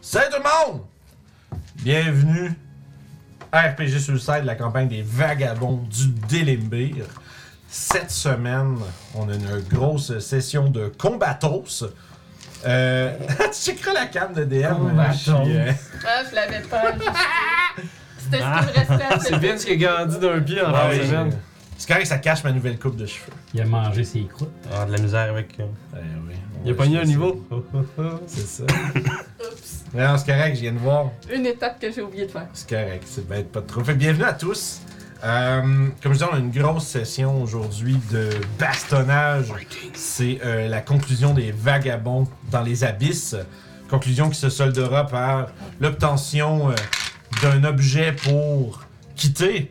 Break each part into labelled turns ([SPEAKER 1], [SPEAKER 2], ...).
[SPEAKER 1] Salut tout le monde! Bienvenue à RPG Suicide, la campagne des vagabonds du Délimbir. Cette semaine, on a une grosse session de combatos. Euh, tu checkeras la cam de DM.
[SPEAKER 2] Combatos.
[SPEAKER 1] je suis, euh,
[SPEAKER 3] Ah, je l'avais pas. C'était ce qui me restait à
[SPEAKER 2] C'est Vince qui a grandi d'un pied en
[SPEAKER 1] Ah
[SPEAKER 2] fin de
[SPEAKER 1] oui.
[SPEAKER 2] semaine.
[SPEAKER 1] C'est correct, ça cache ma nouvelle coupe de cheveux.
[SPEAKER 4] Il a mangé ses croûtes.
[SPEAKER 5] Ah, de la misère avec. euh,
[SPEAKER 1] Eh oui, on
[SPEAKER 2] Il a
[SPEAKER 1] va
[SPEAKER 2] pogné
[SPEAKER 1] essayer
[SPEAKER 2] un
[SPEAKER 1] ça.
[SPEAKER 2] niveau.
[SPEAKER 1] C'est ça.
[SPEAKER 3] Oups.
[SPEAKER 1] Non, c'est correct, je viens de voir.
[SPEAKER 3] Une étape que j'ai oublié de faire.
[SPEAKER 1] C'est correct, c'est bête, pas de trop. Fait que bienvenue à tous. Euh, comme je dis, on a une grosse session aujourd'hui de bastonnage. C'est euh, la conclusion des vagabonds dans les abysses. Conclusion qui se soldera par l'obtention euh, d'un objet pour quitter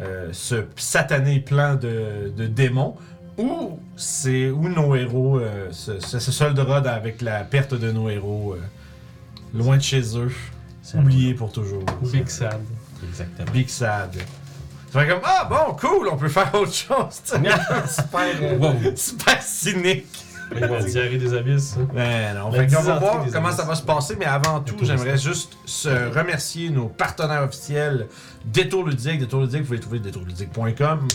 [SPEAKER 1] euh, ce satané plan de, de démons. Ou c'est où nos héros euh, se, se- se soldera dans- avec la perte de nos héros euh, loin de chez eux,
[SPEAKER 5] c'est
[SPEAKER 1] oubliés pour toujours.
[SPEAKER 2] Big sad.
[SPEAKER 5] Exactement.
[SPEAKER 1] Big Sad. Ça fait comme Ah bon, cool, on peut faire autre chose. tu sais. super, euh,
[SPEAKER 5] Wow.
[SPEAKER 1] super cynique.
[SPEAKER 2] Avec la diarrhée des abysses. hein.
[SPEAKER 1] Ben non,
[SPEAKER 2] La
[SPEAKER 1] fait qu'on va
[SPEAKER 2] dysenterie
[SPEAKER 1] voir
[SPEAKER 2] des
[SPEAKER 1] comment
[SPEAKER 2] abysses.
[SPEAKER 1] ça va se passer, mais avant tout,
[SPEAKER 5] Détour
[SPEAKER 1] j'aimerais juste se remercier nos partenaires officiels Détour Ludique. Détour Ludique, vous pouvez trouver détourludique.com.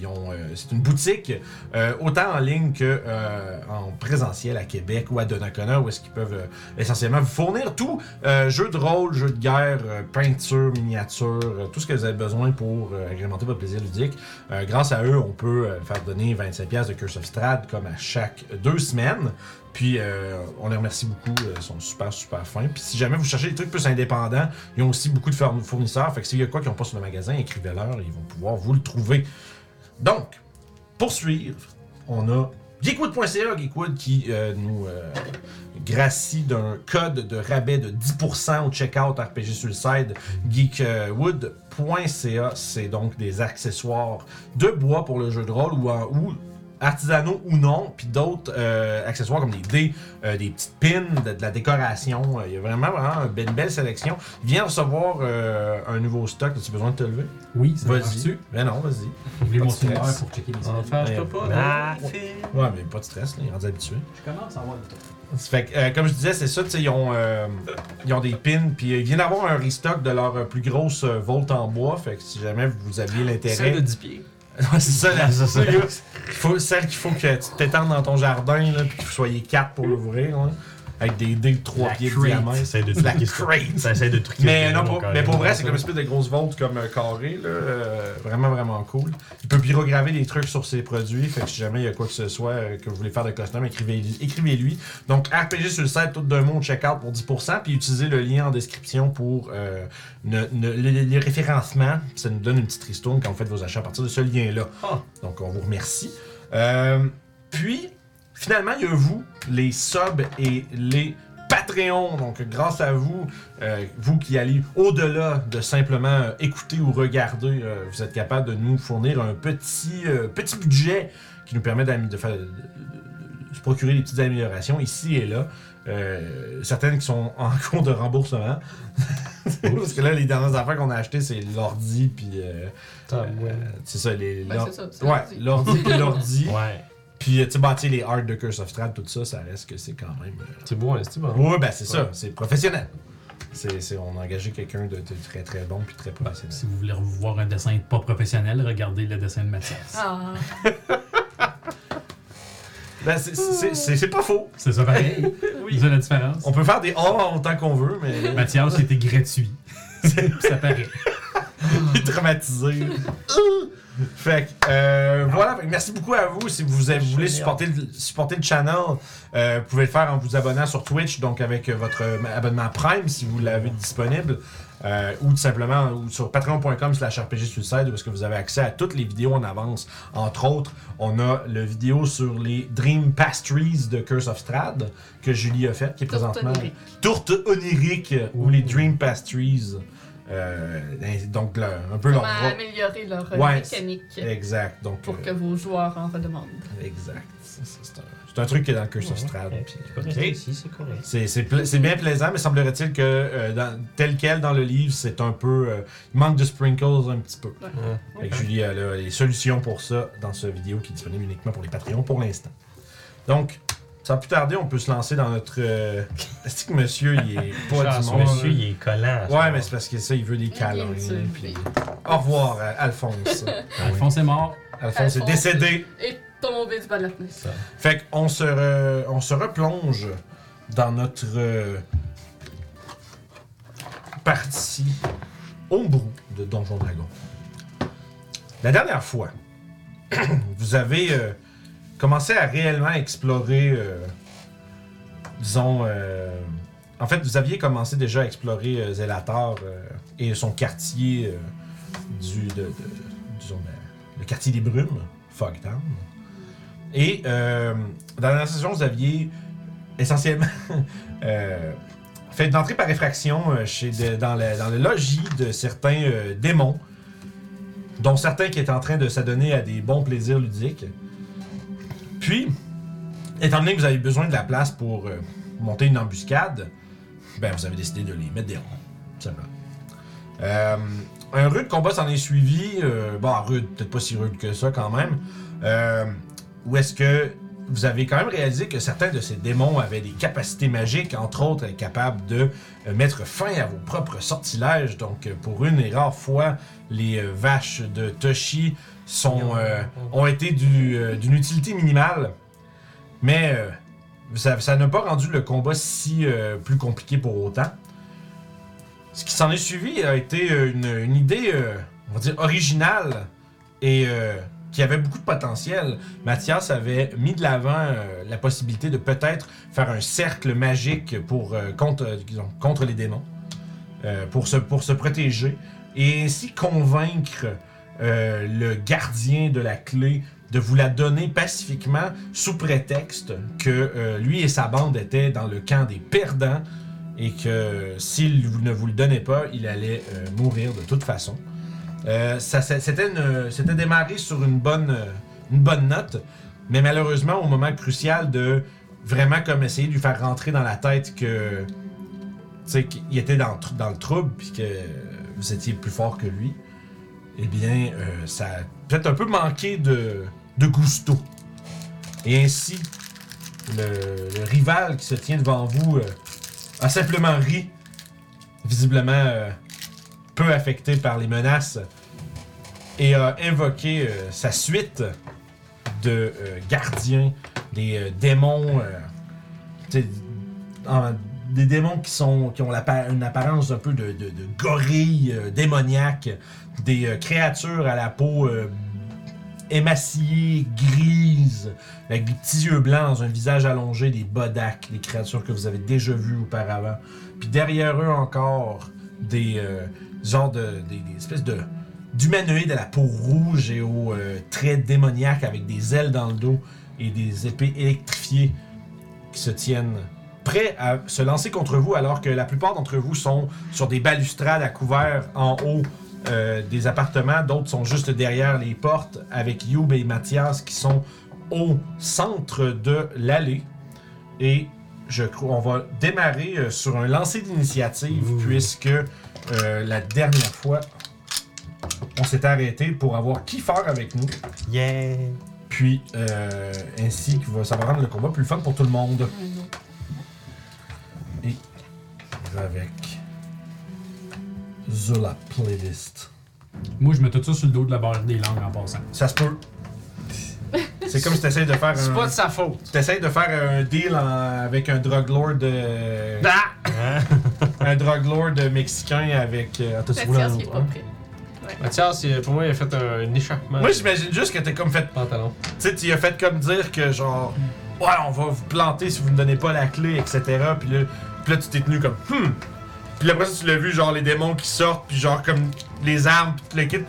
[SPEAKER 1] Ils ont, euh, C'est une boutique, euh, autant en ligne que euh, en présentiel à Québec ou à Donnacona, où est-ce qu'ils peuvent euh, essentiellement vous fournir tout euh, jeux de rôle, jeux de guerre, euh, peinture, miniature, euh, tout ce que vous avez besoin pour euh, agrémenter votre plaisir ludique. Euh, grâce à eux, on peut euh, faire donner 25$ de Curse of Strad comme à chaque deux semaines. Puis euh, on les remercie beaucoup, euh, ils sont super super fins. Puis si jamais vous cherchez des trucs plus indépendants, ils ont aussi beaucoup de fourn- fournisseurs. Fait que s'il y a quoi qu'ils n'ont pas sur le magasin, écrivez-leur, ils vont pouvoir vous le trouver. Donc, poursuivre, on a geekwood.ca, Geekwood qui euh, nous euh, gracie d'un code de rabais de 10% au checkout RPG Suicide. Geekwood.ca, c'est donc des accessoires de bois pour le jeu de rôle ou, en- ou artisanaux ou non, puis d'autres euh, accessoires comme des dés, euh, des petites pins, de, de la décoration. Euh, Il y a vraiment, vraiment une belle, belle sélection. Viens recevoir euh, un nouveau stock. As-tu besoin de te lever?
[SPEAKER 4] Oui, ça
[SPEAKER 1] Vas-y. Ben non, vas-y.
[SPEAKER 4] J'ai oublié mon
[SPEAKER 1] Pas de stress.
[SPEAKER 4] cellulaire pour checker mes
[SPEAKER 2] En
[SPEAKER 4] emails.
[SPEAKER 2] faire, je peux pas. hein.
[SPEAKER 1] Ouais, mais pas de stress, là, il est rendu habitué.
[SPEAKER 4] Je commence à avoir le temps.
[SPEAKER 1] Fait que, euh, comme je disais, c'est ça, tu sais, ils ont, euh, ils ont des pins, puis euh, ils viennent avoir un restock de leur euh, plus grosse euh, volt en bois, fait que si jamais vous aviez
[SPEAKER 2] Celle de
[SPEAKER 1] l'intérêt...
[SPEAKER 2] 10 pieds.
[SPEAKER 1] Ouais, c'est ça, la...
[SPEAKER 5] C'est ça.
[SPEAKER 1] Il faut, celle qu'il faut que tu t'étendes dans ton jardin, là, puis que vous soyez quatre pour l'ouvrir, là, avec des dés de 3
[SPEAKER 4] La
[SPEAKER 1] pieds de
[SPEAKER 4] crate.
[SPEAKER 1] diamètre.
[SPEAKER 5] Ça essaie de
[SPEAKER 1] La
[SPEAKER 5] truquer ça.
[SPEAKER 1] crate.
[SPEAKER 5] Ça essaie de truquer
[SPEAKER 1] Mais,
[SPEAKER 5] le
[SPEAKER 1] non,
[SPEAKER 5] démon,
[SPEAKER 1] pour,
[SPEAKER 5] carrément.
[SPEAKER 1] mais pour vrai, c'est comme une espèce de grosse volte comme un carré, là, euh, vraiment, vraiment cool. Il peut pyrograver des trucs sur ses produits, fait que si jamais il y a quoi que ce soit euh, que vous voulez faire de custom, écrivez-lui. écrivez-lui. Donc, RPG sur le site, tout d'un mot, checkout pour 10%, puis utilisez le lien en description pour euh, ne- ne- le, le- le référencement. Ça nous donne une petite ristourne quand vous faites vos achats à partir de ce lien-là.
[SPEAKER 2] Ah.
[SPEAKER 1] Donc, on vous remercie. Euh, puis, finalement, il y a vous, les subs et les Patreons. Donc, grâce à vous, euh, vous qui allez au-delà de simplement euh, écouter ou regarder, euh, vous êtes capable de nous fournir un petit, euh, petit budget qui nous permet d'ami- de, faire- de- de- de se procurer des petites améliorations ici et là. Euh, certaines qui sont en cours de remboursement. Parce que là, les dernières affaires qu'on a achetées, c'est l'ordi, puis euh,
[SPEAKER 2] Attends, Ah, ouais.
[SPEAKER 1] c'est ça, les.
[SPEAKER 3] Ben,
[SPEAKER 1] l'or-
[SPEAKER 3] c'est ça, c'est
[SPEAKER 1] ouais, l'ordi, puis l'ordi.
[SPEAKER 5] Ouais.
[SPEAKER 1] Puis, euh, tu sais, bah, tu sais, les arts de Curse of Strahd, tout ça, ça reste que c'est quand même. euh,
[SPEAKER 2] C'est beau, hein, c'est bon.
[SPEAKER 1] Ouais, ben c'est ça, c'est professionnel. C'est, c'est- on a engagé quelqu'un de, de très très bon puis très professionnel.
[SPEAKER 4] Si vous voulez voir un dessin pas professionnel, regardez le dessin de Mathias.
[SPEAKER 3] Ah,
[SPEAKER 1] Ben, c'est, c'est- c'est- c'est pas faux.
[SPEAKER 4] C'est ça pareil?
[SPEAKER 2] Oui.
[SPEAKER 4] C'est ça la différence?
[SPEAKER 1] On peut faire des hors autant qu'on veut, mais
[SPEAKER 4] Mathias, c'était gratuit. ça paraît.
[SPEAKER 1] il est traumatisé. fait que, euh, voilà, Fait que merci beaucoup à vous. Si vous, avez- vous voulez supporter le, supporter le channel, euh, vous pouvez le faire en vous abonnant sur Twitch, donc avec euh, votre euh, abonnement Prime si vous l'avez disponible. Euh, ou tout simplement ou sur patreon.com slash RPG Suicide où est-ce que vous avez accès à toutes les vidéos en avance. Entre autres, on a le vidéo sur les Dream Pastries de Curse of Strad que Julie a fait, qui est
[SPEAKER 3] Tourte
[SPEAKER 1] présentement
[SPEAKER 3] onirique.
[SPEAKER 1] Tourte onirique ou les Dream Pastries. Euh, donc là, un peu leur
[SPEAKER 3] comment
[SPEAKER 1] ro-
[SPEAKER 3] améliorer leur euh,
[SPEAKER 1] Ouais,
[SPEAKER 3] mécanique
[SPEAKER 1] Exact. Donc,
[SPEAKER 3] pour
[SPEAKER 1] euh,
[SPEAKER 3] que vos joueurs en redemandent.
[SPEAKER 1] Exact. C'est- C'est c'est un, c'est un truc qui est dans le Curse of Strahd.
[SPEAKER 5] Ouais.
[SPEAKER 1] puis
[SPEAKER 5] C'est correct.
[SPEAKER 2] Ok.
[SPEAKER 5] Si, c'est correct.
[SPEAKER 1] C'est c'est pla- c'est bien plaisant, mais semblerait-il que euh, dans- tel quel dans le livre, c'est un peu. euh, il manque de sprinkles un petit peu.
[SPEAKER 2] Ouais.
[SPEAKER 1] Fait que Julie elle a les solutions pour ça dans ce vidéo qui est disponible uniquement pour les Patreons pour l'instant. Donc, Sans plus tarder, on peut se lancer dans notre. euh, Est-ce que monsieur, il est pas du
[SPEAKER 2] Chanson,
[SPEAKER 1] monde?
[SPEAKER 5] Monsieur,
[SPEAKER 1] là?
[SPEAKER 5] il est collant.
[SPEAKER 1] Ouais, mais c'est parce que ça, il veut des câlins.
[SPEAKER 3] Il est
[SPEAKER 1] puis- Au revoir, euh, Alphonse.
[SPEAKER 5] Ah
[SPEAKER 4] Alphonse est mort.
[SPEAKER 1] Alphonse est
[SPEAKER 3] Alphonse.
[SPEAKER 1] décédé.
[SPEAKER 3] Et tombé du bas de la fenêtre.
[SPEAKER 5] ça.
[SPEAKER 1] Fait qu'on se, re- on se replonge dans notre euh, partie ombrou de Donjon Dragon. La dernière fois, vous avez euh, commencé à réellement explorer, euh, disons, euh, en fait, vous aviez commencé déjà à explorer euh, Zelator euh, et son quartier euh, du, de- de- disons, ben, le quartier des brumes, Fogtown. Et euh, dans la dernière saison, vous aviez essentiellement euh, fait une entrée par effraction euh, chez de- dans, le, dans le logis de certains euh, démons, dont certains qui étaient en train de s'adonner à des bons plaisirs ludiques. Puis, étant donné que vous avez besoin de la place pour euh, monter une embuscade, ben vous avez décidé de les mettre dehors, tout simplement. Euh, un rude combat s'en est suivi, euh, bon, rude, peut-être pas si rude que ça quand même. Euh, où est-ce que vous avez quand même réalisé que certains de ces démons avaient des capacités magiques, entre autres être capables de euh, mettre fin à vos propres sortilèges. Donc, euh, pour une et rare fois, les euh, vaches de Toshi sont, euh, ont été du- euh, d'une utilité minimale. Mais euh, ça ça n'a pas rendu le combat si euh, plus compliqué pour autant. Ce qui s'en est suivi a été euh, une, une idée, euh, on va dire, originale et euh, qui avait beaucoup de potentiel. Mathias avait mis de l'avant euh, la possibilité de peut-être faire un cercle magique pour, euh, contre, euh, disons, contre les démons, euh, pour, se, pour se protéger, et ainsi convaincre euh, le gardien de la clé de vous la donner pacifiquement sous prétexte que euh, lui et sa bande étaient dans le camp des perdants et que s'il vous- ne vous le donnait pas, il allait euh, mourir de toute façon. Euh, ça, ça- c'était, une- c'était démarré sur une bonne, euh, une bonne note, mais malheureusement, au moment crucial de vraiment comme essayer de lui faire rentrer dans la tête que tu sais, qu'il était dans, le trou- dans le trouble puis que vous étiez plus fort que lui, eh bien, euh, ça a peut-être un peu manqué de, de gusto. Et ainsi, le, le rival qui se tient devant vous euh, a simplement ri, visiblement euh, peu affecté par les menaces, et a invoqué euh, sa suite de euh, gardiens, des euh, démons, euh, tu sais, en- des démons qui sont qui ont l'appa- une apparence un peu de, de, de gorille euh, démoniaque, des euh, créatures à la peau euh, émaciée, grise, avec des petits yeux blancs, dans un visage allongé, des bodacs, des créatures que vous avez déjà vues auparavant. Puis derrière eux encore, des euh, genres de. des, des espèces de. d'humanoïdes à la peau rouge et aux euh, traits démoniaques avec des ailes dans le dos et des épées électrifiées qui se tiennent prêts à se lancer contre vous alors que la plupart d'entre vous sont sur des balustrades à couvert en haut euh, des appartements, d'autres sont juste derrière les portes avec Youb et Mathias qui sont au centre de l'allée. Et je crois on va démarrer euh, sur un lancer d'initiative
[SPEAKER 5] Ouh.
[SPEAKER 1] puisque euh, la dernière fois on s'est arrêté pour avoir qui faire avec nous.
[SPEAKER 5] Yeah!
[SPEAKER 1] Puis euh, ainsi que va- ça va rendre le combat plus fun pour tout le monde. Je vais avec Zula Playlist.
[SPEAKER 4] Moi, je mets tout ça sur le dos de la barre des langues en passant.
[SPEAKER 1] Ça se peut. C'est comme si t'essayes de faire
[SPEAKER 2] C'est pas
[SPEAKER 1] un.
[SPEAKER 2] de sa faute.
[SPEAKER 1] T'essayes de faire un deal en- avec un drug lord euh,
[SPEAKER 2] Ah!
[SPEAKER 5] Hein?
[SPEAKER 1] un drug lord mexicain avec. euh, ah, t'as
[SPEAKER 3] Mathias,
[SPEAKER 1] souvent un
[SPEAKER 3] il est
[SPEAKER 1] autre,
[SPEAKER 3] pas
[SPEAKER 1] hein?
[SPEAKER 3] prêt.
[SPEAKER 2] Mathias, il- pour moi, il a fait un, échappement.
[SPEAKER 1] Moi
[SPEAKER 2] de
[SPEAKER 1] j'imagine juste que t'es comme fait.
[SPEAKER 2] Pantalon.
[SPEAKER 1] Tu sais, tu as fait comme dire que genre. Ouais, on va vous planter si vous ne donnez pas la clé, etc. Puis là, puis là tu t'es tenu comme. Hmm. Puis là, après ça, tu l'as vu, genre les démons qui sortent, puis genre comme les armes, puis tout le kit.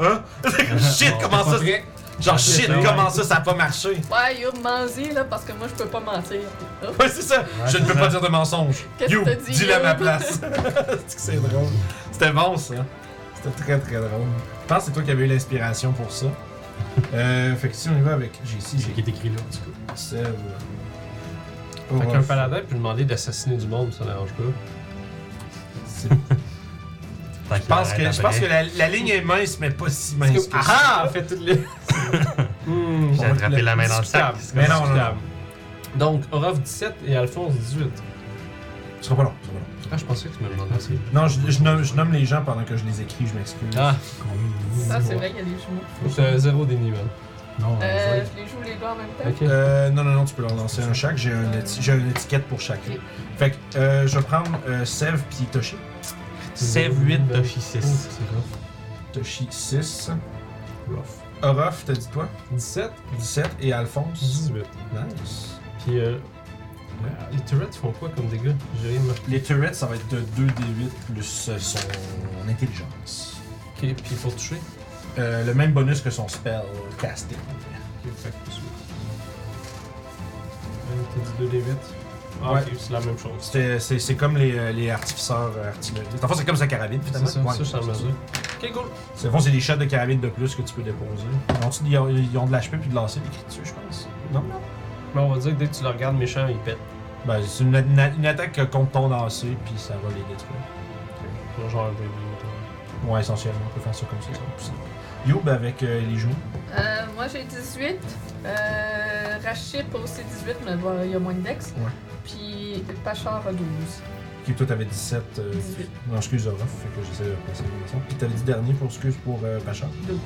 [SPEAKER 1] Hein? shit, comment ça.
[SPEAKER 2] vrai.
[SPEAKER 1] Genre shit,
[SPEAKER 5] Ouais.
[SPEAKER 1] comment ça, ça a pas marché?
[SPEAKER 3] Ouais, Youb, mens-y, là, parce que moi, je peux pas mentir. Oh,
[SPEAKER 1] Ouais, c'est ça. je ne peux pas dire de mensonge.
[SPEAKER 3] Qu'est-ce
[SPEAKER 1] You,
[SPEAKER 3] que t'as dit,
[SPEAKER 1] dis-le à
[SPEAKER 3] you?
[SPEAKER 1] ma place. C'est-tu que c'est drôle. C'était bon, ça. C'était très, très drôle. Je pense que c'est toi qui avais eu l'inspiration pour ça. Euh, fait que si on y va avec J6,
[SPEAKER 4] C'est qui est écrit là, du coup.
[SPEAKER 1] j'ai Seb. euh, oh,
[SPEAKER 2] Fait qu'un paladin peut demander d'assassiner du monde, ça dérange pas.
[SPEAKER 1] C'est-
[SPEAKER 5] Tant
[SPEAKER 1] Je
[SPEAKER 5] qu'il
[SPEAKER 1] pense
[SPEAKER 5] arrête
[SPEAKER 1] que, je pense
[SPEAKER 5] après.
[SPEAKER 1] que la, la ligne est mince, mais pas si mince. que ça.
[SPEAKER 5] ah,
[SPEAKER 2] Ah ah! Fait toutes les. Hmm.
[SPEAKER 5] Hmm. J'ai attrapé la main dans le sac.
[SPEAKER 2] Discutable.
[SPEAKER 1] Mais non, non, non.
[SPEAKER 2] Discutable.
[SPEAKER 5] Donc, Orof 17 et Alphonse 18.
[SPEAKER 1] Ce sera pas long. ce sera pas long.
[SPEAKER 5] Ah, je pensais que tu me le demandais.
[SPEAKER 4] Merci.
[SPEAKER 1] Non, je, je nomme, je nomme les gens pendant que je les écris, je m'excuse.
[SPEAKER 5] Ah,
[SPEAKER 3] Ça, c'est vrai, il y a des jumeaux.
[SPEAKER 5] j'ai un zéro dénivelle.
[SPEAKER 4] Non,
[SPEAKER 3] Euh, je les joue les deux en même
[SPEAKER 5] Ok.
[SPEAKER 3] temps.
[SPEAKER 1] Euh, non, non, non, tu peux leur lancer un chaque. J'ai un éti- j'ai une étiquette pour chacun.
[SPEAKER 3] Ok.
[SPEAKER 1] Fait que euh, je vais prendre euh, Sève puis Toshi.
[SPEAKER 6] Save 8, Toshi
[SPEAKER 5] Oh,
[SPEAKER 6] 6.
[SPEAKER 5] rough.
[SPEAKER 1] Toshi 6. Orof, t'as dit toi
[SPEAKER 5] 17,
[SPEAKER 1] 17 et Alphonse
[SPEAKER 5] 18.
[SPEAKER 1] Nice.
[SPEAKER 5] Puis, euh, les turrets font quoi comme dégâts J'ai rien marqué.
[SPEAKER 1] Les turrets, ça va être de 2d8 plus euh, son intelligence.
[SPEAKER 5] Ok, puis pour toucher.
[SPEAKER 1] Euh, le même bonus que son spell casting.
[SPEAKER 5] Ok, fait que plus 8. T'as dit 2 des 8. Ah,
[SPEAKER 1] Ouais.
[SPEAKER 5] ok, c'est la même chose.
[SPEAKER 1] C'était- C'est c'est comme les, euh, les artificeurs euh, artilleristes. En fait, c'est comme sa carabine,
[SPEAKER 5] C'est
[SPEAKER 1] finalement.
[SPEAKER 5] ça,
[SPEAKER 1] Ouais.
[SPEAKER 5] ça, je suis en mesure. Ok, cool.
[SPEAKER 1] C'est bon, c'est des shots de carabine de plus que tu peux déposer. Ils ont- Ils ont, ils ont de l'HP puis de lancer des crits dessus, je pense. Non, non.
[SPEAKER 5] Mais Ben, on va dire que dès que tu le regardes méchant, il pète.
[SPEAKER 1] Ben, c'est une, une- une attaque contre ton lancer, puis ça va les détruire.
[SPEAKER 5] Genre un baby. mettons.
[SPEAKER 1] Ouais, essentiellement, on peut faire ça comme ça. ça va pousser. Youb avec euh, les genoux.
[SPEAKER 3] Euh, moi, j'ai 18. Euh, Rachid a aussi 18, mais bon, il y a moins de dex.
[SPEAKER 1] Ouais.
[SPEAKER 3] Puis Pachar a 12.
[SPEAKER 1] Qui toi t'avais 17. euh,
[SPEAKER 3] 18.
[SPEAKER 1] Non, excuse, Orof, fait que j'essaie de passer le son. Puis t'avais dit dernier pour excuse pour euh, Bachar.
[SPEAKER 3] 12.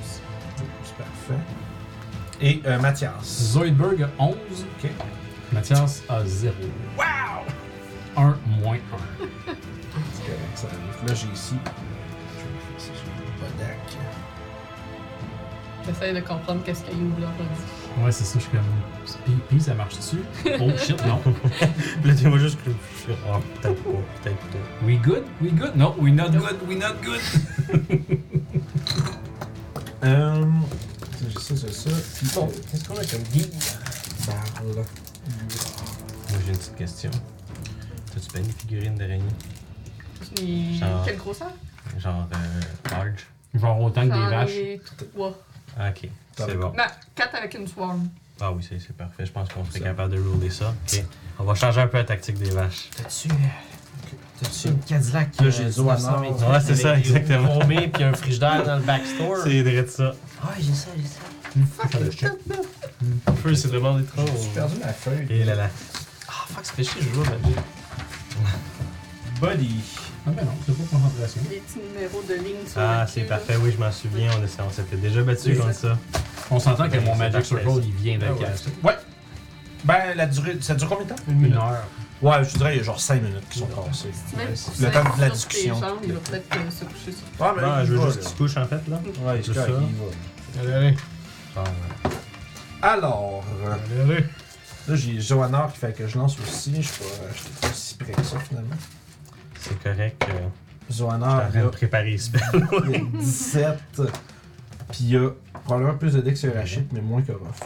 [SPEAKER 1] C'est parfait. Et euh, Mathias.
[SPEAKER 4] Zoidberg a 11.
[SPEAKER 1] Ok.
[SPEAKER 4] Mathias a 0. Wow! 1 moins 1.
[SPEAKER 1] C'est correct, ça arrive. Là, j'ai ici. Je vais faire ça sur le bon deck.
[SPEAKER 3] J'essaie de comprendre qu'est-ce qu'il y a eu là. redit.
[SPEAKER 4] Ouais, c'est ça, je suis comme. Puis, puis ça marche dessus? Oh shit, non.
[SPEAKER 6] Là, tu vois juste que. Oh, peut-être pas, peut-être pas.
[SPEAKER 4] We good? We good? No, we not good, we not good.
[SPEAKER 1] Euh. J'ai ça, j'ai ça. Puis, bon, qu'est-ce qu'on a comme guide Barle.
[SPEAKER 6] Moi, j'ai une petite question. T'as-tu bien des figurines d'araignée?
[SPEAKER 3] Et
[SPEAKER 6] Ça-
[SPEAKER 3] Quelle grosseur
[SPEAKER 6] Genre, euh, large?
[SPEAKER 4] Genre autant que des
[SPEAKER 3] J'en
[SPEAKER 4] vaches.
[SPEAKER 3] ai 3.
[SPEAKER 6] Ah, ok.
[SPEAKER 1] T'en as
[SPEAKER 6] C'est bon.
[SPEAKER 3] Non, 4 avec une swarm.
[SPEAKER 6] Ah oui, c'est c'est parfait. Je pense qu'on serait
[SPEAKER 1] Ça.
[SPEAKER 6] capable de rouler ça. Ok. On va changer un peu la tactique des vaches.
[SPEAKER 1] T'as-tu. T'as-tu une Cadillac
[SPEAKER 6] Là,
[SPEAKER 1] euh,
[SPEAKER 6] j'ai
[SPEAKER 1] Zoanor?
[SPEAKER 6] Ouais, c'est ça, exactement.
[SPEAKER 5] Bombé, puis un frigidaire dans le backstore.
[SPEAKER 6] C'est vrai de ça.
[SPEAKER 1] Ah, j'ai ça, j'ai ça. Fuck,
[SPEAKER 6] Attends,
[SPEAKER 1] j'ai
[SPEAKER 6] je check.
[SPEAKER 5] Feu, c'est vraiment des trolls.
[SPEAKER 1] j'ai perdu ma feuille.
[SPEAKER 6] Et là, là.
[SPEAKER 5] Ah, fuck, ça fait chier, je joue à Magic.
[SPEAKER 1] Body.
[SPEAKER 4] Ah ben non, c'est pas concentration.
[SPEAKER 3] Les petits numéros de ligne sur
[SPEAKER 6] Ah,
[SPEAKER 3] le
[SPEAKER 6] c'est
[SPEAKER 3] cul, là.
[SPEAKER 6] parfait. Oui, je m'en souviens. On, s'est- on s'était déjà battu
[SPEAKER 3] C'est
[SPEAKER 6] contre ça.
[SPEAKER 4] On s'entend que
[SPEAKER 6] Ben,
[SPEAKER 4] mon
[SPEAKER 6] c'est
[SPEAKER 4] Magic
[SPEAKER 6] parfait,
[SPEAKER 4] Circle,
[SPEAKER 6] ça.
[SPEAKER 4] il vient de
[SPEAKER 5] Ah ouais.
[SPEAKER 4] casser.
[SPEAKER 1] Ouais. Ben, la durée, ça dure combien de temps?
[SPEAKER 4] Une heure.
[SPEAKER 1] Ouais, je dirais, il y a genre 5 minutes qui sont passées.
[SPEAKER 3] Si tu mets
[SPEAKER 1] Le
[SPEAKER 3] coussin
[SPEAKER 1] temps de la
[SPEAKER 3] sur tes
[SPEAKER 1] discussion.
[SPEAKER 3] jambes, il va peut-être euh, se coucher sur
[SPEAKER 1] Ah, mais
[SPEAKER 6] Ah, je veux
[SPEAKER 1] il va,
[SPEAKER 6] juste que tu couches en fait, là.
[SPEAKER 1] là. Ouais, c'est
[SPEAKER 6] Tout
[SPEAKER 1] correct,
[SPEAKER 6] ça.
[SPEAKER 1] il va.
[SPEAKER 5] Allez, allez,
[SPEAKER 6] Genre,
[SPEAKER 1] Alors, euh,
[SPEAKER 5] allez, allez.
[SPEAKER 1] là, j'ai Zoanor qui fait que je lance aussi. Je suis pas, je suis pas si près que ça, finalement.
[SPEAKER 6] c'est correct. euh,
[SPEAKER 1] Zoanor,
[SPEAKER 6] je suis en train de
[SPEAKER 1] Ah, là,
[SPEAKER 6] préparer les spells.
[SPEAKER 1] il y a 17. Puis il y a probablement plus de decks que Rachid, mais moins que Ruff.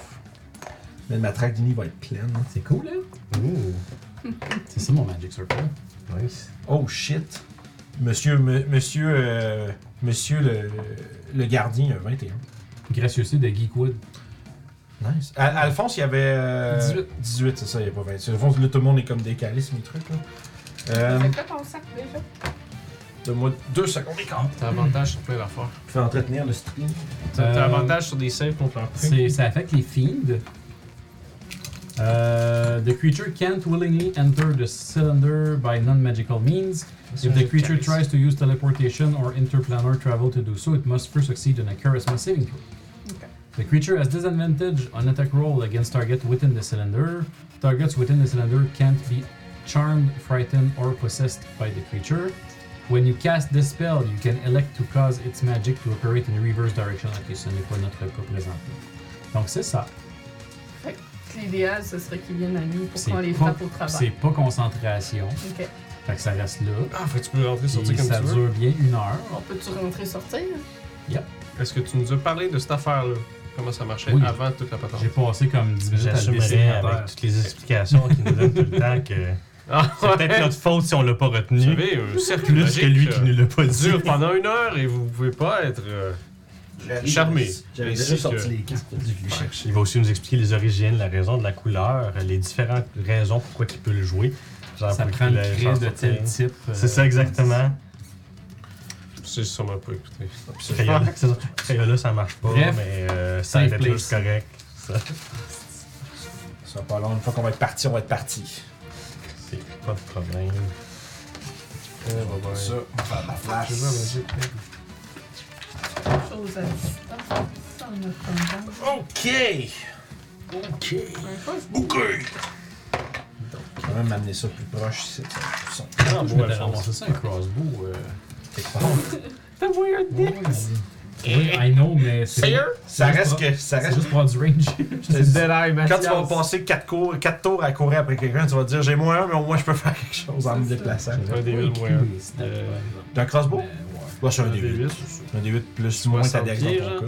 [SPEAKER 1] Mais ma traque d'ini va être pleine.
[SPEAKER 4] C'est cool, hein?
[SPEAKER 6] Ouh,
[SPEAKER 4] C'est ça mon Magic Circle.
[SPEAKER 6] nice.
[SPEAKER 1] Oh shit. Monsieur, me- monsieur, euh, monsieur le, le gardien, euh, 21.
[SPEAKER 4] Gracieuseté de Geekwood.
[SPEAKER 1] Nice. Al- Alphonse, il y avait. euh,
[SPEAKER 5] 18.
[SPEAKER 1] 18, c'est ça, il n'y a pas 28. Alphonse, là, tout le monde est comme décalé sur mes trucs. Là.
[SPEAKER 3] Ça
[SPEAKER 1] Euh,
[SPEAKER 3] fait quoi ton sac déjà?
[SPEAKER 1] Donne-moi deux secondes et quart.
[SPEAKER 5] T'as avantage sur plein d'affaires.
[SPEAKER 1] Fais entretenir le stream.
[SPEAKER 5] T'as t'as
[SPEAKER 4] Euh,
[SPEAKER 5] avantage sur des saves contre leur prix.
[SPEAKER 4] C'est- Ça affecte les fiends. Euh, the creature can't willingly enter the cylinder by non-magical means. If the creature tries to use teleportation or interplanar travel to do so, it must first succeed on a charisma saving throw.
[SPEAKER 3] Okay.
[SPEAKER 4] The creature has disadvantage on attack roll against target within the cylinder. Targets within the cylinder can't be charmed, frightened, or possessed by the creature. When you cast this spell, you can elect to cause its magic to operate in reverse direction. Ok, ce n'est pas notre cas présentement. Donc c'est ça.
[SPEAKER 3] Fait que l'idéal, ce serait qu'ils viennent à nous pour
[SPEAKER 4] C'est
[SPEAKER 3] qu'on les
[SPEAKER 4] pas-
[SPEAKER 3] frappe au
[SPEAKER 4] C'est
[SPEAKER 3] travail.
[SPEAKER 4] pas concentration.
[SPEAKER 3] Ok.
[SPEAKER 4] Fait que ça reste là.
[SPEAKER 5] Ah, fait que tu peux rentrer sur
[SPEAKER 4] Puis
[SPEAKER 5] comme
[SPEAKER 4] ça
[SPEAKER 5] tu veux.
[SPEAKER 4] dure bien une heure.
[SPEAKER 3] On peut-tu rentrer sortir?
[SPEAKER 5] Est-ce que tu nous as parlé de cette affaire-là? Comment ça marchait
[SPEAKER 4] Oui.
[SPEAKER 5] avant toute la patente?
[SPEAKER 4] J'ai passé comme 10 minutes à le
[SPEAKER 6] J'assumerai
[SPEAKER 4] dessiner à
[SPEAKER 6] avec
[SPEAKER 4] terre.
[SPEAKER 6] toutes les explications qu'ils nous donnent tout le temps que
[SPEAKER 5] Ah,
[SPEAKER 6] c'est peut-être notre faute si on l'a pas
[SPEAKER 5] Vous
[SPEAKER 6] retenu.
[SPEAKER 5] savez, un cercle euh,
[SPEAKER 6] Plus que lui qui nous l'a pas dit.
[SPEAKER 5] dure pendant une heure et vous pouvez pas être... euh, Charmé.
[SPEAKER 7] J'avais
[SPEAKER 5] Ainsi
[SPEAKER 7] déjà sorti
[SPEAKER 5] que-
[SPEAKER 7] les cartes du cliché.
[SPEAKER 6] Il va aussi nous expliquer les origines, la raison de la couleur, les différentes raisons pourquoi il peut le jouer. Genre
[SPEAKER 4] Ça
[SPEAKER 6] pour
[SPEAKER 4] prend
[SPEAKER 6] qu'il
[SPEAKER 4] une
[SPEAKER 6] ait-
[SPEAKER 4] craie
[SPEAKER 6] genre
[SPEAKER 4] de
[SPEAKER 6] sortir.
[SPEAKER 4] tel type.
[SPEAKER 5] euh,
[SPEAKER 6] C'est ça exactement.
[SPEAKER 5] J'ai sûrement pas écouté.
[SPEAKER 6] Crayola, c'est ça. Crayola, ça marche pas,
[SPEAKER 4] Bref,
[SPEAKER 6] mais euh, ça
[SPEAKER 4] safe
[SPEAKER 6] va être
[SPEAKER 4] place.
[SPEAKER 6] juste correct. Ça.
[SPEAKER 1] Ça va pas long. Une fois qu'on va être parti, on va être parti.
[SPEAKER 5] C'est pas de problème.
[SPEAKER 1] Ça, on va faire ma flash.
[SPEAKER 3] Chose à distance. Sans notre tendance.
[SPEAKER 1] Ok! Ok!
[SPEAKER 3] Un peu,
[SPEAKER 1] Ok! Je vais même amener ça plus proche ici. ça, je sens.
[SPEAKER 4] Ah,
[SPEAKER 5] bon,
[SPEAKER 4] je m'étais
[SPEAKER 5] elles sont-
[SPEAKER 4] ramassé ça, un crossbow. euh,
[SPEAKER 2] The weird
[SPEAKER 4] ouais, Oui, I know, mais c'est.
[SPEAKER 1] Ça
[SPEAKER 4] juste
[SPEAKER 1] reste
[SPEAKER 4] pour-
[SPEAKER 1] que. Ça
[SPEAKER 4] C'est
[SPEAKER 1] reste...
[SPEAKER 4] juste pour avoir du range.
[SPEAKER 1] C'est dead
[SPEAKER 5] eye,
[SPEAKER 1] Quand tu vas passer 4 cours, quatre tours à courir après quelqu'un, tu vas te dire j'ai moins un, mais au moins je peux faire quelque chose en me
[SPEAKER 3] C'est ça.
[SPEAKER 1] déplaçant.
[SPEAKER 5] Un des
[SPEAKER 4] Oui,
[SPEAKER 5] mille moins un.
[SPEAKER 4] oui, c'est
[SPEAKER 5] Euh,
[SPEAKER 4] vrai.
[SPEAKER 1] D'un crossbow?
[SPEAKER 4] Mais ouais.
[SPEAKER 1] Là, c'est un
[SPEAKER 5] Un D8.
[SPEAKER 1] D8. Un D8 plus moins ta
[SPEAKER 5] 60
[SPEAKER 1] dex dans
[SPEAKER 5] pieds,
[SPEAKER 1] ton
[SPEAKER 5] genre.
[SPEAKER 1] cas.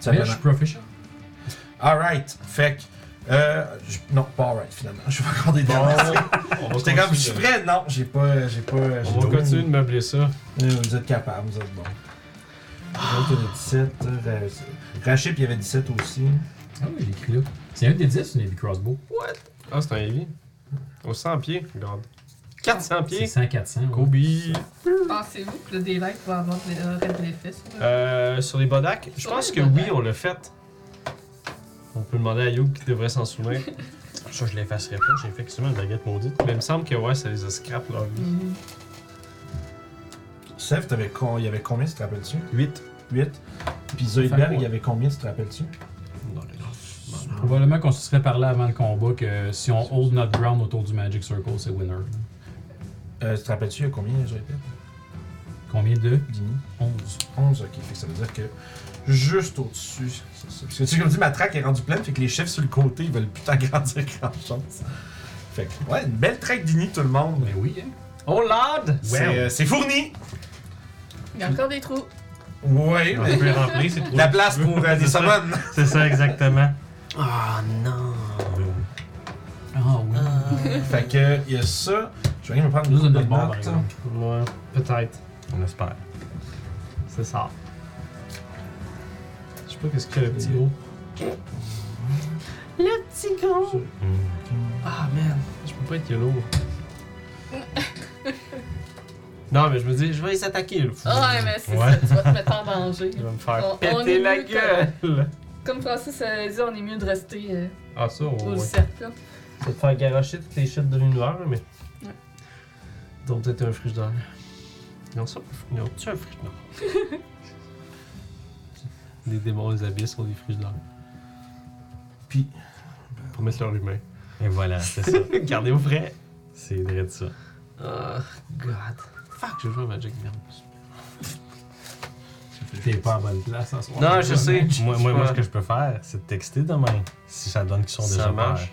[SPEAKER 1] Ça
[SPEAKER 4] Mais
[SPEAKER 1] mène
[SPEAKER 4] je suis proficient.
[SPEAKER 1] à- Alright, fait que. Euh, je- non, pas alright finalement. Je vais encore des dégâts.
[SPEAKER 5] On va
[SPEAKER 1] J'étais comme, je suis
[SPEAKER 5] continuer.
[SPEAKER 1] prêt. Non, j'ai pas. J'ai pas. j'ai
[SPEAKER 5] On va
[SPEAKER 1] pas-
[SPEAKER 5] continuer de meubler ça.
[SPEAKER 1] Euh, Vous êtes capable, vous êtes bon.
[SPEAKER 5] Ah.
[SPEAKER 1] Donc, il y en a 17. euh, Ra- Rachid, il y avait 17 aussi.
[SPEAKER 4] Ah oui, je l'ai écrit là. C'est un des 10, une heavy crossbow.
[SPEAKER 5] Ah, c'est un heavy. Au 100 pieds, regarde. 400
[SPEAKER 4] C'est
[SPEAKER 5] pieds.
[SPEAKER 4] 100, 400. ouais.
[SPEAKER 5] Kobe.
[SPEAKER 3] Pensez-vous que le daylight va avoir de l'e- aurait de l'effet sur le-
[SPEAKER 5] Euh, sur les bodacs, je
[SPEAKER 3] Sur
[SPEAKER 5] pense
[SPEAKER 3] les
[SPEAKER 5] que
[SPEAKER 3] bodacs.
[SPEAKER 5] oui, on l'a fait. On peut demander à Youk qui devrait s'en souvenir. Ça, je l'effacerai pas, j'ai effectivement une baguette maudite. Mais il me semble que ouais, ça les a scrap leur vie.
[SPEAKER 3] Mhm.
[SPEAKER 1] Sèvres, t'avais con- il y avait combien, si tu te rappelles-tu
[SPEAKER 5] 8.
[SPEAKER 1] 8. Puis
[SPEAKER 4] Fait
[SPEAKER 1] Zoidberg,
[SPEAKER 4] quoi?
[SPEAKER 1] il y avait combien, si tu te rappelles-tu
[SPEAKER 4] Probablement qu'on se serait parlé avant le combat que si on hold notre ground autour du Magic Circle, c'est winner.
[SPEAKER 1] euh, Tu te rappelles-tu, il y a combien, Zoidberg
[SPEAKER 4] Combien de
[SPEAKER 1] 11. 11, ok. Fait que ça veut dire que juste au-dessus. c'est ça. Parce que tu sais, comme dit, ma track est rendue pleine, fait que les chefs sur le côté, ils veulent plus t'agrandir grand-chose. Fait que, ouais, une belle track d'ini, tout le monde.
[SPEAKER 4] Ben oui, hein.
[SPEAKER 5] Oh lord!
[SPEAKER 1] C'est euh, c'est fourni!
[SPEAKER 3] Il y a encore des trous.
[SPEAKER 1] Ouais,
[SPEAKER 5] On
[SPEAKER 1] mais-
[SPEAKER 5] peut les remplir, c'est trop.
[SPEAKER 1] la place pour euh, des
[SPEAKER 5] C'est ça.
[SPEAKER 1] summons.
[SPEAKER 5] C'est ça, exactement.
[SPEAKER 2] Ah non!
[SPEAKER 4] Ah oui.
[SPEAKER 1] Euh, Fait que, il y a ça. Je vais aller me prendre une
[SPEAKER 4] Nous, on
[SPEAKER 1] coupe
[SPEAKER 4] a
[SPEAKER 1] de
[SPEAKER 4] notre bord, par
[SPEAKER 1] notes.
[SPEAKER 4] exemple.
[SPEAKER 5] Ouais, peut-être. On espère. C'est ça. Je sais pas qu'est-ce qu'il y a le petit gros.
[SPEAKER 3] Le petit con!
[SPEAKER 5] Ah man, je peux pas être yellow. non, mais je me dis, je vais les attaquer. là.
[SPEAKER 3] Ouais, mais c'est
[SPEAKER 5] Ouais.
[SPEAKER 3] ça, tu vas te mettre en danger.
[SPEAKER 5] Je vais me faire
[SPEAKER 3] Ah. On- on
[SPEAKER 5] péter
[SPEAKER 3] est
[SPEAKER 5] la
[SPEAKER 3] mieux que-
[SPEAKER 5] gueule.
[SPEAKER 3] Comme Francis a dit, on est mieux de rester euh,
[SPEAKER 5] Ah, ça,
[SPEAKER 3] au
[SPEAKER 5] on va
[SPEAKER 3] cercle.
[SPEAKER 5] te faire garocher toutes les chutes de l'univers, mais.
[SPEAKER 3] Ouais.
[SPEAKER 5] Donc, peut-être un friche d'or. Non, ça, non, tu un friche d'or. Les démons, les abysses sont des friches d'or.
[SPEAKER 1] Puis,
[SPEAKER 5] Pour mettre leur humain.
[SPEAKER 6] Et voilà, c'est ça.
[SPEAKER 5] Gardez-vous frais.
[SPEAKER 6] c'est vrai de ça.
[SPEAKER 5] Oh, God. Fuck, je joue à Magic, merde.
[SPEAKER 4] T'es pas à bonne place en soir.
[SPEAKER 5] Non, je sais.
[SPEAKER 6] Moi, moi, moi, ce que je peux faire, c'est te texter demain si ça donne qu'ils sont
[SPEAKER 5] Ça
[SPEAKER 6] déjà
[SPEAKER 5] marche.
[SPEAKER 6] pères.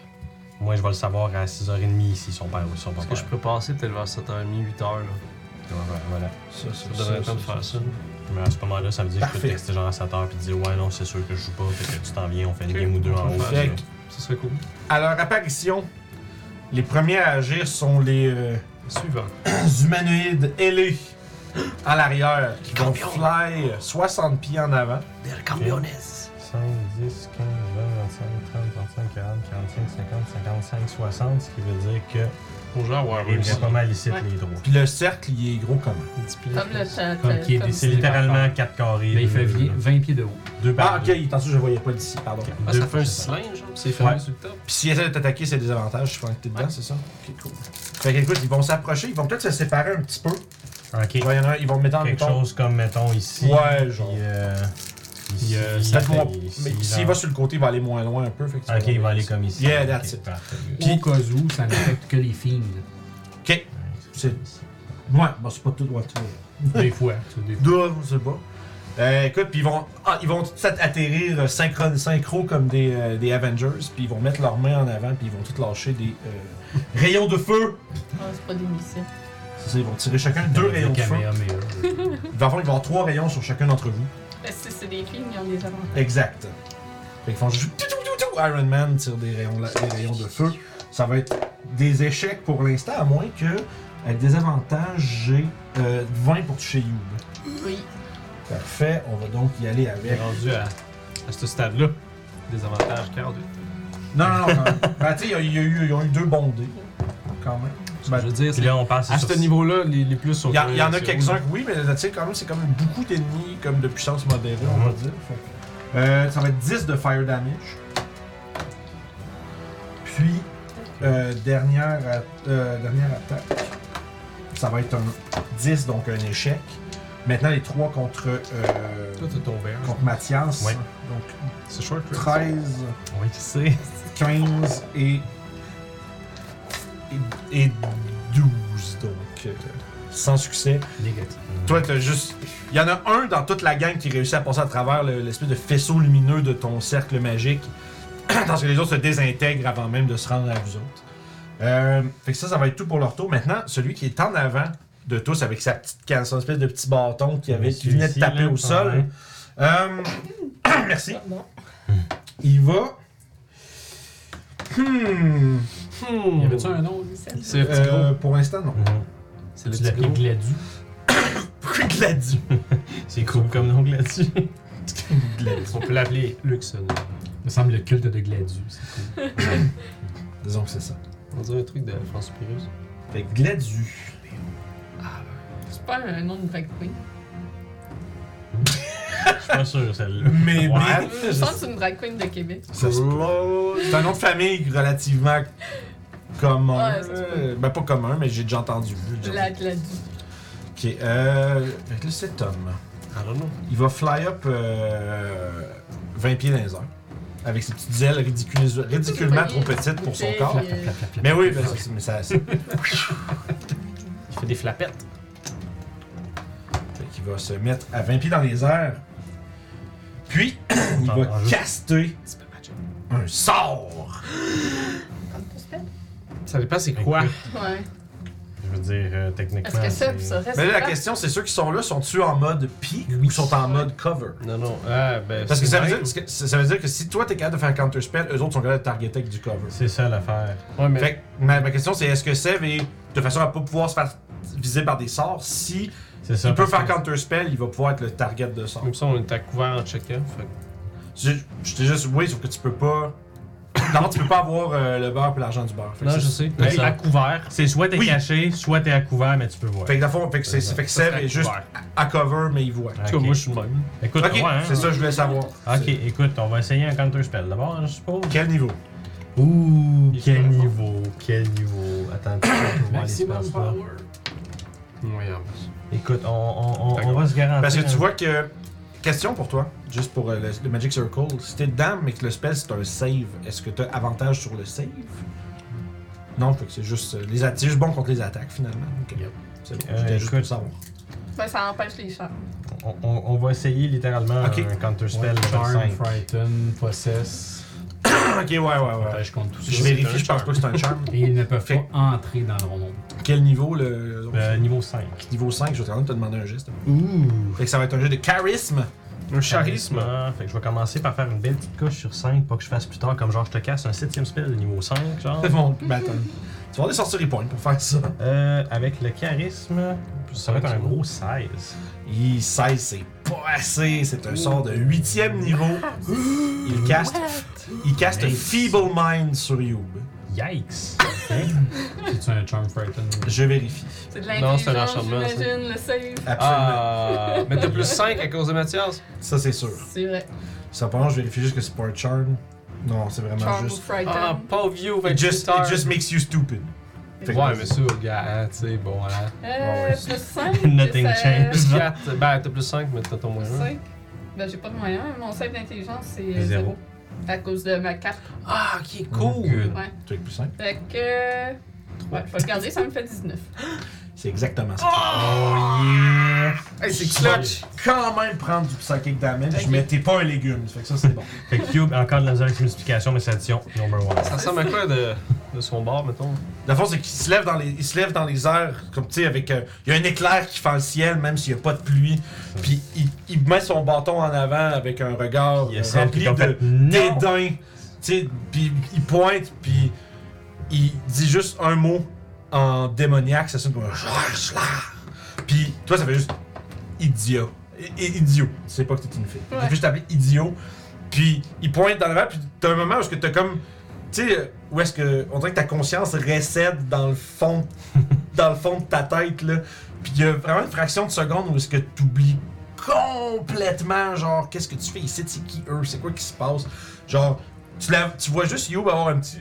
[SPEAKER 6] Moi, je vais le savoir à 6h30 s'ils sont pères ou s'ils sont pas
[SPEAKER 5] Parce que je
[SPEAKER 6] pères.
[SPEAKER 5] peux passer peut-être vers 7h30, 8h. Là.
[SPEAKER 6] Ouais, Voilà.
[SPEAKER 1] ça, ça,
[SPEAKER 5] Ça donnerait le temps de faire ça.
[SPEAKER 6] Mais à ce moment-là, ça veut dire que je
[SPEAKER 1] Parfait.
[SPEAKER 6] peux te texter genre à 7h puis te dire Ouais, non, c'est sûr que je joue pas, fait que tu t'en viens, on fait une
[SPEAKER 5] Ok.
[SPEAKER 6] game ou deux en
[SPEAKER 5] On
[SPEAKER 6] haut. euh,
[SPEAKER 5] peut
[SPEAKER 1] Fait
[SPEAKER 6] là.
[SPEAKER 1] que,
[SPEAKER 5] Ça serait cool.
[SPEAKER 1] à leur apparition, les premiers à agir sont les. euh,
[SPEAKER 5] Suivant.
[SPEAKER 1] humanoïdes ailés à l'arrière qui vont fly 60 pieds en avant.
[SPEAKER 2] Del
[SPEAKER 6] Campeones. 5, 10, 15, 20, 25, 30, 35, 40, 45, 50, 55, 60, ce qui veut dire que
[SPEAKER 1] Ah
[SPEAKER 5] Bonjour à Warwick.
[SPEAKER 6] ils sont pas mal ici,
[SPEAKER 3] Ouais.
[SPEAKER 6] les droits.
[SPEAKER 1] Puis le cercle, il est gros comme un.
[SPEAKER 3] Comme le chat.
[SPEAKER 4] Comme
[SPEAKER 3] euh,
[SPEAKER 4] qui est
[SPEAKER 3] comme-
[SPEAKER 6] C'est littéralement 4 carrés.
[SPEAKER 4] Mais il fait
[SPEAKER 6] deux-
[SPEAKER 4] vi- 20 pieds de haut.
[SPEAKER 6] Deux
[SPEAKER 1] Ah,
[SPEAKER 6] par
[SPEAKER 1] ok, tantôt je le voyais pas d'ici, pardon. Puis
[SPEAKER 5] Ah, ça fait un cylindre, genre. C'est fermé
[SPEAKER 1] Ouais.
[SPEAKER 5] sur le top.
[SPEAKER 1] s'ils essaient de t'attaquer, c'est des avantages, je pense que t'es dedans, c'est ça? Ok, cool. Fait que écoute, ils vont s'approcher, ils vont peut-être se séparer un petit peu.
[SPEAKER 6] Ok.
[SPEAKER 1] Il va y en a un, ils vont le mettre en
[SPEAKER 6] quelque
[SPEAKER 1] bouton.
[SPEAKER 6] chose comme mettons ici.
[SPEAKER 1] Ouais, genre.
[SPEAKER 6] Puis, euh, ici,
[SPEAKER 5] euh,
[SPEAKER 6] ici,
[SPEAKER 1] Peut-être qu'on-
[SPEAKER 6] ici,
[SPEAKER 1] mais
[SPEAKER 6] genre.
[SPEAKER 1] s'il va sur le côté, il va aller moins loin un peu. Fait que tu
[SPEAKER 6] Ok,
[SPEAKER 1] vas
[SPEAKER 6] il va
[SPEAKER 1] voir
[SPEAKER 6] aller
[SPEAKER 1] ça.
[SPEAKER 6] comme ici.
[SPEAKER 1] Yeah,
[SPEAKER 6] Ok,
[SPEAKER 1] that's it.
[SPEAKER 6] parfait.
[SPEAKER 4] Au cas où, ça n'affecte que les fiends.
[SPEAKER 1] Ok, c'est. Ouais, bah c'est pas tout droit. tout.
[SPEAKER 4] Des fois. tu sais, des fois.
[SPEAKER 1] Deux, je sais pas. Euh, écoute, puis ils vont, ah, ils vont tous atterrir euh, synchro, synchro comme des, euh, des Avengers, puis ils vont mettre leurs mains en avant, puis ils vont tous lâcher des euh, rayons de feu.
[SPEAKER 3] Ah, c'est pas des missiles.
[SPEAKER 1] C'est ça, ils vont tirer chacun deux
[SPEAKER 4] Des euh,
[SPEAKER 1] rayons de feu.
[SPEAKER 4] Kamehameha.
[SPEAKER 1] Dans le fond, ils vont avoir trois rayons sur chacun d'entre vous.
[SPEAKER 3] Mais si Ben, c'est des filles, ils ont des avantages.
[SPEAKER 1] Exact. Fait qu'ils font juste tout, tout, tout, tout. Iron Man tire des rayons, la- des rayons de feu. Ça va être des échecs pour l'instant, à moins que, avec des avantages, j'ai euh, 20 pour toucher Youb.
[SPEAKER 3] Oui.
[SPEAKER 1] Parfait, on va donc y aller avec.
[SPEAKER 5] T'es rendu à, à ce stade-là. Des avantages 48.
[SPEAKER 1] Non, non, non, quand même. Ben, tu sais, il y a eu- ils ont eu deux bondés, quand même. Ben,
[SPEAKER 5] je veux dire,
[SPEAKER 6] Puis
[SPEAKER 5] c'est-
[SPEAKER 6] là, on passe
[SPEAKER 5] à
[SPEAKER 6] sur-
[SPEAKER 5] ce niveau-là, les, les plus sont.
[SPEAKER 1] Il y, a- il y en a
[SPEAKER 5] c'est-
[SPEAKER 1] quelques-uns que oui, mais tu sais, quand même, c'est comme beaucoup d'ennemis comme de puissance modérée, on va dire. Fait que, euh, ça va être 10 de fire damage. Puis, euh, dernière, at- euh, dernière attaque, ça va être un 10, donc un échec. Maintenant, les 3 contre, euh,
[SPEAKER 5] Toi, t'as ton verre.
[SPEAKER 1] contre Mathias.
[SPEAKER 5] Ouais.
[SPEAKER 1] Donc,
[SPEAKER 5] C'est short, rest.
[SPEAKER 1] 13,
[SPEAKER 5] Oui, je sais.
[SPEAKER 1] 15 et, et, et 12. Donc, euh, sans succès.
[SPEAKER 4] Négatif.
[SPEAKER 1] Toi, t'as juste. Il y en a un dans toute la gang qui réussit à passer à travers le- l'espèce de faisceau lumineux de ton cercle magique. Tandis que les autres se désintègrent avant même de se rendre à vous autres. Euh, fait que ça, ça va être tout pour leur tour. Maintenant, celui qui est en avant de tous avec sa petite canne, son espèce de petit bâton qui, avait, qui venait de
[SPEAKER 6] Celui-ci,
[SPEAKER 1] taper
[SPEAKER 6] là,
[SPEAKER 1] au sol.
[SPEAKER 6] ouais.
[SPEAKER 1] Euh, merci.
[SPEAKER 3] Non.
[SPEAKER 1] Il va. Hmm.
[SPEAKER 4] Y
[SPEAKER 1] Oh.
[SPEAKER 4] avait-tu un autre?
[SPEAKER 2] C'est le petit
[SPEAKER 1] Euh,
[SPEAKER 2] gros.
[SPEAKER 1] pour l'instant, non.
[SPEAKER 6] Mhm.
[SPEAKER 2] C'est le
[SPEAKER 4] Tu
[SPEAKER 2] petit
[SPEAKER 4] l'appelais
[SPEAKER 2] gros.
[SPEAKER 4] Gladu.
[SPEAKER 1] Pourquoi il l'a dit
[SPEAKER 5] C'est cool comme nom là-dessus.
[SPEAKER 2] On peut l'appeler Luxon.
[SPEAKER 4] Il me semble le culte de Gladu. c'est cool.
[SPEAKER 1] Disons que c'est ça.
[SPEAKER 2] On dirait un truc de France Pyrrhus.
[SPEAKER 1] Fait que Gladu.
[SPEAKER 3] C'est pas un nom de drag queen.
[SPEAKER 6] Je suis pas sûr, celle-là.
[SPEAKER 1] Mais
[SPEAKER 6] Ouais.
[SPEAKER 3] Je pense que c'est une drag queen de Québec.
[SPEAKER 1] Ça se peut. C'est un nom de famille relativement commun.
[SPEAKER 3] Ouais, ça se peut.
[SPEAKER 1] Euh, ben pas commun, mais j'ai déjà entendu. J'ai déjà
[SPEAKER 3] La
[SPEAKER 1] entendu.
[SPEAKER 3] Gladue.
[SPEAKER 1] Ok, euh, fait que là, cet homme,
[SPEAKER 5] I don't know.
[SPEAKER 1] il va fly up euh, 20 pieds dans les airs. Avec ses petites ailes ridiculis- ridiculement trop petites pour son
[SPEAKER 3] Oh,
[SPEAKER 1] corps. Mais oui, ben, ça- mais ça. ça-
[SPEAKER 5] Il fait des flapettes.
[SPEAKER 1] Fait qu'il va se mettre à 20 pieds dans les airs. Puis, il
[SPEAKER 6] Ah,
[SPEAKER 1] va
[SPEAKER 6] ah, juste-
[SPEAKER 1] caster un sort.
[SPEAKER 2] Ça dépend c'est quoi.
[SPEAKER 3] Ouais.
[SPEAKER 6] Je veux dire, euh, techniquement.
[SPEAKER 3] Est-ce que ça,
[SPEAKER 6] c'est-
[SPEAKER 3] ça reste.
[SPEAKER 1] Mais là, la
[SPEAKER 3] pas-
[SPEAKER 1] question, c'est ceux qui sont là, sont-tu en mode pique ou sont en mode cover?
[SPEAKER 2] Non, non. Ah, ben.
[SPEAKER 1] Parce que
[SPEAKER 2] c'est
[SPEAKER 1] ça veut,
[SPEAKER 2] vrai.
[SPEAKER 1] dire, parce que ça veut dire que si toi t'es capable de faire un counter spell, eux autres sont capables de targeter avec du cover.
[SPEAKER 6] C'est ça l'affaire.
[SPEAKER 2] Ouais, mais.
[SPEAKER 1] Fait que ma, ma question c'est est-ce que Sev est de façon à pas pouvoir se faire viser par des sorts Si
[SPEAKER 6] C'est ça.
[SPEAKER 1] il peut
[SPEAKER 6] parce
[SPEAKER 1] faire
[SPEAKER 6] que-
[SPEAKER 1] counter spell, il va pouvoir être le target de sort.
[SPEAKER 2] Comme ça, on est à couvert en check-in. Fait que-
[SPEAKER 1] Je, je t'ai juste oui, sauf que tu peux pas. Non, tu peux pas avoir euh, le beurre et l'argent du beurre. Fait que
[SPEAKER 2] Non,
[SPEAKER 1] c'est-
[SPEAKER 2] je sais.
[SPEAKER 6] Mais
[SPEAKER 2] Mais
[SPEAKER 6] ça-
[SPEAKER 2] Ben, à couvert.
[SPEAKER 6] C'est soit t'es
[SPEAKER 1] Oui.
[SPEAKER 6] caché, soit t'es à couvert, mais tu peux voir.
[SPEAKER 1] Fait que dans le fond, fait que, c'est-
[SPEAKER 6] Ça,
[SPEAKER 1] fait que
[SPEAKER 2] ça
[SPEAKER 1] Sev
[SPEAKER 2] serait
[SPEAKER 1] est juste
[SPEAKER 2] couvert.
[SPEAKER 1] à cover mais il voit.
[SPEAKER 2] En tout cas,
[SPEAKER 6] Ok.
[SPEAKER 2] moi, je suis le même.
[SPEAKER 6] Écoute,
[SPEAKER 1] Ok,
[SPEAKER 6] ouais, hein.
[SPEAKER 1] c'est ça je voulais savoir.
[SPEAKER 6] Ok,
[SPEAKER 1] C'est-
[SPEAKER 6] écoute, on va essayer un counter spell d'abord, hein, je suppose.
[SPEAKER 1] Quel niveau
[SPEAKER 6] Ouh,
[SPEAKER 2] Il
[SPEAKER 6] quel
[SPEAKER 2] fait
[SPEAKER 6] niveau, quel niveau. Attends, tu peux voir
[SPEAKER 4] Maximum
[SPEAKER 6] l'espace là.
[SPEAKER 4] power.
[SPEAKER 2] Oui, en plus.
[SPEAKER 6] Écoute, on, on, on, on
[SPEAKER 2] D'accord.
[SPEAKER 6] va se garantir.
[SPEAKER 1] Parce que tu
[SPEAKER 6] un-
[SPEAKER 1] vois que. Question pour toi, juste pour euh, le, le Magic Circle. Si t'es dedans, mais que le spell c'est un save, est-ce que t'as avantage sur le save Non, fait que c'est juste. euh, les atta- c'est juste bon contre les attaques finalement. Ok.
[SPEAKER 2] Yep.
[SPEAKER 1] C'est bon,
[SPEAKER 6] Euh,
[SPEAKER 1] j'étais juste pour
[SPEAKER 6] écoute.
[SPEAKER 1] savoir.
[SPEAKER 3] Ben, ça empêche les chars.
[SPEAKER 6] On, on, on va essayer littéralement
[SPEAKER 1] Ok.
[SPEAKER 6] un counter spell
[SPEAKER 4] Ouais,
[SPEAKER 6] level
[SPEAKER 4] Charm,
[SPEAKER 6] 5.
[SPEAKER 4] Frighten, Possess.
[SPEAKER 1] ok, ouais, ouais, ouais.
[SPEAKER 4] Protège contre tout ça.
[SPEAKER 1] Je vérifie, je pense pas que c'est un charm.
[SPEAKER 4] Et ils ne peuvent
[SPEAKER 1] Fait-
[SPEAKER 4] pas entrer dans leur nombre.
[SPEAKER 1] Quel niveau le. le-
[SPEAKER 6] Euh, niveau 5.
[SPEAKER 1] Niveau 5, je vais quand même te demander un geste.
[SPEAKER 6] Ouh.
[SPEAKER 1] Fait que ça va être un jeu de charisme.
[SPEAKER 2] Un
[SPEAKER 6] Charisme. hein. Fait que je vais commencer par faire une belle petite coche sur 5 pour que je fasse plus tard, comme genre je te casse un 7ème spell de niveau 5, genre.
[SPEAKER 1] C'est bon, bâton. Tu vas avoir des sorceries points pour faire ça.
[SPEAKER 6] Euh, avec le charisme, ça va être un gros 16.
[SPEAKER 1] Il 16, c'est pas assez. C'est un sort de huitième niveau. Il caste, il caste
[SPEAKER 6] Nice.
[SPEAKER 1] Feeble Mind sur Youb.
[SPEAKER 6] Yikes!
[SPEAKER 1] Hein?
[SPEAKER 4] C'est un Charm, Frighten.
[SPEAKER 1] Je vérifie.
[SPEAKER 3] C'est de
[SPEAKER 2] Non, c'est un
[SPEAKER 3] l'intelligence,
[SPEAKER 2] enchantement, ça.
[SPEAKER 3] j'imagine, le save.
[SPEAKER 1] Absolument.
[SPEAKER 2] Ah, mais t'as plus 5 à cause de Mathias.
[SPEAKER 1] Ça, c'est sûr.
[SPEAKER 3] C'est vrai.
[SPEAKER 1] Ça, par contre, je vérifie juste que c'est pas un charm. Non, c'est vraiment
[SPEAKER 3] Charm ou
[SPEAKER 1] juste.
[SPEAKER 3] Frighten.
[SPEAKER 2] Ah, pas vieux, 28
[SPEAKER 1] It just, it
[SPEAKER 2] heures.
[SPEAKER 1] just makes you stupid. Fait que-
[SPEAKER 2] Ouais, mais ça, gars, hein, tu sais, bon, hein.
[SPEAKER 3] Euh,
[SPEAKER 1] ouais.
[SPEAKER 3] plus 5.
[SPEAKER 6] Nothing changed.
[SPEAKER 2] Plus 4, ben, t'as plus 5, mais t'as ton moins 1.
[SPEAKER 3] 5. Ben, j'ai pas de moyen. Mon save d'intelligence, c'est
[SPEAKER 6] Zéro.
[SPEAKER 3] 0. À cause de ma carte.
[SPEAKER 2] Ah, ok,
[SPEAKER 6] Good.
[SPEAKER 2] cool.
[SPEAKER 3] Ouais.
[SPEAKER 1] Tu es plus simple.
[SPEAKER 3] Fait que. Ouais, je vais regarder, ça me fait 19.
[SPEAKER 1] C'est exactement ça. Oh, yeah! Hey, c'est clutch! Quand même prendre du psychic damage,
[SPEAKER 3] Ok.
[SPEAKER 1] mais t'es pas un légume. Fait que ça, c'est bon.
[SPEAKER 6] Fait que Cube, encore de la misère avec ses multiplications, mais c'est addition number one.
[SPEAKER 2] Ça ressemble à quoi de, de son bord, mettons
[SPEAKER 1] La force, c'est qu'il se lève dans les, il se lève dans les airs, comme tu sais, avec. euh, Il y a un éclair qui fend le ciel, même s'il n'y a pas de pluie. Puis il, il met son bâton en avant avec un regard
[SPEAKER 6] Il y a
[SPEAKER 1] euh,
[SPEAKER 6] celle
[SPEAKER 1] rempli
[SPEAKER 6] qui est en
[SPEAKER 1] de
[SPEAKER 6] fait, Non!
[SPEAKER 1] dédain. Tu sais, puis il pointe, puis il dit juste un mot en démoniaque, ça sonne comme un. Puis toi, ça fait juste idiot. I- i- idiot. Tu sais pas que t'es une fille. Il
[SPEAKER 3] Ouais.
[SPEAKER 1] fait juste t'appeler idiot. Puis il pointe dans l'avant, puis t'as un moment où est-ce que t'as comme. Tu sais, euh, où est-ce que. On dirait que ta conscience récède dans le fond. dans le fond de ta tête, là. Puis il y a vraiment une fraction de seconde où est-ce que t'oublies complètement, genre, qu'est-ce que tu fais ici, c'est qui eux, c'est quoi qui se passe. Genre, tu, la- tu vois juste Youb avoir un petit.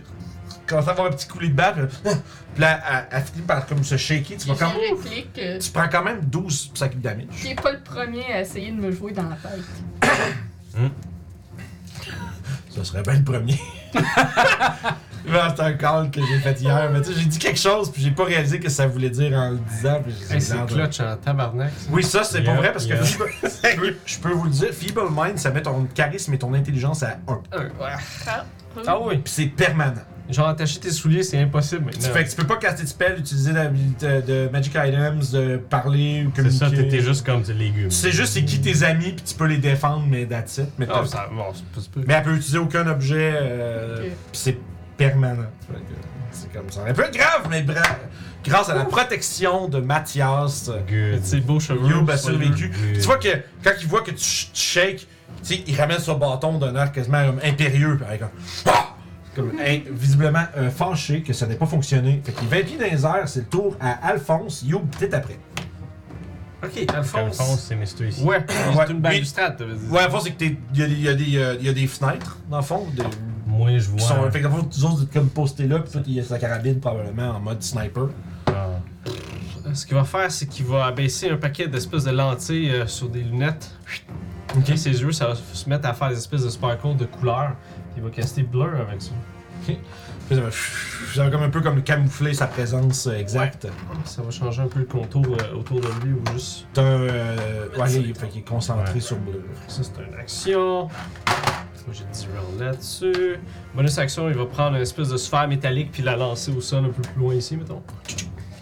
[SPEAKER 1] commence à avoir un petit coulis de barre. Puis puis là, elle, elle finit par comme se shaker. Tu, vas quand même,
[SPEAKER 3] clic. euh,
[SPEAKER 1] tu prends quand même 12 sacs de damage.
[SPEAKER 3] Qui est pas le premier à essayer de me jouer dans la tête.
[SPEAKER 1] Ça serait bien le premier. Ben, c'est un call que j'ai fait hier. Mais tu sais, j'ai dit quelque chose, puis j'ai pas réalisé que ça voulait dire en le disant. Puis j'ai
[SPEAKER 5] Hey,
[SPEAKER 1] dit,
[SPEAKER 5] c'est
[SPEAKER 1] merde.
[SPEAKER 5] clutch en tabarnak. ça.
[SPEAKER 1] Oui, ça, c'est
[SPEAKER 6] Yeah,
[SPEAKER 1] pas vrai, parce
[SPEAKER 6] yeah.
[SPEAKER 1] que feeble- je, peux, je peux vous le dire, Feeble Mind, ça met ton charisme et ton intelligence à 1.
[SPEAKER 3] Ah,
[SPEAKER 5] Ah oui.
[SPEAKER 1] Puis c'est permanent.
[SPEAKER 5] Genre, attacher tes souliers, c'est impossible
[SPEAKER 1] Tu,
[SPEAKER 5] maintenant.
[SPEAKER 1] fait que tu peux pas caster de spells, utiliser d'habilité- de, magic items, de parler ou
[SPEAKER 6] C'est
[SPEAKER 1] communiquer.
[SPEAKER 6] ça, t'étais juste comme des légumes.
[SPEAKER 1] Tu sais juste c'est qui tes amis, puis tu peux les défendre, mais that's it. Mais,
[SPEAKER 5] Ah,
[SPEAKER 1] t'as-
[SPEAKER 5] ça, bon, c'est pas- c'est pas-
[SPEAKER 1] mais elle peut utiliser aucun objet, euh,
[SPEAKER 3] Ok.
[SPEAKER 1] puis c'est permanent. Fait que C'est comme ça. Un peu grave, mais bra- grâce à la protection de Mathias, euh,
[SPEAKER 6] Good.
[SPEAKER 5] Ses beaux cheveux.
[SPEAKER 1] Youb a
[SPEAKER 5] soyeux.
[SPEAKER 1] ben, survécu.
[SPEAKER 6] Good.
[SPEAKER 1] Tu vois que quand il voit que tu, sh- tu shakes, tu sais, il ramène son bâton d'un air quasiment comme impérieux, puis avec un Ah! comme hein, visiblement euh, fâché que ça n'ait pas fonctionné. Fait qu'il est 20 pieds dans les airs, c'est le tour à Alphonse, Youb peut-être après.
[SPEAKER 5] Ok,
[SPEAKER 6] Alphonse,
[SPEAKER 5] Alphonse.
[SPEAKER 6] c'est Mr. ici.
[SPEAKER 5] Ouais, c'est
[SPEAKER 1] Oui.
[SPEAKER 5] une balustrade, t'avais dit.
[SPEAKER 1] Ouais, Alphonse, c'est que t'es- il y, a des- il y a des, euh, il y a des fenêtres, dans le fond, de-
[SPEAKER 6] Moi, je vois.
[SPEAKER 1] qui sont. Fait que dans le fond, vous autres, vous êtes comme postés là, puis toi, il y a sa carabine probablement en mode sniper.
[SPEAKER 6] Ah.
[SPEAKER 5] Ce qu'il va faire, c'est qu'il va abaisser un paquet d'espèces de lentilles euh, sur des lunettes.
[SPEAKER 1] Ok.
[SPEAKER 5] Et ses yeux, ça va se mettre à faire des espèces de sparkles de couleurs. Puis Il va caster blur avec ça.
[SPEAKER 1] Puis ça va- ça va comme un peu comme camoufler sa présence euh, exacte.
[SPEAKER 5] Ça va changer un peu le contour euh, autour de lui ou juste.
[SPEAKER 1] T'as un. euh, ouais, il, fait qu'il est concentré
[SPEAKER 6] Ouais.
[SPEAKER 1] sur bleu.
[SPEAKER 5] Ça, c'est une action. Moi, j'ai 10 rounds là-dessus. Bonus action, il va prendre une espèce de sphère métallique puis la lancer au sol un peu plus loin ici, mettons.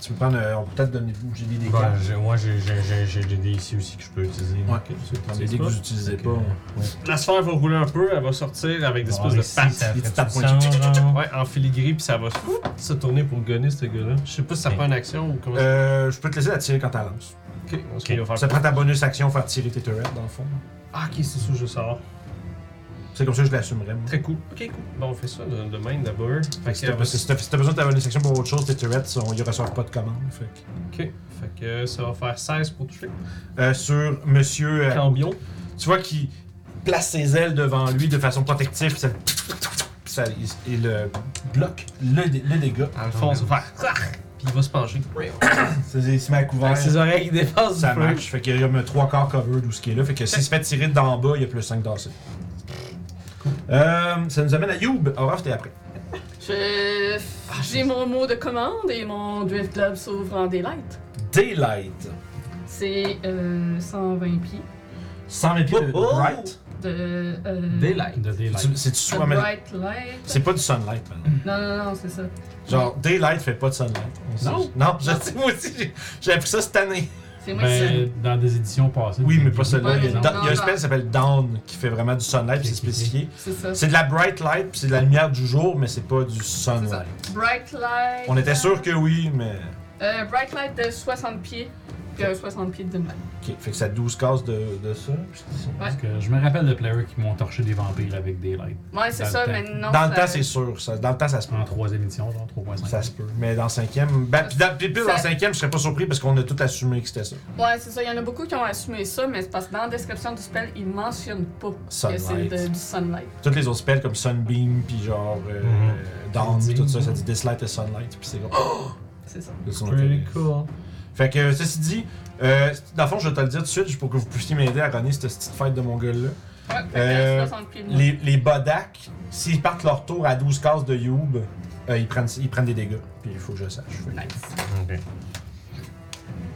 [SPEAKER 1] Tu peux prendre. euh, on peut peut-être donner vous j'ai des
[SPEAKER 6] Ben,
[SPEAKER 1] dégâts.
[SPEAKER 6] j'ai- moi, j'ai- j'ai j'ai- j'ai des dés ici aussi que je peux utiliser.
[SPEAKER 1] Ouais.
[SPEAKER 5] Ok, ceux que
[SPEAKER 1] Dans les
[SPEAKER 5] tu
[SPEAKER 1] dés
[SPEAKER 5] utilises
[SPEAKER 1] que
[SPEAKER 5] pas.
[SPEAKER 1] vous utilisez
[SPEAKER 6] Ok.
[SPEAKER 1] pas. ouais.
[SPEAKER 5] La sphère va rouler un peu, elle va sortir avec des
[SPEAKER 6] Bon,
[SPEAKER 5] espèces
[SPEAKER 6] Ah,
[SPEAKER 5] de pattes.
[SPEAKER 6] ici, ça
[SPEAKER 1] Des petites
[SPEAKER 6] fait
[SPEAKER 1] tapes
[SPEAKER 6] du sang, genre.
[SPEAKER 5] Ouais, en filigree, puis ça va se tourner pour gonner ce gars-là. Je sais pas si ça
[SPEAKER 6] Ok.
[SPEAKER 5] prend une action ou comment.
[SPEAKER 1] Euh, je peux te laisser la tirer quand t'as lance.
[SPEAKER 5] ok, on va faire.
[SPEAKER 1] Ça prend ta bonus action faire tirer tes turrets dans le fond.
[SPEAKER 5] Ah, ok, c'est ça, je sors.
[SPEAKER 1] C'est comme ça que je l'assumerais. moi.
[SPEAKER 5] Très cool. Ok, cool. Bon, on fait ça de, de même d'abord.
[SPEAKER 1] Fait que si t'as pas- si t'as si t'as besoin de ta bonus action pour autre chose, tes turrets, sont- ils reçoivent pas de commande. Fait que-
[SPEAKER 5] Ok, fait que ça va faire 16 pour toucher.
[SPEAKER 1] Euh, sur Monsieur. euh,
[SPEAKER 5] Cambion.
[SPEAKER 1] tu vois qu'il place ses ailes devant lui de façon protective, puis ça, puis ça- il, il, euh, bloque le, dé- le dégât.
[SPEAKER 5] Alphonse va faire. Puis il va se pencher.
[SPEAKER 1] Ça, Il se met à couvert,
[SPEAKER 5] Avec ses Ah, oreilles qui dépassent du
[SPEAKER 1] ça
[SPEAKER 5] feu.
[SPEAKER 1] marche. Fait qu'il y a comme un 3 quarts cover d'où ce qui est là. Fait que s'il se fait tirer d'en bas, il y a plus 5 d'AC. Euh, ça nous amène à Youb. Orof, t'es après.
[SPEAKER 3] Je-
[SPEAKER 1] Ah,
[SPEAKER 3] J'ai mon mot de commande et mon Drift Club s'ouvre en daylight.
[SPEAKER 1] Daylight.
[SPEAKER 3] C'est euh, 120 pieds
[SPEAKER 1] 100 000 pieds de
[SPEAKER 5] Oh, oh.
[SPEAKER 1] Bright.
[SPEAKER 3] de. Euh,
[SPEAKER 5] Daylight.
[SPEAKER 4] De daylight.
[SPEAKER 1] Tu- C'est du
[SPEAKER 3] de
[SPEAKER 1] soin- mais-
[SPEAKER 3] bright light.
[SPEAKER 1] C'est pas du sunlight, pardon.
[SPEAKER 3] Non, non, non, c'est ça.
[SPEAKER 1] Genre, Daylight fait pas de sunlight. On sait-
[SPEAKER 5] Non.
[SPEAKER 1] Non, je sais, moi aussi, j'ai- j'ai appris ça cette année.
[SPEAKER 3] C'est moi qui sais.
[SPEAKER 4] Ben, dans des éditions passées.
[SPEAKER 1] Oui,
[SPEAKER 4] des-
[SPEAKER 1] mais pas celle-là. Il y a,
[SPEAKER 4] Ouais,
[SPEAKER 1] il y a un spell qui s'appelle Dawn qui fait vraiment du sunlight, puis c'est spécifié.
[SPEAKER 3] C'est ça.
[SPEAKER 1] C'est de la bright light, puis c'est de la lumière du jour, mais c'est pas du
[SPEAKER 3] C'est ça.
[SPEAKER 1] sunlight.
[SPEAKER 3] Bright light.
[SPEAKER 1] On était sûr que oui, mais.
[SPEAKER 3] Euh, bright light de 60 pieds. Puis un 60 pieds de lumière.
[SPEAKER 1] Ok, fait que ça a 12 cases de, de ça. puis c'est ça.
[SPEAKER 4] Parce que je me rappelle de players qui m'ont torché des vampires avec des lights.
[SPEAKER 3] Ouais, c'est
[SPEAKER 4] Dans
[SPEAKER 3] ça,
[SPEAKER 4] le
[SPEAKER 3] mais
[SPEAKER 4] temps.
[SPEAKER 3] non.
[SPEAKER 1] dans le
[SPEAKER 3] ça-
[SPEAKER 1] temps, c'est sûr. ça- dans le temps, ça se peut.
[SPEAKER 4] En troisième édition, genre 3.5.
[SPEAKER 1] Ça se peut. Mais dans cinquième. Ben, puis dans, puis pile dans
[SPEAKER 3] Ça-
[SPEAKER 1] cinquième, je serais pas surpris parce qu'on a tout assumé que c'était ça.
[SPEAKER 3] Ouais, c'est ça. Il y en a beaucoup qui ont assumé ça, mais c'est parce que dans la description du spell, ils mentionnent pas que c'est
[SPEAKER 1] Sunlight.
[SPEAKER 3] de- du sunlight.
[SPEAKER 1] Toutes les autres spells comme Sunbeam, puis genre euh,
[SPEAKER 5] Mhm.
[SPEAKER 1] Dawn, puis tout ça, ça dit Dislight et Sunlight, puis c'est comme.
[SPEAKER 3] C'est ça.
[SPEAKER 1] C'est son
[SPEAKER 5] Oh, Pretty
[SPEAKER 1] intérêt.
[SPEAKER 5] cool.
[SPEAKER 1] Fait que ceci dit, euh, dans le fond, je vais te le dire tout de suite pour que vous puissiez m'aider à runner cette petite fête de mon gueule-là.
[SPEAKER 3] Ouais, fait que
[SPEAKER 1] Euh,
[SPEAKER 3] 60 pieds de lumière.
[SPEAKER 1] Les, les Bodak, s'ils partent leur tour à 12 cases de Youb, euh, ils, prennent, ils prennent des dégâts. Puis il faut que je sache. Fait que-
[SPEAKER 3] Nice.
[SPEAKER 6] Ok.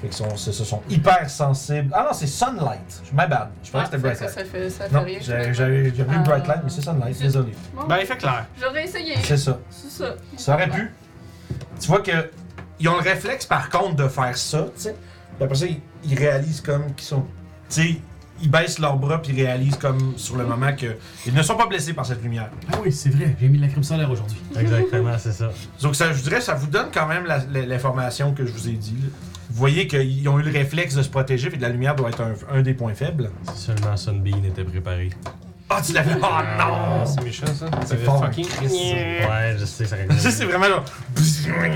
[SPEAKER 1] Fait que sont, ce ce sont hyper sensibles. Ah non, c'est Sunlight. Je my bad. Je pensais que c'était
[SPEAKER 3] Ah, fait
[SPEAKER 1] Bright
[SPEAKER 3] que ça,
[SPEAKER 1] Light.
[SPEAKER 3] ça fait, Ah, ça fait
[SPEAKER 1] Non,
[SPEAKER 3] rien.
[SPEAKER 1] j'avais j'avais- j'avais eu
[SPEAKER 3] Ah.
[SPEAKER 1] Bright Light, mais c'est Sunlight.
[SPEAKER 3] C'est-
[SPEAKER 1] Désolé.
[SPEAKER 3] Bon,
[SPEAKER 5] Ben, il fait clair.
[SPEAKER 3] j'aurais essayé.
[SPEAKER 1] C'est ça.
[SPEAKER 3] C'est ça.
[SPEAKER 1] Ça aurait pu. Tu vois que ils ont le réflexe par contre de faire ça, tu sais. Puis après ça, ils, ils réalisent comme qu'ils sont. Tu sais, ils baissent leurs bras puis ils réalisent comme sur le moment que ils ne sont pas blessés par cette lumière.
[SPEAKER 4] Ah oui, c'est vrai, j'ai mis de la crème solaire aujourd'hui.
[SPEAKER 6] Exactement, c'est ça.
[SPEAKER 1] Donc ça, je dirais, ça vous donne quand même la- la- l'information que je vous ai dit. là. Vous voyez qu'ils ont eu le réflexe de se protéger et de la lumière doit être un, un des points faibles.
[SPEAKER 6] Si seulement Sunbeam était préparé.
[SPEAKER 1] Ah, tu l'as fait! Oh non!
[SPEAKER 5] Ah, c'est méchant ça.
[SPEAKER 1] C'est
[SPEAKER 5] T'avais
[SPEAKER 1] fort.
[SPEAKER 5] fucking.
[SPEAKER 6] Ouais, je sais, ça règle.
[SPEAKER 1] Ça, c'est vraiment là.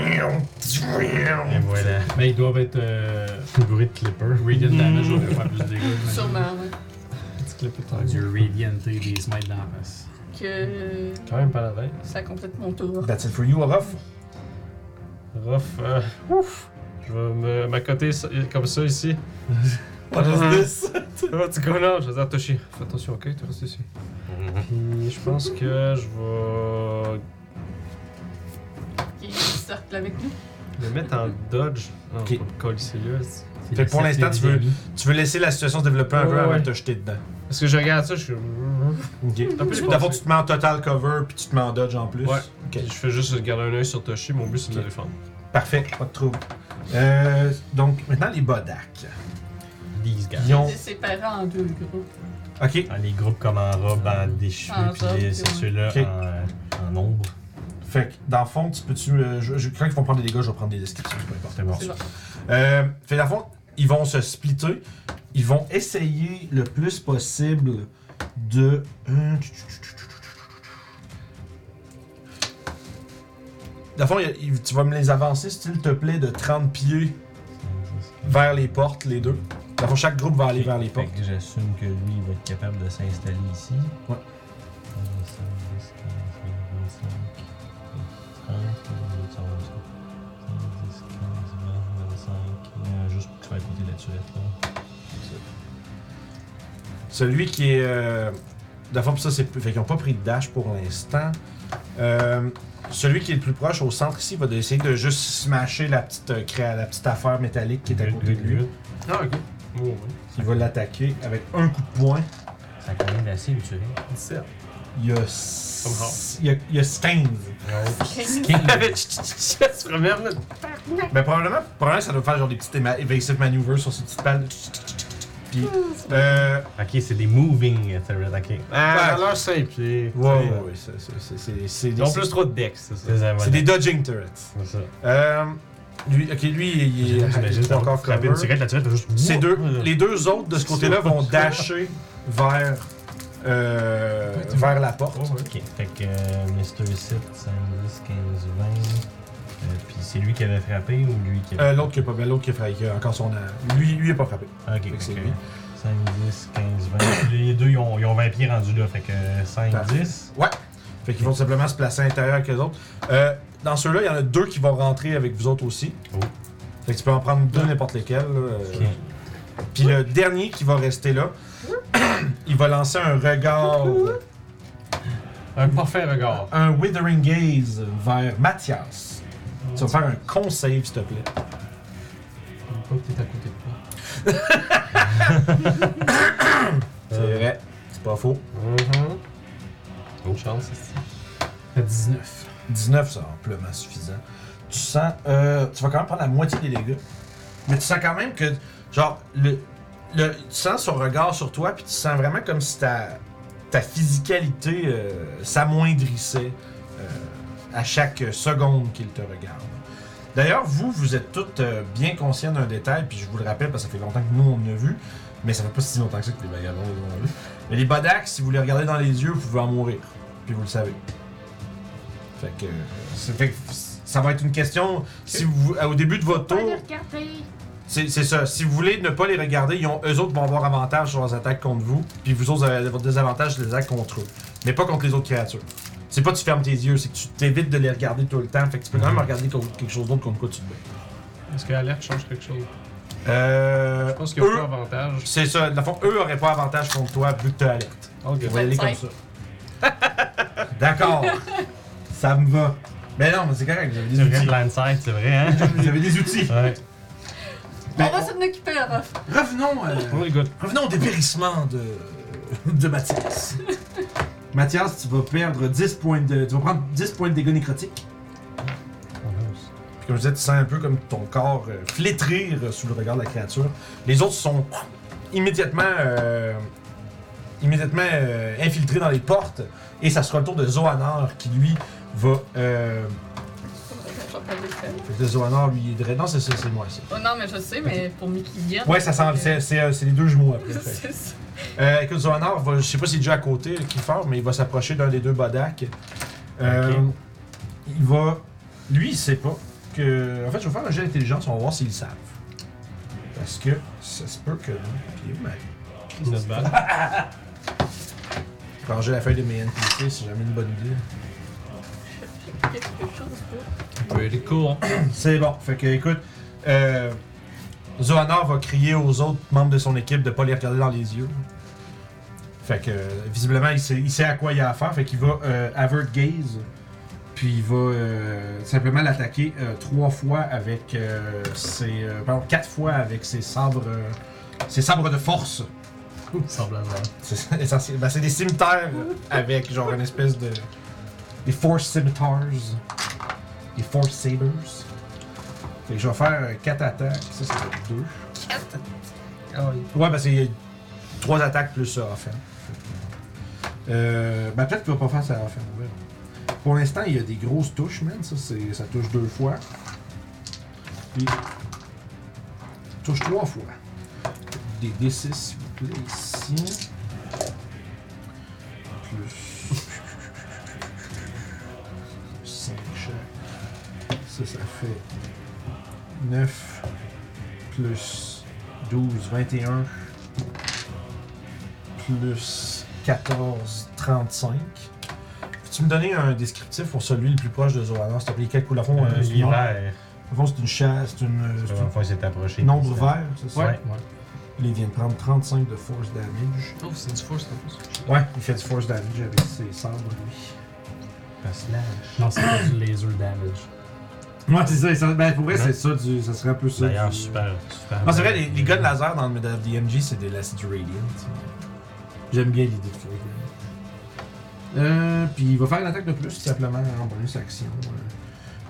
[SPEAKER 6] Et voilà.
[SPEAKER 4] Mais ils doivent être euh,
[SPEAKER 6] Bruit de clipper.
[SPEAKER 4] radiant
[SPEAKER 3] Mm-hmm.
[SPEAKER 4] damage, on peut faire plus de dégâts. j'imagine.
[SPEAKER 3] Sûrement, ouais.
[SPEAKER 5] Petit clip de temps.
[SPEAKER 4] Du radiant et des smites dans la face.
[SPEAKER 3] que
[SPEAKER 5] Quand même pas la veille.
[SPEAKER 3] ça complète mon tour.
[SPEAKER 1] That's it for you, Orof.
[SPEAKER 5] Rough. euh, ouf. Je vais me- m'accoter ça- euh, comme ça ici.
[SPEAKER 1] What is this?
[SPEAKER 5] What's going on? Je vais dire, Toshi, fais attention, ok? Tu restes ici.
[SPEAKER 1] Mhm.
[SPEAKER 5] Puis je pense que je vais
[SPEAKER 3] Qui sortent avec nous.
[SPEAKER 5] le mettre en dodge. Non,
[SPEAKER 1] Ok.
[SPEAKER 5] pas le
[SPEAKER 4] C'est
[SPEAKER 1] Fait
[SPEAKER 4] la
[SPEAKER 1] pour l'instant, tu veux-
[SPEAKER 4] septième.
[SPEAKER 1] Tu veux laisser la situation se développer un
[SPEAKER 5] Ouais,
[SPEAKER 1] peu avant
[SPEAKER 5] ouais.
[SPEAKER 1] de te jeter dedans.
[SPEAKER 5] Parce que je regarde ça, je suis.
[SPEAKER 1] Ok.
[SPEAKER 5] Un peu dépassé.
[SPEAKER 1] D'abord, tu te mets en total cover puis tu te mets en dodge en plus.
[SPEAKER 5] Ouais.
[SPEAKER 1] Ok.
[SPEAKER 5] Puis je fais juste garder un œil sur Toshi, mon but c'est de
[SPEAKER 1] Ok.
[SPEAKER 5] le défendre.
[SPEAKER 1] Parfait, pas de trouble. Euh, donc, maintenant, les Bodak.
[SPEAKER 6] These guys.
[SPEAKER 1] Ils ont.
[SPEAKER 3] C'est séparé en deux groupes.
[SPEAKER 1] Ok.
[SPEAKER 6] Ah, les groupes comme en robe, en déchu,
[SPEAKER 3] Euh, En
[SPEAKER 6] puis
[SPEAKER 3] robe,
[SPEAKER 6] les-
[SPEAKER 3] ouais.
[SPEAKER 6] c'est ceux-là
[SPEAKER 1] Ok.
[SPEAKER 6] en, euh, en ombre.
[SPEAKER 1] Fait que, dans le fond, tu peux-tu. euh, je, je- quand ils vont prendre des dégâts, je vais prendre des descriptions, c'est pas important.
[SPEAKER 6] C'est bon.
[SPEAKER 3] C'est bon.
[SPEAKER 1] Euh, fait dans le fond, ils vont se splitter. Ils vont essayer le plus possible de. Hum, tch, tch, tch, tch, tch, tch, tch. Dans le fond, il- il- tu vas me les avancer, s'il te plaît, de 30 pieds vers les portes, les deux. Dans le fond, chaque groupe va aller vers les
[SPEAKER 6] Fait
[SPEAKER 1] portes.
[SPEAKER 6] que j'assume que lui, il va être capable de s'installer ici. Euh,
[SPEAKER 1] Ouais.
[SPEAKER 6] 25, 10, 15, 25, 30, ça va, ça. 10, 15, 20, 25, euh, Juste pour te faire écouter la tuette, là.
[SPEAKER 1] Celui qui est. Euh, dans le fond, pis ça, c'est. Fait qu'ils n'ont pas pris de dash pour l'instant. Euh, celui qui est le plus proche au centre ici va essayer de juste smasher la petite, euh, créa- la petite affaire métallique qui est à
[SPEAKER 6] Good,
[SPEAKER 1] côté de
[SPEAKER 6] good,
[SPEAKER 1] lui.
[SPEAKER 6] good.
[SPEAKER 5] Ah, ok. Oh, ouais.
[SPEAKER 1] Il va l'attaquer avec un coup de poing.
[SPEAKER 6] Ça a quand même assez utile.
[SPEAKER 5] 17.
[SPEAKER 1] Il y a. s-
[SPEAKER 5] Somehow.
[SPEAKER 1] Il y a, il y a 15.
[SPEAKER 5] Avec se promène, là.
[SPEAKER 1] Ben, probablement, probablement, ça doit faire genre des petites éma- evasive maneuvers sur ces petites balles. Puis.
[SPEAKER 6] Ah,
[SPEAKER 1] Euh,
[SPEAKER 6] Ok, c'est des moving turrets, ok.
[SPEAKER 5] Ah, alors 5 pieds.
[SPEAKER 1] ouais, ouais, ouais, c'est- c'est- c'est- c'est- c'est
[SPEAKER 5] Ils ont
[SPEAKER 1] des-
[SPEAKER 5] plus trop de dex, c'est ça.
[SPEAKER 6] C'est ça,
[SPEAKER 1] c'est
[SPEAKER 6] voilà.
[SPEAKER 1] des dodging turrets.
[SPEAKER 6] C'est ça.
[SPEAKER 1] Euh, lui, ok, lui, il est, il est encore
[SPEAKER 6] frapper
[SPEAKER 1] cover.
[SPEAKER 6] une tirette, la tirette va juste.
[SPEAKER 1] Ces deux, les deux autres de ce côté-là vont dasher vers, euh, vers la porte.
[SPEAKER 6] Ok, fait que euh, Mr. Sith, 5, 10, 15, 20. Euh, Puis c'est lui qui avait frappé ou lui qui avait.
[SPEAKER 1] Euh, l'autre qui est pas l'autre qui est frappé, qui a encore son. euh, Lui, lui est pas frappé.
[SPEAKER 6] Ah, Ok,
[SPEAKER 1] que c'est
[SPEAKER 6] fait que
[SPEAKER 1] lui.
[SPEAKER 6] 5, 10, 15, 20. Puis les deux, ils ont, ils ont 20 pieds rendus là. Fait que euh, 5,
[SPEAKER 1] Parfait.
[SPEAKER 6] 10.
[SPEAKER 1] Ouais. Fait qu'ils vont tout simplement se placer à l'intérieur avec les autres. Euh, dans ceux-là, il y en a deux qui vont rentrer avec vous autres aussi.
[SPEAKER 6] Oh.
[SPEAKER 1] Fait que tu peux en prendre deux n'importe lesquels. là, euh,
[SPEAKER 6] Ok.
[SPEAKER 1] Puis le dernier qui va rester là, il va lancer un regard,
[SPEAKER 5] Un parfait regard.
[SPEAKER 1] un withering gaze vers Mathias. Tu vas faire un con save, s'il te plaît.
[SPEAKER 5] Pas que t'es à côté de toi.
[SPEAKER 1] C'est vrai. C'est pas faux.
[SPEAKER 5] Mhm. Bonne chance, ici.
[SPEAKER 4] Fait 19.
[SPEAKER 1] 19, c'est amplement suffisant. Tu sens. euh, tu vas quand même prendre la moitié des dégâts. Mais tu sens quand même que. Genre, le, le- tu sens son regard sur toi, puis tu sens vraiment comme si ta, ta physicalité euh, s'amoindrissait euh, à chaque seconde qu'il te regarde. D'ailleurs, vous, vous êtes toutes euh, bien conscients d'un détail, puis je vous le rappelle parce que ça fait longtemps que nous on l'a vu, mais ça fait pas si longtemps que ça que les vagabonds les ont vu. Mais les Bodax, si vous les regardez dans les yeux, vous pouvez en mourir, puis vous le savez. Fait que, euh, c'est- fait que ça va être une question. Si vous, au début de votre
[SPEAKER 3] Pas
[SPEAKER 1] tour,
[SPEAKER 3] les regarder.
[SPEAKER 1] c'est c'est ça. Si vous voulez ne pas les regarder, ils ont, eux autres vont avoir avantage sur leurs attaques contre vous, puis vous autres, vous allez avoir désavantage sur les attaques contre eux. Mais pas contre les autres créatures. C'est pas que tu fermes tes yeux, c'est que tu t'évites de les regarder tout le temps. Fait que tu peux
[SPEAKER 5] Mhm.
[SPEAKER 1] quand même regarder co- quelque chose d'autre contre quoi tu te bats.
[SPEAKER 5] Est-ce que l'alerte change quelque chose?
[SPEAKER 1] Euh,
[SPEAKER 5] Je pense qu'il y a
[SPEAKER 1] eux,
[SPEAKER 5] pas avantage.
[SPEAKER 1] c'est ça. Dans le fond, eux auraient pas avantage contre toi vu que tu alerte.
[SPEAKER 2] Oh,
[SPEAKER 5] Ok.
[SPEAKER 1] On va y aller comme ça. D'accord. ça me va. Mais non, mais c'est correct. J'avais des
[SPEAKER 6] C'est vrai,
[SPEAKER 1] outils.
[SPEAKER 6] Blindsight, c'est vrai, hein?
[SPEAKER 1] J'avais des outils.
[SPEAKER 6] Ouais.
[SPEAKER 1] Ben,
[SPEAKER 3] On va s'en occuper, Orof.
[SPEAKER 1] Revenons. euh,
[SPEAKER 5] Oh, les gars.
[SPEAKER 1] Revenons au dépérissement de, de Mathias. Mathias, tu vas perdre 10 points de. Tu vas prendre 10 points de dégâts nécrotiques. Puis comme je disais, tu sens un peu comme ton corps euh, flétrir sous le regard de la créature. Les autres sont immédiatement. euh, immédiatement euh, infiltrés dans les portes. Et ça sera le tour de Zoanor qui lui va. euh, fait que le Zoanor lui il est direct- Non, c'est ça, c'est moi ça.
[SPEAKER 3] Oh non, mais je sais, mais pour Mickey Vienne.
[SPEAKER 1] Ouais, ça sent. c'est- C'est euh, c'est les deux jumeaux après. fait.
[SPEAKER 3] C'est ça.
[SPEAKER 1] Euh, écoute, Zoanor, va, je sais pas s'il est déjà à côté, qui fort, mais il va s'approcher d'un des deux Bodak. Euh,
[SPEAKER 6] Ok.
[SPEAKER 1] Il va. Lui, il sait pas que. En fait, je vais faire un jeu d'intelligence, on va voir s'ils le savent. Parce que ça se peut que. Puis, mais-
[SPEAKER 5] Notre balle.
[SPEAKER 1] Ranger la feuille de mes NPC, c'est jamais une bonne idée.
[SPEAKER 3] quelque chose pour.
[SPEAKER 5] Pretty cool.
[SPEAKER 1] C'est bon. Fait que, écoute, euh, Zoanor va crier aux autres membres de son équipe de pas les regarder dans les yeux. Fait que, euh, visiblement, il sait, il sait à quoi il a affaire. Fait qu'il va euh, avert gaze. Puis il va euh, simplement l'attaquer euh, trois fois avec euh, ses. euh, pardon, quatre fois avec ses sabres. euh, ses sabres de force.
[SPEAKER 5] Semblablement.
[SPEAKER 1] C'est essentiel. Ben, c'est des cimetières avec genre une espèce de. Des Force Scimitars. Des Force Sabers. Fait que je vais faire 4 attaques. Ça, c'est 2. Ouais, ben c'est 3 attaques plus ça, offense. Euh, ben peut-être qu'il va pas faire ça offense. on verra. Pour l'instant, il y a des grosses touches, man. Ça, c'est, ça touche deux fois. Puis. Hmm. Touche trois fois. Des D6, s'il vous plaît, ici. Plus. 5 chaque. Ça, ça fait 9 plus 12, 21 plus 14, 35. Peux-tu me donner un descriptif pour celui le plus proche de Zoana, s'il te plaît? Quel couleur fond
[SPEAKER 5] Euh, L'hiver.
[SPEAKER 1] c'est une chasse, c'est une. c'est
[SPEAKER 5] Une fois, il s'est approché.
[SPEAKER 1] un nombre vert, c'est ça?
[SPEAKER 5] Ouais.
[SPEAKER 1] Il vient de prendre 35 de force damage.
[SPEAKER 2] Oh, c'est du force, en plus.
[SPEAKER 1] Ouais, il fait du force damage avec ses sabres, lui.
[SPEAKER 5] Un slash.
[SPEAKER 4] Non, c'est pas du laser damage.
[SPEAKER 1] Ouais, c'est ça. ça- Ben, pour vrai, c'est ça. Du, ça serait un peu ça.
[SPEAKER 5] D'ailleurs,
[SPEAKER 1] du-
[SPEAKER 5] super, super.
[SPEAKER 1] Non, Ah, c'est vrai, les, les gars de laser dans le Medal of DMG, c'est des Last Radiant. tu sais. J'aime bien l'idée de ça. Euh, puis il va faire une attaque de plus, tout simplement, en bonus action. euh.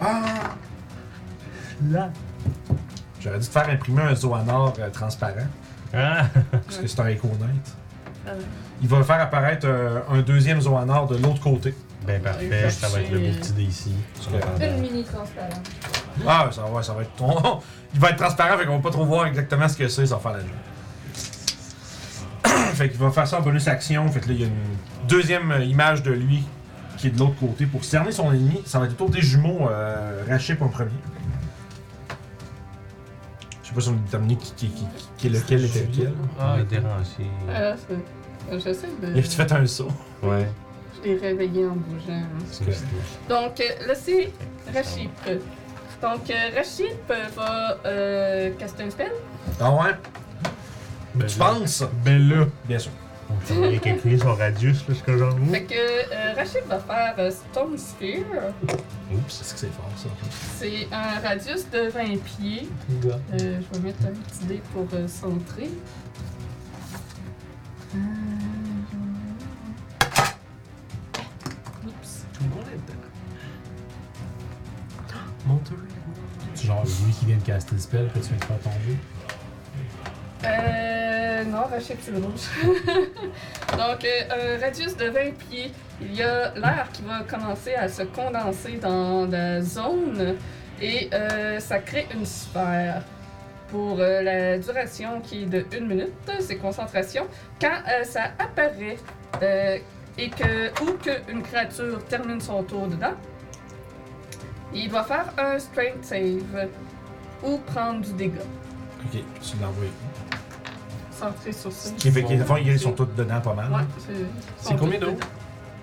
[SPEAKER 1] Ah! Là! J'aurais dû te faire imprimer un Zoanor euh, transparent,
[SPEAKER 5] Ah!
[SPEAKER 1] parce que c'est un Echo Knight.
[SPEAKER 3] Ah oui.
[SPEAKER 1] Il va faire apparaître euh, un deuxième Zoanor de l'autre côté.
[SPEAKER 5] Ben parfait, ça va être le beau petit dé ici.
[SPEAKER 3] Une mini transparente.
[SPEAKER 1] Ah, ça, ouais, ça va être ton. Il va être transparent, fait qu'on va pas trop voir exactement ce que c'est, ça va faire la job. fait qu'il va faire ça en bonus action. Fait que là, il y a une deuxième euh, image de lui qui est de l'autre côté. Pour cerner son ennemi, ça va être autour des jumeaux euh, Rachip en premier. Je sais pas si on peut déterminer qui, qui, qui, qui est lequel était lequel.
[SPEAKER 5] Ah, il dérangé.
[SPEAKER 3] Ah, c'est. J'essaie de.
[SPEAKER 1] Il a fait un saut.
[SPEAKER 5] Ouais.
[SPEAKER 3] Je l'ai réveillé en bougeant. hein.
[SPEAKER 5] C'est une petite-
[SPEAKER 3] Donc, euh, là, c'est Rachip. Donc, euh, Rachip euh, va euh, caster un spell.
[SPEAKER 1] Ah ouais?
[SPEAKER 5] Ben
[SPEAKER 1] Tu
[SPEAKER 5] là.
[SPEAKER 1] penses?
[SPEAKER 5] Ben là.
[SPEAKER 1] Bien sûr.
[SPEAKER 5] On faudrait calculer son radius, là, ce que j'en
[SPEAKER 1] Hmm.
[SPEAKER 3] Fait que euh, Rachip va faire euh, Stone Sphere.
[SPEAKER 5] Oups.
[SPEAKER 1] Est-ce que c'est fort ça?
[SPEAKER 3] C'est un radius de 20 pieds. Euh, je vais mettre un petit dé pour euh, centrer. Euh, Oups.
[SPEAKER 2] Tout le monde est dedans. Monterey.
[SPEAKER 4] C'est genre lui qui vient de caster le spell que tu viens de faire tomber.
[SPEAKER 3] Euh. Non, Rachel, c'est le rouge. Donc, euh, un radius de 20 pieds, il y a l'air qui va commencer à se condenser dans la zone et euh, ça crée une sphère. Pour euh, la duration qui est de 1 minute, c'est concentration. Quand euh, ça apparaît euh, et que ou qu'une créature termine son tour dedans, il doit faire un strength save ou prendre du dégât.
[SPEAKER 1] Ok, tu l'as envoyé.
[SPEAKER 3] Centré sur ça.
[SPEAKER 1] Qui fait qu'ils font- ils sont tous dedans pas mal.
[SPEAKER 3] Ouais, c'est-
[SPEAKER 2] C'est combien d'eau?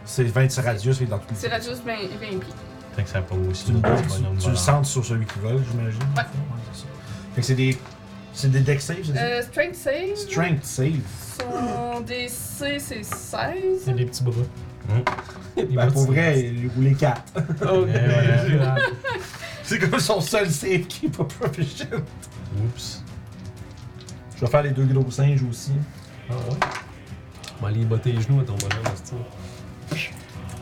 [SPEAKER 1] C'est 26 radius, fait que dans tout
[SPEAKER 3] C'est radius 20, 20 pieds.
[SPEAKER 5] Fait que ça pose aussi
[SPEAKER 1] Tu, le-
[SPEAKER 5] notre
[SPEAKER 1] tu-
[SPEAKER 5] bonhomme
[SPEAKER 1] tu le
[SPEAKER 5] volant.
[SPEAKER 1] centres sur celui qui vole, j'imagine.
[SPEAKER 3] Ouais.
[SPEAKER 1] c'est ça. Fait que c'est des. C'est des dex save, c'est ça?
[SPEAKER 3] Euh, strength save.
[SPEAKER 1] Strength save.
[SPEAKER 3] Son DC, c'est Euh, 16.
[SPEAKER 2] Il y a des petits bras.
[SPEAKER 4] Hein? Bah,
[SPEAKER 1] Ben, pour vrai, il roulait 4.
[SPEAKER 2] Oh,
[SPEAKER 5] Eh ouais.
[SPEAKER 1] c'est comme son seul save qui est pas proficient.
[SPEAKER 5] Oups.
[SPEAKER 1] Je vais faire les deux gros singes aussi.
[SPEAKER 2] Ah ouais? On va aller botter les genoux à ton bonhomme, c'est ça.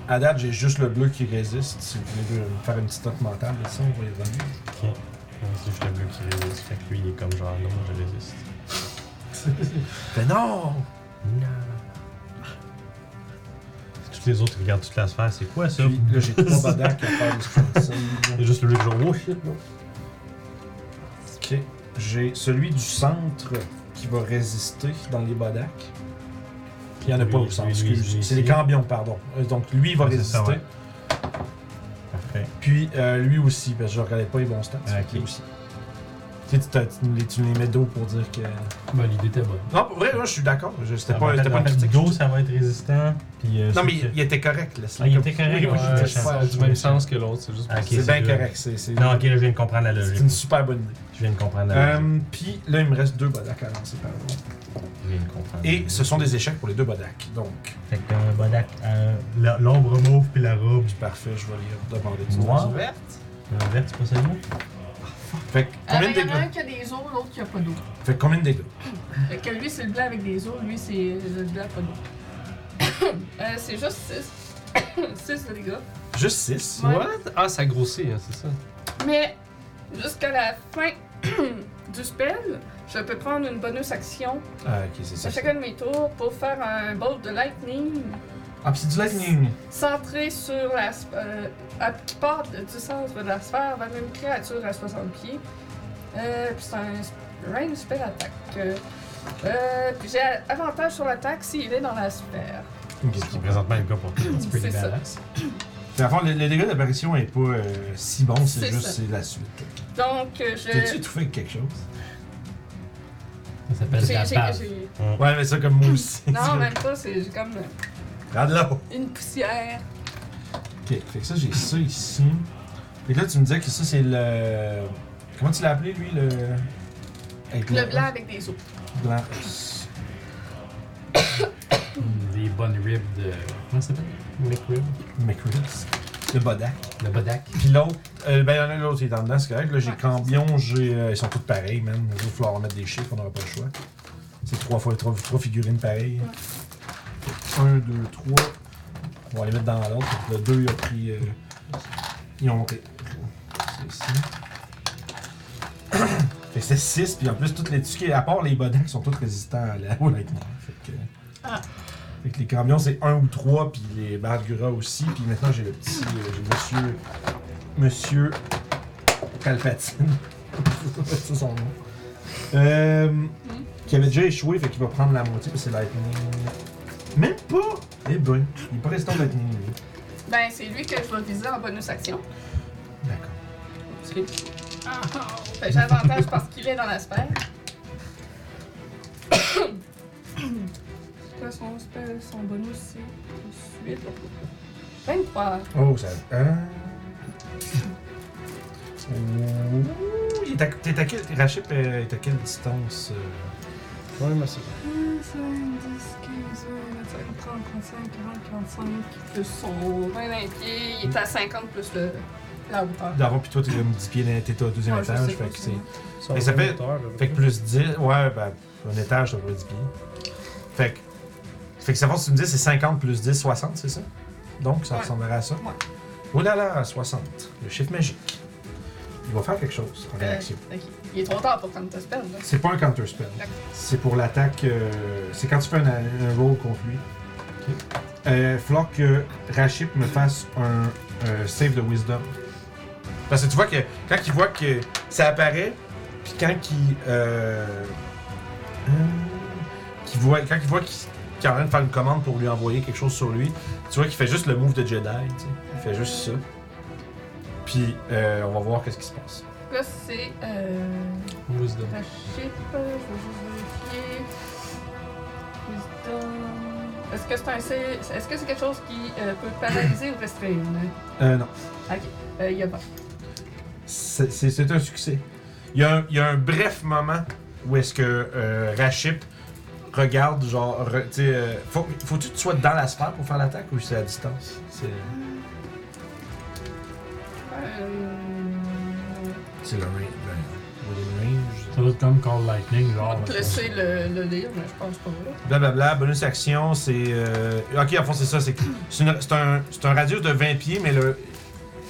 [SPEAKER 1] À date, j'ai juste le bleu qui résiste. Si vous voulez me faire une petite note mentale de ça, on va y revenir.
[SPEAKER 5] C'est juste le bleu qui résiste. Fait que lui, il est comme genre non, je résiste.
[SPEAKER 1] Mais non!
[SPEAKER 5] Non. Toutes les autres regardent toute la sphère, c'est quoi ça?
[SPEAKER 1] Puis là, j'ai trois badans qui ont fait du strength save.
[SPEAKER 5] Il y a juste le bleu qui est genre, oh shit, non.
[SPEAKER 1] Ok. J'ai celui du centre qui va résister dans les bodacs. Il n'y en a
[SPEAKER 5] Lui,
[SPEAKER 1] pas au centre,
[SPEAKER 5] lui, lui,
[SPEAKER 1] excuse.
[SPEAKER 5] lui,
[SPEAKER 1] C'est
[SPEAKER 5] ici.
[SPEAKER 1] les cambions, pardon. Euh, Donc lui, il va
[SPEAKER 5] Ouais, c'est
[SPEAKER 1] résister.
[SPEAKER 5] ça, ouais. Parfait.
[SPEAKER 1] Puis euh, lui aussi, parce que je ne regardais pas les bons stats.
[SPEAKER 5] Ah,
[SPEAKER 1] Lui
[SPEAKER 5] ok.
[SPEAKER 1] aussi. Tu sais, tu t'as- tu les- tu les mets d'eau pour dire que.
[SPEAKER 4] Ben, l'idée était bonne.
[SPEAKER 1] Non, pour vrai, moi, je suis d'accord. Je- C'était
[SPEAKER 5] Ah,
[SPEAKER 6] Ça
[SPEAKER 1] pas,
[SPEAKER 5] ben,
[SPEAKER 6] va
[SPEAKER 1] c'était
[SPEAKER 6] être-
[SPEAKER 1] pas une
[SPEAKER 6] en fait,
[SPEAKER 1] critique.
[SPEAKER 6] Go, ça va être résistant. Puis, euh,
[SPEAKER 1] Non,
[SPEAKER 6] ceux
[SPEAKER 1] mais
[SPEAKER 6] qui-
[SPEAKER 1] il, il était correct, le
[SPEAKER 6] Ah,
[SPEAKER 1] slack.
[SPEAKER 6] il était correct.
[SPEAKER 1] Oui, oui,
[SPEAKER 6] ouais,
[SPEAKER 1] je
[SPEAKER 6] ouais,
[SPEAKER 1] sais
[SPEAKER 6] je
[SPEAKER 1] pas,
[SPEAKER 6] sais.
[SPEAKER 2] du même sens que l'autre, c'est juste
[SPEAKER 6] Ah, ok,
[SPEAKER 1] c'est bien
[SPEAKER 6] vrai.
[SPEAKER 1] correct. C'est c'est-
[SPEAKER 6] Non, ok, là, je viens de comprendre la
[SPEAKER 1] c'est
[SPEAKER 6] logique.
[SPEAKER 1] une super bonne idée.
[SPEAKER 6] Je viens de
[SPEAKER 5] Ah,
[SPEAKER 6] comprendre la logique.
[SPEAKER 1] Euh, Puis là, il me reste deux bodaks à lancer par exemple.
[SPEAKER 6] Je viens de comprendre.
[SPEAKER 1] Euh, Et ce sont des échecs pour les deux bodaks. Donc,
[SPEAKER 6] Fait que t'as un bodac, euh, la- l'ombre mauve puis la robe.
[SPEAKER 1] parfait, je vais les redemander du
[SPEAKER 6] Noir.
[SPEAKER 1] noir.
[SPEAKER 6] Un vert, c'est pas ça le mot?
[SPEAKER 1] Fait que
[SPEAKER 3] Ah,
[SPEAKER 1] combien
[SPEAKER 3] ben,
[SPEAKER 1] de
[SPEAKER 3] il y en a un
[SPEAKER 1] dégâts
[SPEAKER 3] qui a des os, l'autre qui a pas d'eau.
[SPEAKER 1] Fait que combien de dégâts
[SPEAKER 3] Fait que lui, c'est le blanc avec des os, lui, c'est le blanc pas d'eau. Euh, c'est juste 6. 6 de dégâts.
[SPEAKER 1] Juste 6.
[SPEAKER 3] Ouais.
[SPEAKER 2] What? Ah, ça grossit, hein, c'est ça.
[SPEAKER 3] Mais jusqu'à la fin du spell, je peux prendre une bonus action
[SPEAKER 1] Ah, ok, c'est ça.
[SPEAKER 3] à chacun de mes tours pour faire un bolt de lightning
[SPEAKER 1] Ah, pis c'est du lightning.
[SPEAKER 3] centré sur la sp- euh, à- qui part de- du centre de la sphère vers une créature à 60 pieds. Euh, puis c'est un sp- range spell attack. Euh, euh, puis j'ai a- avantage sur l'attaque s'il est dans la sphère.
[SPEAKER 1] Ok.
[SPEAKER 6] Ce qui présente même gars pour
[SPEAKER 4] C'est pretty
[SPEAKER 3] C'est ça.
[SPEAKER 4] badass.
[SPEAKER 1] Fait à fond, le, le dégât d'apparition est pas euh, si bon, c'est
[SPEAKER 3] C'est
[SPEAKER 1] juste
[SPEAKER 3] ça.
[SPEAKER 1] c'est la suite.
[SPEAKER 3] Donc euh, je.
[SPEAKER 1] T'as-tu étouffé avec quelque chose
[SPEAKER 4] Ça s'appelle
[SPEAKER 3] j'ai-
[SPEAKER 4] la
[SPEAKER 3] j'ai-
[SPEAKER 4] bave.
[SPEAKER 3] j'ai-
[SPEAKER 1] Ouais, mais ça, comme moi aussi.
[SPEAKER 3] Non, même pas, c'est j'ai comme
[SPEAKER 1] Regarde là.
[SPEAKER 3] une poussière.
[SPEAKER 1] Ok, fait que ça, j'ai ça ici. Fait que là, tu me disais que ça, c'est le. Comment tu l'as appelé, lui, le. Avec
[SPEAKER 3] Le blanc avec des os.
[SPEAKER 1] Blanc.
[SPEAKER 4] Des Mm. bonnes ribs de. Comment ça s'appelle McRib
[SPEAKER 1] McRibs. Le Bodak.
[SPEAKER 4] Le bodak.
[SPEAKER 1] Puis l'autre, euh, ben, il y en a l'autre, il est en dedans, c'est correct. Là, j'ai
[SPEAKER 3] Ouais.
[SPEAKER 1] Cambion, j'ai. euh, ils sont tous pareils, man. Il va falloir mettre des chiffres, on n'aura pas le choix. C'est trois fois trois, trois figurines pareilles. Un, deux, trois. On va les mettre dans l'autre. Fait que Le deux, il a pris. euh, ils ont monté. C'est ici. fait que c'est 6, puis en plus, toutes les tout ce qui est- à part les bodaks, sont toutes résistants à la, au lightning. Fait que.
[SPEAKER 3] Ah.
[SPEAKER 1] Fait que les cambions, c'est un ou trois, puis les Bargura aussi. Puis maintenant, j'ai le petit. euh, j'ai monsieur. Monsieur Palpatine. c'est son nom. Euh, Qui avait déjà échoué, fait qu'il va prendre la moitié, parce que c'est Lightning. Même pas! Eh ben, il est pas resté en Lightning, lui.
[SPEAKER 3] Ben, c'est lui que je vais viser en bonus action.
[SPEAKER 1] D'accord.
[SPEAKER 3] Ah, ah, Fait que j'ai avantage parce qu'il est dans la sphère. C'est quoi son spell, son bonus, c'est plus 8. 23.
[SPEAKER 1] Oh, ça. Hein? Ouh, Oh, il est à, t'es à quel, Rachip euh, est à quelle distance? euh?
[SPEAKER 2] Ouais, mais c'est
[SPEAKER 3] 5, 10, 15, 25, 30, 35, 40, 45. Plus son 20 pieds, il est à 50 plus le, la hauteur.
[SPEAKER 1] D'avant, puis toi, t'es comme 10 pieds, dans- t'es au deuxième
[SPEAKER 3] Ouais, je
[SPEAKER 1] étage,
[SPEAKER 3] sais
[SPEAKER 1] fait
[SPEAKER 3] pas
[SPEAKER 1] que
[SPEAKER 3] ça.
[SPEAKER 1] c'est. Mais ça fait- Fait que plus 10, ouais, ben, un étage, ça doit être 10 pieds. Fait que, fait que ça va, si tu me dis, c'est 50 plus 10, 60, c'est ça? Donc, ça
[SPEAKER 3] Ouais.
[SPEAKER 1] ressemblerait à ça?
[SPEAKER 3] Ouais.
[SPEAKER 1] Oh là là, 60, le chiffre magique. Il va faire quelque chose en réaction.
[SPEAKER 3] Euh, ok. Il est trop tard pour prendre ta spell, là.
[SPEAKER 1] C'est pas un counter spell.
[SPEAKER 3] D'accord.
[SPEAKER 1] C'est pour l'attaque. euh, c'est quand tu fais un, un roll contre lui. Euh, falloir que Rachip me fasse un euh, save de wisdom. Parce que tu vois que quand il voit que ça apparaît, puis quand il. Euh, hum, qu'il voit, quand il voit qu'il qu'il est en train de faire une commande pour lui envoyer quelque chose sur lui, tu vois qu'il fait juste le move de Jedi. tu sais. Il fait juste ça. Puis euh, on va voir qu'est-ce qui se passe.
[SPEAKER 3] Là, c'est. Euh...
[SPEAKER 2] Wisdom.
[SPEAKER 3] La shape, je vais juste vérifier. Wisdom. Est-ce que c'est un C- Est-ce que c'est quelque chose qui euh, peut paralyser ou restreindre?
[SPEAKER 1] Euh, non.
[SPEAKER 3] Ok, Euh, il y a pas.
[SPEAKER 1] C'est- C'est c'est un succès. Il y, a un, il y a un bref moment où est-ce que euh, Rachip regarde, genre, re- tu sais, euh, faut, faut-tu que tu sois dans la sphère pour faire l'attaque ou c'est à distance? C'est-
[SPEAKER 3] Euh,
[SPEAKER 1] C'est le range. ben, within range.
[SPEAKER 4] Ça doit être comme Call Lightning,
[SPEAKER 3] on
[SPEAKER 4] genre.
[SPEAKER 3] va te laisser le, le lire, mais je pense pas. là.
[SPEAKER 1] Blablabla, bonus action, c'est. euh, Ok, en fond, c'est ça, c'est c'est une- c'est un, c'est un radius de 20 pieds, mais le,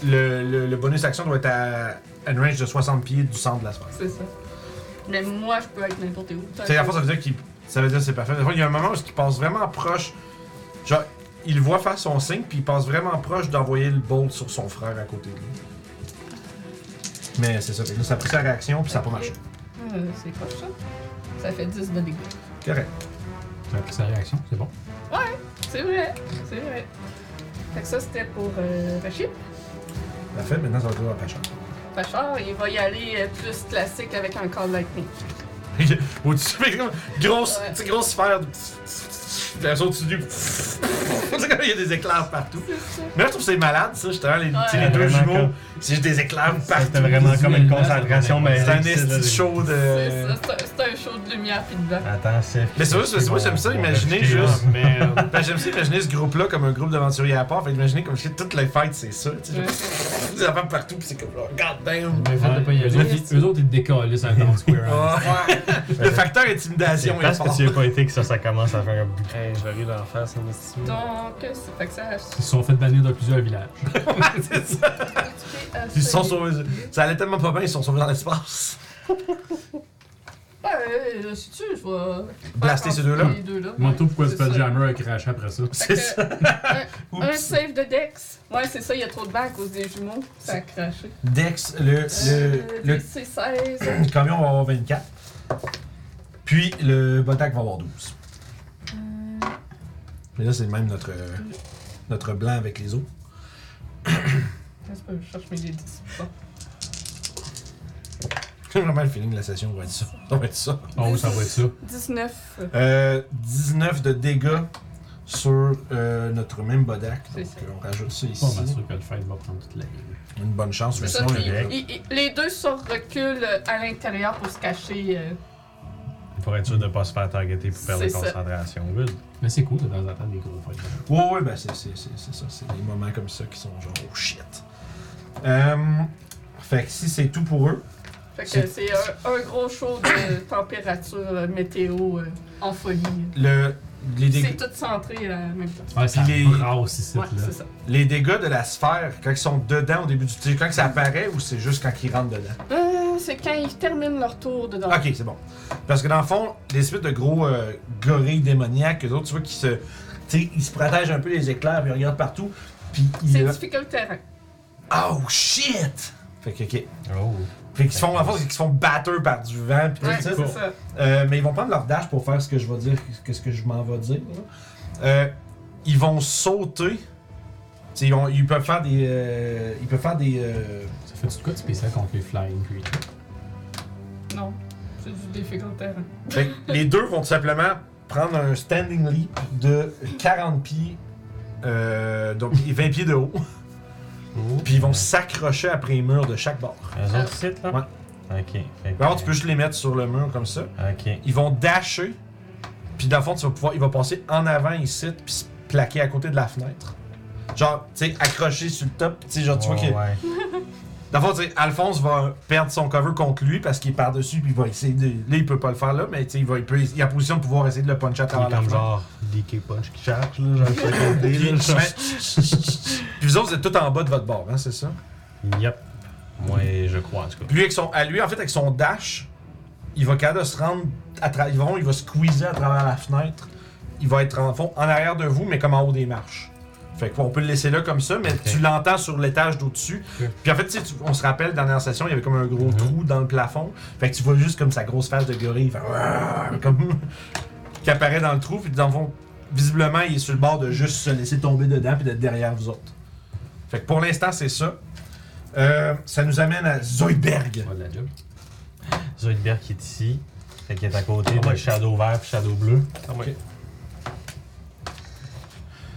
[SPEAKER 1] le, le- le bonus action doit être à un range de 60 pieds du centre de la sphère.
[SPEAKER 3] C'est ça. Mais moi, je peux être n'importe où.
[SPEAKER 1] C'est la fois, ça veut dire qu'il. Ça veut dire que c'est parfait. Des fois, Il y a un moment où il passe vraiment proche. Genre, il voit faire son signe, puis il passe vraiment proche d'envoyer le bolt sur son frère à côté de lui. Mais c'est ça. Fait que là, ça a pris sa réaction, puis ça a pas marché.
[SPEAKER 3] Euh, c'est quoi ça? Ça fait 10 de dégâts.
[SPEAKER 1] Correct.
[SPEAKER 4] Ça a pris sa réaction, c'est bon.
[SPEAKER 3] C'est vrai, c'est vrai. Fait que ça, c'était pour euh, Rachid.
[SPEAKER 1] Parfait, maintenant ça va être à Pacha.
[SPEAKER 3] Pachard, il va y aller euh, plus classique avec un call lightning.
[SPEAKER 1] Au-dessus, mais comme grosse,
[SPEAKER 3] Ouais.
[SPEAKER 1] tu sais, grosse sphère. de- Puis La chose au-dessus du. C'est comme il y a des éclairs partout.
[SPEAKER 3] C'est ça.
[SPEAKER 1] Mais là, je trouve que c'est malade, ça. Justement, les, tu sais,
[SPEAKER 3] Ouais.
[SPEAKER 1] les deux
[SPEAKER 6] Vraiment
[SPEAKER 1] jumeaux,
[SPEAKER 6] comme-
[SPEAKER 1] c'est juste des éclairs partout.
[SPEAKER 6] C'était vraiment comme une concentration, mais.
[SPEAKER 1] C'est un
[SPEAKER 6] là,
[SPEAKER 1] esti
[SPEAKER 6] des-
[SPEAKER 1] chaud
[SPEAKER 3] C'est
[SPEAKER 1] de.
[SPEAKER 3] ça, c'est un- c'est un show de lumière puis de vent.
[SPEAKER 6] Attends, c'est.
[SPEAKER 1] Mais c'est vrai, c'est- moi, j'aime ça, imaginer juste-
[SPEAKER 2] Merde.
[SPEAKER 1] Ben, j'aime ça imaginer ce groupe-là comme un groupe d'aventuriers à part. Fait imaginer comme si toutes les fêtes, c'est ça. Tu sais,
[SPEAKER 3] Ouais.
[SPEAKER 1] genre, des affaires partout, pis c'est comme là, god damn.
[SPEAKER 4] Mais faites de pas y aller.
[SPEAKER 3] Ouais.
[SPEAKER 4] Eux autres, ils te décalissent à Town Square.
[SPEAKER 1] Ah, Le facteur intimidation est
[SPEAKER 6] Parce
[SPEAKER 1] fort.
[SPEAKER 6] que tu as pas été que ça, ça commence à faire un bouc.
[SPEAKER 2] Hey, je vais rire d'en face, hein, mon esti.
[SPEAKER 3] Donc, euh, c'est fait que ça a
[SPEAKER 4] Ils se sont fait bannir dans plusieurs villages.
[SPEAKER 1] C'est ça. Ils se sont sauvés. Ça allait tellement pas bien, ils se sont sauvés dans l'espace.
[SPEAKER 3] Ben, euh, si tu, veux, je vais.
[SPEAKER 1] Blaster ces deux-là.
[SPEAKER 3] Les deux-là.
[SPEAKER 4] Je m'en trouve pourquoi
[SPEAKER 3] C'est
[SPEAKER 4] Spelljammer a craché après ça.
[SPEAKER 1] C'est
[SPEAKER 3] Fait
[SPEAKER 1] ça.
[SPEAKER 3] que, Un
[SPEAKER 1] Oups.
[SPEAKER 3] save de Dex. Ouais, c'est ça, il y a trop de bains à cause des jumeaux. Ça a craché.
[SPEAKER 1] Dex, le,
[SPEAKER 3] Euh,
[SPEAKER 1] le, le,
[SPEAKER 3] DC 16.
[SPEAKER 1] le camion va avoir 24. Puis le Botac va avoir 12.
[SPEAKER 3] Euh,
[SPEAKER 1] Mais là, c'est même notre, euh, notre blanc avec les autres.
[SPEAKER 3] Est-ce que je cherche mes dés 10 bon.
[SPEAKER 1] J'ai vraiment le feeling que la session va être ça. Ça va être ça.
[SPEAKER 4] Oh, ça va être ça.
[SPEAKER 3] 19. euh,
[SPEAKER 1] Euh, 19 de dégâts sur euh, notre même Bodak.
[SPEAKER 3] C'est
[SPEAKER 1] Donc,
[SPEAKER 3] ça.
[SPEAKER 1] euh, on rajoute ça ici.
[SPEAKER 4] Pas mal sûr que le fight va prendre toute la ligne.
[SPEAKER 1] Une bonne chance, mais
[SPEAKER 3] C'est
[SPEAKER 1] sinon,
[SPEAKER 3] ça,
[SPEAKER 1] il y a-
[SPEAKER 3] il- il- il- les deux se reculent à l'intérieur pour se cacher. euh,
[SPEAKER 6] Pour être sûr de pas se faire targeter pour perdre
[SPEAKER 3] C'est
[SPEAKER 6] la
[SPEAKER 3] ça.
[SPEAKER 6] concentration. Good.
[SPEAKER 4] Mais c'est cool de temps en temps des gros fights.
[SPEAKER 1] Ouais, ouais, ben c'est, c'est, c'est, c'est ça. C'est des moments comme ça qui sont genre oh shit. Euh, fait que si c'est tout pour eux,
[SPEAKER 3] Fait que
[SPEAKER 1] C'est-
[SPEAKER 3] c'est un, un gros show de température euh, météo euh, en folie.
[SPEAKER 1] le, les,
[SPEAKER 3] C'est
[SPEAKER 1] dég-
[SPEAKER 3] tout centré à la même temps.
[SPEAKER 4] Ouais, ça
[SPEAKER 1] les-
[SPEAKER 4] brasse ici,
[SPEAKER 3] Ouais,
[SPEAKER 4] là.
[SPEAKER 3] c'est ça.
[SPEAKER 1] les dégâts de la sphère, quand ils sont dedans au début du tir, quand que ça apparaît ou c'est juste quand ils rentrent dedans?
[SPEAKER 3] Euh, c'est quand ils terminent leur tour dedans.
[SPEAKER 1] Ok, c'est bon. Parce que dans le fond, les espèces de gros euh, gorilles démoniaques, eux autres, tu vois, qui se, tu sais, ils se protègent un peu les éclairs, puis ils regardent partout, puis
[SPEAKER 3] C'est
[SPEAKER 1] ils.
[SPEAKER 3] difficile le terrain.
[SPEAKER 1] Oh shit! Fait que, ok.
[SPEAKER 6] Oh.
[SPEAKER 1] Fait qu'ils se font, en fait, c'est qu'ils se font battre par du vent, puis
[SPEAKER 3] Ouais,
[SPEAKER 1] tout ça.
[SPEAKER 3] c'est ça.
[SPEAKER 1] Euh, mais ils vont prendre leur dash pour faire ce que je vais dire, que ce que je m'en vais dire. là. Euh, ils vont sauter. T'sais, Ils, vont- ils peuvent faire des. euh, ils peuvent faire des. euh,
[SPEAKER 4] Ça fait du quoi de spécial contre les Flying Creatures?
[SPEAKER 3] Non, c'est du difficile terrain.
[SPEAKER 1] fait que ben, les deux vont tout simplement prendre un standing leap de 40 pieds, euh, donc 20 pieds de haut. Puis ils vont s'accrocher après les murs de chaque bord.
[SPEAKER 6] Les autres sites, là?
[SPEAKER 1] Ouais.
[SPEAKER 6] Ok. Fait que-
[SPEAKER 1] Par contre, tu peux juste les mettre sur le mur comme ça.
[SPEAKER 6] Ok.
[SPEAKER 1] Ils vont dasher. Puis dans le fond, tu vas pouvoir, il va passer en avant ici, puis se plaquer à côté de la fenêtre. Genre, tu sais, accroché sur le top. Tu sais, genre, Ah, tu vois
[SPEAKER 6] Ouais,
[SPEAKER 1] que.
[SPEAKER 6] ouais.
[SPEAKER 1] Dans le fond, tu sais, Alphonse va perdre son cover contre lui parce qu'il est par-dessus, puis il va essayer de. Là, il peut pas le faire là, mais tu sais, il, va- il peut- il a position de pouvoir essayer de le puncher à
[SPEAKER 6] Il est
[SPEAKER 1] travers la
[SPEAKER 6] comme
[SPEAKER 1] fenêtre.
[SPEAKER 6] genre DK Punch qui charge, là, genre, sur le côté,
[SPEAKER 1] Puis,
[SPEAKER 6] là, genre.
[SPEAKER 1] je- puis vous autres, vous êtes tout en bas de votre bord, hein, c'est ça?
[SPEAKER 6] Yep. Moi, je crois, en tout cas.
[SPEAKER 1] Puis lui, avec son, à lui, en fait, avec son dash, il va capable de se rendre. À tra- ils vont- il va squeezer à travers la fenêtre. Il va être en fond, en arrière de vous, mais comme en haut des marches. Fait qu'on peut le laisser là comme ça, mais tu l'entends sur l'étage d'au-dessus.
[SPEAKER 6] Ok.
[SPEAKER 1] Puis en fait, tu sais, tu- on se rappelle, dernière session, il y avait comme un gros
[SPEAKER 6] Mhm.
[SPEAKER 1] trou dans le plafond. Fait que tu vois juste comme sa grosse face de gorille, il fait Rrrr comme qui apparaît dans le trou. Puis dans le fond, visiblement, il est sur le bord de juste se laisser tomber dedans puis d'être derrière vous autres. Fait que pour l'instant, c'est ça. Euh, ça nous amène à Zoidberg.
[SPEAKER 4] Pas de la job.
[SPEAKER 6] Zoidberg qui est ici. Fait qu'il est à côté
[SPEAKER 2] Ah ouais.
[SPEAKER 6] de Shadow Vert puis Shadow Bleu.
[SPEAKER 2] Ah ouais.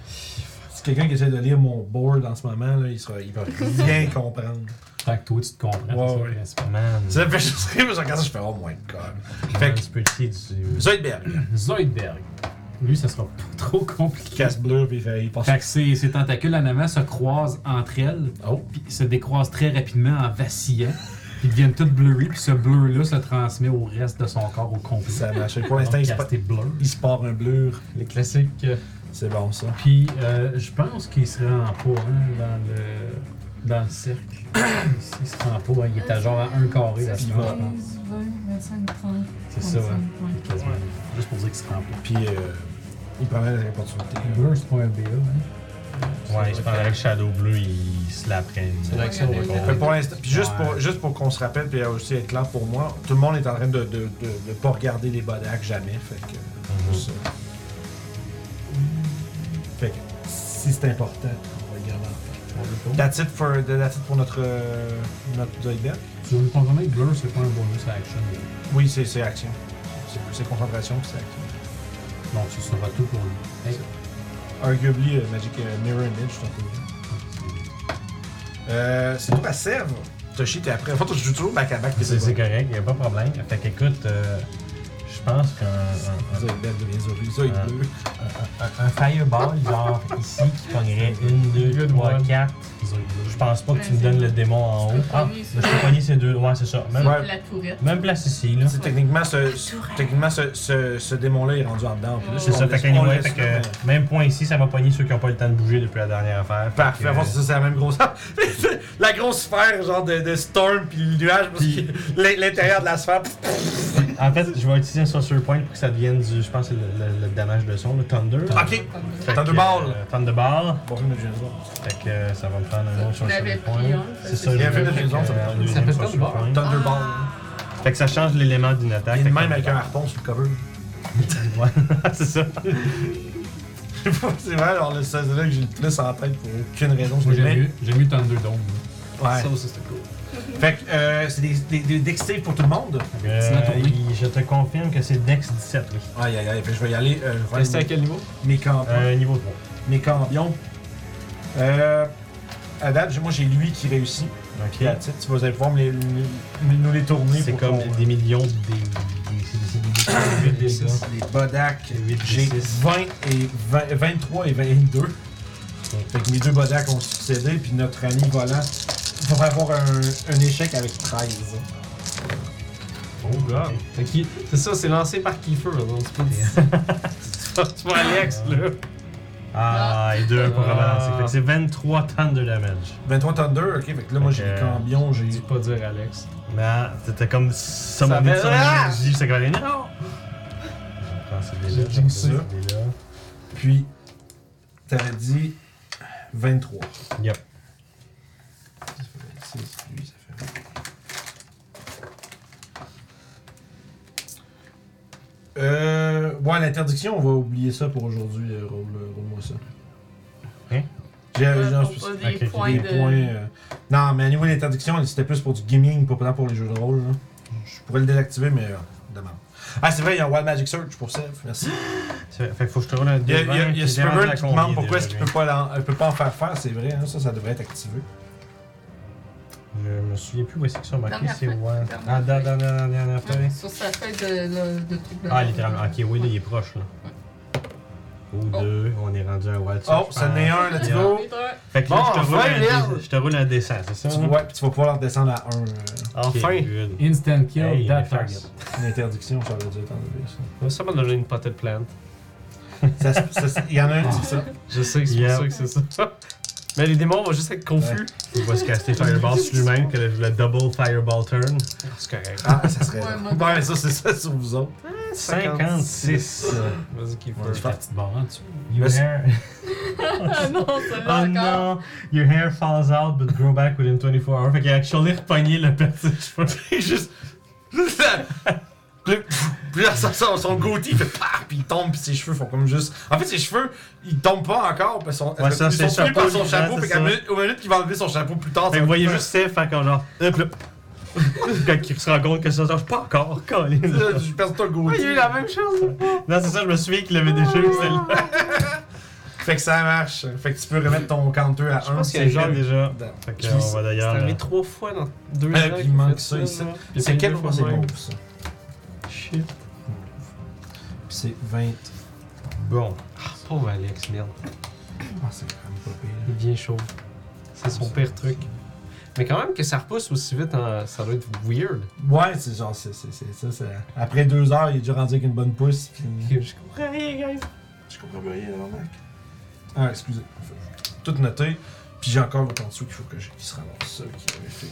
[SPEAKER 1] Si quelqu'un qui essaie de lire mon board en ce moment, là, il, sera, il va rien comprendre.
[SPEAKER 4] Tant que toi, tu te
[SPEAKER 1] Ouais,
[SPEAKER 4] comprends, c'est ça
[SPEAKER 1] ouais.
[SPEAKER 4] le principal.
[SPEAKER 6] Man.
[SPEAKER 1] Ça fait juste rire, parce que quand ça, je fais Oh my god. Fait que-
[SPEAKER 6] tu peux essayer du.
[SPEAKER 1] Zoidberg.
[SPEAKER 4] Zoidberg. Lui, ça sera pas trop
[SPEAKER 1] Il
[SPEAKER 4] compliqué.
[SPEAKER 1] casse bleu, puis il fait- il passe.
[SPEAKER 4] Fait que ses, ses tentacules en avant se croisent entre elles,
[SPEAKER 1] Oh.
[SPEAKER 4] puis se décroisent très rapidement en vacillant, puis deviennent toutes blurry, puis ce bleu-là se transmet au reste de son corps au complet.
[SPEAKER 1] Ça marche. Pour l'instant, il, se pa-
[SPEAKER 4] Casté blur.
[SPEAKER 1] il se part un blur.
[SPEAKER 4] Les classiques. euh.
[SPEAKER 1] C'est bon, ça.
[SPEAKER 4] Puis euh, je pense qu'il se rend pas hein, dans le dans le cercle. Ici, il se rend pas, hein, il est à genre à un carré là, je
[SPEAKER 1] Il
[SPEAKER 4] pense.
[SPEAKER 1] va.
[SPEAKER 4] je pense.
[SPEAKER 8] 15, 20, 25, 30.
[SPEAKER 4] C'est ça, ouais.
[SPEAKER 8] 35, ouais.
[SPEAKER 4] Il est quasiment là. Juste pour dire qu'il se rend pas.
[SPEAKER 1] Puis euh, il prend la opportunité.
[SPEAKER 4] Blur, c'est pas un BA, hein?
[SPEAKER 6] Ouais, je pense que Shadow Bleu, il se la prenne.
[SPEAKER 2] C'est l'action, ouais.
[SPEAKER 1] Fait que pour l'instant, puis juste, pour,
[SPEAKER 4] Ouais.
[SPEAKER 1] juste pour qu'on se rappelle, puis aussi être clair pour moi, tout le monde est en train de ne de, de- de pas regarder les bodacs jamais. Fait que.
[SPEAKER 4] Mm-hmm.
[SPEAKER 1] juste ça. Fait que si c'est important, on va le garder en tête. That's it, for, that's it pour notre, euh, notre Zoid Deck.
[SPEAKER 4] Tu veux me confirmer que Blur, c'est pas un bonus à action.
[SPEAKER 1] Oui, c'est c'est action. C'est- C'est concentration, puis c'est action.
[SPEAKER 4] Donc, tu sauras tout pour lui. Hey,
[SPEAKER 1] Arguably, euh, Magic euh, Mirror Image, je t'en prie. Euh, c'est tout à Sèvres. Toshi, t'es après. Enfin, toi, je joue toujours back à back.
[SPEAKER 6] C'est c'est correct, y a pas de problème. Fait qu'écoute, euh, je pense qu'un un-
[SPEAKER 1] Zoid Deck devient Zoid- Zoid
[SPEAKER 6] Ah.
[SPEAKER 1] bleu.
[SPEAKER 6] un- un- un fireball, genre ici, qui pognerait une, deux, trois, quatre.
[SPEAKER 4] ils ont eu
[SPEAKER 6] Je pense pas que tu me donnes le démon en
[SPEAKER 3] Tu
[SPEAKER 6] haut.
[SPEAKER 3] peux
[SPEAKER 6] Ah,
[SPEAKER 3] pogner
[SPEAKER 6] je
[SPEAKER 3] ça.
[SPEAKER 6] peux pogner ces deux. Ouais, c'est ça. Même,
[SPEAKER 1] Ouais.
[SPEAKER 3] La tourette.
[SPEAKER 6] même place ici, là.
[SPEAKER 1] C'est techniquement ce, ce- techniquement ce, ce, ce démon-là est rendu en dedans. puis là,
[SPEAKER 6] C'est
[SPEAKER 1] on
[SPEAKER 6] ça,
[SPEAKER 1] laisse-
[SPEAKER 6] fait
[SPEAKER 1] on
[SPEAKER 6] qu'anyway,
[SPEAKER 1] laisse
[SPEAKER 6] fait que
[SPEAKER 1] là, mais-
[SPEAKER 6] même point ici, ça va pogner ceux qui n'ont pas le temps de bouger depuis la dernière affaire. Fait
[SPEAKER 1] Parfait,
[SPEAKER 6] que, euh,
[SPEAKER 1] enfin, c'est ça, c'est la même grosse. la grosse sphère, genre de, de storm, puis le nuage, parce que l'in- l'intérieur de la sphère. pff,
[SPEAKER 6] En fait, je vais utiliser un sorcerer point pour que ça devienne du, je pense, que c'est le, le- le damage de son, le thunder.
[SPEAKER 1] Ok,
[SPEAKER 6] Fait que,
[SPEAKER 1] Thunderball.
[SPEAKER 6] euh, Thunderball.
[SPEAKER 1] Bon, film de James Bond.
[SPEAKER 6] Fait que euh, ça va me prendre un
[SPEAKER 3] Ça,
[SPEAKER 6] autre
[SPEAKER 3] tu l'avais
[SPEAKER 6] sorcerer point.
[SPEAKER 3] pris, hein,
[SPEAKER 6] C'est
[SPEAKER 3] ça,
[SPEAKER 6] ça,
[SPEAKER 3] c'est-
[SPEAKER 6] je
[SPEAKER 1] Il y a un film
[SPEAKER 6] vais-
[SPEAKER 1] de James Bond, ça
[SPEAKER 6] euh,
[SPEAKER 1] s'appelle
[SPEAKER 6] deuxième
[SPEAKER 4] Thunderball.
[SPEAKER 6] sorcerer point.
[SPEAKER 1] Thunderball.
[SPEAKER 6] Fait que ça change l'élément d'une attaque.
[SPEAKER 1] Il est
[SPEAKER 6] Fait
[SPEAKER 1] de
[SPEAKER 6] que-
[SPEAKER 1] même avec un harpon sur le cover.
[SPEAKER 6] Ouais, c'est ça.
[SPEAKER 1] c'est vrai, alors le- c'est là que j'ai le plus en tête pour aucune raison. je
[SPEAKER 4] Moi,
[SPEAKER 1] l'ai
[SPEAKER 4] j'aime
[SPEAKER 1] mis.
[SPEAKER 4] mieux- j'aime mieux Thunder Dome.
[SPEAKER 1] Ouais.
[SPEAKER 2] Ça aussi, c'était cool.
[SPEAKER 1] Fait que euh, c'est des, des, des dex saves pour tout le monde.
[SPEAKER 6] Euh,
[SPEAKER 4] la tournée.
[SPEAKER 6] il- je te confirme que c'est Dex 17, oui.
[SPEAKER 1] Aïe aïe aïe, fait que je vais y aller. Euh, je vais
[SPEAKER 2] Resté à
[SPEAKER 1] aller
[SPEAKER 2] quel niveau
[SPEAKER 1] mes, mes campions.
[SPEAKER 6] Euh, niveau 3.
[SPEAKER 1] Mes campions. Euh, à date, j'ai- moi j'ai lui qui réussit. Puis à
[SPEAKER 6] Ok.
[SPEAKER 1] titre, vous allez pouvoir me les- me- nous les tourner
[SPEAKER 6] C'est
[SPEAKER 1] pour
[SPEAKER 6] comme
[SPEAKER 1] qu'on-
[SPEAKER 6] des millions de dés. Des- c'est des- c'est des- des- des- des- des-
[SPEAKER 1] Les Bodak,
[SPEAKER 6] Huit,
[SPEAKER 1] j'ai
[SPEAKER 6] six.
[SPEAKER 1] 20 et 20 23 et 22. Fait que mes deux Bodak ont succédé, puis notre ami volant va avoir un, un échec avec 13.
[SPEAKER 6] Oh god.
[SPEAKER 2] Fait qu'il- C'est ça, c'est lancé par Kiefer, là, donc c'est pas du- Tu vois Alex, là.
[SPEAKER 6] Ah, et deux pour
[SPEAKER 2] Ah.
[SPEAKER 6] rebalancer. Fait que c'est 23 tonnes de damage.
[SPEAKER 1] 23 Thunder, ok, fait que là, moi
[SPEAKER 6] Fait
[SPEAKER 1] j'ai
[SPEAKER 6] que- euh,
[SPEAKER 1] les cambions, j'ai.
[SPEAKER 2] Dis pas dire Alex.
[SPEAKER 6] Mais ah, c'était comme summoner
[SPEAKER 2] fait-
[SPEAKER 6] son
[SPEAKER 2] Ah!
[SPEAKER 6] énergie, c'est comme non! Ah,
[SPEAKER 1] J'ai dit ça. Puis, t'avais dit 23.
[SPEAKER 6] Yep.
[SPEAKER 1] Ça fait 26, lui, ça fait 20. Euh. Ouais, l'interdiction, on va oublier ça pour aujourd'hui. euh, Roule, moi ça.
[SPEAKER 6] Hein?
[SPEAKER 1] J'ai
[SPEAKER 3] Ouais,
[SPEAKER 1] j'ai un
[SPEAKER 3] pour
[SPEAKER 1] spéc-
[SPEAKER 3] pas des
[SPEAKER 6] avec les-
[SPEAKER 3] points
[SPEAKER 1] des
[SPEAKER 3] de...
[SPEAKER 1] points. euh, Non, mais à niveau de l'interdiction, c'était plus pour du gaming, pas tant pour les jeux de rôle. là. Je pourrais le désactiver, mais euh, demande. Ah, c'est vrai, il y a un Wild Magic Search pour ça. Merci.
[SPEAKER 6] Fait fait que faut que je te roule un
[SPEAKER 1] Il y a, il y a- il y a Superman qui demande pourquoi est-ce
[SPEAKER 6] tu
[SPEAKER 1] qu'il peut pas, l'en- euh, peut pas en faire faire, c'est vrai, hein, ça, ça devrait être activé.
[SPEAKER 6] Je me souviens plus où est-ce qu'ils sont marqués,
[SPEAKER 3] Dernière
[SPEAKER 6] c'est
[SPEAKER 3] feuille.
[SPEAKER 6] ouais.
[SPEAKER 3] Dernière
[SPEAKER 6] Ah, dans, dans, dans, dans, dernière feuille.
[SPEAKER 3] Ouais, Sur sa feuille de, de, de truc de-
[SPEAKER 6] Ah, littéralement. Ok, oui, là, il est proche, là. Ou
[SPEAKER 3] Oh.
[SPEAKER 6] deux, on est rendu à Wild
[SPEAKER 1] Oh, ça n'est un, let's go!
[SPEAKER 6] Fait que là,
[SPEAKER 2] Bon,
[SPEAKER 6] je, te roule
[SPEAKER 2] enfin,
[SPEAKER 6] un
[SPEAKER 2] merde.
[SPEAKER 6] dé- je te roule un dessin, c'est ça?
[SPEAKER 1] Tu
[SPEAKER 6] hein?
[SPEAKER 1] vois, puis tu vas pouvoir leur descendre à 1. euh,
[SPEAKER 6] Ok,
[SPEAKER 2] Enfin.
[SPEAKER 6] good.
[SPEAKER 4] Instant kill
[SPEAKER 6] Hey,
[SPEAKER 4] that
[SPEAKER 6] les
[SPEAKER 4] target.
[SPEAKER 6] farces.
[SPEAKER 1] l'interdiction, j'avais dû t'enlever ça.
[SPEAKER 2] Ça m'a donné une potée de plante.
[SPEAKER 1] Ça se- ça se- Il y en a un qui dit ça.
[SPEAKER 2] Je sais que c'est
[SPEAKER 6] Yep.
[SPEAKER 2] pour ça que c'est ça. Mais les démons vont juste être confus.
[SPEAKER 6] Il va se caster Fireball sur lui-même, que le, le double Fireball turn.
[SPEAKER 2] C'est correct.
[SPEAKER 1] Ah, ça serait.
[SPEAKER 3] Ouais, moi-
[SPEAKER 1] Ouais, ça, c'est ça sur vous autres.
[SPEAKER 6] 56.
[SPEAKER 2] Vas-y, Kiefer.
[SPEAKER 1] Ouais, je fais-
[SPEAKER 4] Petite barre en dessous.
[SPEAKER 6] Your
[SPEAKER 1] Vas-y.
[SPEAKER 6] hair.
[SPEAKER 3] Ah non, c'est là
[SPEAKER 6] Oh
[SPEAKER 3] encore.
[SPEAKER 6] non! Your hair falls out but grow back within 24 hours. Fait qu'il a actually repogné le petit cheveu.
[SPEAKER 1] juste. juste ça. Le- pff, Puis là, ça sort son goatee, il fait paf, puis il tombe, puis ses cheveux font comme juste. En fait, ses cheveux, ils tombent pas encore, parce qu'ils sont,
[SPEAKER 6] Ouais, ça,
[SPEAKER 1] ils
[SPEAKER 6] c'est
[SPEAKER 1] sont tenus par
[SPEAKER 6] chapeau,
[SPEAKER 1] son
[SPEAKER 6] évident,
[SPEAKER 1] chapeau,
[SPEAKER 6] c'est
[SPEAKER 1] puis
[SPEAKER 6] ça.
[SPEAKER 1] qu'à minute- au minute qu'il va enlever son chapeau plus tard,
[SPEAKER 6] Fait que
[SPEAKER 1] ça
[SPEAKER 6] vous
[SPEAKER 1] va
[SPEAKER 6] voyez
[SPEAKER 1] faire-
[SPEAKER 6] juste Seth, fait qu'on genre. Hop là. Quand il se rend compte que ça change pas encore, Colin.
[SPEAKER 1] Là, Je perds ton goatee.
[SPEAKER 2] même chose.
[SPEAKER 6] Non, c'est ça, je me souviens qu'il avait déjà eu celle-là.
[SPEAKER 1] Fait que ça marche. Fait que tu peux remettre ton counter à 1.
[SPEAKER 2] pense qu'il y a
[SPEAKER 6] C'est genre déjà. Fait
[SPEAKER 2] C'est
[SPEAKER 6] qu'on va d'ailleurs. euh, Ah, là-
[SPEAKER 2] arrivé trois fois dans deux
[SPEAKER 1] Euh,
[SPEAKER 2] ans.
[SPEAKER 1] puis il
[SPEAKER 2] qu'il
[SPEAKER 1] manque
[SPEAKER 2] fait
[SPEAKER 1] ça ici.
[SPEAKER 2] là. Puis
[SPEAKER 1] C'est quel
[SPEAKER 2] deux
[SPEAKER 1] fois
[SPEAKER 2] fois
[SPEAKER 1] c'est
[SPEAKER 2] même.
[SPEAKER 1] mauve ça?
[SPEAKER 2] Shit.
[SPEAKER 1] Puis c'est 20.
[SPEAKER 6] Bon.
[SPEAKER 2] Ah, pauvre Alex, merde.
[SPEAKER 1] Ah, c'est quand même pas
[SPEAKER 2] Il est
[SPEAKER 1] pire.
[SPEAKER 2] bien chaud. C'est son pire truc. Mais quand même que ça repousse aussi vite, hein, ça doit être weird.
[SPEAKER 1] Ouais, c'est genre, c'est c'est- c'est ça. c'est- Après deux heures, il est déjà rendu avec une bonne pousse. Puis...
[SPEAKER 2] Je comprends rien, guys.
[SPEAKER 1] Je comprends plus rien, là, mec. Ah, excusez. Tout noté. Puis j'ai encore votre en dessous qu'il faut que je qu'il se ramasse ça, qui avait fait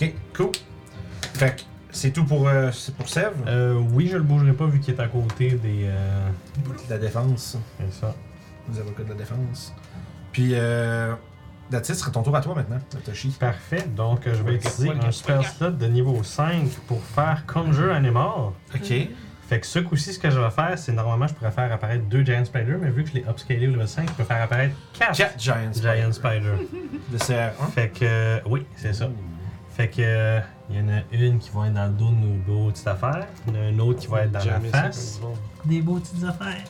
[SPEAKER 1] les- Ok, cool. Fait que c'est tout pour, euh, c'est pour Sèvres.
[SPEAKER 6] Euh, oui, je le bougerai pas vu qu'il est à côté des. Euh...
[SPEAKER 1] La défense.
[SPEAKER 6] C'est ça.
[SPEAKER 1] Les avocats de la défense. Puis, euh. Datis, ce serait ton tour à toi maintenant, Natoshi.
[SPEAKER 6] Parfait, donc euh, je vais
[SPEAKER 2] Ouais,
[SPEAKER 6] utiliser
[SPEAKER 2] ouais,
[SPEAKER 6] un
[SPEAKER 2] ouais.
[SPEAKER 6] super slot de niveau 5 pour faire Conjure Animal.
[SPEAKER 1] Ok.
[SPEAKER 6] Fait que ce coup-ci, ce que je vais faire, c'est normalement, je pourrais faire apparaître deux Giant Spider, mais vu que je l'ai upscalé au level 5, je peux faire apparaître quatre
[SPEAKER 1] 4 Giants.
[SPEAKER 6] Giant Spider.
[SPEAKER 1] De CR1.
[SPEAKER 6] Fait que, euh, oui, c'est ça. Fait que, euh, il y en a une qui va être dans le dos de nos beaux petites affaires. Il y en a une autre qui va être dans la
[SPEAKER 2] Jamais ça,
[SPEAKER 6] face.
[SPEAKER 2] comme du monde.
[SPEAKER 6] Des beaux petites affaires.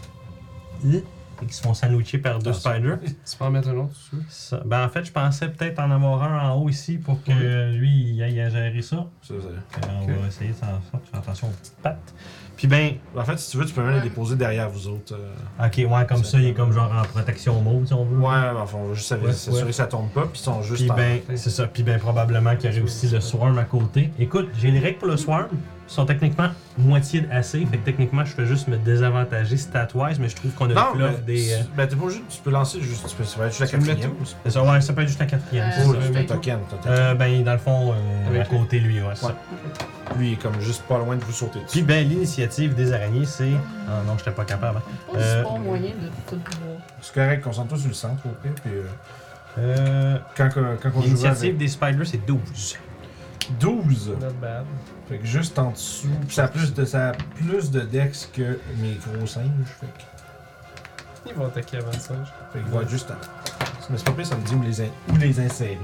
[SPEAKER 6] Et qui se font sandwicher par deux spiders.
[SPEAKER 2] Tu peux en mettre un autre, tu veux?
[SPEAKER 6] Ça- Ben, en fait, je pensais peut-être en avoir un en haut ici pour que euh, lui, il aille à gérer ça.
[SPEAKER 1] Ça, ça-
[SPEAKER 6] Fait qu'on
[SPEAKER 2] Ok.
[SPEAKER 6] va essayer de faire en sorte de faire attention aux petites pattes. Puis ben,
[SPEAKER 1] En fait, si tu veux, tu peux même les
[SPEAKER 3] Ouais.
[SPEAKER 1] déposer derrière vous autres. euh.
[SPEAKER 6] ok, ouais, comme
[SPEAKER 1] Ça
[SPEAKER 6] ça, il est
[SPEAKER 1] fait-
[SPEAKER 6] comme genre en protection mauve, si on veut.
[SPEAKER 1] Ouais, mais enfin, on va juste s'av-
[SPEAKER 6] Ouais,
[SPEAKER 1] s'assurer
[SPEAKER 6] ouais.
[SPEAKER 1] que ça tombe pas, puis ils sont juste.
[SPEAKER 6] Puis
[SPEAKER 1] en-
[SPEAKER 6] ben, c'est ça. Puis ben, probablement qu'il y aurait aussi le swarm à côté. Écoute, j'ai les règles pour le swarm. Ils sont techniquement moitié de AC. Fait que techniquement, je peux juste me désavantager stat-wise, mais je trouve qu'on a
[SPEAKER 1] Non,
[SPEAKER 6] le
[SPEAKER 1] mais,
[SPEAKER 6] bluff des. euh,
[SPEAKER 1] ben, t'es pas obligé, tu peux lancer juste, tu peux, ça va être juste la
[SPEAKER 2] Tu veux mettre
[SPEAKER 1] quatrième.
[SPEAKER 6] c'est ça, ouais, ça peut être juste la quatrième.
[SPEAKER 3] Euh,
[SPEAKER 6] c'est
[SPEAKER 1] Oh,
[SPEAKER 6] ça.
[SPEAKER 1] tu fais
[SPEAKER 3] Ouais.
[SPEAKER 1] token, t'as token.
[SPEAKER 6] Euh, ben, dans le fond, euh,
[SPEAKER 2] Avec
[SPEAKER 6] à côté, lui, ouais, c'est
[SPEAKER 1] Ouais.
[SPEAKER 6] ça.
[SPEAKER 1] Lui, il est comme juste pas loin de vous sauter dessus.
[SPEAKER 6] Puis ben, l'initiative des araignées, c'est. Ah non, j'étais pas capable. hein.
[SPEAKER 3] Pas du
[SPEAKER 6] Euh,
[SPEAKER 3] bon moyen de tout voir.
[SPEAKER 1] C'est correct, concentre-toi sur le centre, au pire, puis euh,
[SPEAKER 6] Euh,
[SPEAKER 1] quand, que- quand on joue
[SPEAKER 6] l'initiative
[SPEAKER 1] avec
[SPEAKER 6] des spiders, c'est 12.
[SPEAKER 1] 12,
[SPEAKER 2] Not bad.
[SPEAKER 1] fait que juste en dessous, puis ça a plus de, ça a plus de dex que mes gros singes, fait que.
[SPEAKER 2] Ils vont attaquer à 25.
[SPEAKER 1] Fait qu'il va être juste à. Mais c'est pas pire, ça me dit où les, in- où les insérer.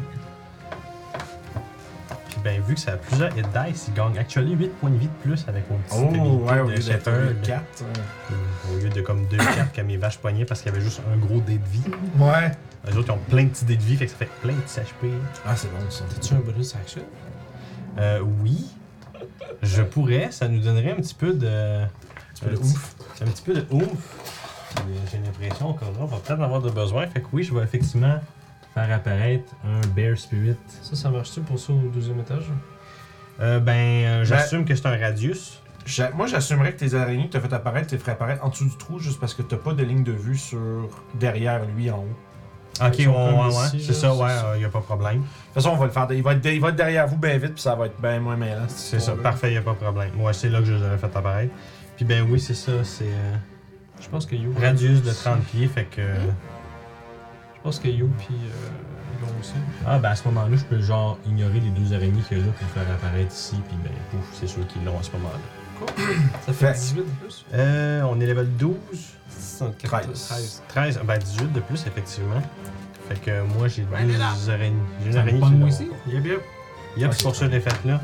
[SPEAKER 6] Puis ben, vu que ça a plusieurs hit dice, il gagne actually 8 points de vie de plus avec mon
[SPEAKER 1] Oh,
[SPEAKER 6] petit ability de
[SPEAKER 1] ben,
[SPEAKER 6] Shepherd.
[SPEAKER 1] 4.
[SPEAKER 6] Euh, Au lieu de comme 2 cartes comme mes vaches poignées parce qu'il y avait juste un gros dé de vie.
[SPEAKER 1] Ouais.
[SPEAKER 6] Les autres ils ont plein de petits dés de vie, fait que ça fait plein de petits HP.
[SPEAKER 1] Ah, c'est bon ça.
[SPEAKER 2] T'as-tu un bonus action?
[SPEAKER 6] Euh, oui, je pourrais, ça nous donnerait un petit peu de. Un petit
[SPEAKER 1] peu de
[SPEAKER 6] ouf. Un petit peu de ouf. Puis, euh, J'ai l'impression qu'on va peut-être en avoir de besoin. Fait que oui, je vais effectivement faire apparaître un Bear Spirit.
[SPEAKER 2] Ça, ça marche-tu pour ça au deuxième étage?
[SPEAKER 6] Euh, ben, euh, j'assume que c'est un radius.
[SPEAKER 1] J'a- Moi, j'assumerais que tes araignées que t'as fait apparaître, t'es fait apparaître en dessous du trou juste parce que t'as pas de ligne de vue sur derrière lui en haut. De
[SPEAKER 6] Ok,
[SPEAKER 2] Ils sont
[SPEAKER 6] ouais,
[SPEAKER 2] comme
[SPEAKER 6] ouais,
[SPEAKER 2] ici,
[SPEAKER 6] ouais.
[SPEAKER 2] là,
[SPEAKER 6] C'est ça,
[SPEAKER 2] c'est
[SPEAKER 6] ouais,
[SPEAKER 2] ça.
[SPEAKER 6] il n'y a pas de problème.
[SPEAKER 1] toute façon, on va le faire. Il va être, il va être derrière vous bien vite, puis ça va être bien moins mêlant. cette
[SPEAKER 6] C'est ça,
[SPEAKER 1] histoire-là.
[SPEAKER 6] parfait, il n'y a pas de problème. Moi, c'est là que je les aurais fait apparaître. Puis ben oui, c'est ça, c'est euh,
[SPEAKER 2] Je pense que You.
[SPEAKER 6] radius de 30 pieds, fait que...
[SPEAKER 2] Je pense que You puis euh, Gon aussi.
[SPEAKER 6] Ah ben à ce moment-là, je peux genre ignorer les deux araignées qu'il y a là, puis les faire apparaître ici, puis ben pouf, c'est sûr qu'ils l'ont à ce moment-là.
[SPEAKER 2] Ça fait
[SPEAKER 1] Fait-
[SPEAKER 2] 18 de plus?
[SPEAKER 6] Euh, on est level 12,
[SPEAKER 1] 13.
[SPEAKER 2] 13.
[SPEAKER 6] 13, ah, ben 18 de plus, effectivement. Fait que moi, j'ai
[SPEAKER 3] Ben, là.
[SPEAKER 6] deux araignées. J'ai une
[SPEAKER 4] Ça me
[SPEAKER 6] araignée
[SPEAKER 4] pogne,
[SPEAKER 6] qui
[SPEAKER 4] moi
[SPEAKER 6] l'ont.
[SPEAKER 4] aussi? hein.
[SPEAKER 6] Yep, yep. Yep,
[SPEAKER 1] Ok,
[SPEAKER 6] c'est pour ça
[SPEAKER 1] très
[SPEAKER 6] que je l'ai faite là.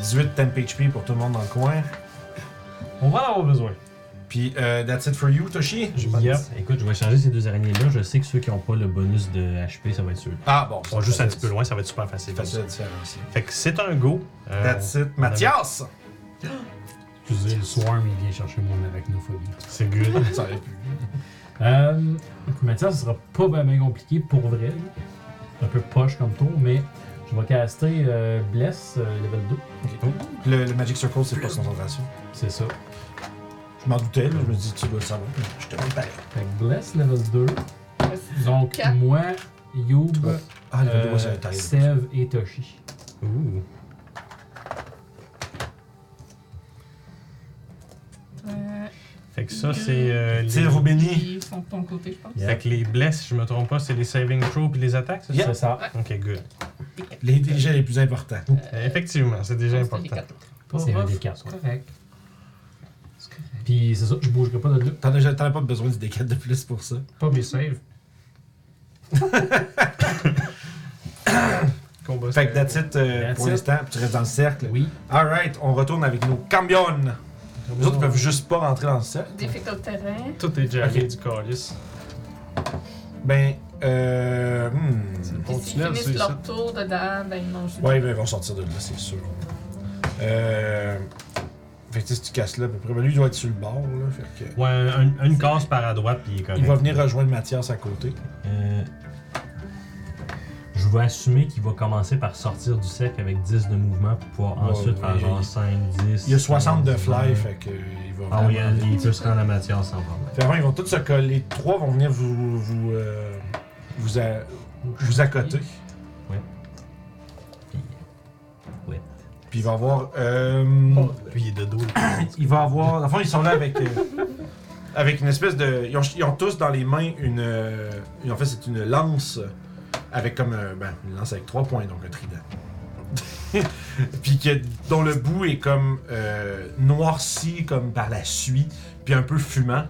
[SPEAKER 1] 18 temp HP pour tout le monde dans le coin.
[SPEAKER 2] On va en avoir besoin.
[SPEAKER 1] Puis, euh, that's it for you, Toshi.
[SPEAKER 6] Yep. Écoute, je vais changer ces deux araignées-là. Je sais que ceux qui n'ont pas le bonus de HP, ça va être sûr.
[SPEAKER 1] Ah bon,
[SPEAKER 6] Bon, juste un petit peu loin, ça va être super facile.
[SPEAKER 1] C'est facile à différencier.
[SPEAKER 6] Fait que c'est un go. Euh,
[SPEAKER 1] That's it. Mathias!
[SPEAKER 4] Excusez, le swarm, il vient chercher mon arachnophobie.
[SPEAKER 6] C'est good.
[SPEAKER 1] Ça aurait pu.
[SPEAKER 4] Euh, Mathias, ce sera pas vraiment compliqué pour vrai. Un peu poche comme tour, mais je vais caster euh, Bless, euh, level 2.
[SPEAKER 6] Oh.
[SPEAKER 1] Le, le Magic Circle, c'est pas concentration.
[SPEAKER 4] C'est ça.
[SPEAKER 1] Je m'en doutais, là, je me dis, tu dois le savoir. Je te montre pareil.
[SPEAKER 4] Fait que Bless, level 2. Donc,
[SPEAKER 3] Quatre.
[SPEAKER 4] moi, Youb,
[SPEAKER 1] Trois. Ah, le
[SPEAKER 4] euh,
[SPEAKER 1] vidéo, c'est un taille.
[SPEAKER 4] Sev et Toshi.
[SPEAKER 6] Ouh.
[SPEAKER 3] Euh,
[SPEAKER 6] Fait que ça, c'est. euh, les-
[SPEAKER 1] Tire au béni.
[SPEAKER 3] ils sont de ton côté, je pense.
[SPEAKER 6] Fait que les blesses, si je me trompe pas, c'est les saving throws puis les attaques, c'est
[SPEAKER 1] Yeah.
[SPEAKER 4] C'est ça.
[SPEAKER 6] ça? Ok, good.
[SPEAKER 1] Les dégâts les plus importants.
[SPEAKER 6] Euh, Effectivement, c'est déjà
[SPEAKER 3] C'était les
[SPEAKER 6] important.
[SPEAKER 3] quatre.
[SPEAKER 4] C'est un
[SPEAKER 2] rough.
[SPEAKER 4] des quatre. ouais.
[SPEAKER 3] Correct.
[SPEAKER 4] Puis c'est ça, je bougerai pas de là.
[SPEAKER 1] T'en as, t'en as pas besoin du D4 de plus pour ça.
[SPEAKER 2] Pas mes saves. Combat
[SPEAKER 1] Fait que that's it euh,
[SPEAKER 4] That's
[SPEAKER 1] pour
[SPEAKER 4] it.
[SPEAKER 1] l'instant, puis tu restes dans le cercle.
[SPEAKER 4] Oui.
[SPEAKER 1] Alright, on retourne avec nos cambions. Les autres ils peuvent juste pas rentrer dans le cercle.
[SPEAKER 3] Difficult terrain.
[SPEAKER 2] Tout est jammé
[SPEAKER 1] Ok.
[SPEAKER 2] du calice.
[SPEAKER 1] Ben, euh. hmm.
[SPEAKER 3] Puis
[SPEAKER 2] Bon
[SPEAKER 3] s'ils
[SPEAKER 2] tunnel,
[SPEAKER 3] finissent
[SPEAKER 2] c'est ça.
[SPEAKER 3] leur tour dedans, ben ils mangent.
[SPEAKER 1] Ouais, ben, ils vont sortir de là, c'est sûr. Euh. Fait que tu sais, si tu casses là à peu près, ben lui il doit être sur le bord, là. Fait que.
[SPEAKER 6] Ouais, un- une case par à droite, puis il est correct.
[SPEAKER 1] Il va venir rejoindre Mathias à côté.
[SPEAKER 6] Euh, Je vais assumer qu'il va commencer par sortir du cercle avec 10 de mouvement pour pouvoir
[SPEAKER 1] Ouais,
[SPEAKER 6] ensuite
[SPEAKER 1] ouais,
[SPEAKER 6] faire genre
[SPEAKER 1] il-
[SPEAKER 6] 5, 10.
[SPEAKER 1] Il y a 60 de
[SPEAKER 6] 15,
[SPEAKER 1] fly,
[SPEAKER 6] 20.
[SPEAKER 1] fait que euh, il va
[SPEAKER 6] Ah oui,
[SPEAKER 4] hein.
[SPEAKER 1] vraiment vite.
[SPEAKER 6] il peut se rendre à Mathias sans problème.
[SPEAKER 1] Fait vraiment, ils vont tous se coller. Les trois vont venir vous. vous. euh, vous, a- vous accoter.
[SPEAKER 6] Ouais.
[SPEAKER 1] Puis il va avoir. euh,
[SPEAKER 5] Oh,
[SPEAKER 6] Puis il est de dos.
[SPEAKER 1] il va avoir. Dans le fond, ils sont là avec. euh, avec une espèce de. Ils ont, ils ont tous dans les mains une. euh, en fait, c'est une lance. Avec comme. un- ben, une lance avec trois points, donc un trident. puis que, dont le bout est comme euh, noirci comme par la suie, puis un peu fumant.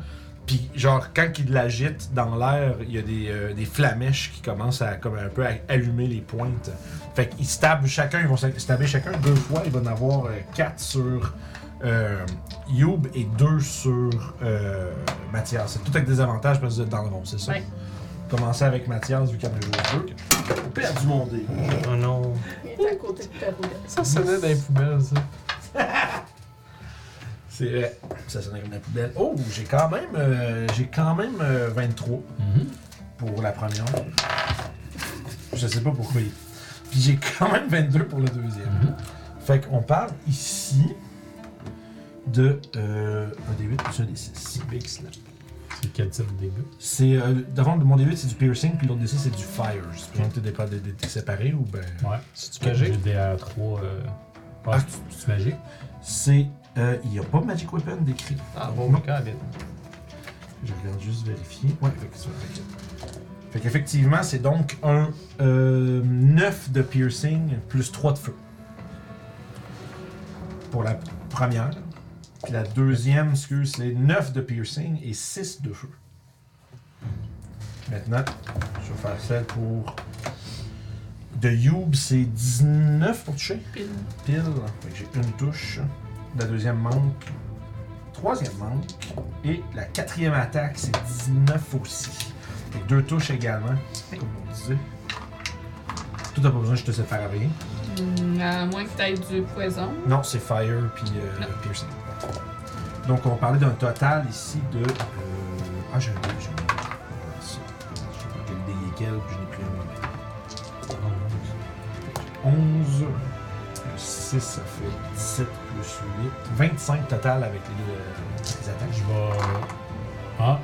[SPEAKER 1] Puis genre quand il l'agite dans l'air, il y a des, euh, des flamèches qui commencent à comme un peu à allumer les pointes. Fait qu'ils se tapent chacun, ils vont se se taper chacun deux fois, il va en avoir euh, quatre sur euh, Youb et deux sur euh, Mathias. C'est tout avec des avantages parce que vous êtes dans le rond, c'est ça?
[SPEAKER 3] Ouais.
[SPEAKER 1] Commencez avec Mathias vu qu'il en a joué deux. Perdu mon dé.
[SPEAKER 5] Oh non.
[SPEAKER 3] Il est à côté de ta roulette.
[SPEAKER 5] Ça sonnait dans les poubelles, ça.
[SPEAKER 1] C'est vrai. Ça sonnait comme la poubelle. Oh, j'ai quand même, euh, j'ai quand même euh, 23
[SPEAKER 4] Mhm.
[SPEAKER 1] pour la première. Je sais pas pourquoi. il- Puis j'ai quand même 22 pour le deuxième.
[SPEAKER 5] Mhm.
[SPEAKER 1] Fait qu'on parle ici de euh, un D8 plus un D6.
[SPEAKER 5] Big slap.
[SPEAKER 4] C'est quel type de dégâts?
[SPEAKER 1] C'est, euh, d'avant, mon D8 c'est du piercing, puis l'autre D6 c'est du fire. Je suppose que t'es pas de, de, t'es séparé ou ben.
[SPEAKER 4] Ouais.
[SPEAKER 5] C'est-tu magique?
[SPEAKER 4] J'ai des DR3. Euh...
[SPEAKER 1] Ah.
[SPEAKER 4] Ah, c'est c'est magique.
[SPEAKER 1] C'est. euh, Il y a pas Magic Weapon décrit.
[SPEAKER 5] Ah bon, mais quand même.
[SPEAKER 1] Je regarde juste vérifier. Ouais, fait que ça, fait que- fait qu'effectivement, c'est donc un euh, 9 de piercing plus 3 de feu. Pour la première. Puis la deuxième, excuse, c'est 9 de piercing et 6 de feu. Maintenant, je vais faire celle pour. De Youb, c'est 19 pour toucher.
[SPEAKER 3] Pile.
[SPEAKER 1] Pile. Fait que j'ai une touche. La deuxième manque. Troisième manque. Et la quatrième attaque, c'est 19 aussi. Fait que deux touches également, comme on disait. Tout t'as pas besoin que je te sépare à rien.
[SPEAKER 3] Hmm, à moins que tu aies du poison.
[SPEAKER 1] Non, c'est fire puis euh,
[SPEAKER 3] Non.
[SPEAKER 1] piercing. Donc on parlait d'un total ici de. euh, Ah, j'ai un dé, j'ai un dé. Voilà, ça. Je sais pas quel dé il est quel, puis je n'ai plus un. 11. 6, ça fait 17 plus 8. 25 total avec les, euh, les attaques.
[SPEAKER 4] Je vais. Ah!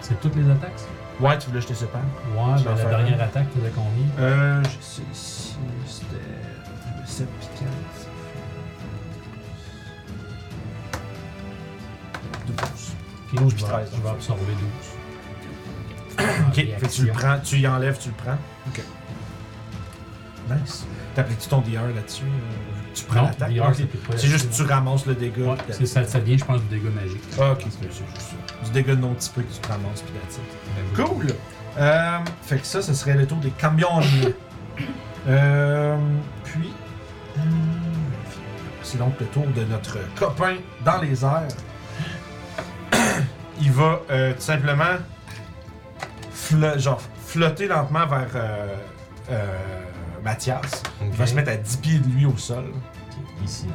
[SPEAKER 4] C'est toutes les attaques? ça?
[SPEAKER 1] Ouais, tu voulais que je te sépare?
[SPEAKER 4] Ouais,
[SPEAKER 1] Je vais
[SPEAKER 4] ben, la
[SPEAKER 1] faire
[SPEAKER 4] dernière attaque, tu l'as combien?
[SPEAKER 1] Euh, je sais ici, c'était 7 12.
[SPEAKER 4] Puis
[SPEAKER 1] Douze
[SPEAKER 4] je
[SPEAKER 1] puis
[SPEAKER 4] vais,
[SPEAKER 1] treize,
[SPEAKER 4] je vais
[SPEAKER 1] donc.
[SPEAKER 4] absorber Ah, 12.
[SPEAKER 1] Ok, fait que tu le prends, tu y enlèves, tu le prends. Ok. Nice. T'appliques-tu ton DR là-dessus? euh, tu prends
[SPEAKER 4] Non,
[SPEAKER 1] l'attaque?
[SPEAKER 4] DR,
[SPEAKER 1] Ah, ok.
[SPEAKER 4] c'est plus près.
[SPEAKER 1] C'est juste que tu ramasses le dégât.
[SPEAKER 4] Ouais,
[SPEAKER 1] puis
[SPEAKER 4] c'est ça, ça vient, je pense, du dégât magique.
[SPEAKER 1] Ah, ok, c'est juste ça. Du dégât non petit peu que tu te ramasses, puis that's it.
[SPEAKER 4] Cool!
[SPEAKER 1] Cool! Euh, fait que ça, ce serait le tour des camions. euh, puis. euh, C'est donc le tour de notre copain dans les airs. Il va euh, tout simplement flo- genre, flotter lentement vers euh, euh, Mathias. Il va se mettre à 10 pieds de lui au sol.
[SPEAKER 6] Ici, là.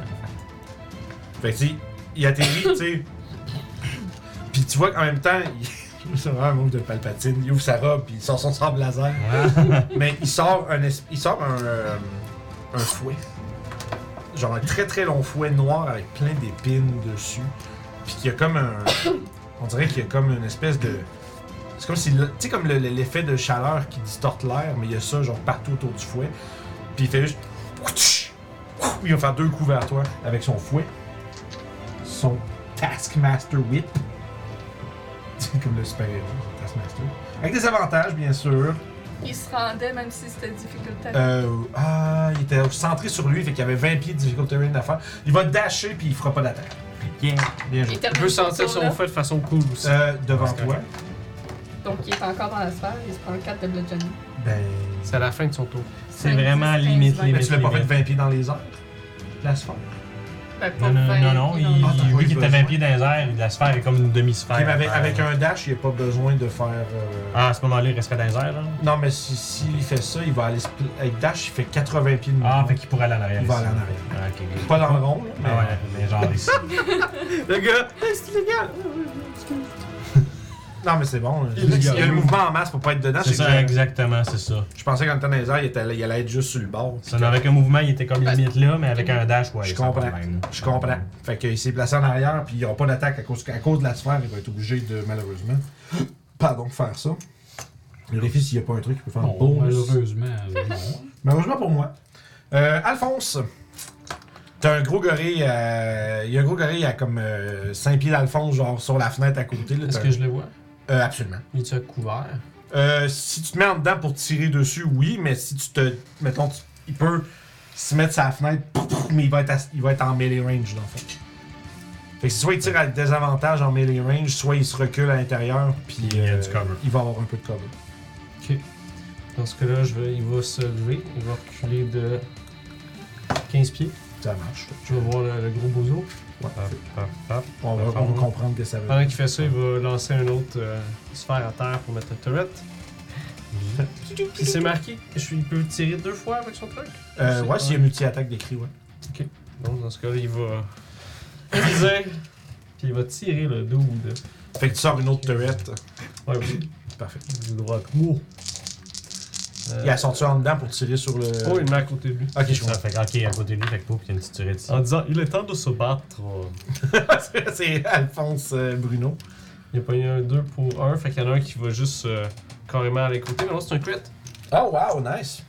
[SPEAKER 1] Fait que, tu sais, il atterrit, tu sais. Puis tu vois qu'en même temps, il... c'est vraiment un move de Palpatine. Il ouvre sa robe, puis il sort son sable laser. Mais il sort un, es- il sort un, euh, un fouet. Genre un très très long fouet noir avec plein d'épines dessus. Puis qu'il y a comme un. On dirait qu'il y a comme une espèce de. C'est comme si. le- Tu sais, comme le- le- l'effet de chaleur qui distorte l'air, mais il y a ça genre partout autour du fouet. Puis il fait juste. Il va faire deux coups vers toi avec son fouet. Son Taskmaster Whip. C'est comme le super-héros, son Taskmaster. Avec des avantages, bien sûr.
[SPEAKER 3] Il se rendait même si c'était difficulté.
[SPEAKER 1] Euh, ah, il était centré sur lui, fait qu'il y avait 20 pieds de difficulté rien à faire. Il va dasher, puis il fera pas d'attaque. Yeah, bien joué.
[SPEAKER 3] il termine
[SPEAKER 5] Je veux
[SPEAKER 3] ce
[SPEAKER 5] sentir son
[SPEAKER 3] tour-là.
[SPEAKER 5] fait de façon cool aussi.
[SPEAKER 1] Euh, devant
[SPEAKER 5] C'est
[SPEAKER 1] toi,
[SPEAKER 3] Donc il est encore dans la sphère, il se prend 4 de bludgeoning.
[SPEAKER 1] ben.
[SPEAKER 5] C'est à la fin de son tour.
[SPEAKER 6] C'est
[SPEAKER 3] Cinq,
[SPEAKER 6] vraiment
[SPEAKER 3] dix, quinze,
[SPEAKER 6] limite,
[SPEAKER 3] vingt.
[SPEAKER 1] Mais
[SPEAKER 6] limite.
[SPEAKER 1] tu l'as pas fait 20 pieds dans les airs, la sphère.
[SPEAKER 3] Ben, pas
[SPEAKER 6] Non, non, non,
[SPEAKER 3] vingt,
[SPEAKER 6] non, non,
[SPEAKER 3] puis
[SPEAKER 6] il,
[SPEAKER 3] dans-
[SPEAKER 1] Ah, t'as
[SPEAKER 6] il-
[SPEAKER 1] pas
[SPEAKER 6] oui,
[SPEAKER 1] eu
[SPEAKER 6] il était
[SPEAKER 1] besoin.
[SPEAKER 6] 20 pieds dans les airs, la sphère est comme une demi-sphère.
[SPEAKER 1] Ok, mais avec,
[SPEAKER 6] Euh,
[SPEAKER 1] avec un dash, il n'y a pas besoin de faire. euh,
[SPEAKER 6] Ah, à ce moment-là, il resterait dans les airs, là.
[SPEAKER 1] Non, mais s'il si, s'il fait ça, il va aller. spl- Avec dash, il fait 80 pieds de mouvement.
[SPEAKER 6] Ah, fait qu'il pourrait aller en arrière.
[SPEAKER 1] Il va
[SPEAKER 6] ici.
[SPEAKER 1] aller en arrière.
[SPEAKER 6] Ah, ok, ok.
[SPEAKER 1] Pas dans le rond, là, mais.
[SPEAKER 6] Ah ouais, mais genre ici.
[SPEAKER 5] Le gars!
[SPEAKER 1] Non, mais c'est bon.
[SPEAKER 5] Il est
[SPEAKER 1] Il y a le
[SPEAKER 5] légal.
[SPEAKER 1] mouvement en masse pour pas être dedans.
[SPEAKER 6] c'est
[SPEAKER 1] c'est
[SPEAKER 6] ça,
[SPEAKER 1] correct.
[SPEAKER 6] exactement, c'est ça.
[SPEAKER 1] Je pensais qu'en étant dans les airs, il, était, il allait être juste sur le bord. puis
[SPEAKER 6] Ça,
[SPEAKER 1] que-
[SPEAKER 6] avec un mouvement, il était comme limite là, mais avec un dash, ouais.
[SPEAKER 1] Je
[SPEAKER 6] c'est pas
[SPEAKER 1] comprends.
[SPEAKER 6] le même.
[SPEAKER 1] Je comprends. Fait qu'il s'est placé en arrière, puis il n'y aura pas d'attaque à cause, à cause de la sphère. Il va être obligé de, malheureusement, pardon, faire ça. Vérifie s'il n'y a pas un truc qui peut faire un
[SPEAKER 4] Bon,
[SPEAKER 1] bonus.
[SPEAKER 4] malheureusement, euh, non.
[SPEAKER 1] Malheureusement pour moi. Euh, Alphonse, t'as un gros gorille à... Il y a un gros gorille à comme 5 pieds d'Alphonse, genre sur la fenêtre à côté. là.
[SPEAKER 5] Est-ce
[SPEAKER 1] T'as-
[SPEAKER 5] que je le vois?
[SPEAKER 1] Euh, absolument.
[SPEAKER 5] Il est couvert?
[SPEAKER 1] Euh, si tu te mets en dedans pour tirer dessus, oui, mais si tu te. Mettons, tu- il peut se mettre sa fenêtre, pouf, pouf, mais il va, être à- il va être en melee range, dans le fond. Fait que soit il tire à désavantage en melee range, soit il se recule à l'intérieur, puis
[SPEAKER 6] Il y a
[SPEAKER 1] euh,
[SPEAKER 6] du cover.
[SPEAKER 1] il va avoir un peu de cover.
[SPEAKER 5] Dans ce cas-là, je vais, il va se lever, il va reculer de 15 pieds.
[SPEAKER 1] Ça marche.
[SPEAKER 5] Je vais voir le, le gros bozo.
[SPEAKER 1] Ouais.
[SPEAKER 6] Ah.
[SPEAKER 5] Paf, paf, paf.
[SPEAKER 1] On va, on va comprendre que ça veut
[SPEAKER 5] Pendant
[SPEAKER 1] dire.
[SPEAKER 5] qu'il fait ça, il va lancer un autre euh, sphère à terre pour mettre le turret. Puis c'est marqué, je peux tirer deux fois avec son truc.
[SPEAKER 1] Euh, ouais, s'il y a multi-attaque d'écrit, ouais.
[SPEAKER 5] Donc dans ce cas-là, il va viser, puis il va tirer le dude.
[SPEAKER 1] Fait que tu sors une autre turret.
[SPEAKER 5] Euh. Ouais, oui,
[SPEAKER 1] Parfait.
[SPEAKER 5] du droit. Wow. Euh,
[SPEAKER 1] Il a sorti en dedans pour tirer sur le.
[SPEAKER 5] Oh, il met à côté de lui.
[SPEAKER 1] Ok, je
[SPEAKER 6] Ça fait que, ok, à côté de lui, fait que toi, puis il y a une petite turette ici.
[SPEAKER 5] En disant, il est temps de se battre.
[SPEAKER 1] comprends. C'est Alphonse euh, Bruno.
[SPEAKER 5] Il a pas eu un 2 pour 1, fait qu'il y en a un qui va juste euh, carrément aller côté. Mais non, c'est un crit.
[SPEAKER 1] Oh, wow, nice.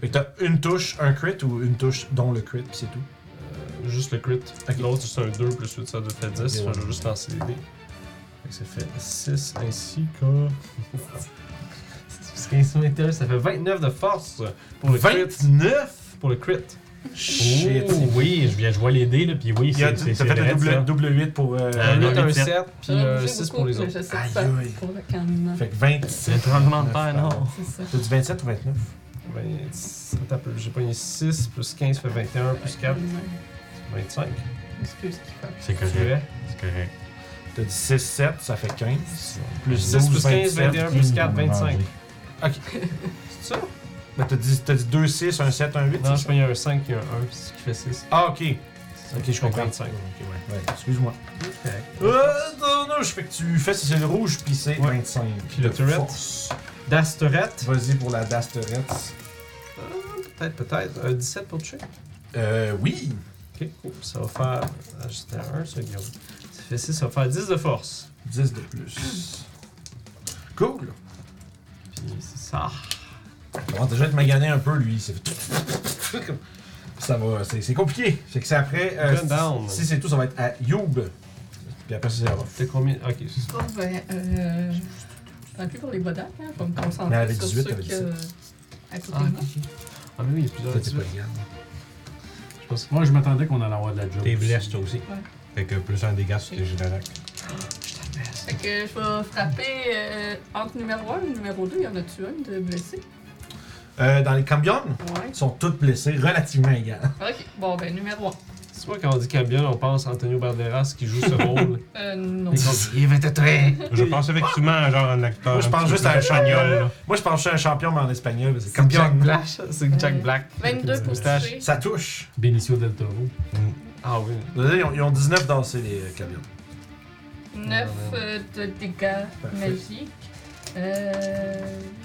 [SPEAKER 1] Fait que t'as une touche, un crit ou une touche dont le crit, puis c'est tout.
[SPEAKER 5] Euh, juste le crit.
[SPEAKER 1] Ok.
[SPEAKER 5] L'autre, c'est un 2 plus 8, ça doit faire 10.
[SPEAKER 1] Ok, ouais.
[SPEAKER 5] Fait que je vais juste lancer les dés. Fait que ça fait 6 ainsi que. Parce que ça m'intéresse, ça fait 29 de force pour le crit.
[SPEAKER 1] 29
[SPEAKER 5] Pour le crit. Oh!
[SPEAKER 1] Shit.
[SPEAKER 6] Ouh, oui, je viens jouer les dés, là, puis Oh, oui,
[SPEAKER 1] Il y a-
[SPEAKER 6] c'est
[SPEAKER 1] T'as fait
[SPEAKER 6] c'est- c'est
[SPEAKER 1] le
[SPEAKER 6] raide,
[SPEAKER 1] double,
[SPEAKER 6] ça.
[SPEAKER 1] double 8 pour. euh,
[SPEAKER 6] Euh,
[SPEAKER 5] Un
[SPEAKER 6] non,
[SPEAKER 5] 8, un
[SPEAKER 6] huit, sept.
[SPEAKER 5] 7, puis
[SPEAKER 3] J'aurais
[SPEAKER 5] 6
[SPEAKER 3] Ah, beaucoup,
[SPEAKER 5] euh, pour les
[SPEAKER 3] mais
[SPEAKER 5] autres.
[SPEAKER 3] Je sais
[SPEAKER 1] Aïe,
[SPEAKER 3] pas
[SPEAKER 1] aïe.
[SPEAKER 3] pour le calmement.
[SPEAKER 1] Fait que 27.
[SPEAKER 6] C'est un tremblement de terre,
[SPEAKER 1] 29,
[SPEAKER 6] non.
[SPEAKER 1] pardon.
[SPEAKER 3] C'est ça.
[SPEAKER 1] T'as dit 27 ou 29
[SPEAKER 5] Ben, attends un peu, j'ai pogné 6 plus 15 fait 21 plus 4, 25.
[SPEAKER 3] Excuse qui fait.
[SPEAKER 6] C'est
[SPEAKER 5] C'est
[SPEAKER 6] correct.
[SPEAKER 5] vrai.
[SPEAKER 6] C'est correct.
[SPEAKER 1] T'as dit 6, 7, ça fait 15. Plus
[SPEAKER 5] 6 plus 15, 21 plus 4, 25. C'est ça?
[SPEAKER 1] Ben, t'as dit, t'as dit 2, 6, 1, 7, 1, 8.
[SPEAKER 5] Non, j'ai pogné un 5 et un 1, c'est ce qui fait 6.
[SPEAKER 1] Ah, ok.
[SPEAKER 5] Ok, je comprends. 25.
[SPEAKER 1] Ok, ouais. ouais. Excuse-moi. Euh, non, non, je fais que tu fais, c'est le rouge, puis c'est
[SPEAKER 5] Ouais.
[SPEAKER 1] 25.
[SPEAKER 5] Puis le
[SPEAKER 1] De
[SPEAKER 5] turret.
[SPEAKER 1] force.
[SPEAKER 5] Dasterette.
[SPEAKER 1] Vas-y pour la Dasterette.
[SPEAKER 5] Peut-être, peut-être. Un 17 pour toucher.
[SPEAKER 1] Euh, oui.
[SPEAKER 5] Ok, cool. Ça va faire. Ah, j'étais à 1, ça, Guillaume. Ça fait 6, ça va faire 10 de force.
[SPEAKER 1] 10 de plus. Cool.
[SPEAKER 5] Puis c'est ça.
[SPEAKER 1] Il commence déjà à te maganer un peu, lui. Il s'est fait comme- Ça va, c'est c'est compliqué. C'est que c'est après. euh,
[SPEAKER 5] Gun down.
[SPEAKER 1] si c'est tout, ça va être à Youb. Puis après, c'est Zara.
[SPEAKER 5] T'as combien Ok, c'est ça.
[SPEAKER 3] Bon, ben, euh. Tant pis pour les bodacs, hein. Je vais me concentrer
[SPEAKER 1] Mais elle avait
[SPEAKER 3] sur
[SPEAKER 1] 18,
[SPEAKER 3] ceux
[SPEAKER 1] elle
[SPEAKER 3] que.
[SPEAKER 1] avait
[SPEAKER 3] à côté
[SPEAKER 5] Ah,
[SPEAKER 3] de moi.
[SPEAKER 5] ok. Ah, mais oui, il y a plusieurs.
[SPEAKER 1] Toi, t'es pas
[SPEAKER 5] dix.
[SPEAKER 1] égal.
[SPEAKER 5] Je pense que
[SPEAKER 4] Moi, je m'attendais qu'on allait avoir de la job.
[SPEAKER 6] T'es blessé, toi aussi. Fait que plus un dégât sur tes jets d'attaque.
[SPEAKER 3] Fait que je vais frapper euh, entre numéro 1 et numéro 2. Il y en a-tu un de blessé?
[SPEAKER 1] Euh, dans les cambions,
[SPEAKER 3] Ouais.
[SPEAKER 1] ils sont toutes blessés, relativement égales.
[SPEAKER 3] Ok, bon, ben, numéro 1.
[SPEAKER 5] c'est pas quand on dit Cabion, on pense à Antonio Banderas qui joue ce rôle.
[SPEAKER 3] Euh, non.
[SPEAKER 1] Il va te tuer.
[SPEAKER 6] Je pense effectivement à genre un acteur.
[SPEAKER 1] Moi, je
[SPEAKER 6] un
[SPEAKER 1] pense
[SPEAKER 6] petit
[SPEAKER 1] juste
[SPEAKER 6] peu
[SPEAKER 1] à un
[SPEAKER 6] plus
[SPEAKER 1] chagnol.
[SPEAKER 6] là.
[SPEAKER 1] Moi, je pense que je suis un champion, mais en espagnol, c'est
[SPEAKER 5] C'est Jack
[SPEAKER 1] campion.
[SPEAKER 5] Black. C'est Jack Black.
[SPEAKER 3] 22 pour
[SPEAKER 5] Moustache.
[SPEAKER 3] toucher.
[SPEAKER 1] Ça touche.
[SPEAKER 4] Benicio del Toro.
[SPEAKER 5] Ah oui.
[SPEAKER 1] Là, Ils ont, ils ont 19 dans ces les euh, campions.
[SPEAKER 3] 9 euh, de dégâts
[SPEAKER 1] Ah, Parfait.
[SPEAKER 3] magiques. Euh.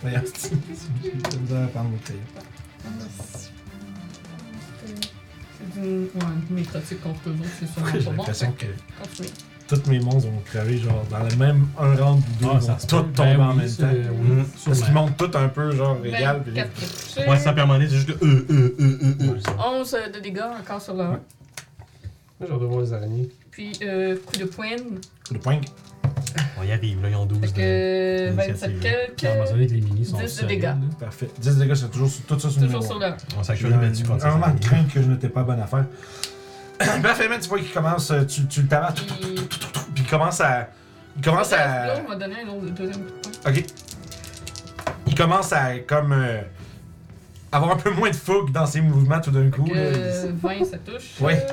[SPEAKER 1] Voyons, c'est- j'ai de la misère à prendre mon cahier.
[SPEAKER 3] C'est une. Ouais, mes critiques contre eux autres, c'est sûrement
[SPEAKER 1] J'ai
[SPEAKER 3] pas bon.
[SPEAKER 1] l'impression que
[SPEAKER 3] Continuez.
[SPEAKER 1] toutes mes monstres vont crever, genre, dans le même un round ou deux,
[SPEAKER 4] Ah,
[SPEAKER 1] ils vont
[SPEAKER 4] ça se
[SPEAKER 1] toutes tomber
[SPEAKER 4] peut. Ben
[SPEAKER 1] en
[SPEAKER 4] oui,
[SPEAKER 1] même
[SPEAKER 4] c'est-
[SPEAKER 1] temps.
[SPEAKER 4] oui,
[SPEAKER 1] Parce qu'ils
[SPEAKER 4] sûrement.
[SPEAKER 1] montent toutes un peu, genre,
[SPEAKER 3] Ben,
[SPEAKER 1] égal. Puis...
[SPEAKER 3] 24 pour toucher.
[SPEAKER 6] Ouais, ça permanent, c'est juste le euh, euh, euh, euh, euh.
[SPEAKER 3] 11 de dégâts encore sur le 1.
[SPEAKER 5] Moi, j'adore voir les araignées.
[SPEAKER 3] Puis euh, coup de poing.
[SPEAKER 1] Le point.
[SPEAKER 6] On y arrive, là, ils ont 12
[SPEAKER 3] Fait
[SPEAKER 6] de.
[SPEAKER 3] que
[SPEAKER 6] Initiative.
[SPEAKER 1] euh,
[SPEAKER 3] 27 quelques.
[SPEAKER 4] J'ai mentionné que les minis sont
[SPEAKER 3] 10 de
[SPEAKER 4] solides.
[SPEAKER 3] dégâts.
[SPEAKER 1] Parfait. 10 dégâts, c'est toujours sur- tout ça sur le numéro
[SPEAKER 3] Toujours sur le 1.
[SPEAKER 6] On
[SPEAKER 1] J'ai
[SPEAKER 6] s'actualise
[SPEAKER 1] un,
[SPEAKER 6] là-dessus quand
[SPEAKER 1] un moment de crainte que je n'étais pas bonne à faire. Parfaitement, tu vois qu'il commence, euh, tu, tu le tabases, tout,
[SPEAKER 3] Puis.
[SPEAKER 1] tout, tout, puis il commence à. Il commence
[SPEAKER 3] Là,
[SPEAKER 1] à.
[SPEAKER 3] on m'a donné un autre deuxième coup de poing.
[SPEAKER 1] Ok. Il commence à, comme. euh, avoir un peu moins de fougue dans ses mouvements tout d'un coup.
[SPEAKER 3] Euh, 20, ça touche. Euh,
[SPEAKER 1] Ouais.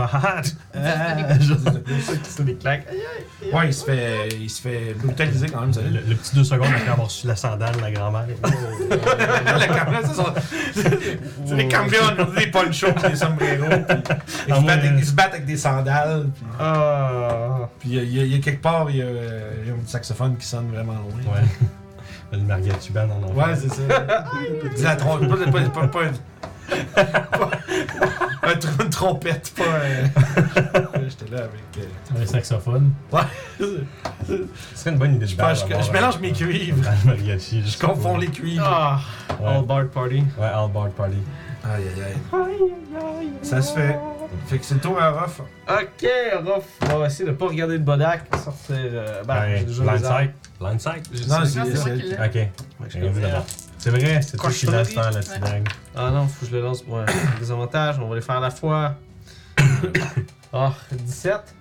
[SPEAKER 3] Ah,
[SPEAKER 6] C'est des claques.
[SPEAKER 1] là. Ouais, il se fait, il se fait brutaliser quand même,
[SPEAKER 4] Euh,
[SPEAKER 1] ça.
[SPEAKER 6] Le, le petit 2 secondes après avoir su la sandale de la grand-mère.
[SPEAKER 1] La caméra, ça, sont- c'est des cambrions, on dit des ponchos, puis des sombreros. puis Ils,
[SPEAKER 6] Ah,
[SPEAKER 1] se battent,
[SPEAKER 6] ouais.
[SPEAKER 1] ils se battent avec des sandales. puis-
[SPEAKER 6] Ah.
[SPEAKER 1] Puis il y a- il y, a- il y a quelque part, il y a, euh, il y a un saxophone qui sonne vraiment loin.
[SPEAKER 6] Ouais. Le Marguerite Tuban en enfer.
[SPEAKER 1] Ouais, c'est ça. Dis la trompette. Pas, pas, pas, pas, pas- un tr- une trompette, pas un- J'étais là avec. euh,
[SPEAKER 4] Un saxophone.
[SPEAKER 6] Ce serait une bonne idée de
[SPEAKER 1] Je,
[SPEAKER 6] bar,
[SPEAKER 1] pense que-
[SPEAKER 6] d'avoir
[SPEAKER 1] je
[SPEAKER 6] un-
[SPEAKER 1] mélange mes cuivres.
[SPEAKER 6] Ah, le mariachi,
[SPEAKER 1] Je
[SPEAKER 6] bah, juste
[SPEAKER 1] confonds
[SPEAKER 6] pour-
[SPEAKER 1] les cuivres.
[SPEAKER 5] Ah!
[SPEAKER 6] Ouais,
[SPEAKER 5] All Bard Party.
[SPEAKER 6] ouais all bar party.
[SPEAKER 1] Aïe aïe aïe. Ça se fait. Fait que c'est le tour à Ruff.
[SPEAKER 5] Ok, Ruff, on va essayer de pas regarder le bodac, sortir. Euh, bah,
[SPEAKER 6] Ouais,
[SPEAKER 5] j'ai déjà les armes.
[SPEAKER 6] Blindside. Blindside.
[SPEAKER 5] J'ai-
[SPEAKER 1] Non,
[SPEAKER 5] c'est-
[SPEAKER 1] c'est-
[SPEAKER 3] c'est moi qui l'ai.
[SPEAKER 6] Ok.
[SPEAKER 5] Ouais, je
[SPEAKER 6] J'ai rien vu
[SPEAKER 5] connais.
[SPEAKER 6] d'abord. C'est vrai, c'est toi qui
[SPEAKER 5] Cochonnerie.
[SPEAKER 6] l'as faire la petite
[SPEAKER 3] Ouais.
[SPEAKER 6] dague.
[SPEAKER 5] Ah non, faut que je le lance. Ouais, des avantages, on va les faire à la fois. Ah, 17.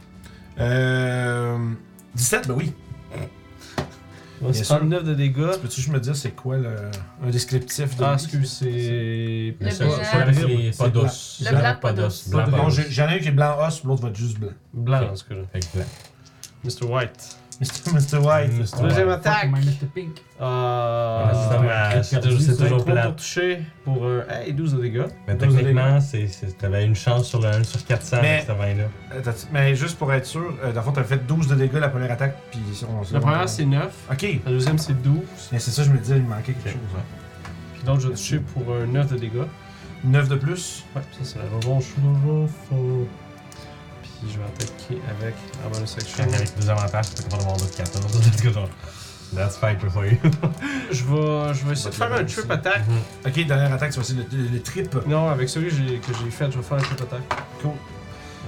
[SPEAKER 1] Euh, 17, ben oui.
[SPEAKER 5] Ouais,
[SPEAKER 1] Bien
[SPEAKER 5] C'est
[SPEAKER 1] sûr.
[SPEAKER 5] 39 de dégâts.
[SPEAKER 1] Peux-tu juste me dire c'est quoi le, un descriptif de.
[SPEAKER 5] Ah, excuse, c'est.
[SPEAKER 3] Le
[SPEAKER 6] ça,
[SPEAKER 3] blanc.
[SPEAKER 6] faut avec les-
[SPEAKER 4] C'est
[SPEAKER 6] pas
[SPEAKER 4] blanc.
[SPEAKER 6] d'os.
[SPEAKER 3] Le
[SPEAKER 6] J'en ai
[SPEAKER 3] blanc,
[SPEAKER 6] pas
[SPEAKER 3] pas
[SPEAKER 6] d'os.
[SPEAKER 3] d'os.
[SPEAKER 6] Blanc, pas
[SPEAKER 1] Non,
[SPEAKER 6] d'os.
[SPEAKER 1] j'ai- j'en ai un qui est blanc os, l'autre va être juste blanc.
[SPEAKER 5] Blanc, en ce cas-là.
[SPEAKER 6] Fait que blanc.
[SPEAKER 5] Mr. White.
[SPEAKER 1] Mr. White.
[SPEAKER 6] Mr.
[SPEAKER 5] Deuxième
[SPEAKER 6] Ouais.
[SPEAKER 5] attaque.
[SPEAKER 4] Mr. Pink.
[SPEAKER 6] Ah, c'est
[SPEAKER 5] Ah.
[SPEAKER 6] dommage, c'est toujours- c'est toujours
[SPEAKER 5] plat.
[SPEAKER 6] plate.
[SPEAKER 5] touché pour un. Hey, 12 de dégâts.
[SPEAKER 6] Mais
[SPEAKER 1] Douze
[SPEAKER 6] techniquement, c'est- c'est- t'avais une chance sur le 1 sur 400
[SPEAKER 1] Mais-
[SPEAKER 6] avec ce vin-là.
[SPEAKER 1] Attends, mais juste pour être sûr, euh, dans le fond, t'as fait 12 de dégâts la première attaque, puis on
[SPEAKER 5] La première, c'est 9.
[SPEAKER 1] Ok,
[SPEAKER 5] La deuxième, c'est 12.
[SPEAKER 1] mais c'est ça, je me disais, il me manquait quelque
[SPEAKER 6] Ok.
[SPEAKER 1] chose. hein. ouais.
[SPEAKER 5] Puis l'autre, je vais toucher pour un 9 de dégâts.
[SPEAKER 1] 9 de plus.
[SPEAKER 5] Ouais, ça c'est la revanche l'enfant. Puis je vais attaquer avec la bonus action.
[SPEAKER 6] Avec deux avantages, t'es capable d'avoir d'autres 14. That's good. That's fighter for you.
[SPEAKER 5] Je vais, je vais essayer de faire un trip attack.
[SPEAKER 1] Ok, dernière attaque, c'est aussi le, le- le trip.
[SPEAKER 5] Non, avec celui que j'ai- que j'ai fait, je vais faire un trip attack.
[SPEAKER 1] Cool.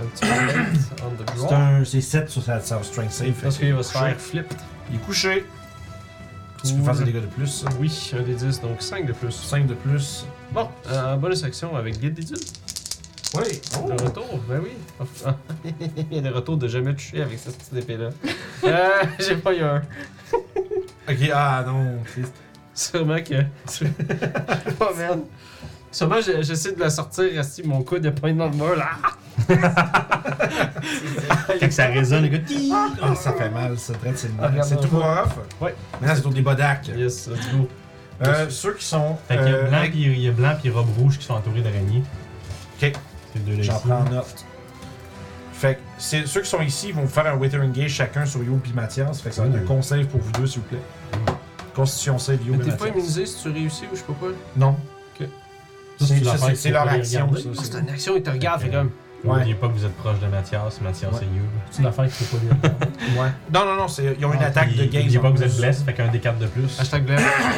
[SPEAKER 5] Un petit peu on the
[SPEAKER 1] C'est
[SPEAKER 5] ground.
[SPEAKER 1] un. C'est 7 sur sa, sa strength save. fait
[SPEAKER 5] Parce qu'il va se
[SPEAKER 1] couché.
[SPEAKER 5] faire flip.
[SPEAKER 1] Il est couché. Tu peux faire des dégâts de plus. ça.
[SPEAKER 5] Oui, un des 10, donc 5 de plus.
[SPEAKER 1] 5 de plus.
[SPEAKER 5] Bon, euh, bonus action avec guide d'études.
[SPEAKER 1] Oui. Oh.
[SPEAKER 5] Le retour, ben oui. Ah, le retour de jamais toucher avec cette petite épée-là. euh, j'ai pas eu un.
[SPEAKER 1] Ok, ah non. triste.
[SPEAKER 5] Sûrement que. oh man. Sûrement, je- j'essaie de la sortir, resti mon coude est pointe dans le mur là.
[SPEAKER 6] Fait que ça résonne, les gars. Tii!
[SPEAKER 1] Ah, ça fait mal, ça. Drette, c'est
[SPEAKER 5] Ah, regarde,
[SPEAKER 1] c'est tout pour off.
[SPEAKER 5] Ouais.
[SPEAKER 1] Maintenant, c'est au débat d'arc.
[SPEAKER 5] Yes, let's go.
[SPEAKER 1] Euh, ceux qui sont.
[SPEAKER 6] Fait qu'il y a
[SPEAKER 1] euh,
[SPEAKER 6] blanc puis il y a blanc puis robe rouge qui sont entourés d'araignées.
[SPEAKER 1] Ok.
[SPEAKER 6] C'est deux là
[SPEAKER 1] J'en
[SPEAKER 6] ici.
[SPEAKER 1] prends note. Fait que c'est- ceux qui sont ici ils vont vous faire un Withering Gauge chacun sur Yo et Mathias. Fait que ça va être un
[SPEAKER 6] Ouh.
[SPEAKER 1] conseil pour vous deux, s'il vous plaît.
[SPEAKER 6] Mm.
[SPEAKER 1] Constitution save, Yo et
[SPEAKER 5] Mais t'es pas
[SPEAKER 1] Mathias.
[SPEAKER 5] immunisé si tu réussis ou je sais pas quoi.
[SPEAKER 1] Non.
[SPEAKER 5] Ok.
[SPEAKER 1] Ça, C'est
[SPEAKER 6] Ça, c'est
[SPEAKER 1] ça,
[SPEAKER 6] l'affaire
[SPEAKER 1] c'est-
[SPEAKER 6] qu'il
[SPEAKER 1] c'est
[SPEAKER 6] faut
[SPEAKER 1] leur
[SPEAKER 6] pas les
[SPEAKER 1] action.
[SPEAKER 6] regarder.
[SPEAKER 1] ça,
[SPEAKER 5] Oh, c'est
[SPEAKER 1] c'est-
[SPEAKER 5] une action, il te regarde, fait
[SPEAKER 6] Ok.
[SPEAKER 5] comme.
[SPEAKER 6] N'oubliez pas que vous êtes proche de Mathias, Mathias
[SPEAKER 1] Ouais.
[SPEAKER 6] et You.
[SPEAKER 4] C'est l'affaire qu'il faut pas dire.
[SPEAKER 1] Ouais. Non, non, non, c'est- ils ont une
[SPEAKER 6] Ah,
[SPEAKER 1] attaque
[SPEAKER 6] puis
[SPEAKER 1] de gaze.
[SPEAKER 6] N'oubliez pas
[SPEAKER 1] en
[SPEAKER 6] que vous
[SPEAKER 1] plus.
[SPEAKER 6] êtes blessé, fait qu'un des quatre de plus.
[SPEAKER 5] Hashtag blême.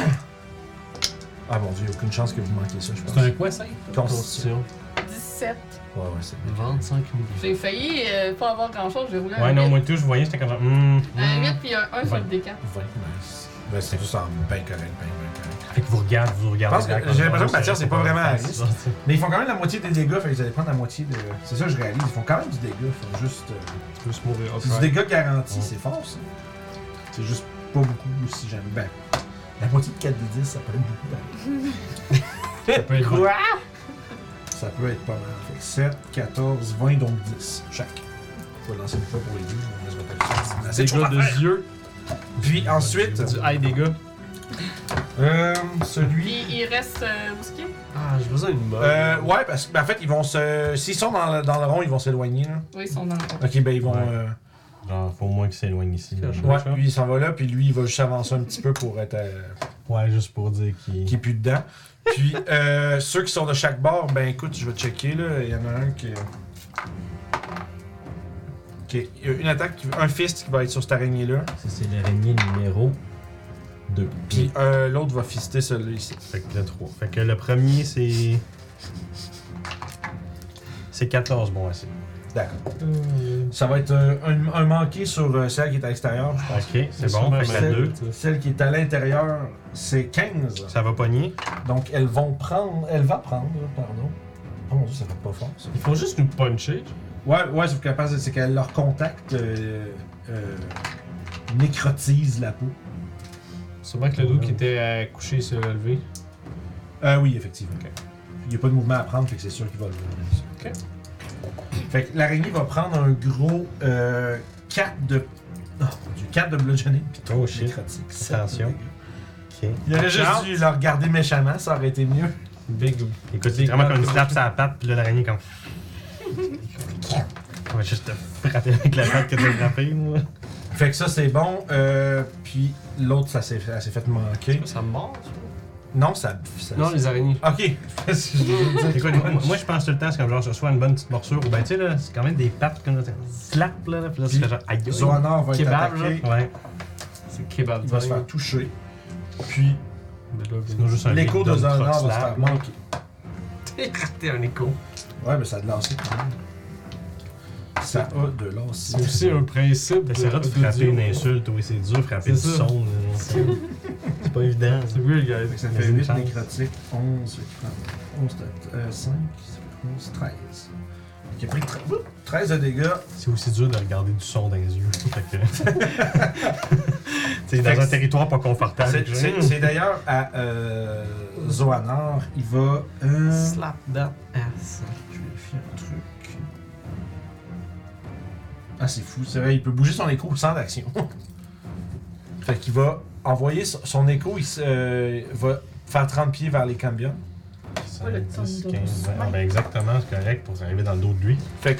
[SPEAKER 1] Ah mon dieu, aucune chance que vous manquiez ça, je pense.
[SPEAKER 4] C'est un quoi, ça
[SPEAKER 1] Constitution.
[SPEAKER 3] 17.
[SPEAKER 1] Ouais, ouais, c'est bien.
[SPEAKER 5] 25 000.
[SPEAKER 3] J'ai failli euh, pas avoir grand-chose, j'ai roulé
[SPEAKER 6] Ouais,
[SPEAKER 3] un
[SPEAKER 6] non,
[SPEAKER 3] 8.
[SPEAKER 6] moi et tout, je voyais, j'étais comme. hmm.
[SPEAKER 3] Un 8 puis un 1 sur
[SPEAKER 6] Ouais.
[SPEAKER 3] le décan.
[SPEAKER 1] Ouais, nice. Ben, c'est tout en bien correct, bien, bien correct.
[SPEAKER 6] Fait que vous regardez, vous regardez.
[SPEAKER 1] Parce que
[SPEAKER 6] D'accord,
[SPEAKER 1] j'ai l'impression que
[SPEAKER 6] c'est-
[SPEAKER 1] Mathias, c'est pas vraiment à risque.
[SPEAKER 6] ça.
[SPEAKER 1] Mais ils font quand même la moitié des dégâts, fait que vous allez prendre la moitié de. C'est ça, que je réalise. Ils font quand même du dégât, ils font juste. euh,
[SPEAKER 5] Tu peux se mourir.
[SPEAKER 1] C'est du dégât garanti, c'est fort ça. C'est juste pas beaucoup si j'aime. Ben, la moitié de 4 des 10, ça peut être beaucoup. ben,
[SPEAKER 6] Ça peut être bon.
[SPEAKER 1] ça peut être pas mal. Fait que 7, 14, 20, donc 10 chaque. Je vais lancer une fois pour les deux, on laisse pas ça. C'est
[SPEAKER 5] Dégâts
[SPEAKER 1] trop à faire.
[SPEAKER 5] de yeux.
[SPEAKER 1] Puis ensuite,
[SPEAKER 5] Du high dégâts.
[SPEAKER 1] euh, celui.
[SPEAKER 3] Puis il reste euh, où est-ce qu'il est?
[SPEAKER 5] Ah, j'ai besoin d'une mode.
[SPEAKER 1] Euh, ouais, parce qu'en fait, ils vont se. S'ils sont dans le, dans le rond, ils vont s'éloigner. là.
[SPEAKER 3] Oui, ils sont dans le fond.
[SPEAKER 1] Ok, ben ils vont.
[SPEAKER 6] Ouais.
[SPEAKER 1] euh,
[SPEAKER 6] Genre, faut au moins qu'il s'éloigne ici. là.
[SPEAKER 1] Ouais, lui il s'en va là, puis lui il va juste avancer un petit peu pour être. euh,
[SPEAKER 6] Ouais, juste pour dire qu'il.
[SPEAKER 1] qui est plus dedans. Puis euh, ceux qui sont de chaque bord, ben écoute, je vais checker là. Il y en a un qui. Ok, il y a une attaque, qui- un fist qui va être sur cette araignée là.
[SPEAKER 6] Ça, c'est l'araignée numéro 2.
[SPEAKER 1] Puis euh, l'autre va fister celui-ci.
[SPEAKER 6] Fait que le 3. Fait que le premier, c'est. C'est 14, bon, ouais, c'est.
[SPEAKER 1] D'accord. Ça va être euh, un, un manqué sur euh, celle qui est à l'extérieur.
[SPEAKER 6] Ok, c'est bon, fait que la 2.
[SPEAKER 1] Celle qui est à l'intérieur, c'est 15.
[SPEAKER 6] Ça va pogner.
[SPEAKER 1] Donc elles vont prendre. Elle va prendre, pardon. Oh mon dieu, ça va pas fort ça.
[SPEAKER 6] Ils font juste nous puncher.
[SPEAKER 1] Ouais, ouais, sauf qu'elle pense c'est qu'elle leur contact euh, euh, nécrotise la peau.
[SPEAKER 5] Sûrement que le doute qui était euh, couché s'est levé.
[SPEAKER 1] Euh, oui, effectivement. Il n'y a pas de mouvement à prendre, fait que c'est sûr qu'il va le faire. Fait que l'araignée va prendre un gros euh, 4 de. Oh mon dieu, 4 de bludgeoning puis
[SPEAKER 6] Oh
[SPEAKER 1] 3
[SPEAKER 6] shit.
[SPEAKER 1] nécrotiques. Sept
[SPEAKER 6] Attention.
[SPEAKER 1] de dégâts.
[SPEAKER 6] Ok.
[SPEAKER 1] Il aurait juste
[SPEAKER 6] Ciao.
[SPEAKER 1] dû la regarder méchamment, ça aurait été mieux.
[SPEAKER 5] Big.
[SPEAKER 6] Écoute, c'est vraiment comme une tape sur la patte, puis là, l'araignée, comme. On va juste te frapper avec la patte que t'as frappée, moi.
[SPEAKER 1] Fait que ça c'est bon. Euh, puis l'autre, ça s'est elle s'est fait manquer.
[SPEAKER 5] Ça me mord, ça?
[SPEAKER 1] Non, ça. ça-
[SPEAKER 5] Non, les araignées.
[SPEAKER 1] Ok. Parce que je voulais dire
[SPEAKER 6] Écoute,
[SPEAKER 1] quoi.
[SPEAKER 6] moi, moi, je pense tout le temps, c'est comme genre, je reçois une bonne petite morsure, ou ben, tu sais, là, c'est quand même des pattes comme ça, slap, là, là, puis là, c'est genre, aïe, aïe.
[SPEAKER 1] Zoanor va être
[SPEAKER 5] Kebab, là.
[SPEAKER 1] attaqué.
[SPEAKER 6] Ouais.
[SPEAKER 5] C'est kebab.
[SPEAKER 1] Il va se faire toucher. Puis
[SPEAKER 6] Sinon, juste un
[SPEAKER 1] l'écho de
[SPEAKER 6] big dumb
[SPEAKER 1] Zoanor
[SPEAKER 6] truck
[SPEAKER 1] va se
[SPEAKER 6] slap.
[SPEAKER 1] faire manquer.
[SPEAKER 5] T'es un écho.
[SPEAKER 1] Ouais, mais ça a de l'ancien quand même. Ça a de l'ancien.
[SPEAKER 5] C'est aussi un principe.
[SPEAKER 6] T'essaieras de
[SPEAKER 5] d'audio.
[SPEAKER 6] frapper une insulte, oui, c'est dur, frapper
[SPEAKER 5] C'est
[SPEAKER 6] du
[SPEAKER 5] ça.
[SPEAKER 6] son. là, non, c'est- c'est pas évident.
[SPEAKER 5] C'est weird, guys.
[SPEAKER 1] Fait que ça
[SPEAKER 6] Il y a
[SPEAKER 1] fait
[SPEAKER 6] une
[SPEAKER 1] 8
[SPEAKER 6] chance.
[SPEAKER 1] nécrotiques, 11, fait que 11, euh, 5, ça fait 11, 13. Qui a pris tre- oups, 13 de dégâts.
[SPEAKER 6] C'est aussi dur de regarder du son dans les yeux. Fait que.
[SPEAKER 1] Fait que
[SPEAKER 6] T'sais, dans un
[SPEAKER 1] c'est-
[SPEAKER 6] territoire pas confortable.
[SPEAKER 1] C'est-
[SPEAKER 6] genre.
[SPEAKER 1] C'est c'est d'ailleurs à euh, Zoanar, il va. euh,
[SPEAKER 5] Slap that ass.
[SPEAKER 1] Je vérifie un truc. Ah, c'est fou, c'est vrai, il peut bouger son écho sans action. fait qu'il va envoyer son, son écho, il se- euh, va faire 30 pieds vers les cambions.
[SPEAKER 3] Pas le
[SPEAKER 6] 10,
[SPEAKER 3] temps de
[SPEAKER 6] 15,
[SPEAKER 3] douze.
[SPEAKER 6] Ah, ben exactement, c'est correct pour arriver dans le dos de lui.
[SPEAKER 1] Fait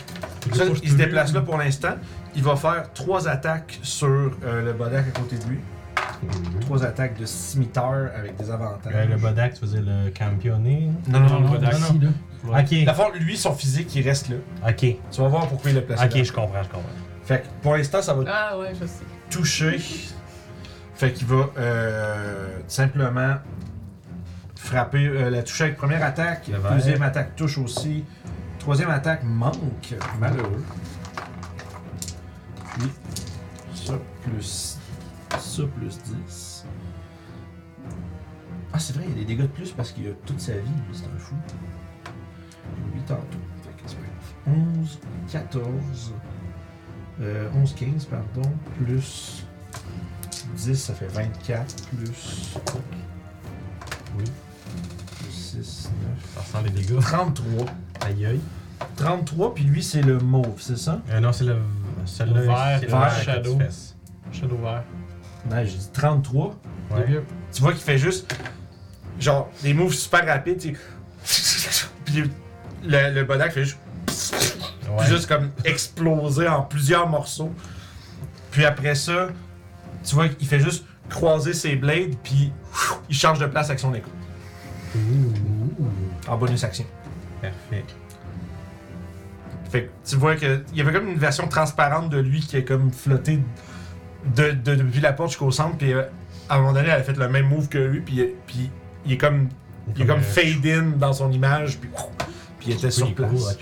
[SPEAKER 1] que ça, il se déplace là pour l'instant. Il va faire trois attaques sur euh, le bodak à côté de lui. Trois attaques de cimetière avec des avantages.
[SPEAKER 6] Euh, le Bodak, tu veux dire le campionné.
[SPEAKER 1] Non, non, non.
[SPEAKER 4] non,
[SPEAKER 6] Bodak.
[SPEAKER 4] ici, là.
[SPEAKER 6] Ok,
[SPEAKER 1] Dans le fond, lui, son physique, il reste là.
[SPEAKER 6] ok,
[SPEAKER 1] Tu vas voir pourquoi il le place là.
[SPEAKER 6] ok, je comprends, je comprends.
[SPEAKER 1] Fait que pour l'instant, ça va
[SPEAKER 3] Ah ouais, je sais.
[SPEAKER 1] touché. Fait qu'il va euh, simplement frapper euh, la touche avec première attaque.
[SPEAKER 6] Le vert.
[SPEAKER 1] Deuxième attaque touche aussi. Troisième attaque manque, malheureux. Puis ça plus, ça plus 10. Ah, c'est vrai, il y a des dégâts de plus parce qu'il a toute sa vie, lui, c'est un fou. Il a 8 en tout. Fait que c'est pas grave. 11, 14. Euh, 11, 15, pardon, plus 10, ça fait 24, plus. Oui. Plus 6, 9.
[SPEAKER 6] Ça ressemble les dégâts.
[SPEAKER 1] 33.
[SPEAKER 6] Aïe aïe.
[SPEAKER 1] 33, puis lui, c'est le mauve, c'est ça?
[SPEAKER 6] Euh, non, c'est le. Celui-là,
[SPEAKER 5] Le vert,
[SPEAKER 6] c'est
[SPEAKER 1] vert,
[SPEAKER 6] avec la
[SPEAKER 5] shadow.
[SPEAKER 6] petite fesse.
[SPEAKER 5] Shadow vert.
[SPEAKER 1] Non, j'ai dit 33.
[SPEAKER 6] Ouais.
[SPEAKER 1] Tu vois qu'il fait juste. Genre, des moves super rapides, tu sais. Puis le, le bodak fait juste.
[SPEAKER 6] Ouais.
[SPEAKER 1] juste comme exploser en plusieurs morceaux. Puis après ça, tu vois qu'il fait juste croiser ses blades, puis pfiou, il change de place avec son écho. En bonus action.
[SPEAKER 6] Parfait.
[SPEAKER 1] Fait que tu vois qu'il y avait comme une version transparente de lui qui est comme flotté de, de- depuis la porte jusqu'au centre, puis euh, à un moment donné, elle a fait le même move que lui, puis, puis il est comme, il est comme fade in dans son image, puis, pfiou, puis il était sur place.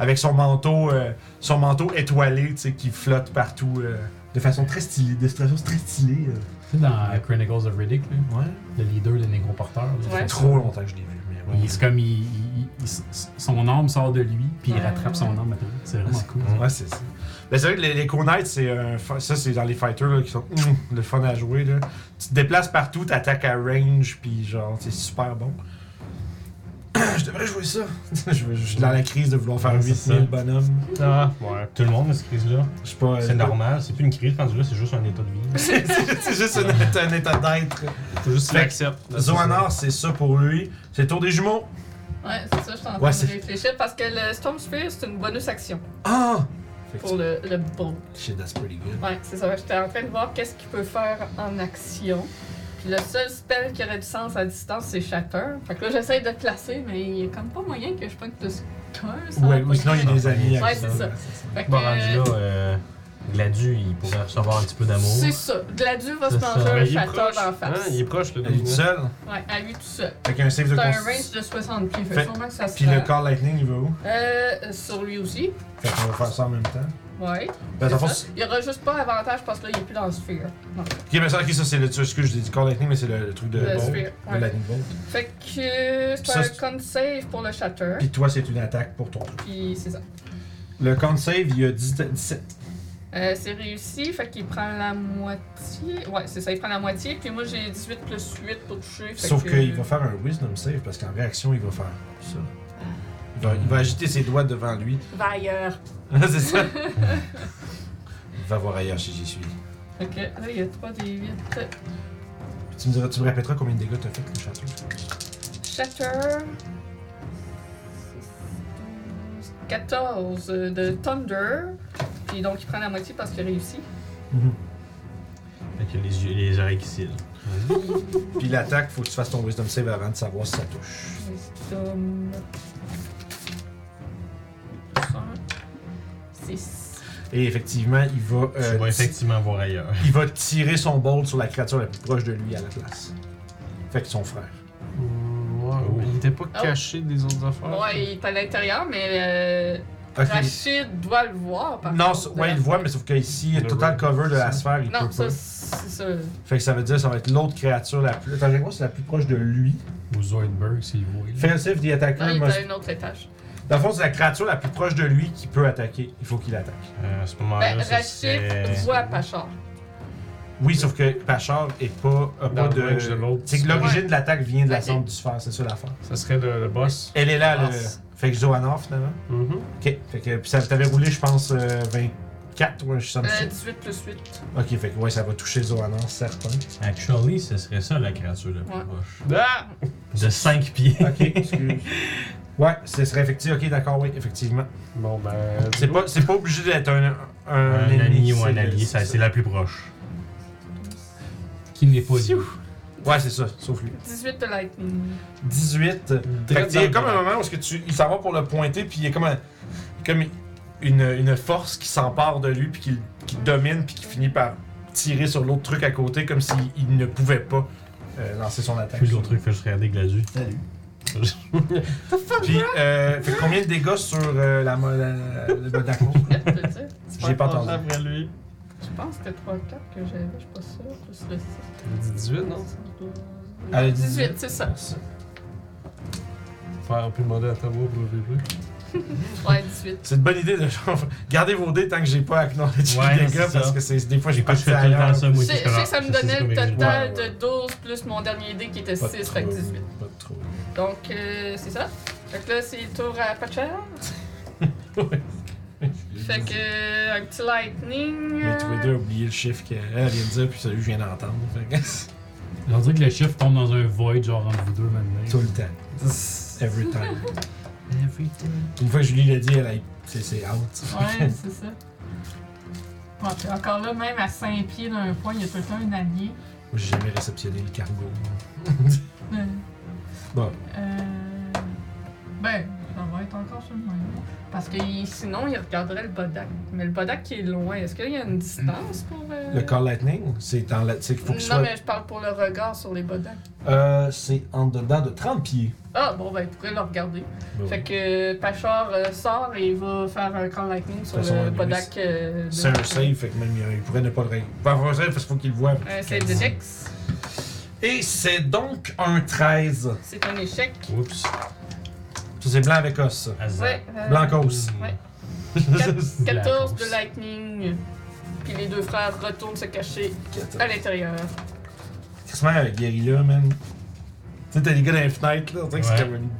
[SPEAKER 1] avec son manteau, euh, son manteau étoilé, tu sais, qui flotte partout euh, de façon très stylée, de façon très stylée. euh.
[SPEAKER 4] Tu sais, dans euh, Chronicles of Riddick, là,
[SPEAKER 1] Ouais.
[SPEAKER 4] le leader des négroporteurs, là,
[SPEAKER 3] Ouais.
[SPEAKER 1] Trop longtemps que je l'ai vu, mais ouais.
[SPEAKER 4] il- c'est comme il, il- il- son âme sort de lui, puis il rattrape son âme après. C'est vraiment cool.
[SPEAKER 1] Ouais, c'est ça. Ben, c'est vrai que les, les Knights, c'est un fa- ça, c'est dans les fighters là, qui sont hum, le fun à jouer. Là. Tu te déplaces partout, t'attaques à range, puis genre, c'est super bon. je devrais jouer ça. je, je suis dans la crise de vouloir faire
[SPEAKER 6] Ouais, c'est
[SPEAKER 1] 8000
[SPEAKER 6] ça.
[SPEAKER 1] bonhommes.
[SPEAKER 5] Ah, ouais.
[SPEAKER 6] Tout le monde a cette crise-là.
[SPEAKER 1] Je suis pas. euh,
[SPEAKER 6] C'est normal, c'est plus une crise quand tu là, c'est juste un état de vie.
[SPEAKER 1] c'est c'est juste un- un état d'être.
[SPEAKER 5] Faut juste
[SPEAKER 1] Fait que
[SPEAKER 5] l'accepter.
[SPEAKER 1] Zoanor, c'est ça pour lui. C'est le tour des jumeaux.
[SPEAKER 3] Ouais, c'est ça, je suis en train
[SPEAKER 1] Ouais, c'est-
[SPEAKER 3] de réfléchir parce que le Storm Spear, c'est une bonus action
[SPEAKER 1] Ah!
[SPEAKER 3] pour le, le bow.
[SPEAKER 1] Shit, that's pretty good.
[SPEAKER 3] Ouais, c'est ça. J'étais en train de voir qu'est-ce qu'il peut faire en action. Puis le seul spell qui aurait du sens à distance, c'est Shatter. Fait que là, j'essaie de placer, mais il y a comme pas moyen que je pogne plus qu'un. sans
[SPEAKER 1] Ouais, ou sinon il y a
[SPEAKER 3] pogner.
[SPEAKER 1] des amis.
[SPEAKER 3] Ouais,
[SPEAKER 1] avec
[SPEAKER 3] c'est ça. Fait que,
[SPEAKER 6] Bon, rendu là, euh, Gladu, il pourrait recevoir un petit peu d'amour.
[SPEAKER 3] euh, C'est ça. Gladu va se
[SPEAKER 6] C'est ça.
[SPEAKER 3] manger un
[SPEAKER 5] Mais il est
[SPEAKER 3] Shatter
[SPEAKER 5] proche.
[SPEAKER 3] d'en
[SPEAKER 5] Hein,
[SPEAKER 3] face.
[SPEAKER 5] il est proche, le
[SPEAKER 1] Il est tout
[SPEAKER 5] devine.
[SPEAKER 1] seul.
[SPEAKER 3] Ouais, à lui tout seul.
[SPEAKER 1] Fait un save de
[SPEAKER 3] C'est un range
[SPEAKER 1] constitution.
[SPEAKER 3] de 60 pieds. Fait,
[SPEAKER 1] Fait-
[SPEAKER 3] sûrement que ça se
[SPEAKER 1] Puis le
[SPEAKER 3] fait.
[SPEAKER 1] Call Lightning, il va où?
[SPEAKER 3] Euh, sur lui aussi.
[SPEAKER 1] Fait qu'on va faire ça en même temps.
[SPEAKER 3] Ouais.
[SPEAKER 1] Ben,
[SPEAKER 3] c'est
[SPEAKER 1] dans le fond,
[SPEAKER 3] ça.
[SPEAKER 1] c'est-
[SPEAKER 3] Il y aura juste pas avantage parce que là, il est plus dans le sphere. Non,
[SPEAKER 1] Ok, mais ça, ok, ça c'est le truc que je dis du Call Lightning, mais c'est le, le truc de
[SPEAKER 3] le
[SPEAKER 1] bolt.
[SPEAKER 3] sphere.
[SPEAKER 1] Le
[SPEAKER 3] Ouais.
[SPEAKER 1] Lightning Bolt.
[SPEAKER 3] Fait que euh, c'est
[SPEAKER 1] Ça,
[SPEAKER 3] un
[SPEAKER 1] c'est-
[SPEAKER 3] con save pour le shatter.
[SPEAKER 1] Puis toi, c'est une attaque pour ton truc.
[SPEAKER 3] Puis c'est ça.
[SPEAKER 1] Le con save, il y a 10 17.
[SPEAKER 3] Euh, c'est réussi, fait qu'il prend la moitié. Ouais, c'est ça, il prend la moitié. Puis moi, j'ai 18 plus 8 pour toucher. Fait
[SPEAKER 1] Sauf
[SPEAKER 3] que-
[SPEAKER 1] qu'il va faire un Wisdom save parce qu'en réaction, il va faire ça. Il va, il va agiter ses doigts devant lui.
[SPEAKER 3] Va ailleurs.
[SPEAKER 1] c'est ça. va voir ailleurs si j'y suis.
[SPEAKER 3] Fait que là, il y a 3 des 8.
[SPEAKER 1] Tu me, diras, tu me répéteras combien de dégâts t'as fait, le château?
[SPEAKER 3] Shatter. 14 euh, de Thunder. Puis donc, il prend la moitié parce qu'il réussit.
[SPEAKER 6] Fait que les, yeux- les oreilles qui s'illent.
[SPEAKER 1] Puis l'attaque, faut que tu fasses ton wisdom save avant de savoir si ça touche.
[SPEAKER 3] Wisdom. C'est six.
[SPEAKER 1] Et effectivement, il va,
[SPEAKER 6] Tu
[SPEAKER 1] euh,
[SPEAKER 6] vas effectivement voir ailleurs.
[SPEAKER 1] ti- il va tirer son bolt sur la créature la plus proche de lui à la place. Fait que son frère.
[SPEAKER 5] Mmh, ouais,
[SPEAKER 6] Oh.
[SPEAKER 5] mais Il était pas
[SPEAKER 3] Oh.
[SPEAKER 5] caché des autres affaires.
[SPEAKER 3] Ouais, il est à l'intérieur, mais euh,
[SPEAKER 1] Ok.
[SPEAKER 3] Rachid doit le voir, par
[SPEAKER 1] Non,
[SPEAKER 3] contre,
[SPEAKER 1] ça-
[SPEAKER 3] de
[SPEAKER 1] ouais,
[SPEAKER 3] la-
[SPEAKER 1] il voit, mais sauf qu'ici,
[SPEAKER 5] Le
[SPEAKER 1] total
[SPEAKER 5] red,
[SPEAKER 1] cover de la
[SPEAKER 5] ça.
[SPEAKER 1] sphère, il peut
[SPEAKER 3] Non, ça,
[SPEAKER 1] pas.
[SPEAKER 3] c'est ça.
[SPEAKER 1] Fait que ça veut dire que ça va être l'autre créature la plus. Attends, moi, c'est la plus proche de lui.
[SPEAKER 4] Ou Zoidberg, s'il vous voulez.
[SPEAKER 1] Fail safe, the attacker
[SPEAKER 3] Non, il est
[SPEAKER 1] must-
[SPEAKER 3] à un autre étage.
[SPEAKER 1] Dans le fond, c'est la créature la plus proche de lui qui peut attaquer. Il faut qu'il attaque.
[SPEAKER 5] Euh, à ce
[SPEAKER 1] Ah,
[SPEAKER 5] moment-là,
[SPEAKER 3] Ben,
[SPEAKER 5] ça
[SPEAKER 3] Rachid
[SPEAKER 5] serait-
[SPEAKER 3] voit Pachard.
[SPEAKER 1] Oui, sauf que Pachard est pas, a
[SPEAKER 5] Dans
[SPEAKER 1] pas
[SPEAKER 5] le
[SPEAKER 1] de.
[SPEAKER 5] range de l'autre.
[SPEAKER 1] c'est que l'origine de l'attaque vient de la
[SPEAKER 3] Ok.
[SPEAKER 1] centre du sphère, c'est ça l'affaire.
[SPEAKER 5] Ça serait le, le boss.
[SPEAKER 1] Elle est là, le...
[SPEAKER 3] Nice.
[SPEAKER 1] fait que Zoanor finalement.
[SPEAKER 5] Mhm.
[SPEAKER 1] Ok, fait que puis ça t'avait roulé, je pense, euh, 24 ou un something.
[SPEAKER 3] Euh, 18 plus 8.
[SPEAKER 1] Ok, fait que ouais, ça va toucher Zoanor, certain.
[SPEAKER 6] Actually, ce serait ça la créature la plus
[SPEAKER 3] Ouais.
[SPEAKER 6] proche.
[SPEAKER 5] Ah!
[SPEAKER 6] De 5 pieds.
[SPEAKER 1] Ok, excuse. Ouais, ce serait effectivement. Ok, d'accord, oui, effectivement.
[SPEAKER 5] Bon, ben.
[SPEAKER 1] C'est pas, c'est pas obligé d'être un, un,
[SPEAKER 6] Un ami ou un
[SPEAKER 1] c'est-
[SPEAKER 6] allié, ça- c'est la plus proche.
[SPEAKER 4] Qui n'est pas lui.
[SPEAKER 1] Ouais, c'est ça, sauf lui.
[SPEAKER 3] 18 de lightning.
[SPEAKER 1] 18. Fait que
[SPEAKER 5] Direct
[SPEAKER 1] il y a
[SPEAKER 5] dans
[SPEAKER 1] comme
[SPEAKER 5] le
[SPEAKER 1] un moment où ce que tu, il s'en va pour le pointer, puis il y a comme, un- comme une, une force qui s'empare de lui, puis qui, le- qui le domine, puis qui finit par tirer sur l'autre truc à côté, comme s'il il ne pouvait pas euh, lancer son attaque.
[SPEAKER 6] Puis l'autre truc fait juste regarder Gladu.
[SPEAKER 1] Salut. Puis, euh, fait combien de dégâts sur euh, la, mo- la, la- le bas de la cour?
[SPEAKER 3] Quatre, tu sais.
[SPEAKER 1] J'ai pas entendu.
[SPEAKER 5] Après lui.
[SPEAKER 3] Je pense que c'était 3 4 que j'avais, je suis pas sûre. Plus le 6.
[SPEAKER 5] 18, Euh, non?
[SPEAKER 1] Ah, le
[SPEAKER 3] 18, Euh, c'est ça.
[SPEAKER 5] Faire plus demander à Tabo pour le VP.
[SPEAKER 3] Ouais, 18.
[SPEAKER 1] C'est une bonne idée de genre, gardez vos dés tant que j'ai pas acknowledge
[SPEAKER 6] Ouais,
[SPEAKER 1] les
[SPEAKER 6] c'est
[SPEAKER 1] dégâts,
[SPEAKER 6] ça.
[SPEAKER 1] parce que c'est, des fois j'ai
[SPEAKER 6] J'ai
[SPEAKER 1] pas
[SPEAKER 6] pas
[SPEAKER 1] de
[SPEAKER 6] fait tout le temps ça,
[SPEAKER 3] Je
[SPEAKER 6] moi
[SPEAKER 3] sais
[SPEAKER 6] c'est
[SPEAKER 3] je sais que ça me
[SPEAKER 6] comme- c'est
[SPEAKER 3] donnait le
[SPEAKER 6] comme-
[SPEAKER 3] total
[SPEAKER 1] Ouais, ouais.
[SPEAKER 3] de 12 plus mon dernier dé qui était 6, fait que 18.
[SPEAKER 1] Pas de trouble.
[SPEAKER 3] Donc, euh, c'est ça. Fait que là, c'est le tour à Pachard. Fait que euh, un petit lightning.
[SPEAKER 1] Mais tous les deux ont oublié le chiffre qu'elle vient de dire, puis celui que je viens d'entendre. Fait que-
[SPEAKER 4] On dirait que le chiffre tombe dans un void, genre entre vous deux
[SPEAKER 1] Tout
[SPEAKER 4] maintenant.
[SPEAKER 1] le temps. Every time. Une fois que Julie l'a dit, elle a... c'est, c'est out.
[SPEAKER 8] Ouais, c'est ça. Bon, puis encore là, même à 5 pieds d'un point, il y a tout le temps un allié.
[SPEAKER 1] Moi, j'ai jamais réceptionné le cargo.
[SPEAKER 8] Euh,
[SPEAKER 1] Bon,
[SPEAKER 8] euh, ben, ça va être encore sur le même.
[SPEAKER 3] Parce que il- sinon, il regarderait le Bodak. Mais le Bodak qui est loin, est-ce qu'il y a une distance pour. euh,
[SPEAKER 1] le Call Lightning, c'est en... la- C'est qu'il faut
[SPEAKER 3] Non,
[SPEAKER 1] qu'il soit...
[SPEAKER 3] mais je parle pour le regard sur les Bodak.
[SPEAKER 1] Euh, c'est en dedans de 30 pieds.
[SPEAKER 3] Ah, bon, ben, il pourrait le regarder.
[SPEAKER 1] Bon.
[SPEAKER 3] Fait que Pachor euh, sort et il va faire un camp lightning sur
[SPEAKER 1] De toute façon,
[SPEAKER 3] le
[SPEAKER 1] lui,
[SPEAKER 3] Bodak. euh, de-
[SPEAKER 1] C'est un save, fait que même il- il pourrait ne pas le régler. Pas un save, parce qu'il faut qu'il le voit.
[SPEAKER 3] Un save de Dex.
[SPEAKER 1] Et c'est donc un 13.
[SPEAKER 3] C'est un échec.
[SPEAKER 1] Oh,
[SPEAKER 5] Oups.
[SPEAKER 1] Ça, c'est blanc avec os.
[SPEAKER 3] Ouais. euh,
[SPEAKER 1] Blancos.
[SPEAKER 3] Ouais.
[SPEAKER 1] Quatre-
[SPEAKER 3] 14 de lightning. Puis les deux frères retournent se cacher
[SPEAKER 5] euh,
[SPEAKER 3] à l'intérieur.
[SPEAKER 1] Quasiment euh, guérilla, man. Tu sais, t'as les gars dans les fenêtres, là. On dirait que c'est
[SPEAKER 6] Ouais.
[SPEAKER 1] comme une.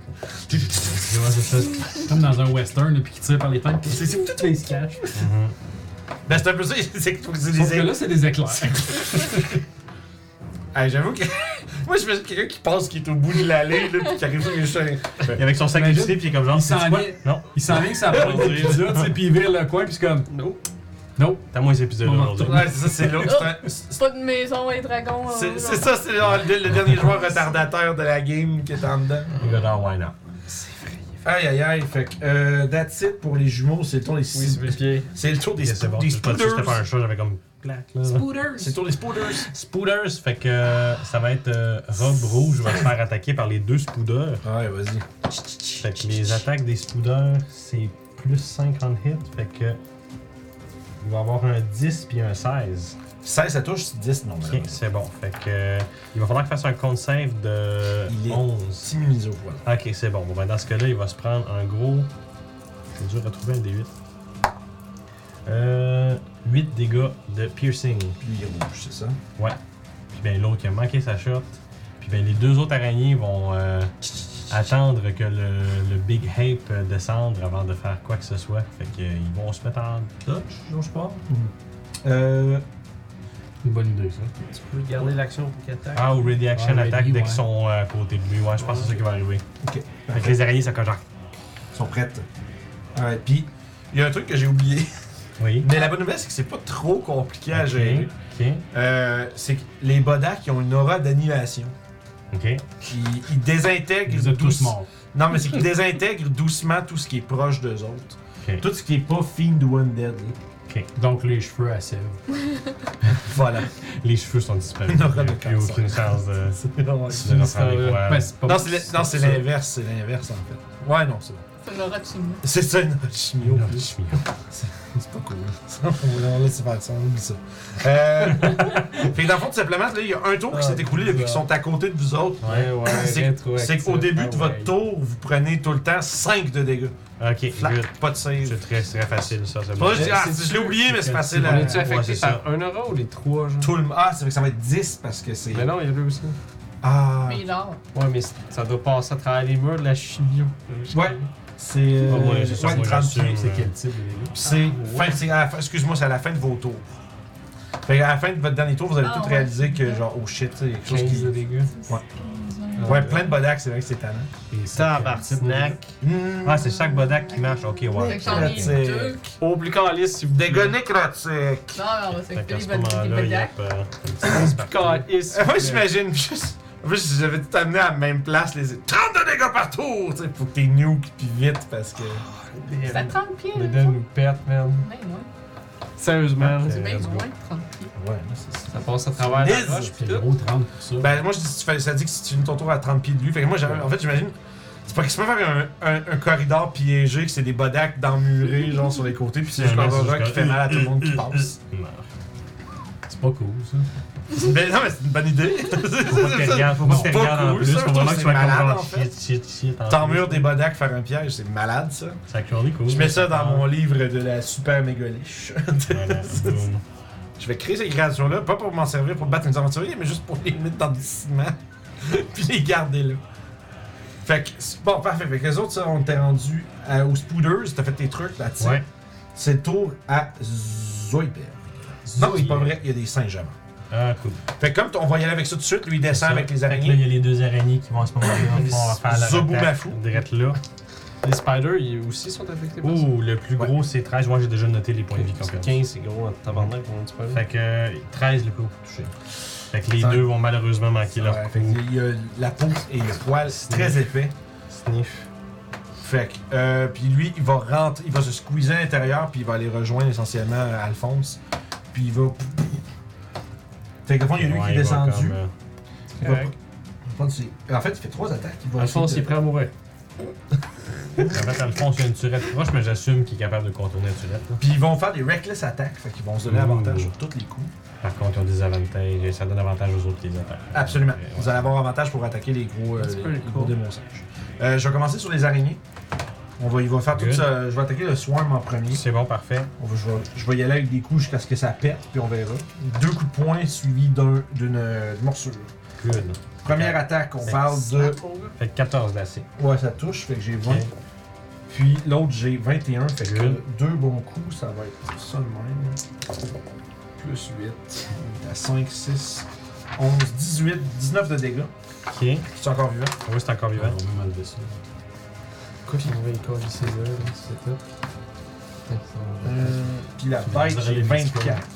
[SPEAKER 6] Comment ça se
[SPEAKER 4] Comme dans un western, là, puis qui tire par les têtes. C'est tout le se cache.
[SPEAKER 6] passe? Mhm.
[SPEAKER 1] Ben, c'est un peu ça, c'est que faut que c'est
[SPEAKER 4] Sauf
[SPEAKER 1] des
[SPEAKER 4] que là, c'est des éclairs.
[SPEAKER 1] Hey, J'avoue que. Moi, j'imagine quelqu'un qui pense qu'il est au bout de l'allée, là, pis qui arrive sur les chaînes.
[SPEAKER 6] Et avec son sac
[SPEAKER 4] Imagine-
[SPEAKER 6] d'épicerie, puis il est comme genre,
[SPEAKER 4] Il
[SPEAKER 6] c'est
[SPEAKER 4] s'en
[SPEAKER 6] quoi?
[SPEAKER 4] vient.
[SPEAKER 6] Non,
[SPEAKER 4] Il s'en vient que ça prend des épisodes, tu sais, puis il vire le coin, puis c'est comme.
[SPEAKER 5] No.
[SPEAKER 4] Nope.
[SPEAKER 6] t'as moins épisode
[SPEAKER 4] Moment
[SPEAKER 6] aujourd'hui.
[SPEAKER 1] Ouais, c'est ça, c'est l'autre. c'est un- c'est-
[SPEAKER 3] Oh, Pas de maison et dragon. euh,
[SPEAKER 1] C'est c'est ça, c'est genre le, le dernier joueur retardataire de la game qui est en dedans.
[SPEAKER 6] Il va genre, why not?
[SPEAKER 1] Aïe aïe aïe, fait que. Euh, that's it pour les jumeaux, c'est le tour des
[SPEAKER 5] Oui,
[SPEAKER 1] six.
[SPEAKER 5] c'est bien.
[SPEAKER 1] c'est le tour des,
[SPEAKER 6] Et c'est bon,
[SPEAKER 1] des
[SPEAKER 6] je pensais que c'était pas un
[SPEAKER 1] spooters.
[SPEAKER 6] choix, j'avais comme clac là.
[SPEAKER 8] Spooters!
[SPEAKER 1] C'est le tour des spooters.
[SPEAKER 6] Spooders, fait que euh, ça va être euh, Rob Rouge va se faire attaquer par les deux Spooders.
[SPEAKER 1] Ouais, vas-y.
[SPEAKER 6] Fait que les attaques des Spooders, c'est plus 5 en hit, fait que il va avoir un 10 puis un 16.
[SPEAKER 1] 16 ça touche, 10 non.
[SPEAKER 6] Ok, c'est bon. Fait que euh, il va falloir qu'il fasse un compte save de
[SPEAKER 1] Il est-
[SPEAKER 6] 11.
[SPEAKER 1] Similisé au poil.
[SPEAKER 6] Ok, c'est bon. Bon, ben dans ce cas-là, il va se prendre un gros. C'est dur de retrouver un D8. Euh, 8 dégâts de piercing.
[SPEAKER 1] Puis il est rouge, c'est ça.
[SPEAKER 6] Ouais. Puis ben l'autre qui a manqué sa shot. Puis ben les deux autres araignées vont euh, attendre que le, le Big Ape euh, descende avant de faire quoi que ce soit. Fait qu'ils vont se mettre en dodge, je sais pas.
[SPEAKER 1] Euh.
[SPEAKER 4] Une bonne idée, ça.
[SPEAKER 5] Tu peux garder l'action pour qu'il attaque.
[SPEAKER 6] Ah, ou Ready Action
[SPEAKER 4] Ouais,
[SPEAKER 6] attaque
[SPEAKER 4] ready,
[SPEAKER 6] dès
[SPEAKER 4] ouais.
[SPEAKER 6] qu'ils sont euh, à côté de lui. Ouais, je pense que c'est ça qui va arriver.
[SPEAKER 1] Ok.
[SPEAKER 6] Fait que les araignées, ça cogne genre.
[SPEAKER 1] Ils sont prêtes. Ouais, puis il y a un truc que j'ai oublié.
[SPEAKER 6] Oui.
[SPEAKER 1] Mais la bonne nouvelle, c'est que c'est pas trop compliqué à
[SPEAKER 6] Ok,
[SPEAKER 1] gérer.
[SPEAKER 6] Ok.
[SPEAKER 1] Euh, c'est que les Bodak, ils ont une aura d'annihilation.
[SPEAKER 6] Ok.
[SPEAKER 1] Ils, ils désintègrent
[SPEAKER 4] Vous êtes tous
[SPEAKER 1] douce-
[SPEAKER 4] morts.
[SPEAKER 1] Non, mais c'est qu'ils désintègrent doucement tout ce qui est proche d'eux autres.
[SPEAKER 6] Ok.
[SPEAKER 1] Tout ce qui est pas Fiend ou Undead. là.
[SPEAKER 4] Donc les cheveux à sève.
[SPEAKER 1] Voilà.
[SPEAKER 6] Les cheveux sont disparus.
[SPEAKER 1] Une aura de
[SPEAKER 6] Il n'y a
[SPEAKER 1] cancer.
[SPEAKER 6] aucune chance de.
[SPEAKER 1] C'est euh, vraiment-
[SPEAKER 6] de reprendre les poils.
[SPEAKER 4] Ben, c'est pas-
[SPEAKER 1] non, c'est le- non, c'est l'inverse, c'est l'inverse en fait. Ouais, non, c'est bon.
[SPEAKER 9] C'est Laura Chimio.
[SPEAKER 1] C'est ça, une chimio.
[SPEAKER 6] Une
[SPEAKER 1] C'est pas cool. Ça, on va- on laisse faire ça, on oublie ça. Euh, fait que dans le fond, tout simplement, là, il y a un
[SPEAKER 4] Ah,
[SPEAKER 1] tour qui s'est écoulé depuis qu'ils sont à côté de vous autres.
[SPEAKER 5] Ouais, ouais,
[SPEAKER 1] C'est-
[SPEAKER 5] rétroactif.
[SPEAKER 1] C'est qu'au début de
[SPEAKER 5] Ah
[SPEAKER 1] votre
[SPEAKER 5] ouais.
[SPEAKER 1] tour, vous prenez tout le temps 5 de dégâts.
[SPEAKER 6] Ok,
[SPEAKER 1] Flat,
[SPEAKER 6] good.
[SPEAKER 1] pas de save.
[SPEAKER 6] C'est très, très facile, ça. C'est
[SPEAKER 1] C'est
[SPEAKER 6] bon.
[SPEAKER 1] pour ça que je dis, ah,
[SPEAKER 5] C'est
[SPEAKER 1] je l'ai oublié, mais c'est facile.
[SPEAKER 5] Ah, On
[SPEAKER 1] à-
[SPEAKER 5] est-tu
[SPEAKER 6] Ouais,
[SPEAKER 5] affecté
[SPEAKER 6] c'est ça.
[SPEAKER 5] par un euro ou les trois, genre?
[SPEAKER 1] Tout le... Ah, c'est vrai que ça va être 10 parce que c'est.
[SPEAKER 5] Mais non, il y a deux aussi.
[SPEAKER 1] Ah.
[SPEAKER 3] Mais là,
[SPEAKER 5] Ouais, mais c'est- ça doit passer à travers les murs de la chimio.
[SPEAKER 1] Ouais. C'est. euh,
[SPEAKER 6] Ah ouais, c'est ça,
[SPEAKER 1] ouais,
[SPEAKER 6] moi,
[SPEAKER 1] 30
[SPEAKER 6] j'assume.
[SPEAKER 1] pieds.
[SPEAKER 4] C'est quel type de dégâts?
[SPEAKER 1] C'est. fin- c'est à la fin- Excuse-moi, c'est à la fin de vos tours. Fait qu'à la fin de votre dernier tour, vous avez
[SPEAKER 3] Ah,
[SPEAKER 1] tout
[SPEAKER 3] ouais.
[SPEAKER 1] réalisé que, genre, oh shit, il y a quelque chose
[SPEAKER 5] 15
[SPEAKER 1] qui.
[SPEAKER 5] de dégâts.
[SPEAKER 1] Ouais.
[SPEAKER 5] Ah,
[SPEAKER 1] Ouais, plein de bodacs, c'est vrai que c'est tannant. Mmh.
[SPEAKER 4] Et
[SPEAKER 6] Tabarnak. Ah, c'est chaque bodac qui marche. Ok, ouais.
[SPEAKER 3] fait que j'en ai
[SPEAKER 1] c'est-
[SPEAKER 3] deux.
[SPEAKER 5] Au plus liste, si vous
[SPEAKER 1] Dégâts nécrotiques.
[SPEAKER 3] Non, mais on va
[SPEAKER 6] Fait
[SPEAKER 3] s'occuper
[SPEAKER 6] qu'à
[SPEAKER 3] des
[SPEAKER 6] ce
[SPEAKER 3] bonnes des
[SPEAKER 6] moment-là,
[SPEAKER 3] bonnes
[SPEAKER 6] il y a
[SPEAKER 3] dagues.
[SPEAKER 6] pas.
[SPEAKER 5] calisse.
[SPEAKER 1] Moi, j'imagine juste. En plus, j'avais tout amené à la même place, les 30 de dégâts par tour! Tu sais, faut que t'es nuke pis vite parce que.
[SPEAKER 3] Ça te 30 pieds,
[SPEAKER 5] Les
[SPEAKER 3] là,
[SPEAKER 5] dents nous pètent, man.
[SPEAKER 3] Ben ouais.
[SPEAKER 5] Sérieusement.
[SPEAKER 6] Ok.
[SPEAKER 5] là.
[SPEAKER 3] Ben
[SPEAKER 6] let's go.
[SPEAKER 3] moins de 30 pieds.
[SPEAKER 1] Ouais, là, c'est ça.
[SPEAKER 5] Ça passe à travers
[SPEAKER 1] Niz!
[SPEAKER 5] la roche, pis
[SPEAKER 4] C'est
[SPEAKER 5] tout.
[SPEAKER 4] gros 30 pour ça.
[SPEAKER 1] Ben, moi, je dis, tu fais- ça dit que si tu finis ton tour à 30 pieds de lui, fait que moi, j'avais- en fait, j'imagine. C'est pas que c'est pas faire un, un, un corridor piégé, que c'est des bodacs d'emmurés, genre sur les côtés, puis c'est juste un
[SPEAKER 6] Finalement, c'est
[SPEAKER 1] corridor qui
[SPEAKER 6] juste
[SPEAKER 1] fait
[SPEAKER 6] comme-
[SPEAKER 1] mal à tout le monde qui passe.
[SPEAKER 6] Non.
[SPEAKER 4] C'est pas cool ça.
[SPEAKER 1] Ben non, mais c'est une bonne idée! C'est- c'est-
[SPEAKER 6] Faut pas que
[SPEAKER 1] c'est
[SPEAKER 6] tu
[SPEAKER 1] ça.
[SPEAKER 6] regardes, faut pas que
[SPEAKER 1] C'est
[SPEAKER 6] tu regardes en
[SPEAKER 1] cool,
[SPEAKER 6] plus.
[SPEAKER 1] ça,
[SPEAKER 6] Faut
[SPEAKER 1] je trouve
[SPEAKER 6] vraiment
[SPEAKER 1] que
[SPEAKER 6] que tu
[SPEAKER 1] c'est
[SPEAKER 6] sois comme
[SPEAKER 1] malade, en
[SPEAKER 6] genre
[SPEAKER 1] fait.
[SPEAKER 6] shit, shit, shit. en
[SPEAKER 1] T'emmures
[SPEAKER 6] plus.
[SPEAKER 1] des bodacs, faire un piège, c'est malade ça.
[SPEAKER 6] Ça curly, cool.
[SPEAKER 1] Je mets ça dans mon livre de la super méga liche.
[SPEAKER 6] Voilà, boom.
[SPEAKER 1] Je vais créer ces créations-là, pas pour m'en servir pour battre mes aventuriers, mais juste pour les mettre dans du ciment. puis les garder là. Fait que, c'est- bon, parfait. Fait que les autres, ça, on t'est rendu à- aux Spooders, t'as fait tes trucs là-dessus.
[SPEAKER 6] Ouais.
[SPEAKER 1] C'est le tour à Zoidberg. Non, c'est pas vrai, il y a des singes avant.
[SPEAKER 6] Ah, cool.
[SPEAKER 1] Fait que comme t- on va y aller avec ça tout de suite, lui il
[SPEAKER 6] C'est ça.
[SPEAKER 1] descend avec les
[SPEAKER 6] Fait que là, il y
[SPEAKER 1] araignées.
[SPEAKER 6] a les deux araignées qui vont à ce moment-là. dans le fond, On va faire la
[SPEAKER 1] Zobo
[SPEAKER 6] attaque
[SPEAKER 1] Mafou.
[SPEAKER 6] Direct là.
[SPEAKER 5] Les spiders, ils aussi sont affectés par ça.
[SPEAKER 6] Ouh, le plus
[SPEAKER 1] Ouais.
[SPEAKER 6] gros, c'est 13. Moi, j'ai déjà noté les points de vie qu'on
[SPEAKER 5] Parce que
[SPEAKER 6] perd.
[SPEAKER 5] 15, c'est gros en tabarnak, on dit pas.
[SPEAKER 6] Fait que euh, 13, le plus gros pour toucher. Fait que les
[SPEAKER 1] Ça-
[SPEAKER 6] deux vont malheureusement manquer leur
[SPEAKER 1] Ouais, fait que
[SPEAKER 6] coup.
[SPEAKER 1] il y a la peau et le poil, c'est très épais.
[SPEAKER 6] Sniff.
[SPEAKER 1] Fait que, euh, puis lui, il va rentrer, il va se squeezer à l'intérieur, puis il va aller rejoindre essentiellement euh, Alphonse. Puis il va. Fait qu'au fond, il y a lui qui
[SPEAKER 6] Ouais,
[SPEAKER 1] est
[SPEAKER 6] il va
[SPEAKER 1] descendu.
[SPEAKER 6] comme, euh,
[SPEAKER 1] Il va prendre ses- En fait, il fait trois attaques. Il va
[SPEAKER 5] Alphonse, il
[SPEAKER 1] essayer
[SPEAKER 5] est
[SPEAKER 1] de-
[SPEAKER 5] prêt à mourir.
[SPEAKER 6] En fait, Alphonse, il y a une turette proche, mais j'assume qu'il est capable de contourner la turette. là.
[SPEAKER 1] Puis ils vont faire des reckless attaques, fait qu'ils vont se donner
[SPEAKER 6] Ouh.
[SPEAKER 1] avantage sur tous les coups.
[SPEAKER 6] Par contre, ils ont des avantages. et Ça donne avantage aux autres qui les attaquent.
[SPEAKER 1] Absolument.
[SPEAKER 6] Ouais,
[SPEAKER 1] Vous allez avoir avantage pour attaquer les gros, euh,
[SPEAKER 5] That's
[SPEAKER 1] les-
[SPEAKER 5] pretty
[SPEAKER 1] les gros
[SPEAKER 5] cool.
[SPEAKER 1] démons singes. Euh, je vais commencer sur les araignées. On va, il va faire tout
[SPEAKER 6] Good.
[SPEAKER 1] ça. Je vais attaquer le swarm en premier.
[SPEAKER 6] C'est bon, parfait.
[SPEAKER 1] On va- je, vais, je vais y aller avec des coups jusqu'à ce que ça pète, puis on verra. Deux coups de poing suivis d'un- d'une euh, morsure.
[SPEAKER 6] Good.
[SPEAKER 1] Première attaque, on
[SPEAKER 6] Six.
[SPEAKER 1] parle
[SPEAKER 6] Euh,
[SPEAKER 1] de.
[SPEAKER 3] Ah,
[SPEAKER 6] Fait que 14 lacets.
[SPEAKER 1] Ouais, ça touche, fait que j'ai 20.
[SPEAKER 6] Ok.
[SPEAKER 1] Puis l'autre, j'ai 21, fait que
[SPEAKER 6] Good.
[SPEAKER 1] deux bons coups, ça va être ça de même. Plus 8. On est à 5, 6, 11, 18, 19 de dégâts.
[SPEAKER 6] Ok. Ah Oui,
[SPEAKER 1] Je suis encore vivant.
[SPEAKER 6] c'est encore
[SPEAKER 4] Ils vont
[SPEAKER 6] vivant.
[SPEAKER 4] même enlever ça.
[SPEAKER 5] Pourquoi qu'il m'avait encore ici là, c'est top.
[SPEAKER 1] Euh, Puis la
[SPEAKER 6] Tu
[SPEAKER 1] bête,
[SPEAKER 6] me diras
[SPEAKER 1] j'ai
[SPEAKER 6] les
[SPEAKER 1] 24.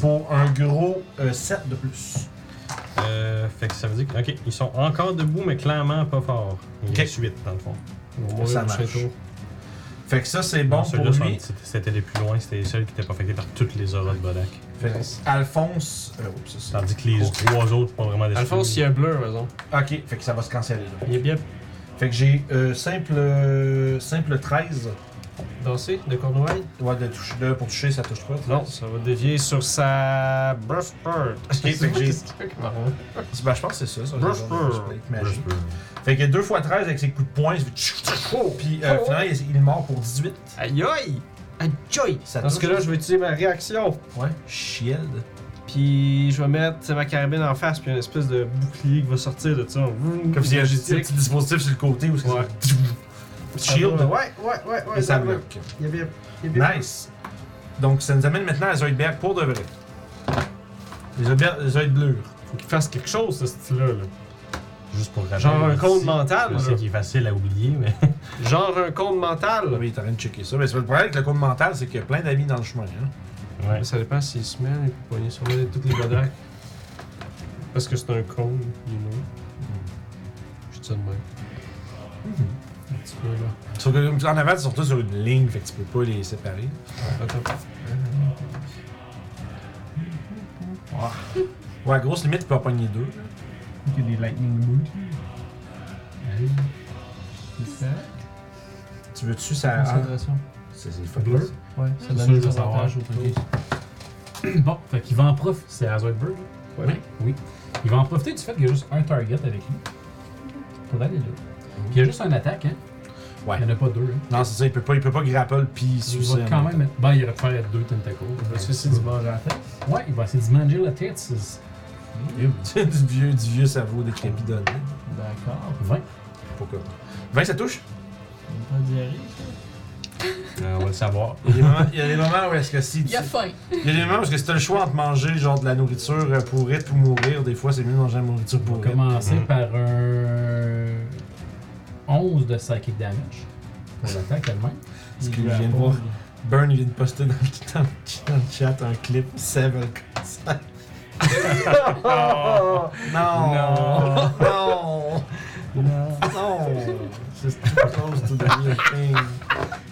[SPEAKER 1] Pour un gros 7 de plus.
[SPEAKER 6] Euh, fait que ça veut dire que. Ok, ils sont encore debout, mais clairement pas forts. Il
[SPEAKER 1] Ok.
[SPEAKER 6] reste 8 dans le fond.
[SPEAKER 1] ça marche. Fait que ça, c'est bon pour
[SPEAKER 6] Ceux-là,
[SPEAKER 1] lui.
[SPEAKER 6] sont- c'était- C'était les plus loin, c'était les seuls qui étaient pas affectés par toutes les auras de Bodak.
[SPEAKER 1] Fait que Alphonse. euh, oups, ça, c'est-
[SPEAKER 6] Tandis que les
[SPEAKER 1] Oh.
[SPEAKER 6] trois autres sont vraiment des
[SPEAKER 5] Alphonse, il est bleu, par exemple.
[SPEAKER 1] Ok, fait que ça va se canceller là.
[SPEAKER 5] Il est bien
[SPEAKER 1] Fait que j'ai euh, simple, euh, simple 13.
[SPEAKER 5] dansé de Cornouailles.
[SPEAKER 1] Ouais, de toucher, de- pour toucher, ça touche pas.
[SPEAKER 5] Non, ça va dévier sur sa Breathbird.
[SPEAKER 1] Ok, fait que j'ai.
[SPEAKER 5] marrant.
[SPEAKER 1] Bah, je pense que c'est ça, ça.
[SPEAKER 5] Brush
[SPEAKER 1] j'ai-
[SPEAKER 5] fur.
[SPEAKER 1] j'ai- j'ai-
[SPEAKER 6] Moi, je
[SPEAKER 1] magique.
[SPEAKER 6] peux-
[SPEAKER 1] Fait que 2 x 13 avec ses coups de poing, il se fait tchou, tchou, tchou, puis euh, finalement, il, il mord pour 18.
[SPEAKER 5] Oh, Aïe aïe! Aïe aïe!
[SPEAKER 1] Ça
[SPEAKER 5] Dans ce
[SPEAKER 1] touche.
[SPEAKER 5] cas-là, je vais utiliser ma réaction.
[SPEAKER 1] Ouais, shield.
[SPEAKER 5] Puis je vais mettre ma carabine en face, puis une espèce de bouclier qui va sortir de ça.
[SPEAKER 1] Comme s'il y avait juste un
[SPEAKER 5] Stick.
[SPEAKER 1] petit dispositif sur le côté où c'est.
[SPEAKER 5] Ouais.
[SPEAKER 1] Shield.
[SPEAKER 5] Ah, Ouais, ouais, ouais, ouais.
[SPEAKER 1] Et ça
[SPEAKER 5] bloque.
[SPEAKER 1] bloque.
[SPEAKER 5] Il y a bien. il y a bien-
[SPEAKER 1] Nice. Donc, ça nous amène maintenant à Zoidberg pour de vrai. Les Zoidberg- les Zoidblurs.
[SPEAKER 5] Faut qu'il fasse quelque chose, ce style-là. là.
[SPEAKER 6] Juste pour rappeler.
[SPEAKER 5] Genre un
[SPEAKER 6] ici,
[SPEAKER 5] compte mental,
[SPEAKER 6] Je sais
[SPEAKER 5] là.
[SPEAKER 6] qu'il est facile à oublier, mais.
[SPEAKER 5] Genre un compte mental.
[SPEAKER 1] Ah Oui, t'as rien de checker ça. Mais c'est pas le problème avec le compte mental, c'est qu'il y a plein d'amis dans le chemin. Hein.
[SPEAKER 6] Ouais.
[SPEAKER 5] Mais ça dépend s'il se met, il peut poigner sur moi toutes les bodacs. Parce que c'est un con, you know. Je dis ça de même. Un petit peu là.
[SPEAKER 1] Sauf que comme en avant, ils sont tous sur une ligne, fait que tu peux pas les séparer.
[SPEAKER 5] Attends.
[SPEAKER 1] Ouais, à grosse limite, tu peux en pogner deux.
[SPEAKER 10] Il y a des lightning boots.
[SPEAKER 1] Tu veux-tu ça. ah,
[SPEAKER 11] Concentration.
[SPEAKER 1] C'est c'est le fun.
[SPEAKER 4] Bleu?
[SPEAKER 11] Ouais, ça
[SPEAKER 4] C'est
[SPEAKER 11] donne
[SPEAKER 4] sûr,
[SPEAKER 11] des
[SPEAKER 4] je veux savoir.
[SPEAKER 11] avantages au truc.
[SPEAKER 4] Bon, fait qu'il va en profiter. C'est à Zoidberg, là?
[SPEAKER 1] Ouais.
[SPEAKER 4] Oui. Il va en profiter du fait qu'il y a juste un target avec lui. Pour aller là. Puis il y a juste un attaque, hein?
[SPEAKER 1] Oh. Ouais.
[SPEAKER 4] Il n'y en a pas deux, hein?
[SPEAKER 1] Non, c'est ça, il peut pas, il peut pas grapple puis
[SPEAKER 4] Il
[SPEAKER 1] sucer.
[SPEAKER 4] va
[SPEAKER 1] en
[SPEAKER 4] quand
[SPEAKER 1] même
[SPEAKER 4] même. Ben, il aurait pu faire deux tentacles.
[SPEAKER 11] Je vais essayer de manger la tête.
[SPEAKER 4] Ouais, il va essayer de manger la tête. c'est
[SPEAKER 1] Mm. temps. du vieux, du vieux cerveau décrépit donné.
[SPEAKER 11] D'accord.
[SPEAKER 4] 20.
[SPEAKER 1] Pourquoi? 20, ça touche?
[SPEAKER 11] On va diarrhée, ça.
[SPEAKER 6] Euh, on va le savoir.
[SPEAKER 1] Il y a des moments, il y a des moments où est-ce que si.
[SPEAKER 3] Il a faim.
[SPEAKER 1] Il y a des moments où est-ce que si t'as le choix entre manger genre de la nourriture euh, pourrite ou mourir, des fois c'est mieux de manger de la nourriture
[SPEAKER 4] On va
[SPEAKER 1] pourrite.
[SPEAKER 4] commencer
[SPEAKER 6] Mhm.
[SPEAKER 4] par un 11 de psychic damage. Pour l'attaque elle-même.
[SPEAKER 1] Ce que je viens de voir. Burn, il vient de poster dans le, dans le- dans le chat un clip Seven Concert. non! Non! Non! Non! Just too close to the real thing.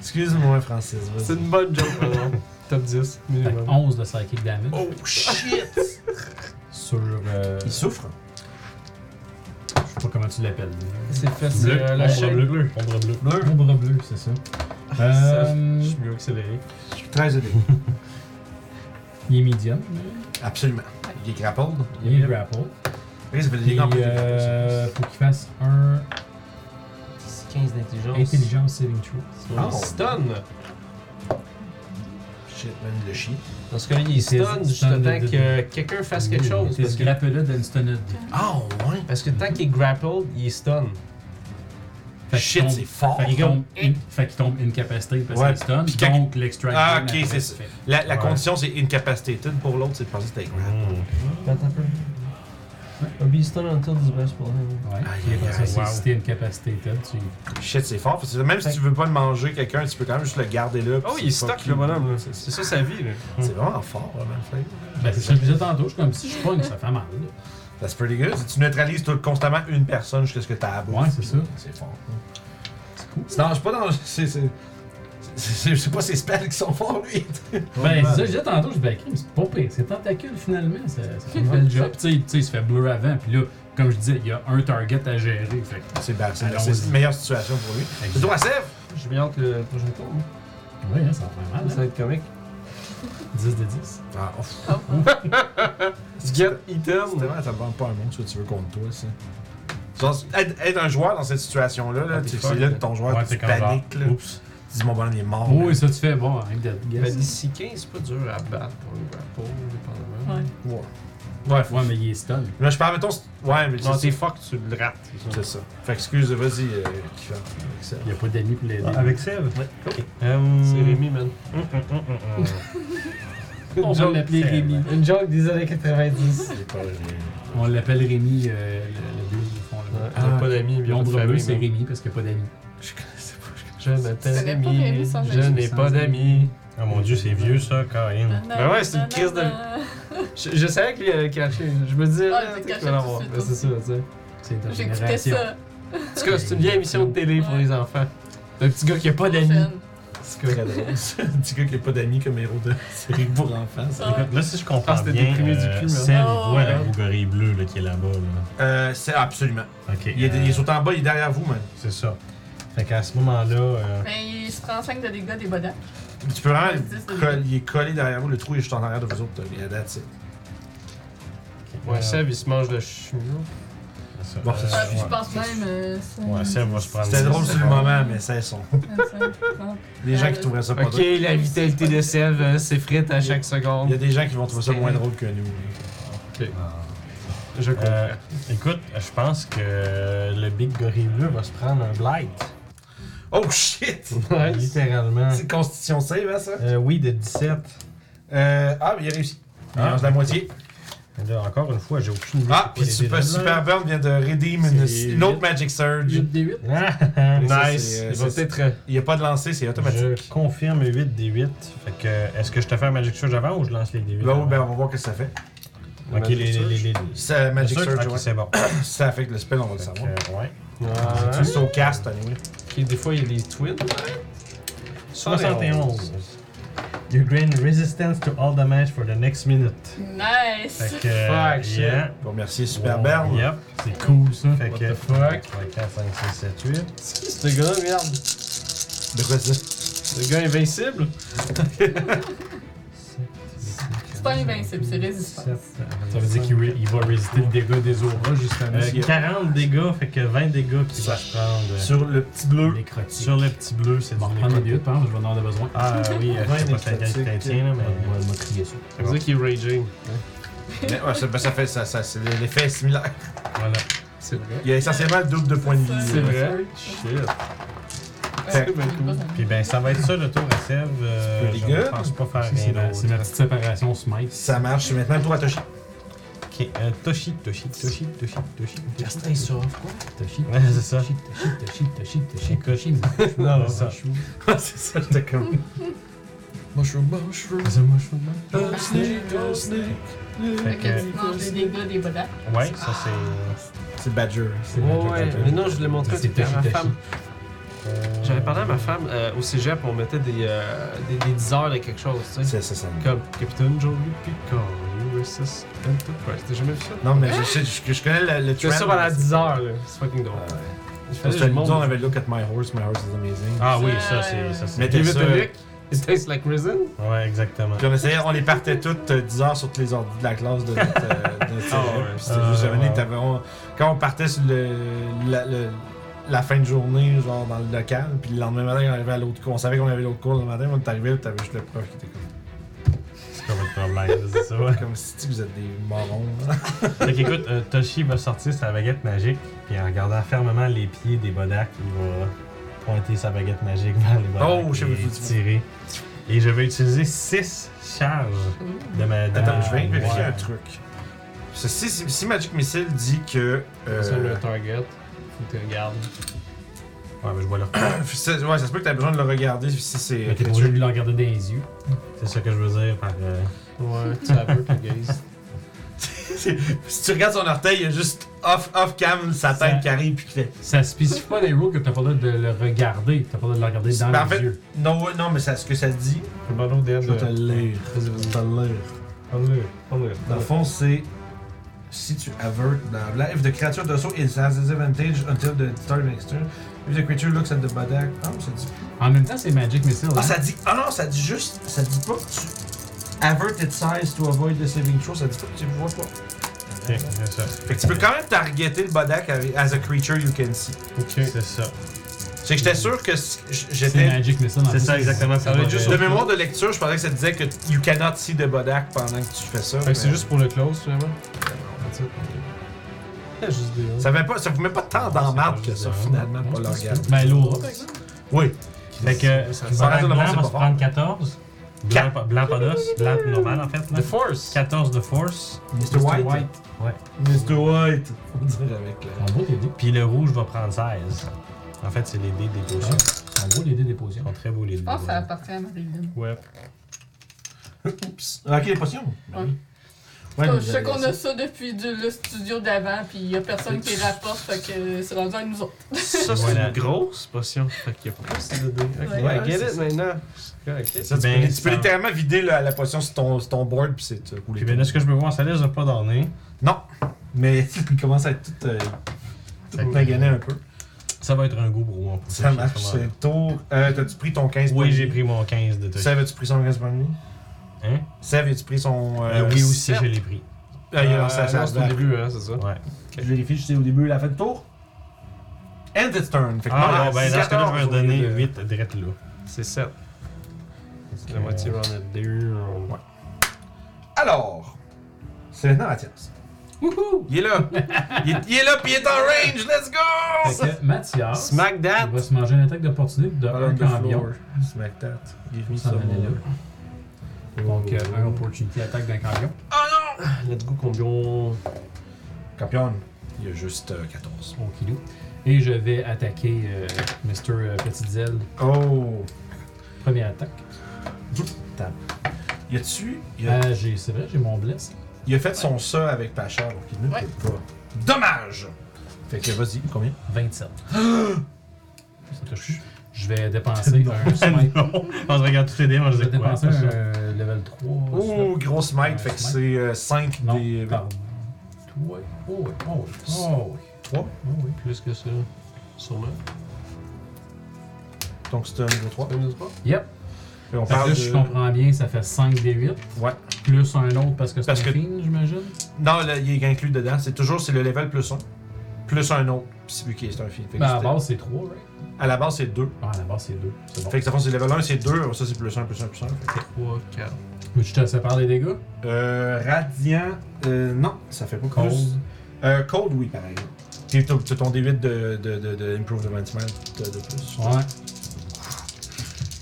[SPEAKER 1] Excuse-moi, Francis. vas-y.
[SPEAKER 5] C'est une bonne joke, par exemple. Top 10,
[SPEAKER 4] Fait que
[SPEAKER 5] minimum.
[SPEAKER 4] 11 de psychic damage
[SPEAKER 1] Oh shit!
[SPEAKER 4] sur. euh,
[SPEAKER 1] Il souffre.
[SPEAKER 4] je sais pas comment tu l'appelles.
[SPEAKER 11] C'est fait,
[SPEAKER 6] Bleu,
[SPEAKER 11] c'est euh, la
[SPEAKER 6] ombre
[SPEAKER 11] chaîne.
[SPEAKER 6] bleue, bleu, ombre bleue.
[SPEAKER 4] Bleu. Ombre bleu, c'est ça. Euh,
[SPEAKER 5] Je suis mieux accéléré.
[SPEAKER 1] Je suis très aidé.
[SPEAKER 4] il est medium.
[SPEAKER 1] Absolument. Il est grappled.
[SPEAKER 4] Il est grapple.
[SPEAKER 1] Oui, ça fait des
[SPEAKER 4] Puis,
[SPEAKER 1] dégâts en plus.
[SPEAKER 4] euh, faut qu'il fasse un
[SPEAKER 11] 15 d'intelligence.
[SPEAKER 4] intelligence saving throw.
[SPEAKER 1] Oh.
[SPEAKER 5] Ah, Stun!
[SPEAKER 1] Shit, man, le chie.
[SPEAKER 11] Dans ce cas-là, il est
[SPEAKER 4] C'est-
[SPEAKER 11] stun Mmh,
[SPEAKER 4] c'est
[SPEAKER 11] juste le
[SPEAKER 4] stun
[SPEAKER 11] temps
[SPEAKER 4] de-
[SPEAKER 11] que quelqu'un fasse quelque chose. Parce que,
[SPEAKER 4] grappelé d'une stunned.
[SPEAKER 1] Ah, ouais!
[SPEAKER 11] parce que tant qu'il est grappled, il est stun.
[SPEAKER 4] Fait qu'il
[SPEAKER 1] Shit,
[SPEAKER 4] tombe-
[SPEAKER 1] c'est fort!
[SPEAKER 4] Fait qu'il tombe, in- fait qu'il tombe incapacité parce
[SPEAKER 1] Ouais.
[SPEAKER 4] qu'il stun,
[SPEAKER 1] Puis quand-
[SPEAKER 4] donc l'extraction.
[SPEAKER 1] Ah, ok,
[SPEAKER 4] après,
[SPEAKER 1] c'est ça. La, la
[SPEAKER 6] Ouais.
[SPEAKER 1] condition, c'est incapacitated pour l'autre, c'est de penser que t'es grappled.
[SPEAKER 6] Mmh.
[SPEAKER 11] Attends un peu. I'll be stunned until this best for him.
[SPEAKER 4] Ouais.
[SPEAKER 1] Aïe,
[SPEAKER 4] Puis après ça,
[SPEAKER 1] aïe,
[SPEAKER 4] c'est-
[SPEAKER 1] wow.
[SPEAKER 4] si t'es incapacité, tu.
[SPEAKER 1] Shit, c'est fort. Parce que même si tu veux pas le manger quelqu'un, tu peux quand même juste le garder là. puis
[SPEAKER 5] Oh,
[SPEAKER 1] c'est
[SPEAKER 5] il est
[SPEAKER 1] pas
[SPEAKER 5] stock,
[SPEAKER 1] cool.
[SPEAKER 5] le bonhomme, là. C'est ça sa vie, là.
[SPEAKER 1] C'est vraiment fort, là, man. Fait-
[SPEAKER 4] Ben, c'est ça que je disais tantôt, je suis comme si je pogne, ça fait mal. là.
[SPEAKER 1] That's pretty good. Si tu neutralises tout- constamment une personne jusqu'à ce que t'as à bout.
[SPEAKER 4] Ouais, c'est ça.
[SPEAKER 1] C'est fort. C'est cool. Non, c'est pas dans. C'est. c'est- c'est- c'est- C'est pas ses spells qui sont forts, lui.
[SPEAKER 4] Ben, c'est ça que je disais tantôt, je dis, ben, crime, c'est pas pire. C'est tentacule finalement, ça, ça fait une belle job. Tu sais, tu sais, il se fait bleu avant, puis là, comme je disais, il y a un target à gérer. Fait que-
[SPEAKER 1] C'est bad. C'est
[SPEAKER 4] Allons-y.
[SPEAKER 1] c'est une meilleure situation pour lui. C'est toi, Sèvres.
[SPEAKER 5] J'ai bien hâte le prochain tour. moi.
[SPEAKER 4] Ouais, hein, ça fait mal.
[SPEAKER 5] Ça va
[SPEAKER 4] hein.
[SPEAKER 5] être comique.
[SPEAKER 4] 10 de 10.
[SPEAKER 1] Ah, ouf.
[SPEAKER 5] Get item!
[SPEAKER 1] C'est vraiment, ça vend pas un monde ce que tu veux contre toi, ça. Genre, être, être un joueur dans cette situation-là, là,
[SPEAKER 4] Ah,
[SPEAKER 1] tu-
[SPEAKER 4] t'es
[SPEAKER 1] c'est
[SPEAKER 4] fuck,
[SPEAKER 1] là que
[SPEAKER 4] là.
[SPEAKER 1] ton joueur
[SPEAKER 6] Ouais,
[SPEAKER 1] tu
[SPEAKER 6] t'es comme genre,
[SPEAKER 1] paniques. Là.
[SPEAKER 6] Oups.
[SPEAKER 1] Tu dis, mon bonhomme, ah, oh. il est mort.
[SPEAKER 4] Oui,
[SPEAKER 1] là.
[SPEAKER 4] ça tu fais bon, avec de
[SPEAKER 5] Mais
[SPEAKER 4] guess.
[SPEAKER 5] Ben, d'ici 15, c'est pas dur à battre pour le grapple, dépendamment.
[SPEAKER 12] Ouais.
[SPEAKER 1] Ouais.
[SPEAKER 4] Ouais, mais il est stun.
[SPEAKER 1] Là, je parle, mettons. c'est- Ouais, mais
[SPEAKER 5] Non,
[SPEAKER 1] c'est
[SPEAKER 5] t'es fuck, tu le rates. c'est ça.
[SPEAKER 1] C'est ça. Fait que, excuse, vas-y, euh, Kiffan. Excellent.
[SPEAKER 4] Il n'y a pas d'ennemi pour l'aider.
[SPEAKER 6] Ah, Avec Sève?
[SPEAKER 1] Ouais.
[SPEAKER 6] Hum,
[SPEAKER 5] C'est Rémi, man.
[SPEAKER 6] hum, hum, hum, hum, hum.
[SPEAKER 4] On va l'appeler
[SPEAKER 6] Sève.
[SPEAKER 4] Rémi.
[SPEAKER 11] Une joke des années 90.
[SPEAKER 1] J'ai pas
[SPEAKER 4] On l'appelle Rémi, euh, le, le deux, ils font le.
[SPEAKER 5] Ouais,
[SPEAKER 1] Ah,
[SPEAKER 5] J'ai pas d'amis, bien de
[SPEAKER 4] L'ombre bleue,
[SPEAKER 5] famille.
[SPEAKER 4] c'est
[SPEAKER 5] man.
[SPEAKER 4] Rémi parce qu'il n'y a pas d'amis.
[SPEAKER 1] Je connaissais pas.
[SPEAKER 5] Je m'appelle
[SPEAKER 3] J'aurais pas aimé
[SPEAKER 5] Rémi.
[SPEAKER 3] ça, mais
[SPEAKER 5] Je
[SPEAKER 3] je
[SPEAKER 5] n'ai
[SPEAKER 4] sens
[SPEAKER 5] pas
[SPEAKER 4] ça.
[SPEAKER 5] d'amis.
[SPEAKER 6] Ah mon dieu, c'est vieux ça,
[SPEAKER 3] Ah.
[SPEAKER 6] Karine.
[SPEAKER 5] Ben ouais, c'est une crise de- Je, je savais qu'il allait cacher. Je me disais,
[SPEAKER 3] Ah,
[SPEAKER 5] ah,
[SPEAKER 3] il
[SPEAKER 5] tu
[SPEAKER 3] était
[SPEAKER 5] sais, je vais
[SPEAKER 3] caché tout
[SPEAKER 5] l'avoir.
[SPEAKER 3] de
[SPEAKER 5] Ben,
[SPEAKER 3] suite,
[SPEAKER 5] c'est ça, tu sais.
[SPEAKER 4] C'est ta
[SPEAKER 3] J'écoutais
[SPEAKER 4] génération.
[SPEAKER 3] ça.
[SPEAKER 5] En tout cas, c'est une vieille émission de télé pour les enfants. Un petit gars qui a pas d'amis.
[SPEAKER 3] Jeune.
[SPEAKER 5] C'est
[SPEAKER 1] Très drôle. ça. Un petit gars qui n'a pas d'amis comme héros de série pour enfants. ça.
[SPEAKER 3] Ouais.
[SPEAKER 6] Écoute, là si je comprends
[SPEAKER 5] Ah, c'était
[SPEAKER 6] bien,
[SPEAKER 5] déprimé du
[SPEAKER 6] euh,
[SPEAKER 5] cul, là.
[SPEAKER 6] Sève, il
[SPEAKER 3] Oh,
[SPEAKER 6] voit la
[SPEAKER 3] ouais.
[SPEAKER 6] bougorie bleue là, qui est là-bas. Là.
[SPEAKER 1] Euh, c'est absolument.
[SPEAKER 6] Ok.
[SPEAKER 1] Il est,
[SPEAKER 6] euh,
[SPEAKER 1] il est tout en bas, il est derrière vous, man.
[SPEAKER 6] C'est ça. Fait qu'à ce moment-là, euh,
[SPEAKER 3] Mais ben, il se prend 5 de dégâts des bodacs.
[SPEAKER 1] Tu peux vraiment.
[SPEAKER 3] Dix de
[SPEAKER 1] coller- il est collé derrière vous, le trou est juste en arrière de vous autres. Et that's it.
[SPEAKER 5] Ouais, Seb, il se mange le chignon.
[SPEAKER 6] c'est ça.
[SPEAKER 1] Bon, c'est
[SPEAKER 6] Euh,
[SPEAKER 1] ça.
[SPEAKER 3] Ah, puis je
[SPEAKER 1] ouais.
[SPEAKER 3] pense même. euh, ça-
[SPEAKER 6] Ouais, Sève va se prendre.
[SPEAKER 1] C'était
[SPEAKER 6] ça.
[SPEAKER 1] drôle sur le moment, mais c'est son.
[SPEAKER 3] ça, ça prend.
[SPEAKER 1] Les gens qui trouveraient ça pas
[SPEAKER 5] Ok,
[SPEAKER 1] drôle.
[SPEAKER 5] la vitalité de Seb euh, s'effrite à chaque
[SPEAKER 1] Il y
[SPEAKER 5] seconde.
[SPEAKER 1] a des gens qui vont trouver ça moins drôle que nous.
[SPEAKER 6] Ah.
[SPEAKER 5] Je comprends.
[SPEAKER 6] Euh, écoute, je pense que le Big Gorille Bleu va se prendre un blight.
[SPEAKER 1] Oh shit!
[SPEAKER 5] nice.
[SPEAKER 6] Littéralement.
[SPEAKER 1] C'est constitution save, hein, ça?
[SPEAKER 6] Euh, oui, de 17.
[SPEAKER 1] Euh, ah, mais il a réussi. Il
[SPEAKER 6] Ah.
[SPEAKER 1] mange la moitié.
[SPEAKER 6] Mais Là, encore une fois, j'ai aucune idée.
[SPEAKER 1] Ah,
[SPEAKER 6] c'est quoi
[SPEAKER 1] puis
[SPEAKER 6] les
[SPEAKER 1] Super,
[SPEAKER 6] dégâts.
[SPEAKER 1] Super Burn vient de redeem une,
[SPEAKER 6] C'est
[SPEAKER 1] une autre
[SPEAKER 6] huit.
[SPEAKER 1] Magic Surge.
[SPEAKER 4] 8 des 8.
[SPEAKER 6] Ah,
[SPEAKER 1] Mais ça,
[SPEAKER 5] Nice.
[SPEAKER 1] c'est, euh,
[SPEAKER 5] Il va
[SPEAKER 1] c'est-
[SPEAKER 5] peut-être. euh,
[SPEAKER 1] Il n'y a pas de lancer, c'est automatique.
[SPEAKER 6] Je confirme 8 des 8. Fait que, est-ce que je te fais un Magic Surge avant ou je lance les D8
[SPEAKER 1] Là,
[SPEAKER 6] avant?
[SPEAKER 1] ben, on va voir ce que ça fait.
[SPEAKER 6] Ok, les, les, les, les- les-
[SPEAKER 1] Ça,
[SPEAKER 6] le
[SPEAKER 1] Magic Surge,
[SPEAKER 6] ok,
[SPEAKER 1] ouais.
[SPEAKER 6] c'est bon.
[SPEAKER 1] ça affecte le spell, on va le
[SPEAKER 6] Fait que,
[SPEAKER 1] savoir.
[SPEAKER 6] euh, ouais.
[SPEAKER 5] ouais.
[SPEAKER 1] C'est au cast, anyway.
[SPEAKER 5] Ok, des fois, il y a des twins.
[SPEAKER 6] 71. You gain resistance to all damage for the next minute.
[SPEAKER 3] Nice!
[SPEAKER 6] Fait que. euh,
[SPEAKER 5] Fuck, shit.
[SPEAKER 6] yeah.
[SPEAKER 1] Bon, merci Super
[SPEAKER 6] Wow,
[SPEAKER 1] Burn.
[SPEAKER 6] Yep.
[SPEAKER 4] C'est cool ça.
[SPEAKER 6] Fait
[SPEAKER 5] What
[SPEAKER 6] que.
[SPEAKER 5] the fuck?
[SPEAKER 6] 4, 5, 6, 7, 8.
[SPEAKER 5] C'est qui ce gars, merde?
[SPEAKER 1] De quoi ça?
[SPEAKER 2] Le gars invincible?
[SPEAKER 3] C'est pas invincible, c'est résistant.
[SPEAKER 4] Ça veut dire qu'il ré- il va résister le dégât des auras justement.
[SPEAKER 6] Euh, 40 dégâts, fait que 20 dégâts qui va se prendre. Sur,
[SPEAKER 1] Sur le petit bleu.
[SPEAKER 4] Les croquis.
[SPEAKER 6] sur le petit bleu, c'est
[SPEAKER 4] Bon,
[SPEAKER 6] du
[SPEAKER 4] prendre les billets,
[SPEAKER 6] nécrotique.
[SPEAKER 4] par exemple, je vais en avoir besoin.
[SPEAKER 6] Ah oui, euh, je sais
[SPEAKER 1] Ouais,
[SPEAKER 6] pas si la gueule
[SPEAKER 1] nécrotique.
[SPEAKER 6] t'intient, là, mais.
[SPEAKER 4] On va crier ça.
[SPEAKER 2] Ça veut dire qu'il est raging.
[SPEAKER 1] Mais ouais, ça, ben, ça fait ça, ça, c'est l'effet est similaire.
[SPEAKER 6] Voilà.
[SPEAKER 2] C'est vrai.
[SPEAKER 1] Il y a essentiellement le double de points de vie.
[SPEAKER 2] C'est
[SPEAKER 1] là.
[SPEAKER 2] vrai.
[SPEAKER 6] Shit.
[SPEAKER 1] Fait-
[SPEAKER 6] Puis ben, ça va être ça le tour à Sèvres.
[SPEAKER 1] Petit
[SPEAKER 6] Euh,
[SPEAKER 1] peu
[SPEAKER 6] je
[SPEAKER 1] des
[SPEAKER 6] ne
[SPEAKER 1] gars.
[SPEAKER 6] pense pas faire
[SPEAKER 4] C'est
[SPEAKER 6] rien
[SPEAKER 1] ben,
[SPEAKER 4] ma,
[SPEAKER 6] d'autre.
[SPEAKER 4] c'est ma petite séparation smite.
[SPEAKER 1] Ça marche, c'est maintenant le tour à Toshi.
[SPEAKER 6] Ok, euh, Toshi, Toshi, Toshi, Toshi, Toshi. Toshi.
[SPEAKER 4] sur quoi Toshi.
[SPEAKER 6] Ouais, c'est ça.
[SPEAKER 4] Toshi, Toshi, Toshi, Toshi, Toshi.
[SPEAKER 6] Non, c'est ça.
[SPEAKER 1] Ah, c'est ça, j'étais comme.
[SPEAKER 13] Mushroom, mushroom.
[SPEAKER 6] C'est moi, je trouve, non?
[SPEAKER 8] Fait
[SPEAKER 6] Fait
[SPEAKER 8] que
[SPEAKER 6] que,
[SPEAKER 8] tu manges des dégâts des bodacs.
[SPEAKER 6] ouais, ça c'est.
[SPEAKER 1] C'est Badger. C'est Badger
[SPEAKER 2] Ouais,
[SPEAKER 1] Badger.
[SPEAKER 2] mais non, je l'ai montré
[SPEAKER 4] C'est
[SPEAKER 2] tout à ma
[SPEAKER 4] tachi,
[SPEAKER 2] femme.
[SPEAKER 6] euh,
[SPEAKER 2] J'avais parlé à ma femme euh, au cégep, on mettait des, euh, des, des 10 heures de quelque chose, tu sais.
[SPEAKER 1] C'est ça, ça.
[SPEAKER 2] Comme Capitaine Joey Picard, USS Enterprise. T'as jamais vu ça?
[SPEAKER 1] Non, mais je, sais, je, je connais le, le
[SPEAKER 2] Tu fais ça
[SPEAKER 1] trend,
[SPEAKER 2] pendant
[SPEAKER 1] mais-
[SPEAKER 2] 10 heures, là. C'est fucking drôle.
[SPEAKER 1] Ah, ouais.
[SPEAKER 2] Il
[SPEAKER 1] Parce
[SPEAKER 2] fallait
[SPEAKER 1] que
[SPEAKER 2] que je
[SPEAKER 1] nous, on
[SPEAKER 2] monte.
[SPEAKER 1] avait Look at My Horse, My Horse is Amazing.
[SPEAKER 6] Ah oui, ça c'est. ça, c'est-
[SPEAKER 1] Mais
[SPEAKER 2] Give
[SPEAKER 1] t'es
[SPEAKER 2] it
[SPEAKER 1] ça.
[SPEAKER 2] to Nick. It tastes like resin.
[SPEAKER 6] Ouais, exactement.
[SPEAKER 1] Puis on essayait, on les partait toutes euh, 10 heures sur tous les ordi de la classe de notre, euh, de notre cégep.
[SPEAKER 6] Ah ouais.
[SPEAKER 1] Puis c'était juste,
[SPEAKER 6] Ah
[SPEAKER 1] j'avais dit,
[SPEAKER 6] ouais.
[SPEAKER 1] t'avais- on- quand on partait sur le, la, le- la fin de journée, genre dans le local, puis le lendemain matin, on arrivait à l'autre cours. On savait qu'on avait l'autre cours le matin, mais on est arrivé, puis t'avais juste le prof qui était comme,
[SPEAKER 6] C'est pas votre problème, c'est ça.
[SPEAKER 1] comme si vous êtes des morons. là.
[SPEAKER 6] Fait qu'écoute, euh, Toshi va sortir sa baguette magique, puis en regardant fermement les pieds des Bodak, il va pointer sa baguette magique vers les Bodak
[SPEAKER 1] Oh, je sais pas,
[SPEAKER 6] et
[SPEAKER 1] je sais
[SPEAKER 6] tirer. Et je vais utiliser 6 charges de ma... de
[SPEAKER 1] Attends,
[SPEAKER 6] ma-
[SPEAKER 1] je vais vérifier
[SPEAKER 6] ouais.
[SPEAKER 1] un truc. Si, si, si Magic Missile dit que. euh,
[SPEAKER 2] C'est le target. Faut que tu regardes.
[SPEAKER 6] Ouais, ben, je vois là.
[SPEAKER 1] c'est- ouais, ça se peut que t'as besoin de le regarder si c'est.
[SPEAKER 4] Mais t'es obligé de le regarder dans les yeux.
[SPEAKER 6] C'est ça que je veux dire par... euh,
[SPEAKER 2] Ouais, tu as peu, guys.
[SPEAKER 1] C'est- si tu regardes son orteil, il y a juste off, off cam sa tête
[SPEAKER 4] Ça-
[SPEAKER 1] qui arrive puis qui fait.
[SPEAKER 4] Ça spécifie pas les rules que t'as pas le droit de le regarder. T'as pas le droit de le regarder dans
[SPEAKER 1] Ben, en
[SPEAKER 4] les
[SPEAKER 1] fait, euh,
[SPEAKER 4] yeux.
[SPEAKER 1] Non, ouais, non, mais ça, ce que ça dit.
[SPEAKER 6] Le ballon d'aide.
[SPEAKER 1] Je vais te le lire. Je vais te le lire.
[SPEAKER 6] Prends-le, prends-le.
[SPEAKER 1] Dans le fond, c'est. Si tu avert, blablabla. If the creature does so, it has disadvantage until the start of next turn. If the creature looks at the badak. Ah, mais ça dit.
[SPEAKER 4] En même temps, c'est Magic Missile.
[SPEAKER 1] Ah,
[SPEAKER 4] hein?
[SPEAKER 1] ça dit. Ah non, ça dit juste. Ça dit pas que tu. Avert its size to avoid the saving throw. Ça dit pas que tu vois pas.
[SPEAKER 6] Ok, c'est ça.
[SPEAKER 1] Fait que tu peux quand même targeter le badak avec- as a creature you can see.
[SPEAKER 6] Ok. C'est ça.
[SPEAKER 1] C'est que j'étais sûr que c- j-
[SPEAKER 4] C'est
[SPEAKER 1] j'étais.
[SPEAKER 4] Magic Missile. en
[SPEAKER 6] C'est
[SPEAKER 4] plus.
[SPEAKER 6] ça exactement.
[SPEAKER 2] Ça va être juste
[SPEAKER 1] De mémoire de lecture, je pensais que ça disait que you cannot see the bodak pendant que tu fais ça.
[SPEAKER 2] Fait que c'est
[SPEAKER 1] mais
[SPEAKER 2] juste pour le close, finalement. That's it. Ouais, juste des
[SPEAKER 1] Ça fait pas, ça vous met pas tant
[SPEAKER 6] C'est
[SPEAKER 1] dans
[SPEAKER 6] pas
[SPEAKER 1] marde que
[SPEAKER 6] juste
[SPEAKER 1] ça
[SPEAKER 6] de-
[SPEAKER 1] finalement pour le regarder.
[SPEAKER 4] Ben, l'aura, par exemple.
[SPEAKER 1] Oui.
[SPEAKER 6] Fait que...
[SPEAKER 1] Ça- ça reste de
[SPEAKER 6] Blanc
[SPEAKER 1] la
[SPEAKER 6] blanc
[SPEAKER 1] force, c'est
[SPEAKER 6] va
[SPEAKER 1] pas
[SPEAKER 6] se
[SPEAKER 1] fort.
[SPEAKER 6] prendre 14. Blanc, pas- blanc pas d'os, blanc normal en fait. là.
[SPEAKER 2] The Force!
[SPEAKER 6] 14 de force.
[SPEAKER 1] Mr. White.
[SPEAKER 6] Ouais.
[SPEAKER 1] Mr. White. On dirait avec euh,
[SPEAKER 4] En
[SPEAKER 1] le.
[SPEAKER 4] gros, les dés.
[SPEAKER 6] Puis le rouge va prendre 16. En fait, c'est les dés des potions.
[SPEAKER 4] En gros, les dés des potions.
[SPEAKER 6] Ils sont très beaux les
[SPEAKER 3] Je
[SPEAKER 6] dés.
[SPEAKER 3] pense que ça appartient à Marilyn.
[SPEAKER 6] Ouais.
[SPEAKER 1] Oups. Ah, ok, les potions. Ben oui. Ouais, mais
[SPEAKER 3] je sais
[SPEAKER 1] j'avais
[SPEAKER 3] qu'on
[SPEAKER 1] ça.
[SPEAKER 3] a ça depuis du- le studio d'avant, puis il y a personne qui rapporte, fait que c'est rendu à nous autres.
[SPEAKER 2] Ça, c'est
[SPEAKER 6] Voilà.
[SPEAKER 2] une grosse potion. Fait qu'il y a pas plus de dégâts. Ok,
[SPEAKER 3] Ouais,
[SPEAKER 2] I get
[SPEAKER 1] c'est
[SPEAKER 2] it maintenant. C'est correct.
[SPEAKER 1] Ça, tu,
[SPEAKER 6] Ben,
[SPEAKER 1] peux, tu peux
[SPEAKER 6] ça-
[SPEAKER 1] littéralement vider la, la potion sur ton, sur ton board puis c'est euh, tout.
[SPEAKER 6] Puis ben, de ce que je peux voir, ça laisse de pas donner.
[SPEAKER 1] Non, mais il commence à être tout, euh, tout
[SPEAKER 6] Fait que-
[SPEAKER 1] magané un peu.
[SPEAKER 6] Ça va être un goût pour moi.
[SPEAKER 1] Ça marche, c'est tour. Euh, T'as-tu pris ton 15 points
[SPEAKER 6] Oui,
[SPEAKER 1] de
[SPEAKER 6] j'ai
[SPEAKER 1] vie?
[SPEAKER 6] pris mon 15 de touch.
[SPEAKER 1] Sev, as-tu pris son 15 points de vie?
[SPEAKER 6] Hein?
[SPEAKER 1] Sev, as-tu pris son.
[SPEAKER 6] Euh, oui, aussi,
[SPEAKER 2] sept.
[SPEAKER 6] je l'ai pris.
[SPEAKER 1] Ah, il a lancé la
[SPEAKER 2] Euh, non,
[SPEAKER 1] chasse
[SPEAKER 2] c'est au début, hein, c'est ça.
[SPEAKER 6] Ouais.
[SPEAKER 1] Je vérifie, je sais au début, la fin de tour. End its turn. Fait que
[SPEAKER 6] Ah,
[SPEAKER 1] non,
[SPEAKER 6] bon, ben, dans ce cas-là, je vais
[SPEAKER 1] 14 au lieu
[SPEAKER 6] redonner
[SPEAKER 1] de-
[SPEAKER 6] 8 direct là.
[SPEAKER 2] C'est 7.
[SPEAKER 6] Ok.
[SPEAKER 2] La moitié va en être 2.
[SPEAKER 5] euh,
[SPEAKER 2] Ouais.
[SPEAKER 1] Alors, c'est maintenant Mathias. Wouhou! Il est là! il, est, il est là, puis il est en range! Let's go!
[SPEAKER 4] Fait que Mathias, il
[SPEAKER 2] Smack that!
[SPEAKER 4] va se manger une attaque d'opportunité de
[SPEAKER 1] All on
[SPEAKER 4] un
[SPEAKER 1] the
[SPEAKER 4] campion.
[SPEAKER 1] floor. Smack that. Give me
[SPEAKER 4] Ça
[SPEAKER 1] some
[SPEAKER 4] en est là.
[SPEAKER 1] more.
[SPEAKER 4] Donc, euh, un opportunity attaque d'un campion.
[SPEAKER 2] Let's go, combien.
[SPEAKER 1] Campion, il y a juste euh, 14.
[SPEAKER 4] Au kilo. Et je vais attaquer euh, Mr. euh, Petite Zelle.
[SPEAKER 1] Oh!
[SPEAKER 4] Première attaque.
[SPEAKER 1] Y a-tu. Y a,
[SPEAKER 4] Ah, j'ai- c'est vrai, j'ai mon bless.
[SPEAKER 1] il a fait son ça avec Pacha, donc il ne
[SPEAKER 3] Ouais.
[SPEAKER 1] peut pas. Dommage! Fait que vas-y, combien?
[SPEAKER 4] 27. Ça touche. Je vais dépenser un smite.
[SPEAKER 6] Non, on se regarde tous les dés, on
[SPEAKER 4] Je
[SPEAKER 6] se
[SPEAKER 4] vais
[SPEAKER 6] dit quoi?
[SPEAKER 4] dépenser
[SPEAKER 6] c'est
[SPEAKER 4] un
[SPEAKER 6] ça?
[SPEAKER 4] euh, level 3.
[SPEAKER 1] Oh, gros smite, fait que
[SPEAKER 4] Smite.
[SPEAKER 1] c'est 5
[SPEAKER 4] Non,
[SPEAKER 1] des. euh,
[SPEAKER 4] pardon. Ouais. Oh oui, oh oui, oh oui.
[SPEAKER 1] 3?
[SPEAKER 4] Oh oui.
[SPEAKER 2] Plus que ça. Sûrement.
[SPEAKER 1] Ton donc c'est un niveau 3.
[SPEAKER 5] Un, deux, trois.
[SPEAKER 4] Yep.
[SPEAKER 1] Et on
[SPEAKER 4] Fait que
[SPEAKER 1] parle
[SPEAKER 4] là,
[SPEAKER 1] de...
[SPEAKER 4] je comprends bien, ça fait 5 des 8,
[SPEAKER 1] Ouais.
[SPEAKER 4] plus un autre parce que c'est un
[SPEAKER 1] Parce que-
[SPEAKER 4] fiend, j'imagine.
[SPEAKER 1] Non, là, il est inclus dedans. C'est toujours c'est le level plus 1. Plus un autre. Puis c'est lui qui est un film. Fait que
[SPEAKER 4] Ben, à la
[SPEAKER 1] c'était-
[SPEAKER 4] base, c'est 3, right?
[SPEAKER 1] à la base, c'est 2.
[SPEAKER 4] Ah, à la base, c'est 2. C'est bon.
[SPEAKER 1] Fait que ça fond, c'est level 1, c'est 2. Ça, c'est plus 1, plus 1, plus 1.
[SPEAKER 5] Trois, quatre.
[SPEAKER 4] Veux-tu te séparer les dégâts?
[SPEAKER 1] Euh, radiant. Euh, non, ça fait pas
[SPEAKER 4] Cold.
[SPEAKER 1] plus. Euh, cold, oui, par exemple. Puis t'as t'as ton D8 de, de, de, de Improve de 20 de, de plus.
[SPEAKER 4] Ouais.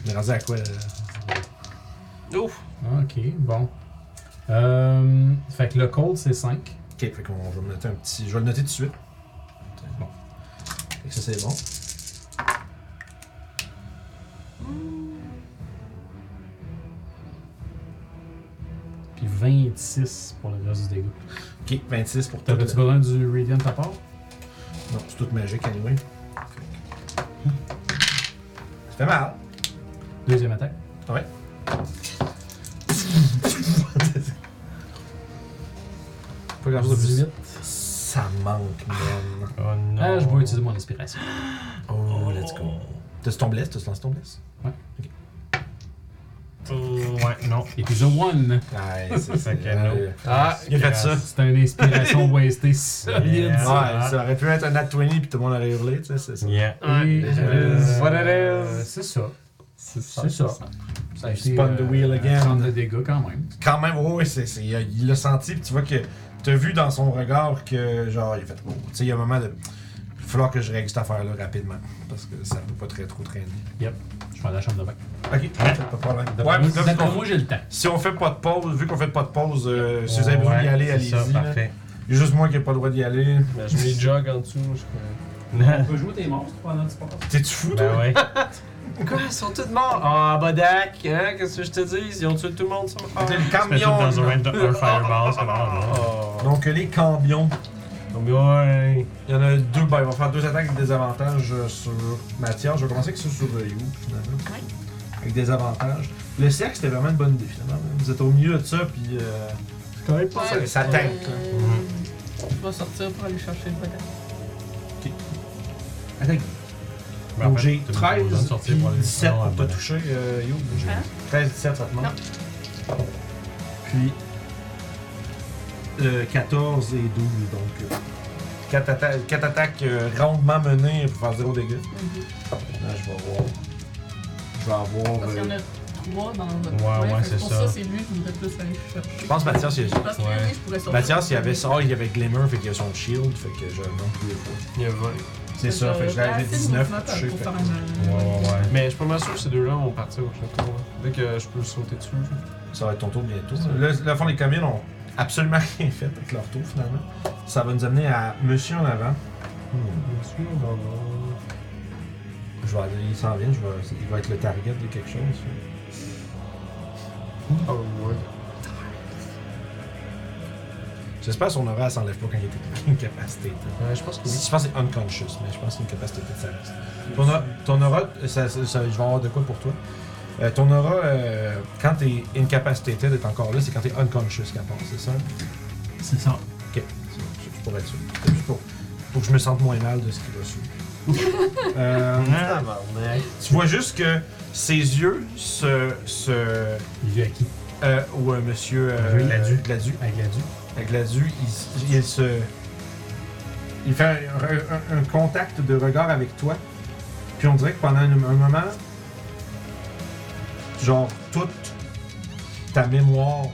[SPEAKER 1] Mais rendu à quoi euh? là?
[SPEAKER 4] Ok, bon. Euh, fait que le cold, c'est 5.
[SPEAKER 1] Ok, fait qu'on va me noter un petit. Je vais le noter tout de suite. Bon. Fait que ça, c'est bon.
[SPEAKER 4] Puis 26 pour le reste du dégât.
[SPEAKER 1] Ok, 26 pour tout.
[SPEAKER 4] T'avais-tu besoin du Radiant à part?
[SPEAKER 1] Non, c'est tout magique, anyway. Ça fait mal.
[SPEAKER 4] Deuxième attaque.
[SPEAKER 1] Ouais. Pas grand chose de plus.
[SPEAKER 4] 18.
[SPEAKER 1] Ça manque, man.
[SPEAKER 6] Oh non.
[SPEAKER 4] Ah, je vais utiliser mon inspiration.
[SPEAKER 1] Oh, let's go. T'as ton bless, t'as lancé ton bless?
[SPEAKER 6] Oh, ouais, non.
[SPEAKER 4] Épisode 1.
[SPEAKER 1] Ouais, c'est
[SPEAKER 6] Fait que no.
[SPEAKER 5] Ah,
[SPEAKER 1] Il a fait ça.
[SPEAKER 4] C'est une inspiration wastée solide.
[SPEAKER 6] Yeah.
[SPEAKER 1] Ouais, ça aurait pu être un nat 20 puis tout le monde aurait hurlé, tu sais, c'est ça.
[SPEAKER 6] Yeah.
[SPEAKER 4] Et,
[SPEAKER 1] it is.
[SPEAKER 4] euh,
[SPEAKER 5] What it is.
[SPEAKER 4] C'est ça.
[SPEAKER 6] C'est
[SPEAKER 4] C'est ça. euh, Ça a
[SPEAKER 1] Spun the wheel again.
[SPEAKER 4] 30 de dégâts quand même.
[SPEAKER 1] Quand même, ouais, ouais, c'est, c'est- il l'a senti, puis tu vois que t'as vu dans son regard que, genre, il a fait oh, Tu sais, il y a un moment de. Il va falloir que je règle cette affaire-là rapidement, parce que ça peut pas très trop traîner.
[SPEAKER 4] Yep. Je vais à la chambre de bain.
[SPEAKER 1] Ok, pas de problème. Ouais, mais là,
[SPEAKER 4] D'après moi-
[SPEAKER 1] vu
[SPEAKER 4] d'après
[SPEAKER 1] qu'on-
[SPEAKER 4] moi, j'ai le temps.
[SPEAKER 1] si on fait pas de pause, vu qu'on fait pas de pause, euh, si vous avez besoin d'y aller, allez-y.
[SPEAKER 6] C'est ça,
[SPEAKER 1] là.
[SPEAKER 6] parfait.
[SPEAKER 1] Il y a juste moi qui ai pas le droit d'y aller.
[SPEAKER 5] Ben, je mets le jog en dessous. je-
[SPEAKER 4] On peut jouer des monstres pendant que tu passes.
[SPEAKER 1] T'es-tu fou, toi?
[SPEAKER 6] Ben ouais.
[SPEAKER 5] Quoi, ils sont tous morts? Ah, Bodak, hein, qu'est-ce que je te dis? Ils ont tué tout le monde, ça me
[SPEAKER 1] C'était le
[SPEAKER 6] Fais tout dans un
[SPEAKER 1] camion.
[SPEAKER 6] un fireball, ça va.
[SPEAKER 5] Oh.
[SPEAKER 1] Donc, les cambions.
[SPEAKER 6] non? Ouais.
[SPEAKER 1] Il y en a deux, ben, il va faire deux attaques avec des avantages euh, sur Mathias. Je vais commencer avec ça sur euh, You, finalement. Avec des avantages. Le cercle, c'était vraiment une bonne idée, finalement. Vous êtes au milieu de ça, puis. euh,
[SPEAKER 4] C'est quand même pas
[SPEAKER 1] ça, ça
[SPEAKER 3] Euh,
[SPEAKER 1] tank, là.
[SPEAKER 3] Je vais Euh, sortir pour aller chercher le bonheur.
[SPEAKER 1] Attaque.
[SPEAKER 6] Ben, en
[SPEAKER 1] Donc,
[SPEAKER 6] fait,
[SPEAKER 1] j'ai
[SPEAKER 6] t'as pas besoin de
[SPEAKER 1] 13,
[SPEAKER 6] sortir
[SPEAKER 1] puis
[SPEAKER 6] pour aller
[SPEAKER 1] 17
[SPEAKER 6] voir
[SPEAKER 1] pour te
[SPEAKER 6] là-dedans.
[SPEAKER 1] toucher, euh, You. J'ai
[SPEAKER 3] Hein?
[SPEAKER 1] 13, 17, ça te manque.
[SPEAKER 3] Non.
[SPEAKER 1] Puis. euh, 14 et 12, donc. euh, 4, attaques euh, rondement menées pour faire 0 dégâts. Là, je vais voir. Je vais avoir.
[SPEAKER 3] Parce
[SPEAKER 1] euh,
[SPEAKER 3] qu'il y en a trois dans le.
[SPEAKER 6] Ouais, ouais,
[SPEAKER 3] fait que
[SPEAKER 6] c'est
[SPEAKER 3] Pour
[SPEAKER 6] ça.
[SPEAKER 3] ça, c'est lui que je voudrais plus aller chercher.
[SPEAKER 1] Je pense que Mathias, il
[SPEAKER 3] Parce que
[SPEAKER 6] Ouais.
[SPEAKER 3] lui, je pourrais sortir.
[SPEAKER 1] Mathias, il avait ça, il avait Glimmer, fait qu'il a son shield, fait que je le monte tous les fois.
[SPEAKER 5] Il y a 20.
[SPEAKER 1] C'est ça, fait que je l'avais 19 pour toucher.
[SPEAKER 3] Pour
[SPEAKER 1] fait
[SPEAKER 3] faire
[SPEAKER 1] que-
[SPEAKER 6] Ouais, ouais,
[SPEAKER 3] un.
[SPEAKER 6] ouais.
[SPEAKER 5] Mais je suis pas mal sûr que ces deux-là vont partir au château. là. Dès que je peux sauter dessus.
[SPEAKER 1] Ça va être ton tour bientôt. Là, le fond, les communes ont absolument rien fait avec leur tour finalement. Ça va nous amener à Monsieur en avant. Hmm. Je vais aller, il s'en vient, je vais, il va être le target de quelque chose.
[SPEAKER 5] Ah ouais.
[SPEAKER 1] J'espère que son aura elle s'enlève pas quand il est incapacité.
[SPEAKER 5] Ouais, Euh, je pense que oui.
[SPEAKER 1] Je pense que c'est unconscious, mais je pense que c'est une capacité de service. Ton, au- ton aura, euh, ça- ça- ça- je vais avoir de quoi pour toi. Euh, ton aura, euh, quand t'es incapacité d'être encore là, c'est quand t'es unconscious qu'elle passe, c'est ça?
[SPEAKER 4] C'est ça.
[SPEAKER 1] Ok, c'est bon, je- je pourrais être sûr. C'est juste pour, pour que je me sente moins mal de ce qui va suivre. Euh, tu vois juste que ses yeux se. se
[SPEAKER 4] Il vit à qui
[SPEAKER 1] euh, ou euh, monsieur. Euh,
[SPEAKER 6] Oui, Gladu.
[SPEAKER 1] Gladu.
[SPEAKER 4] Avec la due.
[SPEAKER 1] Avec Gladu, il, s- il se. Il fait un, un- un contact de regard avec toi. Puis on dirait que pendant un, un moment, genre, toute ta mémoire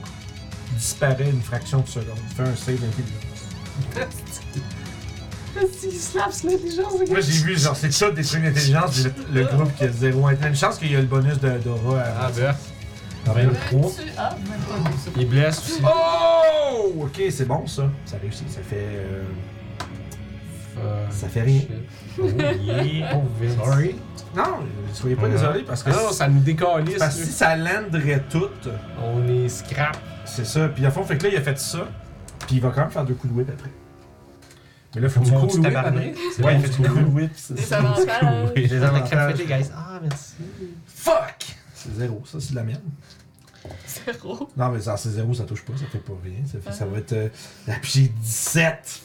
[SPEAKER 1] disparaît une fraction de seconde. Fais un save d'intelligence.
[SPEAKER 3] S'il slap sur l'intelligence,
[SPEAKER 1] Moi j'ai vu, genre, c'est ça des trucs d'intelligence, puis le, le groupe qui a zéro intelligence. Une chance qu'il y a le bonus de Dora à,
[SPEAKER 5] Ah, ben.
[SPEAKER 1] à 23.
[SPEAKER 3] Tu as même pas vu ça.
[SPEAKER 5] Il blesse aussi.
[SPEAKER 1] Oh! Ok, c'est bon ça. Ça réussit, ça fait. euh,
[SPEAKER 5] Fuck.
[SPEAKER 1] ça fait rien.
[SPEAKER 6] Oh, yeah.
[SPEAKER 5] Oh, Vince.
[SPEAKER 4] Sorry.
[SPEAKER 1] Non, soyez pas
[SPEAKER 6] Ouais.
[SPEAKER 1] désolé parce que,
[SPEAKER 5] Ah non, ça nous décalisse.
[SPEAKER 1] parce que si
[SPEAKER 5] là.
[SPEAKER 1] ça landerait tout,
[SPEAKER 5] On est scrap.
[SPEAKER 1] c'est ça. Puis à fond, fait que là, il a fait ça, puis il va quand même faire deux coups de whip après. Mais là, faut que tu
[SPEAKER 6] Mon
[SPEAKER 1] cool
[SPEAKER 6] petit
[SPEAKER 1] whip
[SPEAKER 6] tabarnak.
[SPEAKER 1] après.
[SPEAKER 6] C'est
[SPEAKER 1] Ouais,
[SPEAKER 6] bon,
[SPEAKER 1] il fait
[SPEAKER 6] c'est
[SPEAKER 1] du
[SPEAKER 6] cool.
[SPEAKER 1] cool whip. c'est
[SPEAKER 3] Des
[SPEAKER 1] ça.
[SPEAKER 3] avantages.
[SPEAKER 1] Les avantages.
[SPEAKER 5] guys. Ah, merci.
[SPEAKER 1] Fuck! C'est zéro, ça, c'est de la merde.
[SPEAKER 3] Zéro.
[SPEAKER 1] Non, mais ça, c'est zéro, ça touche pas, ça fait pas rien. Ça, fait- ça va être. euh, ah, puis j'ai 17!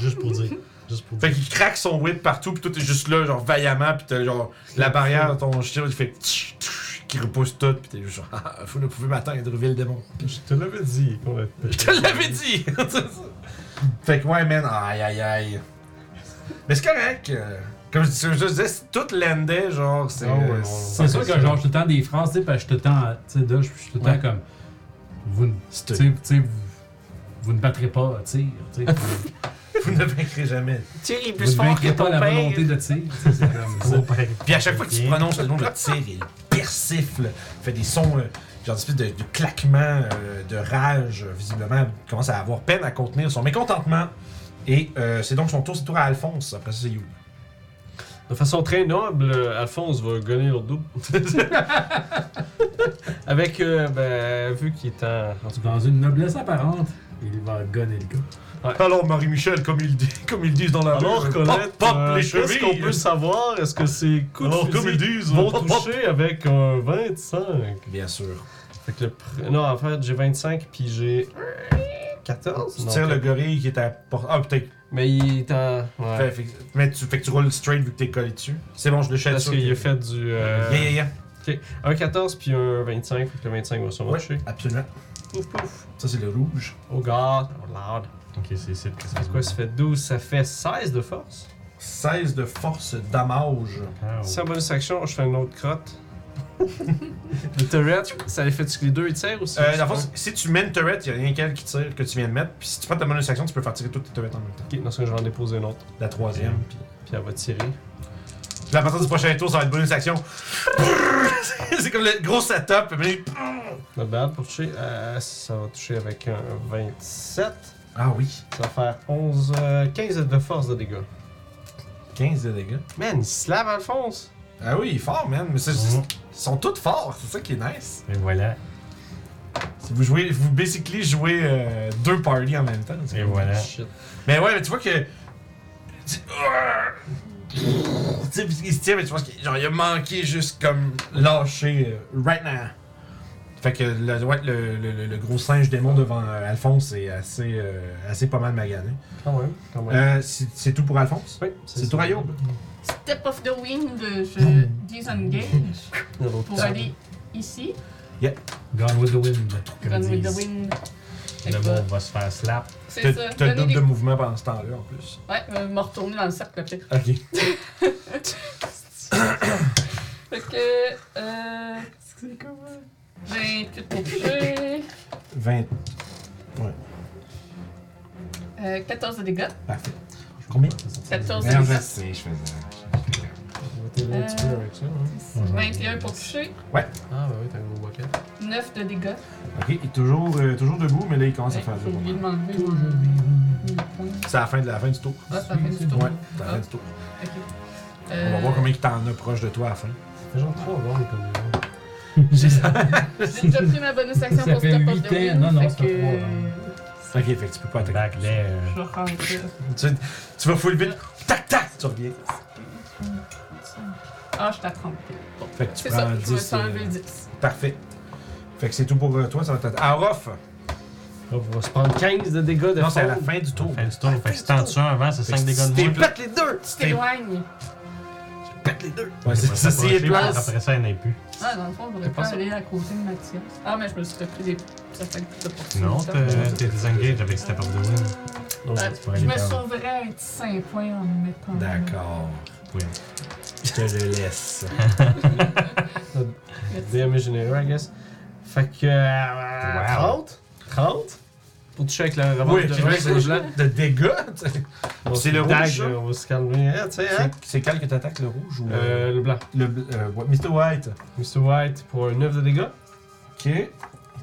[SPEAKER 6] Juste pour dire.
[SPEAKER 5] Juste pour
[SPEAKER 1] Fait qu'il craque son whip partout, puis tout est juste là, genre vaillamment, puis t'as genre la barrière de ton shield, il fait tch, tch, qui repousse tout, puis t'es juste genre, ah, vous ne pouvez m'atteindre, ville démon.
[SPEAKER 5] Je te l'avais dit qu'on va
[SPEAKER 1] Je te l'avais dit! C'est ça. fait que ouais, man, aïe aïe aïe. Mais c'est correct. euh, Comme je dis- je disais, c'est tout l'endait, genre, c'est.
[SPEAKER 5] Ah ouais, ouais,
[SPEAKER 4] C'est sûr que genre, je te tends des phrases, tu sais, parce que je te tends, tu sais, là, je je te tends
[SPEAKER 1] Ouais.
[SPEAKER 4] comme. Vous ne. Tu
[SPEAKER 1] c'est-
[SPEAKER 4] sais, tu sais, vous, vous ne battrez pas à tir, tu sais. Vous,
[SPEAKER 1] Vous ne vaincrez jamais.
[SPEAKER 4] vous ne vaincrez pas la volonté de tir, tu sais, c'est comme ça.
[SPEAKER 1] Puis à chaque fois que tu prononces le nom de tir, il persifle, fait des sons, euh, genre des espèces de, de claquements, euh, de rage, euh, visiblement. Il commence à avoir peine à contenir son mécontentement. Et euh, c'est donc son tour, c'est le tour à Alphonse. Après ça, c'est You.
[SPEAKER 5] De façon très noble, euh, Alphonse va gagner le double. Avec, euh, ben, vu qu'il est en. en tout cas,
[SPEAKER 4] Dans une noblesse apparente, il va gonner le gars.
[SPEAKER 1] Alors, Marie-Michel, comme ils, disent- comme ils disent dans la
[SPEAKER 5] Alors,
[SPEAKER 1] rue,
[SPEAKER 5] Colette,
[SPEAKER 1] pop, pop
[SPEAKER 5] euh,
[SPEAKER 1] les
[SPEAKER 5] qu'est-ce qu'on
[SPEAKER 1] chevilles.
[SPEAKER 5] peut savoir? Est-ce que ces coups
[SPEAKER 1] Alors,
[SPEAKER 5] de
[SPEAKER 1] comme ils
[SPEAKER 5] fusil
[SPEAKER 1] disent,
[SPEAKER 5] vont
[SPEAKER 1] pop, pop.
[SPEAKER 5] toucher avec un 25?
[SPEAKER 1] Bien sûr.
[SPEAKER 5] Fait que le pr- Non, en fait, j'ai 25 puis j'ai 14.
[SPEAKER 1] Tu
[SPEAKER 5] Non,
[SPEAKER 1] tires le
[SPEAKER 5] quatre-
[SPEAKER 1] gorille qui est à portée. Ah, peut-être.
[SPEAKER 5] euh, Mais il est en... Ouais.
[SPEAKER 1] Fait- fait- mais tu, fait que tu roules straight vu que t'es collé dessus. C'est bon, je le chasse.
[SPEAKER 5] Parce qu'il a fait du... euh,
[SPEAKER 1] Yeah, yeah, yeah.
[SPEAKER 5] Un 14 puis un 25. Fait que le 25 va sûrement
[SPEAKER 1] Ouais,
[SPEAKER 5] toucher.
[SPEAKER 1] absolument.
[SPEAKER 5] Pouf, pouf.
[SPEAKER 1] Ça, c'est le rouge.
[SPEAKER 5] Oh god. Oh lord.
[SPEAKER 6] Ok, c'est c'est que ça
[SPEAKER 5] C'est quoi, ça fait 12. Ça fait 16 de force.
[SPEAKER 1] 16 de force damage.
[SPEAKER 5] Si en bonus action, je fais une autre crotte. le turret, ça les fait que les deux ils tirent aussi?
[SPEAKER 1] Euh, dans le fond, si tu mets une turret, il n'y a rien qu'elle qui tire que tu viens de mettre. Puis si tu prends ta bonus action, tu peux faire tirer toutes tes turrets en même temps.
[SPEAKER 5] Ok, dans ce cas, je vais en déposer une autre.
[SPEAKER 1] La troisième.
[SPEAKER 5] Puis, puis elle va tirer.
[SPEAKER 1] Puis à partir du prochain tour, ça va être bonus action. c'est comme le gros setup. mais-
[SPEAKER 5] Not bad pour toucher. Euh, ça va toucher avec un 27.
[SPEAKER 1] Ah oui,
[SPEAKER 5] Ça va faire 11, euh, 15 de force de dégâts.
[SPEAKER 1] 15 de dégâts.
[SPEAKER 5] Man, il se lave Alphonse!
[SPEAKER 1] Ah oui, il est fort, man. Mais c'est-
[SPEAKER 6] Mhm.
[SPEAKER 1] ils sont tous forts, c'est ça qui est nice.
[SPEAKER 6] Et voilà.
[SPEAKER 1] Si vous jouez, vous basically jouez euh, deux parties en même temps. c'est
[SPEAKER 6] Et
[SPEAKER 1] cool.
[SPEAKER 6] voilà.
[SPEAKER 5] Shit.
[SPEAKER 1] Mais ouais, mais tu vois que. Tu Tu sais, il se tient, mais tu vois qu'il genre, il a manqué juste comme lâcher euh, right now. Fait que le, ouais, le, le- le- le gros singe démon devant euh, Alphonse est assez, euh, assez pas mal magané.
[SPEAKER 5] Quand même, quand même.
[SPEAKER 1] Euh, c'est c'est tout pour Alphonse?
[SPEAKER 5] oui,
[SPEAKER 1] Euh, C'est tout Rayob?
[SPEAKER 8] Step of the wind, je disengage pour
[SPEAKER 5] Pour
[SPEAKER 8] aller ici.
[SPEAKER 4] Gone with the wind. comme
[SPEAKER 3] Run with
[SPEAKER 4] ils
[SPEAKER 3] the
[SPEAKER 4] disent.
[SPEAKER 3] wind. Fait que
[SPEAKER 6] Le
[SPEAKER 3] voilà.
[SPEAKER 6] monde va se faire slap.
[SPEAKER 1] T'as
[SPEAKER 3] C'est ça.
[SPEAKER 1] t'as le
[SPEAKER 3] Donnez
[SPEAKER 1] double
[SPEAKER 3] des...
[SPEAKER 1] de mouvement pendant ce temps-là en plus.
[SPEAKER 3] Ouais, euh, me retourner dans le cercle après.
[SPEAKER 1] Ok.
[SPEAKER 3] Fait que. Euh,
[SPEAKER 8] C'est comment?
[SPEAKER 3] 28 pour toucher.
[SPEAKER 1] 20.
[SPEAKER 3] Euh, 14 de dégâts.
[SPEAKER 1] Parfait. Combien?
[SPEAKER 3] 14 de
[SPEAKER 1] Merde, je
[SPEAKER 3] dégâts.
[SPEAKER 1] sais, je faisais.
[SPEAKER 5] un petit
[SPEAKER 8] euh,
[SPEAKER 5] peu avec ça. hein.
[SPEAKER 3] 21 pour toucher.
[SPEAKER 5] Ah, bah oui, t'as un gros bucket.
[SPEAKER 3] 9 de dégâts.
[SPEAKER 1] Ok, il est toujours, euh, toujours debout, mais là il commence à
[SPEAKER 3] Ouais,
[SPEAKER 1] faire
[SPEAKER 3] J'ai
[SPEAKER 1] jour.
[SPEAKER 3] oublié de m'enlever.
[SPEAKER 1] C'est à la fin de la fin du tour.
[SPEAKER 3] Ah, ça fait du tour.
[SPEAKER 1] Ouais, c'est à
[SPEAKER 3] Ah.
[SPEAKER 1] la fin du tour.
[SPEAKER 3] Ok. Euh,
[SPEAKER 1] On va voir combien il t'en a proche de toi à la fin.
[SPEAKER 5] Ça fait genre 3 rounds comme les autres.
[SPEAKER 3] J'ai déjà pris ma bonus action
[SPEAKER 4] Ça
[SPEAKER 3] pour
[SPEAKER 4] fait
[SPEAKER 3] Step of
[SPEAKER 4] huit
[SPEAKER 3] the
[SPEAKER 4] ans.
[SPEAKER 3] Wind.
[SPEAKER 4] Non, non,
[SPEAKER 3] fait
[SPEAKER 4] ça fait
[SPEAKER 3] que-
[SPEAKER 4] trois, hein.
[SPEAKER 1] Ok, fait que tu peux pas attaquer.
[SPEAKER 6] Back there. euh,
[SPEAKER 8] Je rentre.
[SPEAKER 1] Tu, tu vas full vite, tac tac, tu reviens.
[SPEAKER 3] Ah, je t'apprends.
[SPEAKER 1] Fait que tu
[SPEAKER 3] C'est
[SPEAKER 1] prends
[SPEAKER 3] ça, je me
[SPEAKER 1] 10.
[SPEAKER 3] suis enlevé
[SPEAKER 1] euh,
[SPEAKER 3] 10.
[SPEAKER 1] Parfait. Fait que c'est tout pour euh, toi, ça va t'attaquer. Ah, Rof!
[SPEAKER 5] Là, on va se prendre 15 de dégâts de
[SPEAKER 1] Non, c'est à la
[SPEAKER 5] fond.
[SPEAKER 1] fin du tour.
[SPEAKER 6] Fin du tour. Fait que si t'en tues un avant, c'est
[SPEAKER 1] Fait que
[SPEAKER 6] 5 dégâts
[SPEAKER 1] si
[SPEAKER 6] de
[SPEAKER 1] t'es
[SPEAKER 6] moins.
[SPEAKER 1] pète les deux! Si
[SPEAKER 3] Tu
[SPEAKER 1] t'es
[SPEAKER 3] t'éloignes.
[SPEAKER 1] pète les deux! Ouais, c'est
[SPEAKER 6] Après
[SPEAKER 1] ça,
[SPEAKER 6] ça,
[SPEAKER 1] si il est
[SPEAKER 6] après
[SPEAKER 1] place.
[SPEAKER 6] ça, Après ça, il n'y en a plus.
[SPEAKER 3] Ah, dans le fond, j'aurais
[SPEAKER 5] C'est pas
[SPEAKER 3] pas
[SPEAKER 5] ça.
[SPEAKER 3] aller à côté de Mathias. Ah, mais je me suis pris des. Ça fait que t'as pas
[SPEAKER 6] Non,
[SPEAKER 3] ça.
[SPEAKER 6] t'es t'es disengage avec Step of the Wind.
[SPEAKER 5] Non,
[SPEAKER 3] Ah,
[SPEAKER 6] Tu peux
[SPEAKER 8] Je
[SPEAKER 6] aller
[SPEAKER 8] me
[SPEAKER 6] faire-
[SPEAKER 8] sauverais un petit 5 points en me mettant.
[SPEAKER 1] D'accord.
[SPEAKER 6] Oui.
[SPEAKER 1] Je te le laisse.
[SPEAKER 5] DM généreux, I guess. Fait que. euh,
[SPEAKER 1] Wow.
[SPEAKER 5] 30 30 Pour toucher avec la revanche
[SPEAKER 1] Oui,
[SPEAKER 5] de
[SPEAKER 1] tu veux
[SPEAKER 5] Rock Blanc.
[SPEAKER 1] de dégâts? tu sais.
[SPEAKER 5] On
[SPEAKER 1] C'est
[SPEAKER 5] se
[SPEAKER 1] le
[SPEAKER 5] tag,
[SPEAKER 1] rouge,
[SPEAKER 5] euh,
[SPEAKER 1] ça?
[SPEAKER 5] On va se calmer, hein, tu sais, hein?
[SPEAKER 1] C'est- C'est quel que t'attaques, le rouge ou
[SPEAKER 5] Euh, le blanc.
[SPEAKER 1] le bl- euh, ouais, Mr. White?
[SPEAKER 5] Mr. White pour un 9 de dégâts.
[SPEAKER 1] Ok.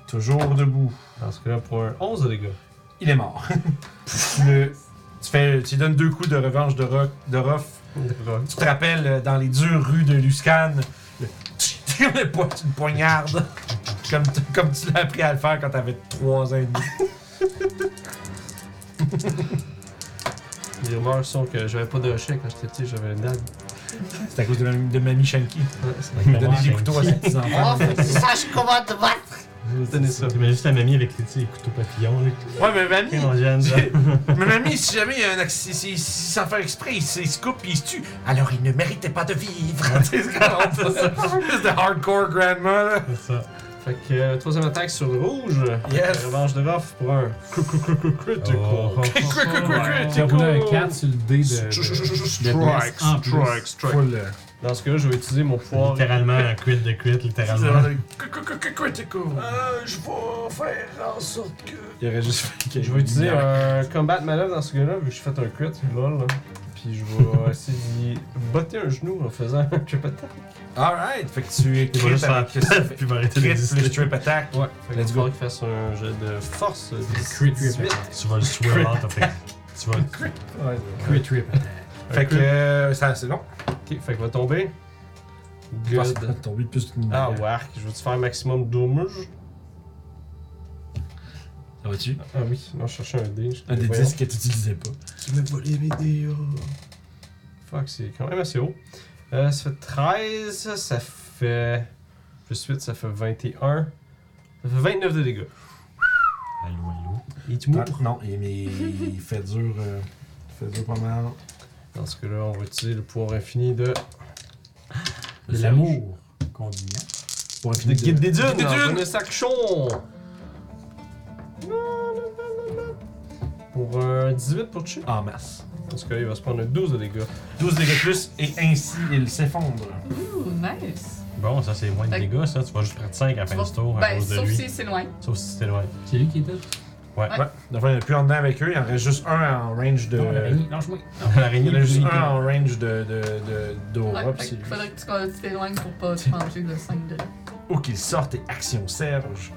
[SPEAKER 1] Toujours debout.
[SPEAKER 5] Dans ce cas-là, pour un 11 de dégâts.
[SPEAKER 1] il est mort. Le- tu, fais, tu lui donnes deux coups de revanche de, Rock, de Ruff. Tu te rappelles euh, dans les dures rues de Luscan, le, le po- une poignarde, comme, tu- comme tu l'as appris à le faire quand t'avais trois ans et demi.
[SPEAKER 5] Les rumeurs sont que j'avais pas de chèque quand j'étais petit, j'avais une dague.
[SPEAKER 1] C'est à cause de, mamie- de Mamie Shanky.
[SPEAKER 5] Ouais, c'est-
[SPEAKER 3] Oh,
[SPEAKER 1] Il donnait des couteaux à ses petits-enfants.
[SPEAKER 8] Sache comment te battre!
[SPEAKER 5] Tenez ça.
[SPEAKER 6] J'imagine juste la mamie avec les, tu sais, les couteaux papillons, là, qui
[SPEAKER 1] Ouais, mais mamie,
[SPEAKER 6] congèlent, genre.
[SPEAKER 1] mais mamie, si jamais il y a un accident, si, si- sans faire exprès, il se il se coupe et il se tue, alors il ne méritait pas de vivre. c'est ce qu'on ça. C'est de hardcore grandma, là.
[SPEAKER 6] C'est ça.
[SPEAKER 5] Fait que euh, troisième attaque sur le rouge.
[SPEAKER 1] Yes.
[SPEAKER 5] Revanche de Ruff pour un critical.
[SPEAKER 6] Oh.
[SPEAKER 1] Quick, quick, quick, quick,
[SPEAKER 4] J'ai
[SPEAKER 1] quick,
[SPEAKER 4] roulé un 4 sur le dé de.
[SPEAKER 1] Strike,
[SPEAKER 4] en plus.
[SPEAKER 1] strike, strike. Full, euh,
[SPEAKER 5] Dans ce cas-là, je vais utiliser mon pouvoir.
[SPEAKER 6] Littéralement, un crit de crit,
[SPEAKER 1] c'est vraiment
[SPEAKER 6] littéralement.
[SPEAKER 1] de- quick, quick, quick, quick, quick, quick.
[SPEAKER 5] Euh, je vais faire en sorte que.
[SPEAKER 1] Il aurait juste fait que-
[SPEAKER 5] Je vais utiliser un combat manœuvre dans ce cas-là, vu que j'ai fait un crit, lol. Puis je vais essayer d'y botter un genou en faisant un trip attack.
[SPEAKER 1] Alright, fait que tu
[SPEAKER 6] Il va
[SPEAKER 1] crit
[SPEAKER 6] juste faire
[SPEAKER 1] avec
[SPEAKER 6] puis il va arrêter
[SPEAKER 1] crit plus
[SPEAKER 6] d'exister.
[SPEAKER 1] trip attack.
[SPEAKER 5] Ouais, fait que
[SPEAKER 1] Let's
[SPEAKER 5] il
[SPEAKER 1] go.
[SPEAKER 5] faudra qu'il fasse un jet de force.
[SPEAKER 4] Crit
[SPEAKER 5] 18.
[SPEAKER 4] rip.
[SPEAKER 6] Tu vas le swear out, en fait. Tu vas le
[SPEAKER 4] Crit rip.
[SPEAKER 1] Fait que euh, ça, c'est bon.
[SPEAKER 5] Ok, fait qu'il va tomber.
[SPEAKER 1] Je pense qu'il va
[SPEAKER 5] Good.
[SPEAKER 1] tomber de plus d'une
[SPEAKER 5] Ah,
[SPEAKER 1] manière.
[SPEAKER 5] wark, je vais-tu faire un maximum d'hommage?
[SPEAKER 1] Ça va-tu?
[SPEAKER 5] Ah oui, non, je cherchais un dé. je-
[SPEAKER 1] Un des
[SPEAKER 5] voyons.
[SPEAKER 1] 10 que tu utilisais pas.
[SPEAKER 5] Tu m'as volé mes dés, Fuck, c'est quand même assez haut. Euh, ça fait 13, ça fait. Plus 8, ça fait 21. Ça fait 29 de dégâts.
[SPEAKER 6] Allô, allô.
[SPEAKER 5] Il te
[SPEAKER 1] Non, non, il- mais il fait dur. euh, il fait dur pas mal.
[SPEAKER 5] Dans ce cas-là, on va utiliser le pouvoir infini de.
[SPEAKER 4] De l'amour. Combinant.
[SPEAKER 1] Pour
[SPEAKER 5] de
[SPEAKER 1] infini de-
[SPEAKER 5] Guide des Dunes!
[SPEAKER 1] Guide des
[SPEAKER 5] dans
[SPEAKER 1] Dunes!
[SPEAKER 5] une action! Pour un 18 pour Chi.
[SPEAKER 1] En masse.
[SPEAKER 5] Dans ce cas-là, il va se prendre un 12 de dégâts.
[SPEAKER 1] 12 dégâts plus, et ainsi il s'effondre.
[SPEAKER 8] Ouh, nice.
[SPEAKER 6] Bon, ça c'est moins de
[SPEAKER 3] Fait que-
[SPEAKER 6] dégâts, ça. Tu vas juste perdre 5 à la fin du tour à
[SPEAKER 3] Ben,
[SPEAKER 6] cause de
[SPEAKER 3] sauf
[SPEAKER 6] lui.
[SPEAKER 3] si c'est loin.
[SPEAKER 6] Sauf si t'es loin.
[SPEAKER 4] C'est lui qui était.
[SPEAKER 1] Ouais. Enfin, il n'y en a plus en dedans avec eux, il en reste juste un en range de.
[SPEAKER 4] Non, l'araignée, lâche-moi.
[SPEAKER 1] il
[SPEAKER 6] L'araignée,
[SPEAKER 1] y en a juste
[SPEAKER 6] lui,
[SPEAKER 1] un en range de. de. de. d'Aura, puis
[SPEAKER 3] Ouais, fait
[SPEAKER 1] c'est
[SPEAKER 3] qu'il
[SPEAKER 1] lui.
[SPEAKER 3] faudrait que tu colles- tu t'éloignes pour pas te changer de 5 degrés.
[SPEAKER 1] Ou qu'il sorte et action Serge.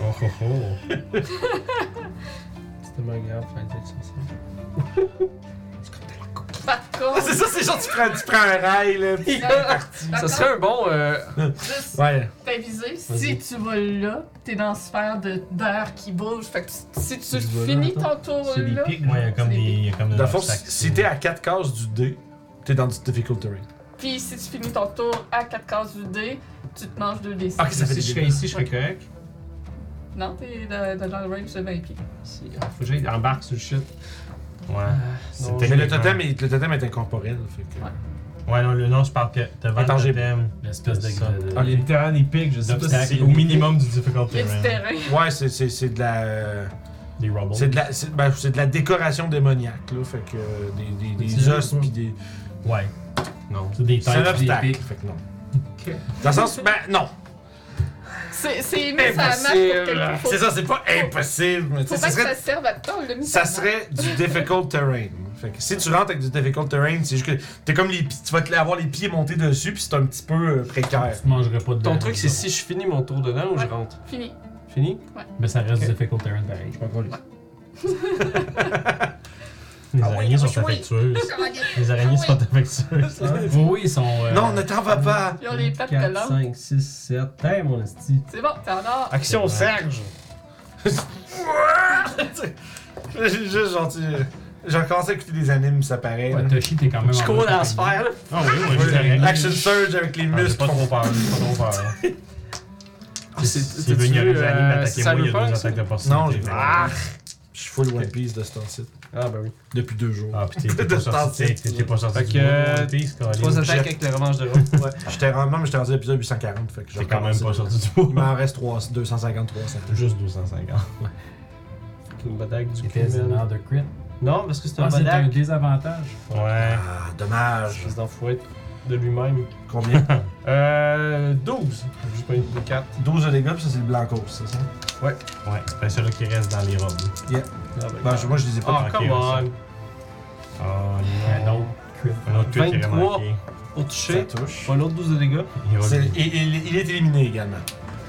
[SPEAKER 6] Oh, oh, oh.
[SPEAKER 13] C'est tellement grave, Flight Jackson. ça.
[SPEAKER 3] Par
[SPEAKER 1] Ah, c'est
[SPEAKER 3] contre,
[SPEAKER 1] ça, c'est genre tu prends, tu prends un rail là. pis-
[SPEAKER 5] Ça serait un bon. euh,
[SPEAKER 3] juste
[SPEAKER 1] Ouais.
[SPEAKER 3] t'aviser, si
[SPEAKER 5] Vas-y.
[SPEAKER 3] tu vas là, t'es dans la sphère de- d'air qui bouge. Fait que tu- si tu
[SPEAKER 13] Je vais là,
[SPEAKER 3] finis ton
[SPEAKER 13] attends.
[SPEAKER 3] tour
[SPEAKER 13] C'est des
[SPEAKER 3] là,
[SPEAKER 13] pics,
[SPEAKER 6] Ouais, il y a comme des. Il y a comme des
[SPEAKER 1] Dans le fond,
[SPEAKER 6] obstacles,
[SPEAKER 1] si t'es à 4 cases du dé, t'es dans du difficult terrain.
[SPEAKER 3] puis si tu finis ton tour à 4 cases du dé, tu te manges 2 dés.
[SPEAKER 1] Ah, Ok, ça fait
[SPEAKER 5] si
[SPEAKER 1] des
[SPEAKER 5] je serais
[SPEAKER 1] dégâts.
[SPEAKER 5] ici, je serais correct.
[SPEAKER 3] Non, t'es dans dans le range de 20 pieds.
[SPEAKER 5] Si, ah, faut que j'aille embarque sur le shit.
[SPEAKER 6] Ouais. C'est
[SPEAKER 5] non,
[SPEAKER 1] Ah, Mais le
[SPEAKER 6] techniquement-
[SPEAKER 1] totem, est, le totem est incorporel. Fait que...
[SPEAKER 6] Ouais, non, le, non, je parle que devant le
[SPEAKER 1] Intangible.
[SPEAKER 6] totem.
[SPEAKER 4] L'espèce de.
[SPEAKER 6] Ça.
[SPEAKER 4] de- de-
[SPEAKER 13] Il est littéralement des pics, je sais pas si
[SPEAKER 6] L'obstacle
[SPEAKER 13] c'est
[SPEAKER 6] est au minimum du difficult
[SPEAKER 3] Il y a du
[SPEAKER 6] terrain.
[SPEAKER 3] terrain.
[SPEAKER 1] Ouais, c'est, c'est, c'est de la.
[SPEAKER 6] Des rubble.
[SPEAKER 1] C'est de la, c'est, ben, c'est de la décoration démoniaque, là. Fait que euh, des, des, des
[SPEAKER 13] C'est
[SPEAKER 1] os
[SPEAKER 13] vrai,
[SPEAKER 1] pis des.
[SPEAKER 6] Ouais. Non. C'est des
[SPEAKER 1] C'est un
[SPEAKER 6] têtes.
[SPEAKER 1] obstacle. Fait que non. Dans le sens. Ben non.
[SPEAKER 3] C'est c'est mis sur la map pour
[SPEAKER 1] Impossible.
[SPEAKER 3] quelqu'un. Faut-
[SPEAKER 1] C'est ça, c'est pas impossible. Mais tu
[SPEAKER 3] Faut
[SPEAKER 1] sais,
[SPEAKER 3] pas
[SPEAKER 1] ça
[SPEAKER 3] que ça
[SPEAKER 1] serait,
[SPEAKER 3] serve à temps, le mis
[SPEAKER 1] ça
[SPEAKER 3] sur la map.
[SPEAKER 1] serait du difficult terrain. Fait que si tu rentres avec du difficult terrain, c'est juste que t'es comme les, pi- tu vas te avoir les pieds montés dessus puis c'est un petit peu euh, précaire.
[SPEAKER 4] Tu te mangerais pas de.
[SPEAKER 5] Ton truc, c'est si je finis mon tour dedans ou je
[SPEAKER 3] Ouais.
[SPEAKER 5] rentre.
[SPEAKER 3] Fini.
[SPEAKER 5] Fini?
[SPEAKER 4] Mais ça reste difficult terrain pareil.
[SPEAKER 1] Ah,
[SPEAKER 6] Les araignées sont affectueuses. Les
[SPEAKER 4] Ah
[SPEAKER 6] araignées sont affectueuses.
[SPEAKER 4] Oh oui, ils sont. euh,
[SPEAKER 1] Non, ne t'en vas pas.
[SPEAKER 3] Ils ont les pattes de
[SPEAKER 13] 4,
[SPEAKER 3] l'or.
[SPEAKER 13] 5, 6, 7. Hey, mon esti.
[SPEAKER 3] C'est bon, t'es en or.
[SPEAKER 5] Action Serge!
[SPEAKER 1] J'ai juste gentil. J'ai commencé à écouter des animes, ça paraît.
[SPEAKER 4] Ouais, Toshi, t'es quand même.
[SPEAKER 5] Je
[SPEAKER 4] en
[SPEAKER 5] cours
[SPEAKER 4] mode
[SPEAKER 5] dans la
[SPEAKER 4] compagnie.
[SPEAKER 5] sphère, là.
[SPEAKER 6] Ah oui, moi, j'ai des araignées.
[SPEAKER 1] Action Surge avec les
[SPEAKER 6] Ah, J'ai
[SPEAKER 1] muscles.
[SPEAKER 6] pas trop peur, j'ai pas trop peur. hein.
[SPEAKER 5] C'est
[SPEAKER 6] C'est venu il y a deux années m'attaquer, moi, il y a deux attaques
[SPEAKER 5] attaques.
[SPEAKER 6] de possibilité.
[SPEAKER 1] non, j'ai. Ah, je suis full One Piece de ce temps-ci.
[SPEAKER 5] Ah, bah oui.
[SPEAKER 1] Depuis deux jours.
[SPEAKER 6] Ah putain, t'es
[SPEAKER 1] De
[SPEAKER 6] pas
[SPEAKER 1] ce
[SPEAKER 6] sorti,
[SPEAKER 1] temps-ci.
[SPEAKER 6] t'es- t'es pas sorti.
[SPEAKER 5] Fait
[SPEAKER 6] du
[SPEAKER 5] que,
[SPEAKER 6] bois,
[SPEAKER 5] euh,
[SPEAKER 6] t'es, c'est quand même-
[SPEAKER 5] Trois
[SPEAKER 1] attaques
[SPEAKER 5] attaques
[SPEAKER 1] avec
[SPEAKER 5] avec la revanche de Rome.
[SPEAKER 1] Ah, Ouais. J'étais vraiment, j'étais rendu à l'épisode 840, fait que j'ai
[SPEAKER 6] T'es quand même
[SPEAKER 1] recommencé.
[SPEAKER 6] pas sorti du
[SPEAKER 1] Il
[SPEAKER 6] bois.
[SPEAKER 1] m'en reste 3, 250, 300.
[SPEAKER 6] Juste 250.
[SPEAKER 5] Une badac du
[SPEAKER 4] C'était un
[SPEAKER 5] cul.
[SPEAKER 4] de crit.
[SPEAKER 5] Non, parce que c'est un
[SPEAKER 4] Ah, c'est un
[SPEAKER 5] badac.
[SPEAKER 4] désavantage.
[SPEAKER 6] Ouais.
[SPEAKER 1] Ah, dommage.
[SPEAKER 5] Espèce d'enfoiré de lui-même.
[SPEAKER 1] Combien
[SPEAKER 5] Euh. 12. J'ai Juste pas une 4.
[SPEAKER 1] 12 de dégâts, puis ça c'est le blancos, c'est ça
[SPEAKER 6] Ouais, c'est pas celui qui reste dans les robes.
[SPEAKER 5] Ah,
[SPEAKER 1] Ben, je- moi je les ai pas.
[SPEAKER 5] Oh,
[SPEAKER 6] ok,
[SPEAKER 5] come
[SPEAKER 6] ouais,
[SPEAKER 5] on!
[SPEAKER 6] Oh non.
[SPEAKER 4] Un autre crit.
[SPEAKER 6] Un autre tweet qui est
[SPEAKER 5] 23.
[SPEAKER 6] manqué.
[SPEAKER 5] Pour
[SPEAKER 1] Ça
[SPEAKER 5] toucher,
[SPEAKER 1] touche.
[SPEAKER 5] pas l'autre 12 de dégâts.
[SPEAKER 6] Il roule.
[SPEAKER 1] C'est- et- et- il, est éliminé également.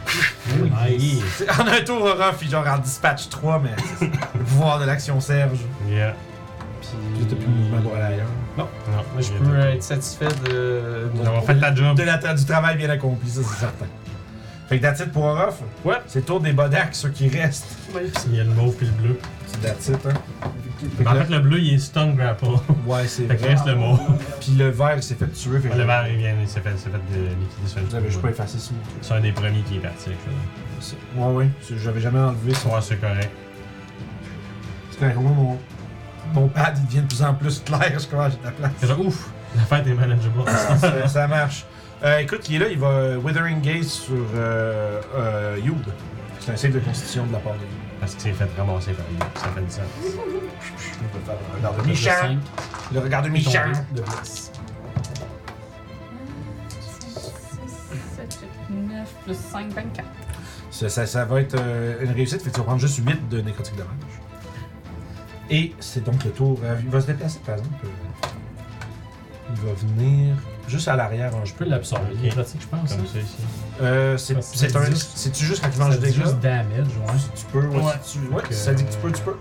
[SPEAKER 6] Nice.
[SPEAKER 1] C'est- En un tour, Orof, il genre en dispatch 3, mais c'est ça. le pouvoir de l'action Serge.
[SPEAKER 6] Yeah.
[SPEAKER 1] Puis t'as plus de mouvement pour aller ailleurs.
[SPEAKER 6] Non,
[SPEAKER 5] Moi, je
[SPEAKER 6] il
[SPEAKER 5] peux
[SPEAKER 6] était-
[SPEAKER 5] être satisfait de. de-
[SPEAKER 6] D'avoir fait ta job.
[SPEAKER 1] De la, tra- du travail bien accompli, ça c'est certain. Fait que that's it pour Orof.
[SPEAKER 5] Ouais.
[SPEAKER 1] C'est le tour des bodacs, ceux qui restent.
[SPEAKER 6] Il y a le mauve puis le bleu.
[SPEAKER 1] C'est that's it, hein. Fait
[SPEAKER 6] Mais Ben, en
[SPEAKER 1] que
[SPEAKER 6] fait, le bleu, il est stun grapple.
[SPEAKER 1] le- Ouais, c'est
[SPEAKER 6] Fait que
[SPEAKER 1] vrai.
[SPEAKER 6] reste le mauve.
[SPEAKER 1] Puis le vert s'est fait tuer. Fait que
[SPEAKER 6] Le vert, il vient, il s'est fait, il s'est fait de- euh, liquider sur le
[SPEAKER 1] J'avais- Je
[SPEAKER 6] tour.
[SPEAKER 1] peux effacer ça.
[SPEAKER 6] C'est un des premiers qui est parti, je crois.
[SPEAKER 1] c'est- Ouais, ouais. c'est- J'avais jamais enlevé son.
[SPEAKER 6] Ouais, c'est correct.
[SPEAKER 1] C'est correct, moi, mon. Mon pad, il devient de plus en plus clair. Je commence à la place.
[SPEAKER 6] C'est genre, ouf, l'affaire est manageable. hein.
[SPEAKER 1] ça, ça marche. Euh, écoute, il est là, il va euh, Withering Gaze sur euh, euh, Youd. C'est un save de constitution de la part de Youd.
[SPEAKER 6] Parce que c'est fait ramasser par lui, ça fait du sens.
[SPEAKER 1] Il va faire le regard de
[SPEAKER 4] Le
[SPEAKER 1] Michan.
[SPEAKER 4] cinq,
[SPEAKER 1] Le regard de
[SPEAKER 4] puis ton
[SPEAKER 1] Michan.
[SPEAKER 4] deux de bless.
[SPEAKER 3] 7, 9 plus 5, 24.
[SPEAKER 1] Ça, ça- ça va être euh, une réussite, fait que tu vas prendre juste 8 de nécrotique dommage. Et c'est donc le tour. à- il va se déplacer, par exemple. euh, Il va venir juste à l'arrière un
[SPEAKER 4] Je
[SPEAKER 1] peu.
[SPEAKER 4] peux l'absorber.
[SPEAKER 6] Ok.
[SPEAKER 4] Il est pratique, je pense. hein.
[SPEAKER 6] Comme ça ici.
[SPEAKER 1] Euh, c'est
[SPEAKER 4] Ça,
[SPEAKER 1] c'est
[SPEAKER 4] ça
[SPEAKER 1] un.
[SPEAKER 4] dit-
[SPEAKER 1] C'est-tu juste quand il
[SPEAKER 4] Ça
[SPEAKER 1] mange
[SPEAKER 4] dit
[SPEAKER 1] des
[SPEAKER 4] juste
[SPEAKER 1] gars?
[SPEAKER 4] damage, ouais.
[SPEAKER 1] Tu peux, ouais.
[SPEAKER 4] Ouais.
[SPEAKER 1] si tu- ouais,
[SPEAKER 4] Fait que-
[SPEAKER 1] si ça dit que tu peux, tu peux.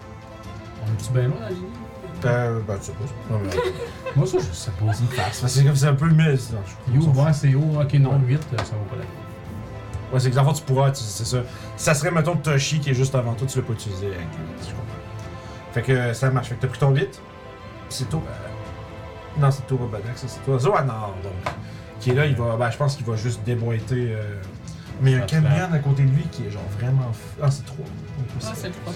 [SPEAKER 4] On est-tu bien loin, la ligne?
[SPEAKER 1] Euh, ben, tu sais pas. Non, mais-
[SPEAKER 4] Moi, ça, je sais pas.
[SPEAKER 1] Parce que c'est comme c'est un peu mis. sinon, je-
[SPEAKER 4] You,
[SPEAKER 1] on s'en fout.
[SPEAKER 4] ouais, c'est haut. Ok, non, 8, euh, ça vaut pas la peine.
[SPEAKER 1] Ouais, c'est que dans le fond, tu pourras utiliser, c'est ça. Ça serait, mettons, Toshi qui est juste avant toi, tu l'as pas utilisé avec les- je comprends. Fait que euh, ça marche. Fait que t'as pris ton 8. C'est tout. non, c'est tout Robadak, ça, c'est toi. Zoanor, donc. Qui est là, il va. Ben, je pense qu'il va juste déboîter. euh, Mais il y a un
[SPEAKER 6] Ça se
[SPEAKER 1] camion à côté de lui qui est genre vraiment. fou. Ah, c'est trop.
[SPEAKER 3] Ah, c'est le trois.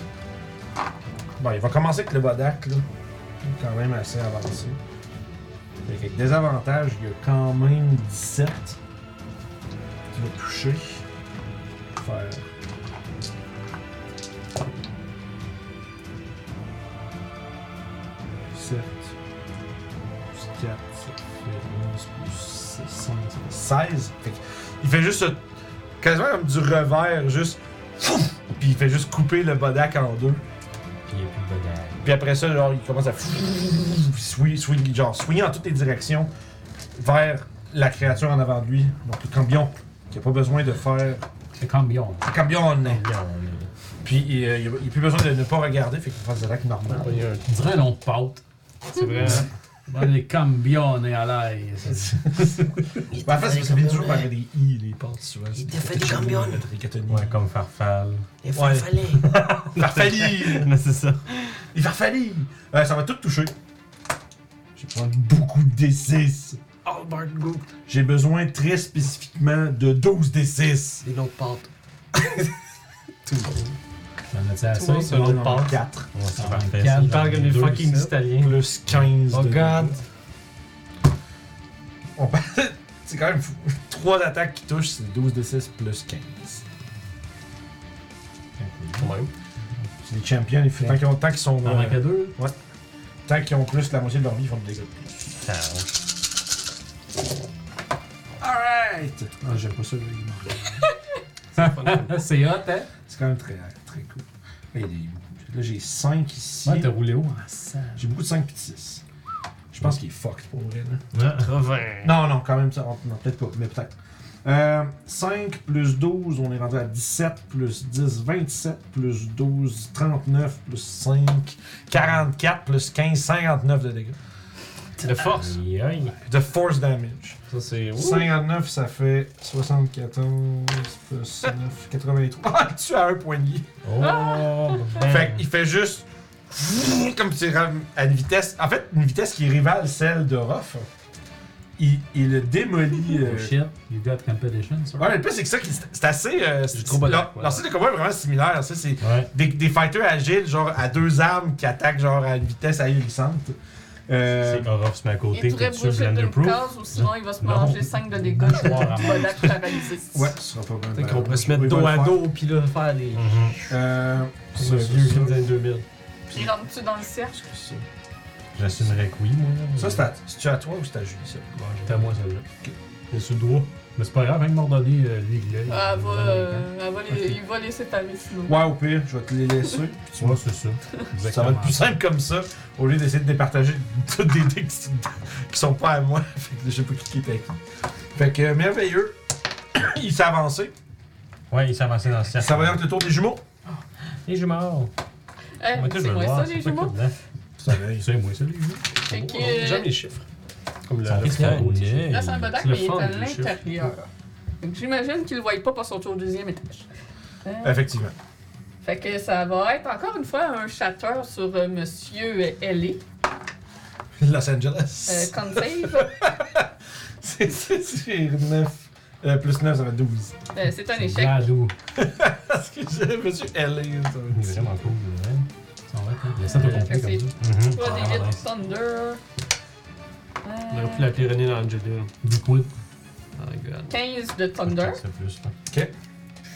[SPEAKER 1] Bon, il va commencer avec le Bodak, là. Il est quand même assez avancé. Fait qu'avec des avantages, il y a quand même 17 qui va toucher. Faire. Sept. Plus 4, ça fait 11, plus 6, 5, ça fait 16. Fait que il fait juste ce- quasiment comme du revers, juste. Fouf! Puis il fait juste couper le bodak en deux.
[SPEAKER 6] Puis il n'y a plus de bagarre.
[SPEAKER 1] Puis après ça, genre, il commence à swing, swing, genre, swinguer en toutes les directions vers la créature en avant de lui. Donc le cambion, qui a pas besoin de faire.
[SPEAKER 4] C'est Cambion.
[SPEAKER 1] Le cambion!
[SPEAKER 6] Bien, on est-
[SPEAKER 1] Puis il euh, il a il a plus besoin de ne pas regarder, fait qu'il va faire des attaques normales.
[SPEAKER 2] Il y a un-
[SPEAKER 4] On dirait un long pâte.
[SPEAKER 2] C'est vrai, hein?
[SPEAKER 4] Bon, les Cambion est à l'aise.
[SPEAKER 1] Ben, en fait, c'est parce que les jours par des i, les portes, souvent. Il t'a fait des cambions!
[SPEAKER 6] Ouais, comme Farfal.
[SPEAKER 1] Il farfallé! Farfallé!
[SPEAKER 6] Mais c'est ça.
[SPEAKER 1] Il farfallé! Euh, ça va tout toucher. Je vais prendre beaucoup de D6. Oh, Mark Go! J'ai besoin très spécifiquement de 12 D6.
[SPEAKER 2] Des longues pâtes.
[SPEAKER 4] On a-tu assez?
[SPEAKER 2] Tout le monde se
[SPEAKER 4] Non,
[SPEAKER 2] lance.
[SPEAKER 4] non.
[SPEAKER 1] 4.
[SPEAKER 6] Ouais, c'est
[SPEAKER 4] Ah,
[SPEAKER 6] parfait.
[SPEAKER 4] calme.
[SPEAKER 6] ça.
[SPEAKER 2] Il parle comme des
[SPEAKER 4] Deux,
[SPEAKER 2] fucking
[SPEAKER 4] sept.
[SPEAKER 2] Italiens.
[SPEAKER 1] Plus 15.
[SPEAKER 2] Oh
[SPEAKER 1] de
[SPEAKER 2] god!
[SPEAKER 1] dégâts. On parle- C'est quand même fou. 3 attaques qui touchent, c'est 12 D6 plus 15.
[SPEAKER 2] Quand même.
[SPEAKER 1] C'est les champions, il faut- tant qu'ils ont, tant qu'ils sont,
[SPEAKER 4] T'en
[SPEAKER 1] euh,
[SPEAKER 4] manques à deux, là?
[SPEAKER 1] tant qu'ils ont plus que la moitié de leur vie, ils font des dégâts.
[SPEAKER 6] Ça,
[SPEAKER 1] Ah,
[SPEAKER 6] ouais.
[SPEAKER 1] Alright! Ah, j'aime pas ça, le
[SPEAKER 4] Là, C'est hot, hein?
[SPEAKER 1] C'est quand même très, très cool. Là, il y a des- là, j'ai 5 ici.
[SPEAKER 4] Ouais, t'as roulé haut en sang.
[SPEAKER 1] j'ai beaucoup de 5 et de 6. Je pense qu'il est fucked pour vrai. Là.
[SPEAKER 2] Revers.
[SPEAKER 1] Non, non, quand même, ça, on- non, peut-être pas, mais peut-être. Euh, 5 plus 12, on est rendu à 17 plus 10, 27 plus 12, 39 plus 5, 44 plus 15, 59 de dégâts.
[SPEAKER 2] De force.
[SPEAKER 6] Aïe, aïe.
[SPEAKER 1] De force damage.
[SPEAKER 2] Ça, c'est. Ouh.
[SPEAKER 1] 59, ça fait 74 plus 9, 83. Ah, tu as un poignet.
[SPEAKER 2] Ah!
[SPEAKER 6] Oh! ben.
[SPEAKER 1] Fait qu'il fait juste. Comme tu ram- à une vitesse. En fait, une vitesse qui est rivale celle de Ruff. Il, il le démolit. euh,
[SPEAKER 4] Oh shit, you got competition, sir.
[SPEAKER 1] Ouais, mais le plus, c'est que ça, qui- c'est assez. euh, c'est-
[SPEAKER 4] Du trop bon
[SPEAKER 1] leur,
[SPEAKER 4] acte, ouais.
[SPEAKER 1] leur style de combat est vraiment similaire. Ça, c'est
[SPEAKER 6] Ouais.
[SPEAKER 1] des, des fighters agiles, genre à deux armes, qui attaquent genre à une vitesse ahurissante. Euh,
[SPEAKER 6] C'est Orof sur ma côté,
[SPEAKER 3] Il pourrait
[SPEAKER 6] t'es-tu
[SPEAKER 3] bouger d'une
[SPEAKER 6] Blenderproof?
[SPEAKER 3] case ou sinon il va se
[SPEAKER 6] Non.
[SPEAKER 3] manger 5 de dégâts. Je
[SPEAKER 4] Mâchoire à
[SPEAKER 3] vais paralysé.
[SPEAKER 1] ouais, ce sera pas bien.
[SPEAKER 2] Peut-être
[SPEAKER 1] Ben,
[SPEAKER 2] qu'on pourrait se
[SPEAKER 1] on
[SPEAKER 2] mettre
[SPEAKER 1] va
[SPEAKER 2] dos
[SPEAKER 1] le
[SPEAKER 2] à
[SPEAKER 1] faire.
[SPEAKER 2] dos, puis là, faire des.
[SPEAKER 6] Mhm.
[SPEAKER 1] Euh,
[SPEAKER 2] C'est
[SPEAKER 1] ça,
[SPEAKER 2] vieux
[SPEAKER 1] ça,
[SPEAKER 2] film des années 2000.
[SPEAKER 3] Puis rentre-tu dans le cercle?
[SPEAKER 1] ça.
[SPEAKER 6] J'assumerais que oui, moi.
[SPEAKER 1] Ça, c'est à, c'est-tu à toi ou c'est à Julie, ça?
[SPEAKER 4] C'est à moi, celle-là. Il est sous le doigt. Mais c'est pas grave, rien que m'ordonner, euh, lui, il l'a. il-
[SPEAKER 3] Ah, elle va,
[SPEAKER 4] il-
[SPEAKER 3] euh, elle va les- il va les séparer sinon.
[SPEAKER 1] Ouais, au pire, je vais te les laisser. puis tu
[SPEAKER 4] Ouais, c'est ça.
[SPEAKER 1] vas- ça va être plus simple comme ça, au lieu d'essayer de départager toutes des dés qui, qui sont pas à moi. Fait que je sais pas qui est à qui. Fait que euh, merveilleux. Il s'est avancé.
[SPEAKER 6] Ouais, il s'est avancé dans le cercle.
[SPEAKER 1] Ça va être le tour des jumeaux.
[SPEAKER 6] Et je meurs.
[SPEAKER 3] Eh, c'est moins ça les jumeaux?
[SPEAKER 6] C'est moi ça, les jumeaux.
[SPEAKER 3] Fait que,
[SPEAKER 2] J'aime les chiffres. Comme le.
[SPEAKER 6] Ça fait
[SPEAKER 2] le-
[SPEAKER 6] que-
[SPEAKER 3] Là, c'est un bodac,
[SPEAKER 2] C'est le
[SPEAKER 3] mais il est
[SPEAKER 2] fun,
[SPEAKER 3] à
[SPEAKER 2] le chiffre.
[SPEAKER 3] l'intérieur. Donc, j'imagine qu'il ne voit pas passer autour du deuxième étage. Euh,
[SPEAKER 1] Effectivement.
[SPEAKER 3] fait que ça va être encore une fois un chatter sur euh, Monsieur euh, Ellie.
[SPEAKER 1] Los Angeles.
[SPEAKER 3] Euh, con save.
[SPEAKER 1] C'est 9 Euh, plus 9, ça va être 12.
[SPEAKER 3] Euh, c'est un
[SPEAKER 4] C'est
[SPEAKER 3] échec.
[SPEAKER 4] jaloux.
[SPEAKER 1] Parce que je me suis allé, ça va
[SPEAKER 6] Il
[SPEAKER 1] être
[SPEAKER 6] est vraiment cool, ouais.
[SPEAKER 4] Ça va être, hein. Le set au
[SPEAKER 3] Euh,
[SPEAKER 4] complet
[SPEAKER 3] fait que
[SPEAKER 4] comme ça.
[SPEAKER 6] Mhm.
[SPEAKER 3] 3
[SPEAKER 6] Ah,
[SPEAKER 3] des 8
[SPEAKER 6] nice.
[SPEAKER 3] Thunder.
[SPEAKER 2] On aurait pu
[SPEAKER 3] Euh,
[SPEAKER 2] l'appeler René l'Angelil.
[SPEAKER 4] Liquid.
[SPEAKER 2] Oh my god.
[SPEAKER 3] 15 de Thunder.
[SPEAKER 6] C'est plus, là.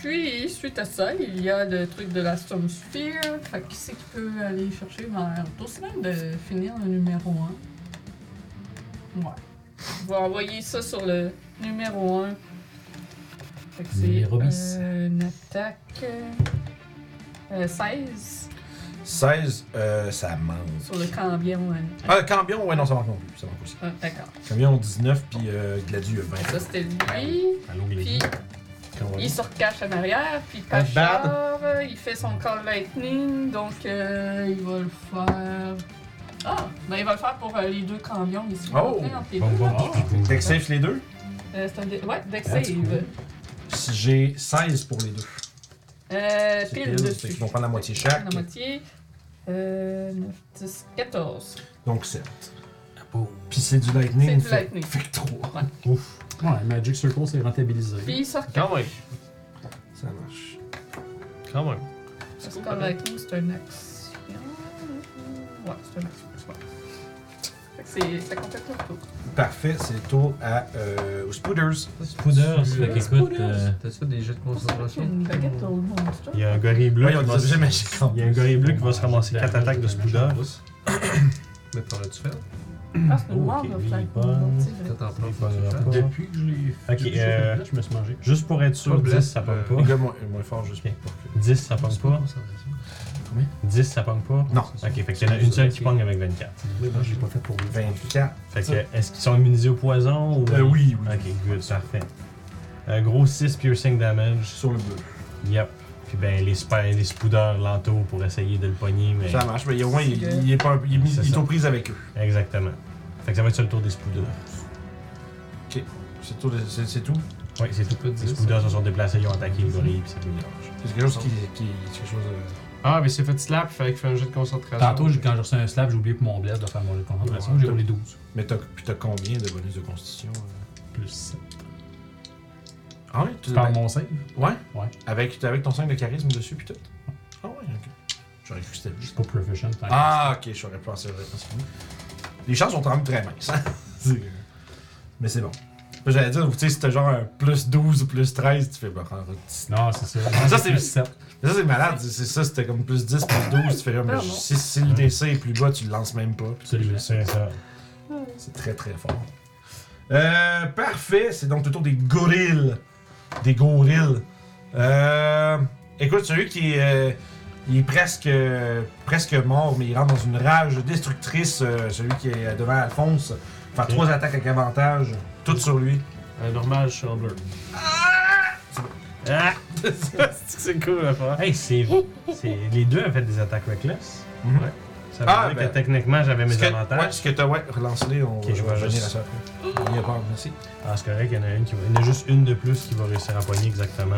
[SPEAKER 3] Puis, suite à ça, il y a le truc de la Storm Sphere. Fait que qui c'est qui peut aller chercher vers Tosman de finir le numéro 1? Ouais. On va envoyer ça sur le numéro 1. Fait que c'est
[SPEAKER 4] Numéro dix.
[SPEAKER 3] euh, une attaque. euh, euh, 16
[SPEAKER 1] 16, euh, ça manque.
[SPEAKER 3] sur le cambion. hein.
[SPEAKER 1] Ah, Cambion, ouais, non, ça manque non plus. Ça manque aussi.
[SPEAKER 3] Ah, D'accord.
[SPEAKER 1] Cambion 19, puis euh, Gladius
[SPEAKER 3] Ça,
[SPEAKER 1] 20.
[SPEAKER 3] c'était lui.
[SPEAKER 6] Allô, les
[SPEAKER 3] Ah Puis,
[SPEAKER 6] gars. Comment
[SPEAKER 3] il se recache en arrière. Puis, Pachar, euh, il fait son call lightning. Donc, euh, il va le faire. Ah, ben, il va le faire pour euh, les deux cambions ici.
[SPEAKER 1] Oh!
[SPEAKER 6] Bon, bon, bon,
[SPEAKER 4] Ah,
[SPEAKER 6] bon, bon.
[SPEAKER 1] Deck safe les deux.
[SPEAKER 3] Euh, c'est un dé- ouais, deck save.
[SPEAKER 1] Si J'ai 16 pour les deux.
[SPEAKER 3] Euh,
[SPEAKER 1] C'est
[SPEAKER 3] pile
[SPEAKER 1] pile,
[SPEAKER 3] dessus.
[SPEAKER 1] fait qu'ils vont prendre la moitié chaque.
[SPEAKER 3] La moitié. Euh, 9, 10, 14.
[SPEAKER 1] Donc 7. Ah, Puis c'est du lightning.
[SPEAKER 3] C'est du
[SPEAKER 1] fait-
[SPEAKER 3] lightning.
[SPEAKER 1] Fait 3.
[SPEAKER 4] Ouais, Magic Circle, c'est rentabilisé.
[SPEAKER 3] Puis, il se recache.
[SPEAKER 2] Quand même.
[SPEAKER 1] Ça marche.
[SPEAKER 2] Quand même.
[SPEAKER 3] Parce que Lightning, c'est un action. Ouais, c'est un action. c'est bon. Fait que c'est. Ça compte pas tout.
[SPEAKER 1] Parfait, c'est le tour à, euh, aux Spooders.
[SPEAKER 6] Poudre, fait qu'écoute, euh,
[SPEAKER 13] T'as-tu fait des jets de
[SPEAKER 3] Il y a
[SPEAKER 13] concentration?
[SPEAKER 3] une baguette au monstre.
[SPEAKER 6] il y a un gorille bleu.
[SPEAKER 1] Ouais, ils ont
[SPEAKER 6] qui
[SPEAKER 1] des
[SPEAKER 6] va se-
[SPEAKER 1] objets magiques.
[SPEAKER 6] Il y a un gorille bleu qui va se ramasser 4 attaques de Spooder.
[SPEAKER 13] Mais t'en as-tu fait?
[SPEAKER 3] Ah, c'est une
[SPEAKER 6] Ok,
[SPEAKER 3] marde,
[SPEAKER 6] lui,
[SPEAKER 3] fait
[SPEAKER 6] il
[SPEAKER 3] qu'on
[SPEAKER 6] part.
[SPEAKER 3] va tirer.
[SPEAKER 13] Quand t'en prends,
[SPEAKER 6] Il va
[SPEAKER 13] faut que tu le fasses.
[SPEAKER 6] pas.
[SPEAKER 13] Depuis que je l'ai
[SPEAKER 6] Ok,
[SPEAKER 13] depuis que je l'ai
[SPEAKER 6] euh,
[SPEAKER 13] fait,
[SPEAKER 4] Je me suis mangé.
[SPEAKER 6] Juste pour être sûr,
[SPEAKER 13] Pas
[SPEAKER 6] 10
[SPEAKER 13] blesse,
[SPEAKER 6] ça pogne
[SPEAKER 13] euh,
[SPEAKER 1] Les
[SPEAKER 6] pas.
[SPEAKER 1] gars, moins, moins fort juste pour que.
[SPEAKER 6] 10 ça pogne pas. 10 ça pogne pas.
[SPEAKER 1] Non.
[SPEAKER 6] Ok, fait qu'il y en a une seule qui pogne avec 24.
[SPEAKER 4] Oui, non, j'ai pas fait pour lui.
[SPEAKER 1] 24.
[SPEAKER 6] Fait que, est-ce qu'ils sont immunisés au poison ou.
[SPEAKER 1] Euh, oui, oui.
[SPEAKER 6] Ok, good, parfait. Un gros 6 piercing damage.
[SPEAKER 1] Sur le bleu.
[SPEAKER 6] Yep. Puis ben, les, spa- les spouders l'entourent pour essayer de le pogner, mais.
[SPEAKER 1] Ça marche, mais il y a au moins, il, il est pas, il, est mis-
[SPEAKER 6] C'est
[SPEAKER 1] il est
[SPEAKER 6] ça.
[SPEAKER 1] aux prises avec eux.
[SPEAKER 6] Exactement. Fait que ça va être sur le tour des spouders.
[SPEAKER 1] C'est tout. C'est c'est tout.
[SPEAKER 6] Oui, c'est tout. Les spouders se sont déplacés, ils ont attaqué le gorille, puis ça fait mélange.
[SPEAKER 1] C'est quelque chose qui. qui c'est quelque chose euh, de...
[SPEAKER 2] Ah, mais c'est fait slap, fait qu'il fait un jeu de concentration.
[SPEAKER 4] Tantôt, j'ai- quand j'ai reçu un slap, j'ai oublié pour mon bless de faire mon jet de concentration. J'ai roulé 12.
[SPEAKER 1] Mais t'as puis t'as combien de bonus de constitution euh?
[SPEAKER 4] Plus 7.
[SPEAKER 1] Ah ouais, tu
[SPEAKER 4] Tu parles mon save?
[SPEAKER 1] Ouais
[SPEAKER 4] Ouais.
[SPEAKER 1] Avec, avec ton 5 de charisme dessus, puis tout. Ah ouais, ok. J'aurais cru que c'était
[SPEAKER 4] Je
[SPEAKER 1] juste.
[SPEAKER 4] suis pas proficient. tant
[SPEAKER 1] Ah, ok, j'aurais pensé. j'aurais pensé. Les chances sont quand même très minces. hein. C'est- Mais c'est bon. J'allais dire, tu sais, si t'as genre un plus 12, plus 13, tu fais. bah, en route.
[SPEAKER 4] que- Non, c'est ça.
[SPEAKER 1] Ça, c'est-
[SPEAKER 4] Plus 7.
[SPEAKER 1] Mais ça, c'est malade. C'est c'est ça, c'était comme plus 10, plus 12. Tu fais comme.
[SPEAKER 3] Pardon.
[SPEAKER 1] Si, si le DC est plus bas, tu le lances même pas. puis
[SPEAKER 4] Absolument.
[SPEAKER 6] C'est ça.
[SPEAKER 1] C'est très très fort. Euh, parfait, c'est donc le tour des gorilles. Des gorilles. Euh, écoute, celui qui est, euh, il est presque, euh, presque mort, mais il rentre dans une rage destructrice, euh, celui qui est devant Alphonse. Faire trois attaques avec avantage, toutes sur lui.
[SPEAKER 2] Un Euh, normal Chandler.
[SPEAKER 6] Ah!
[SPEAKER 2] c'est cool à faire.
[SPEAKER 6] Hey, c'est. c'est- Les deux ont fait des attaques reckless.
[SPEAKER 1] Mhm.
[SPEAKER 6] Ouais. Ça veut
[SPEAKER 1] Ah,
[SPEAKER 6] dire
[SPEAKER 1] ben.
[SPEAKER 6] que techniquement j'avais
[SPEAKER 1] Ce
[SPEAKER 6] mes
[SPEAKER 1] que- Ouais,
[SPEAKER 6] avantages.
[SPEAKER 1] ce que t'as, ouais, relance-les, on
[SPEAKER 6] Ok, je
[SPEAKER 1] va
[SPEAKER 6] vais
[SPEAKER 1] revenir
[SPEAKER 6] juste-
[SPEAKER 1] à ça après. Il y a pas, merci.
[SPEAKER 6] Ah, c'est correct, il y en a une qui va. Il y en a juste une de plus qui va réussir à pogner exactement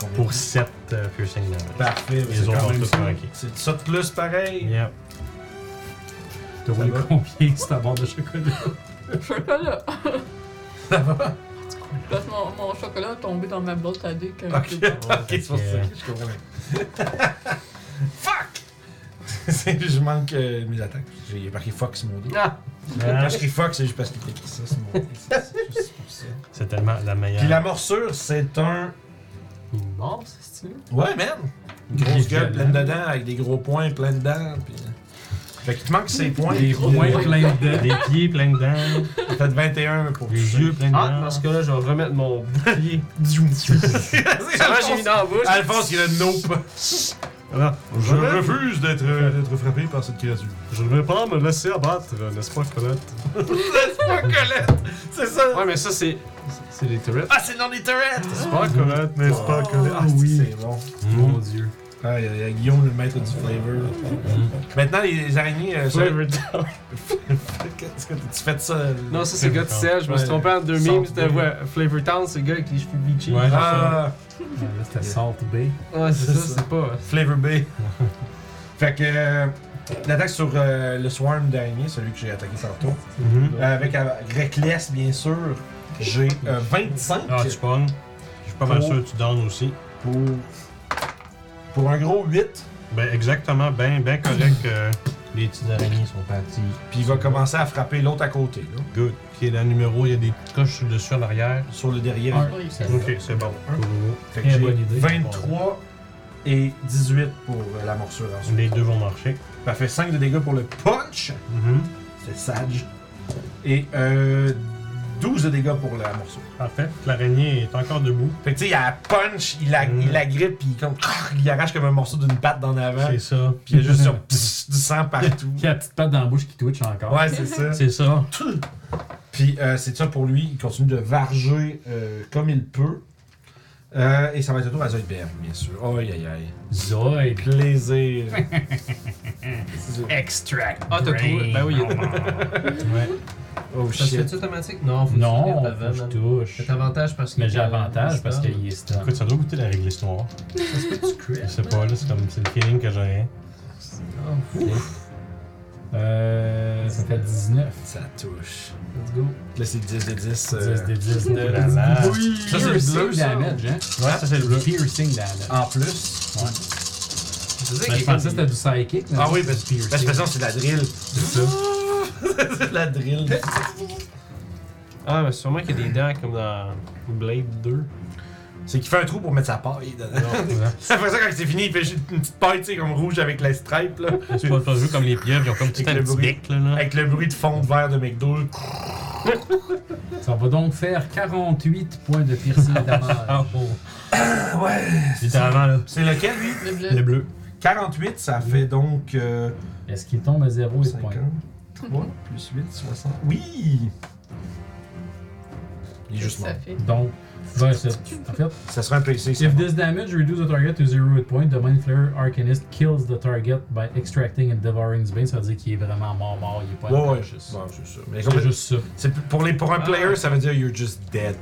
[SPEAKER 1] Combien?
[SPEAKER 6] pour 7 piercing damage.
[SPEAKER 1] Parfait,
[SPEAKER 6] Les
[SPEAKER 1] c'est
[SPEAKER 6] autres
[SPEAKER 1] quand
[SPEAKER 6] ont
[SPEAKER 1] même
[SPEAKER 6] tout
[SPEAKER 1] ça.
[SPEAKER 6] manqué.
[SPEAKER 1] C'est ça de plus pareil.
[SPEAKER 6] Yep.
[SPEAKER 4] T'as roulé
[SPEAKER 1] va?
[SPEAKER 4] combien sur ta barre de chocolat?
[SPEAKER 3] Chocolat! Parce que mon, mon chocolat est tombé dans ma boîte à dés. que-
[SPEAKER 1] Ok, ok, c'est pour ça que je comprends. Fuck! C'est- je manque euh, mes attaques. J'ai marqué fuck sur mon dos.
[SPEAKER 2] Ah!
[SPEAKER 1] Quand je crie fuck, c'est juste parce qu'il y a écrit ça sur mon dos. C'est juste pour ça.
[SPEAKER 6] C'est tellement la meilleure.
[SPEAKER 1] Puis la morsure, c'est un.
[SPEAKER 2] Il est mort, ce style.
[SPEAKER 1] Ouais, man! Une grosse gueule pleine de dents, avec des gros points plein de dents. Puis... euh. Fait qu'il te manque ses points.
[SPEAKER 4] Des points pleins de dents.
[SPEAKER 6] Des pieds pleins de dents,
[SPEAKER 1] T'as fait 21 pour
[SPEAKER 6] des
[SPEAKER 1] toucher.
[SPEAKER 6] yeux pleins de dents.
[SPEAKER 2] Ah, dans ce cas-là, je vais remettre mon bouclier.
[SPEAKER 1] C'est
[SPEAKER 2] Ça va, j'ai mis
[SPEAKER 1] Alphonse,
[SPEAKER 2] dans la bouche.
[SPEAKER 1] Alphonse, il a nope.
[SPEAKER 6] Ah,
[SPEAKER 1] Je refuse d'être euh, d'être frappé par cette créature.
[SPEAKER 6] Je ne vais pas me laisser abattre, n'est-ce pas, Colette?
[SPEAKER 1] C'est ça!
[SPEAKER 2] Ouais, mais ça, c'est. C'est des turrets.
[SPEAKER 1] Ah, c'est dans les turrets!
[SPEAKER 2] C'est pas correct.
[SPEAKER 6] n'est-ce
[SPEAKER 1] Ah, oui. C'est bon.
[SPEAKER 6] Mon
[SPEAKER 1] dieu. Ah, il y a- il y a Guillaume, le maître du flavor. Maintenant, les, les araignies. euh, ça- Qu'est-ce que tu fais de ça? euh,
[SPEAKER 2] Non, ça, c'est le gars de sel. Je me suis
[SPEAKER 1] Ouais.
[SPEAKER 2] trompé en deux memes. C'était
[SPEAKER 1] Salt Bay.
[SPEAKER 2] ouais, Flavor Town, c'est le gars avec les cheveux bleachés.
[SPEAKER 6] Ouais,
[SPEAKER 1] Ah,
[SPEAKER 4] Ah, Là, c'était Salt Bay.
[SPEAKER 2] Ouais, c'est
[SPEAKER 1] C'est
[SPEAKER 2] ça,
[SPEAKER 1] ça.
[SPEAKER 2] c'est pas.
[SPEAKER 1] Flavor Bay. fait que. euh, L'attaque sur euh, le swarm d'araignée, celui que j'ai attaqué tantôt.
[SPEAKER 6] Mhm.
[SPEAKER 1] Euh, avec euh, Reckless, bien sûr. J'ai euh, 25
[SPEAKER 6] Ah, tu pognes. Je suis pas mal
[SPEAKER 1] Pour-
[SPEAKER 6] sûr que tu donnes aussi.
[SPEAKER 1] pour, pour un gros 8.
[SPEAKER 6] Ben, exactement, ben, ben correct. euh, les petites araignées sont parties.
[SPEAKER 1] Puis il va commencer à frapper l'autre à côté, là,
[SPEAKER 6] Good. Qui est dans le numéro, il y a des petites coches dessus en arrière.
[SPEAKER 1] sur le derrière.
[SPEAKER 3] Oui.
[SPEAKER 6] Ok, c'est bon. Cool.
[SPEAKER 1] Fait que
[SPEAKER 4] Ah,
[SPEAKER 1] j'ai
[SPEAKER 4] Très bonne idée.
[SPEAKER 1] 23 et 18 pour euh, la morsure ensuite.
[SPEAKER 6] Les deux vont marcher.
[SPEAKER 1] Parfait, 5 de dégâts pour le punch.
[SPEAKER 6] Mhm.
[SPEAKER 1] C'est sage. Et euh, 12 de dégâts pour la morsure.
[SPEAKER 6] Parfait. L'araignée est encore debout.
[SPEAKER 1] Fait que tu sais, il a punch, il, la,
[SPEAKER 6] Mm.
[SPEAKER 1] il agrippe, puis il, comme, il arrache comme un morceau d'une patte d'en avant.
[SPEAKER 6] C'est ça.
[SPEAKER 1] Puis il y a juste genre, pss, du sang partout.
[SPEAKER 4] Qui a la petite patte dans la bouche qui twitch encore.
[SPEAKER 1] Ouais, c'est ça.
[SPEAKER 6] C'est ça.
[SPEAKER 1] Puis euh, c'est ça pour lui. Il continue de varger euh, comme il peut. Euh, et ça va être le tour à Zoidberg, bien sûr. Aïe, aïe, aïe.
[SPEAKER 4] Zoid.
[SPEAKER 1] Plaisir.
[SPEAKER 4] Extract.
[SPEAKER 13] Ah, t'as
[SPEAKER 4] brain.
[SPEAKER 13] trouvé. Ben oui.
[SPEAKER 6] Ouais.
[SPEAKER 1] oh
[SPEAKER 13] Ça se fait
[SPEAKER 1] shit.
[SPEAKER 13] automatique? Non, faut
[SPEAKER 4] Non,
[SPEAKER 13] que
[SPEAKER 4] faut que
[SPEAKER 13] tu le
[SPEAKER 4] je
[SPEAKER 13] fasses avant, man.
[SPEAKER 4] touche.
[SPEAKER 13] T'as avantage parce que.
[SPEAKER 4] Mais j'ai avantage parce
[SPEAKER 13] que
[SPEAKER 4] qu'il est stun.
[SPEAKER 6] Écoute, ça doit goûter la réglisse noire. Je sais pas, là, c'est comme c'est le feeling que hein. j'aurais.
[SPEAKER 4] Oh, Euh. Ça fait 19.
[SPEAKER 1] Ça touche.
[SPEAKER 13] Let's go.
[SPEAKER 1] Là, c'est 10 de 10. euh,
[SPEAKER 4] 10 des 10 de
[SPEAKER 6] La la-
[SPEAKER 1] Ça,
[SPEAKER 6] Ouais,
[SPEAKER 1] c'est le bleu,
[SPEAKER 4] Piercing
[SPEAKER 1] ça. Ah.
[SPEAKER 4] damage, hein?
[SPEAKER 6] ça c'est le bleu.
[SPEAKER 4] Piercing damage.
[SPEAKER 1] En plus.
[SPEAKER 13] Je disais
[SPEAKER 4] Ben,
[SPEAKER 13] qu'il
[SPEAKER 4] je
[SPEAKER 13] y a
[SPEAKER 4] pensais que c'était du psychic. mais
[SPEAKER 1] Ah
[SPEAKER 4] non,
[SPEAKER 1] oui,
[SPEAKER 4] c'est
[SPEAKER 1] parce
[SPEAKER 4] du
[SPEAKER 1] que de toute façon, c'est de la drill.
[SPEAKER 4] C'est ça.
[SPEAKER 1] c'est de la drill.
[SPEAKER 5] Ah, mais sûrement qu'il y a des dents comme dans Blade 2.
[SPEAKER 1] C'est qu'il fait un trou pour mettre sa paille dedans.
[SPEAKER 6] Non,
[SPEAKER 1] Après ça, quand c'est fini, il fait juste une petite paille, tu sais, comme rouge avec la stripe, là.
[SPEAKER 6] c'est pas pas jouer comme les pieuvres, ils ont comme tout
[SPEAKER 1] Avec
[SPEAKER 6] un
[SPEAKER 1] le
[SPEAKER 6] petit
[SPEAKER 1] bruit.
[SPEAKER 6] bec là. là.
[SPEAKER 1] Avec le bruit de fond de verre de McDo.
[SPEAKER 4] Ça va donc faire 48 points de piercing
[SPEAKER 5] Ah,
[SPEAKER 4] damage.
[SPEAKER 5] oh.
[SPEAKER 6] Littéralement là.
[SPEAKER 1] C'est lequel, lui
[SPEAKER 3] Le bleu.
[SPEAKER 6] Le bleu.
[SPEAKER 1] 48, ça fait donc. Euh,
[SPEAKER 4] Est-ce qu'il tombe à 0 et
[SPEAKER 1] 53
[SPEAKER 4] point?
[SPEAKER 1] plus 8, 60. Oui Il est juste mort.
[SPEAKER 3] Ça fait.
[SPEAKER 4] Donc, ben, c'est- en fait,
[SPEAKER 1] Ça serait un PC, ça.
[SPEAKER 4] If this damage reduces the target to zero hit point, the Mind Flayer Arcanist kills the target by extracting and devouring his bane. Ça veut dire qu'il est vraiment mort, mort, il est pas
[SPEAKER 1] Ouais, ouais,
[SPEAKER 4] unconscious.
[SPEAKER 1] Bon, c'est Ah. ça. Mais comme-
[SPEAKER 4] C'est juste ça.
[SPEAKER 1] c'est p- pour, les, pour un player, ça veut dire you're just dead.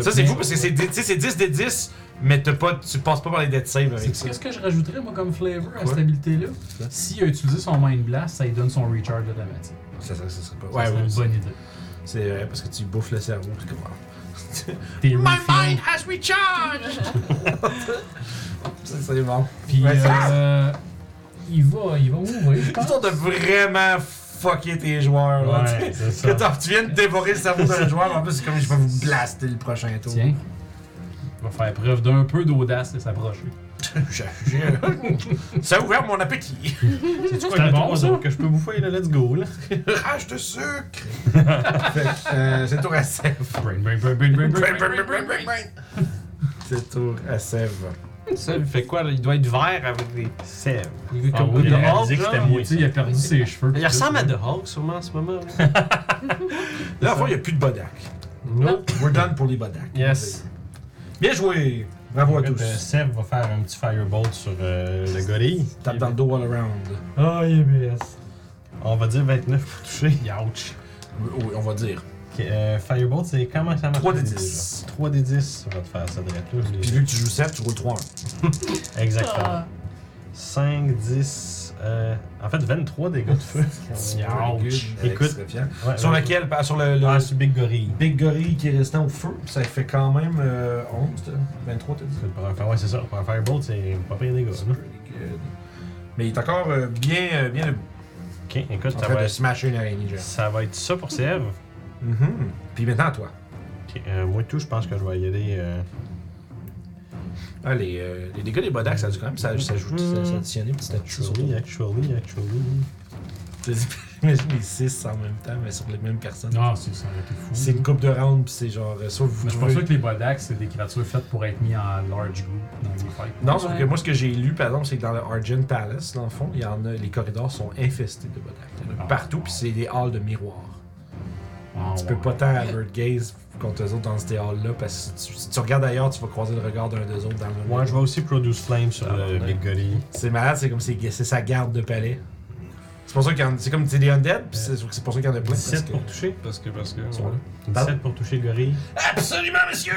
[SPEAKER 1] Ça, c'est
[SPEAKER 4] Mais-
[SPEAKER 1] fou parce que c'est dix- tu sais, c'est 10 des 10, mais t'as pas, tu passes pas par les dead save avec
[SPEAKER 4] C'est-
[SPEAKER 1] ça.
[SPEAKER 4] Qu'est-ce que je rajouterais, moi, comme flavor à
[SPEAKER 1] Quoi?
[SPEAKER 4] cette habilité-là?
[SPEAKER 1] Quoi?
[SPEAKER 4] S'il a utilisé son Mind Blast, ça lui donne son recharge automatique.
[SPEAKER 1] Ça, ça, ça serait pas.
[SPEAKER 4] Ça,
[SPEAKER 1] Ouais,
[SPEAKER 4] c'est
[SPEAKER 1] ouais.
[SPEAKER 4] une bonne idée.
[SPEAKER 1] C'est vrai, parce que tu bouffes le cerveau, c'est comme. ah.
[SPEAKER 4] T'es refilé.
[SPEAKER 1] has recharged! ça, c'est bon.
[SPEAKER 4] Puis,
[SPEAKER 1] Ouais, ça-
[SPEAKER 4] euh, il va, il va ouvrir, je pense.
[SPEAKER 1] Histoire de vraiment fucker tes joueurs. là, tu sais.
[SPEAKER 6] Ouais, c'est
[SPEAKER 1] Que
[SPEAKER 6] ça.
[SPEAKER 1] t'en- tu viens de dévorer le cerveau d'un joueur, en plus, c'est comme je vais vous blaster le prochain tour.
[SPEAKER 4] Tiens. Il va Mhm. faire preuve d'un peu d'audace et s'approcher.
[SPEAKER 1] J'ai- j'ai- ça a ouvert mon appétit.
[SPEAKER 6] C'est
[SPEAKER 4] quoi, il y a trois autres
[SPEAKER 6] que je peux bouffer là, let's go là.
[SPEAKER 1] Rage de sucre. Fait que, euh, c'est tour à Sèvres.
[SPEAKER 4] Brain, brain, brain, brain, brain, brain,
[SPEAKER 1] Brain,
[SPEAKER 4] brain.
[SPEAKER 1] brain, brain, brain, brain. C'est tour à Sèvres.
[SPEAKER 5] Ça, il fait quoi là? Il doit être vert avec des.
[SPEAKER 6] Sève.
[SPEAKER 5] Il est
[SPEAKER 4] Ah
[SPEAKER 5] comme
[SPEAKER 4] oui,
[SPEAKER 5] The
[SPEAKER 6] il a
[SPEAKER 5] Hulk,
[SPEAKER 6] réalisé que
[SPEAKER 5] genre.
[SPEAKER 6] c'était moi.
[SPEAKER 4] Tu sais, il a perdu ses cheveux.
[SPEAKER 5] Il ressemble à The Hulk sûrement en ce moment. là.
[SPEAKER 1] Là, il n'y a plus de bodac.
[SPEAKER 5] Nope.
[SPEAKER 1] We're done pour les bodac.
[SPEAKER 5] Yes.
[SPEAKER 1] Bien joué. Bravo à
[SPEAKER 6] Fait que, euh,
[SPEAKER 1] tous.
[SPEAKER 6] Sève va faire un petit firebolt sur euh, le gorille.
[SPEAKER 1] Tape dans le dos all around.
[SPEAKER 6] Ah,
[SPEAKER 5] Oh, yes.
[SPEAKER 6] On va dire 29 pour toucher. Ouch. euh,
[SPEAKER 1] Oui, oui, on va dire.
[SPEAKER 6] firebolt, c'est comment ça marche
[SPEAKER 1] 3 des 10.
[SPEAKER 6] 3 des 10, ça va te faire ça direct là. je l'ai
[SPEAKER 1] Puis
[SPEAKER 6] dit.
[SPEAKER 1] vu que tu joues 7, tu roules 3-1.
[SPEAKER 6] Exactement.
[SPEAKER 3] Ah.
[SPEAKER 6] 5, 10, euh, en fait 23 dégâts de feu. Écoute. Ouais,
[SPEAKER 1] Sur
[SPEAKER 6] ouais.
[SPEAKER 1] lequel Sur le. le-
[SPEAKER 6] Ah, sur Big Gorille.
[SPEAKER 1] Big Gorille qui est restant au feu, puis ça fait quand même euh, 11, t'as- 23 t'as dit.
[SPEAKER 6] C'est le premier faire- Ouais, c'est ça. Pour un firebolt, c'est pas pire dégâts.
[SPEAKER 1] That's
[SPEAKER 6] là.
[SPEAKER 1] pretty good. Mais il est encore euh, bien, euh, bien debout.
[SPEAKER 6] Ok, écoute,
[SPEAKER 1] En
[SPEAKER 6] ça
[SPEAKER 1] train
[SPEAKER 6] va,
[SPEAKER 1] de
[SPEAKER 6] être,
[SPEAKER 1] smasher une araignée, genre.
[SPEAKER 6] ça va être ça pour Sève.
[SPEAKER 1] Mhm. Puis maintenant à toi.
[SPEAKER 6] Ok, euh, moi tout, je pense que je vais y aller. euh,
[SPEAKER 1] Ah, les, euh, les dégâts des bodax, ça a dû quand même ça s'ajouter, ça ça additionner petit à petit sur
[SPEAKER 6] Actually, actually, actually.
[SPEAKER 1] Imagine les 6 en même temps, mais sur les mêmes personnes.
[SPEAKER 4] Non, Ah, c'est ça, aurait été fou.
[SPEAKER 1] C'est une coupe de round, puis c'est genre, euh, sauf vous
[SPEAKER 4] Mais je suis pas sûr que les Bodax, c'est des créatures faites pour être mis en large group dans les fights.
[SPEAKER 1] Non, sauf
[SPEAKER 3] Ouais.
[SPEAKER 1] que moi, ce que j'ai lu, par exemple, c'est que dans le Argent Palace, dans le fond, il y en a, les corridors sont infestés de bodax. Il y en a
[SPEAKER 4] Ah.
[SPEAKER 1] Partout, puis c'est des halls de miroirs.
[SPEAKER 4] Ah,
[SPEAKER 1] Tu peux
[SPEAKER 4] ouais.
[SPEAKER 1] pas tant avert gaze contre eux autres dans ces halls-là, parce que si tu, si tu regardes ailleurs, tu vas croiser le regard d'un d'eux autres dans le
[SPEAKER 6] Ouais, je vais aussi Produce Flame sur le
[SPEAKER 1] Ah, ouais.
[SPEAKER 6] Big Gorille.
[SPEAKER 1] C'est malade, c'est comme c'est c'est sa garde de palais. C'est pour ça qu'il y en- c'est comme c'est des undead, puis c'est c'est pour ça qu'il y en a plein. parce
[SPEAKER 6] 17
[SPEAKER 1] que-
[SPEAKER 6] pour toucher.
[SPEAKER 5] Parce que, parce que.
[SPEAKER 6] Voilà.
[SPEAKER 5] ouais.
[SPEAKER 6] 17 pour toucher le gorille.
[SPEAKER 1] Absolument, monsieur!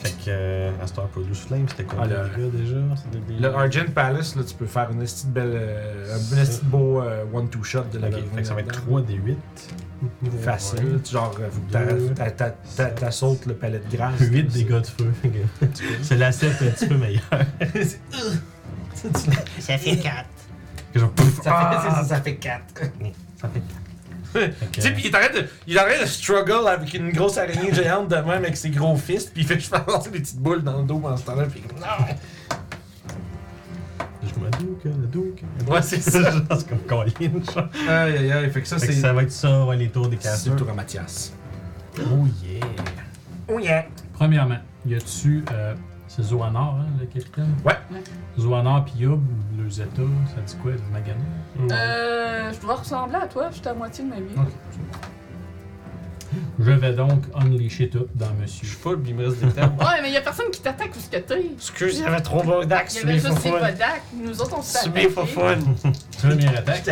[SPEAKER 6] Fait que, euh, à cette heure, Produce Flame, c'était quoi
[SPEAKER 1] Ah,
[SPEAKER 6] le
[SPEAKER 1] le-
[SPEAKER 6] dégât déjà C'était des-
[SPEAKER 1] Le Argent Palace, là, tu peux faire une petite belle, euh, un petit beau euh, one-two shot de la
[SPEAKER 6] Ok, fait que ça va être
[SPEAKER 1] là-dedans.
[SPEAKER 6] 3 des 8.
[SPEAKER 1] Facile, là, tu- genre, euh, faut que t'a- t'a- t'a- t'a- t'assautes le palais de grâce.
[SPEAKER 6] 8
[SPEAKER 1] comme ça.
[SPEAKER 6] dégâts de feu. C'est la 7 un petit peu meilleure.
[SPEAKER 14] Ça fait 4.
[SPEAKER 6] Que genre, pouf, ah!
[SPEAKER 14] ça fait 4.
[SPEAKER 6] Ça fait Fait que,
[SPEAKER 1] Tu sais, puis il est en train de- il est en train de struggle avec une grosse araignée géante de même avec ses gros fists, puis il fait je fais lancer des petites boules dans le dos en ce temps-là, puis non!
[SPEAKER 6] euh, Je me douque, le douque.
[SPEAKER 1] Ouais, c'est ça.
[SPEAKER 6] Genre, c'est comme Colin, genre.
[SPEAKER 5] Aïe aïe aïe, fait que ça
[SPEAKER 6] Fait que
[SPEAKER 5] c'est.
[SPEAKER 6] ça va être ça, ouais, les tours des
[SPEAKER 1] C'est le
[SPEAKER 6] casseurs.
[SPEAKER 1] tour à Mathias.
[SPEAKER 6] Oh yeah!
[SPEAKER 1] Oh yeah!
[SPEAKER 4] Premièrement, y a-tu. euh, c'est Zoanor, hein, le capitaine
[SPEAKER 1] Ouais.
[SPEAKER 3] Ouais.
[SPEAKER 4] Zoanor puis Youb, le Zeta, ça dit quoi, le Magana
[SPEAKER 3] Euh, je dois ressembler à toi, j'étais à moitié de ma vie.
[SPEAKER 4] Ok. Je vais donc unleasher tout dans
[SPEAKER 5] Je suis
[SPEAKER 4] monsieur.
[SPEAKER 5] full, puis il me reste des termes.
[SPEAKER 3] Ouais, mais y'a personne qui t'attaque où ce que t'es.
[SPEAKER 14] Excuse, il y avait trop de d'axe
[SPEAKER 3] Il y
[SPEAKER 14] sur
[SPEAKER 3] avait
[SPEAKER 14] mes
[SPEAKER 3] juste ses
[SPEAKER 14] faux-fous.
[SPEAKER 3] bodacs, nous autres on se
[SPEAKER 14] Sur
[SPEAKER 3] fait
[SPEAKER 14] mes
[SPEAKER 3] attaquer.
[SPEAKER 14] faux-fous.
[SPEAKER 4] Première attaque.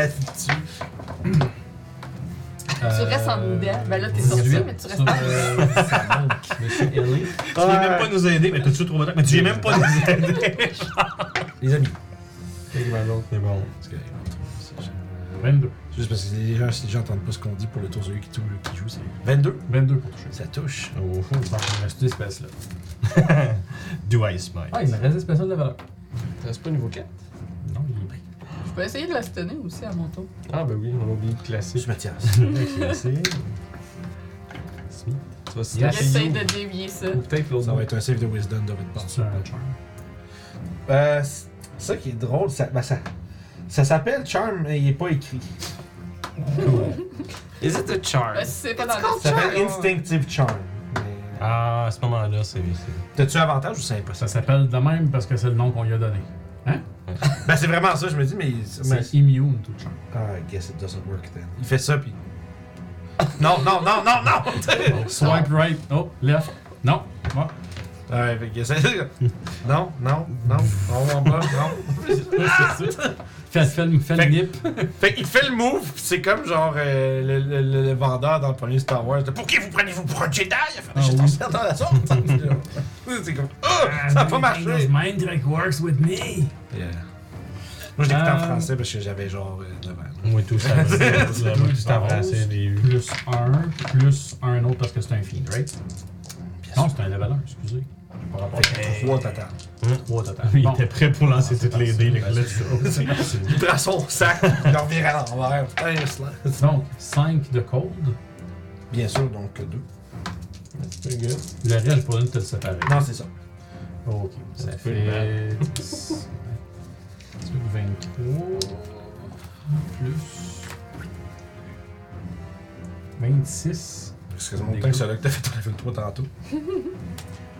[SPEAKER 3] Tu restes en
[SPEAKER 4] Euh,
[SPEAKER 3] dedans. Ben là, t'es sorti, mais tu restes en dedans.
[SPEAKER 4] Monsieur Ellie.
[SPEAKER 6] Tu viens même pas nous aider, mais t'as tué trop de Mais tu viens même pas nous aider!
[SPEAKER 1] Les amis.
[SPEAKER 5] Fait que ma blonde.
[SPEAKER 6] C'est bon.
[SPEAKER 1] Parce que-
[SPEAKER 4] 22.
[SPEAKER 1] Juste parce que les gens, si les gens entendent pas ce qu'on dit pour le tour de qui, tou- qui joue, c'est 22.
[SPEAKER 4] 22 pour toucher.
[SPEAKER 1] Ça touche.
[SPEAKER 6] Oh,
[SPEAKER 4] Bon, il me reste une espèce là.
[SPEAKER 6] Do I smite?
[SPEAKER 4] Ah, il me reste une espèce de valeur.
[SPEAKER 5] Reste pas niveau 4.
[SPEAKER 4] Non, il est pris.
[SPEAKER 3] Je peux essayer de la stunner aussi à mon tour.
[SPEAKER 5] Ah bah oui, on a oublié de classer.
[SPEAKER 1] C'est Mathias.
[SPEAKER 6] Classé.
[SPEAKER 5] Tu vas
[SPEAKER 4] Yes.
[SPEAKER 5] citer
[SPEAKER 3] J'essaye
[SPEAKER 5] you.
[SPEAKER 3] de dévier ça. Euh,
[SPEAKER 5] Ou peut-être l'autre.
[SPEAKER 1] Ça va être un save de wisdom de votre part.
[SPEAKER 4] C'est un charm.
[SPEAKER 1] Euh, c'est- ça qui est drôle, ça, ben ça, ça s'appelle Charm, mais il est pas écrit.
[SPEAKER 14] Is it a charm?
[SPEAKER 3] Ben, si c'est pas dans le
[SPEAKER 1] Ça s'appelle Instinctive Charm. mais-
[SPEAKER 6] Ah, à ce moment-là, c'est.
[SPEAKER 1] T'as-tu avantage ou c'est impossible?
[SPEAKER 4] Ça s'appelle de même parce que c'est le nom qu'on lui a donné.
[SPEAKER 1] Ben c'est vraiment ça, je me dis, mais. mais-
[SPEAKER 4] C'est immune tout charm.
[SPEAKER 1] Ah, I guess it doesn't work then. Il fait ça, puis. Non, non, non, non, non!
[SPEAKER 4] Swipe right. Oh, left. Non. Bon.
[SPEAKER 1] Ouais, fait que ça. Non, non, non, on va en bas, non.
[SPEAKER 4] c'est ça. Fais, fais, fais le
[SPEAKER 1] Fait-
[SPEAKER 4] nip.
[SPEAKER 1] Fait qu'il fait le move, pis c'est comme genre euh, le, le- le- le vendeur dans le premier Star Wars. de, Pour qui vous prenez-vous pour un Jedi? Il a fait,
[SPEAKER 4] Ah
[SPEAKER 1] je t'en
[SPEAKER 4] oui.
[SPEAKER 1] sers dans la zone. c'est comme, ah, ça va pas marcher.
[SPEAKER 4] Mind trick works with me.
[SPEAKER 1] Yeah. Moi, je l'écoute en
[SPEAKER 4] Euh,
[SPEAKER 1] français parce que j'avais genre euh, 9 ans. là.
[SPEAKER 6] Moi, tout ça. Moi, tout en français, j'ai eu.
[SPEAKER 4] Plus un, plus un autre parce que c'est un fiend, right?
[SPEAKER 1] Bien
[SPEAKER 4] Non,
[SPEAKER 1] sûr.
[SPEAKER 4] c'est un level 1, excusez. Par rapport
[SPEAKER 1] Fait que 3 total.
[SPEAKER 4] Trois total.
[SPEAKER 6] Il
[SPEAKER 4] Bon.
[SPEAKER 6] était prêt pour
[SPEAKER 1] Ah,
[SPEAKER 6] lancer toutes les dés,
[SPEAKER 4] Ben,
[SPEAKER 6] le gars.
[SPEAKER 4] c'est ça.
[SPEAKER 1] Il prend son sac, il le revire à l'envers. Putain, c'est là.
[SPEAKER 4] Donc, 5 de cold.
[SPEAKER 1] Bien sûr, donc 2.
[SPEAKER 4] Le reste, je pourrais te le séparer.
[SPEAKER 1] Non, c'est ça.
[SPEAKER 4] Ok. Ça
[SPEAKER 5] Tu peux le
[SPEAKER 4] fait. 23 plus 26.
[SPEAKER 1] Excuse-moi, mon temps que celui que t'as fait ton level 3 tantôt.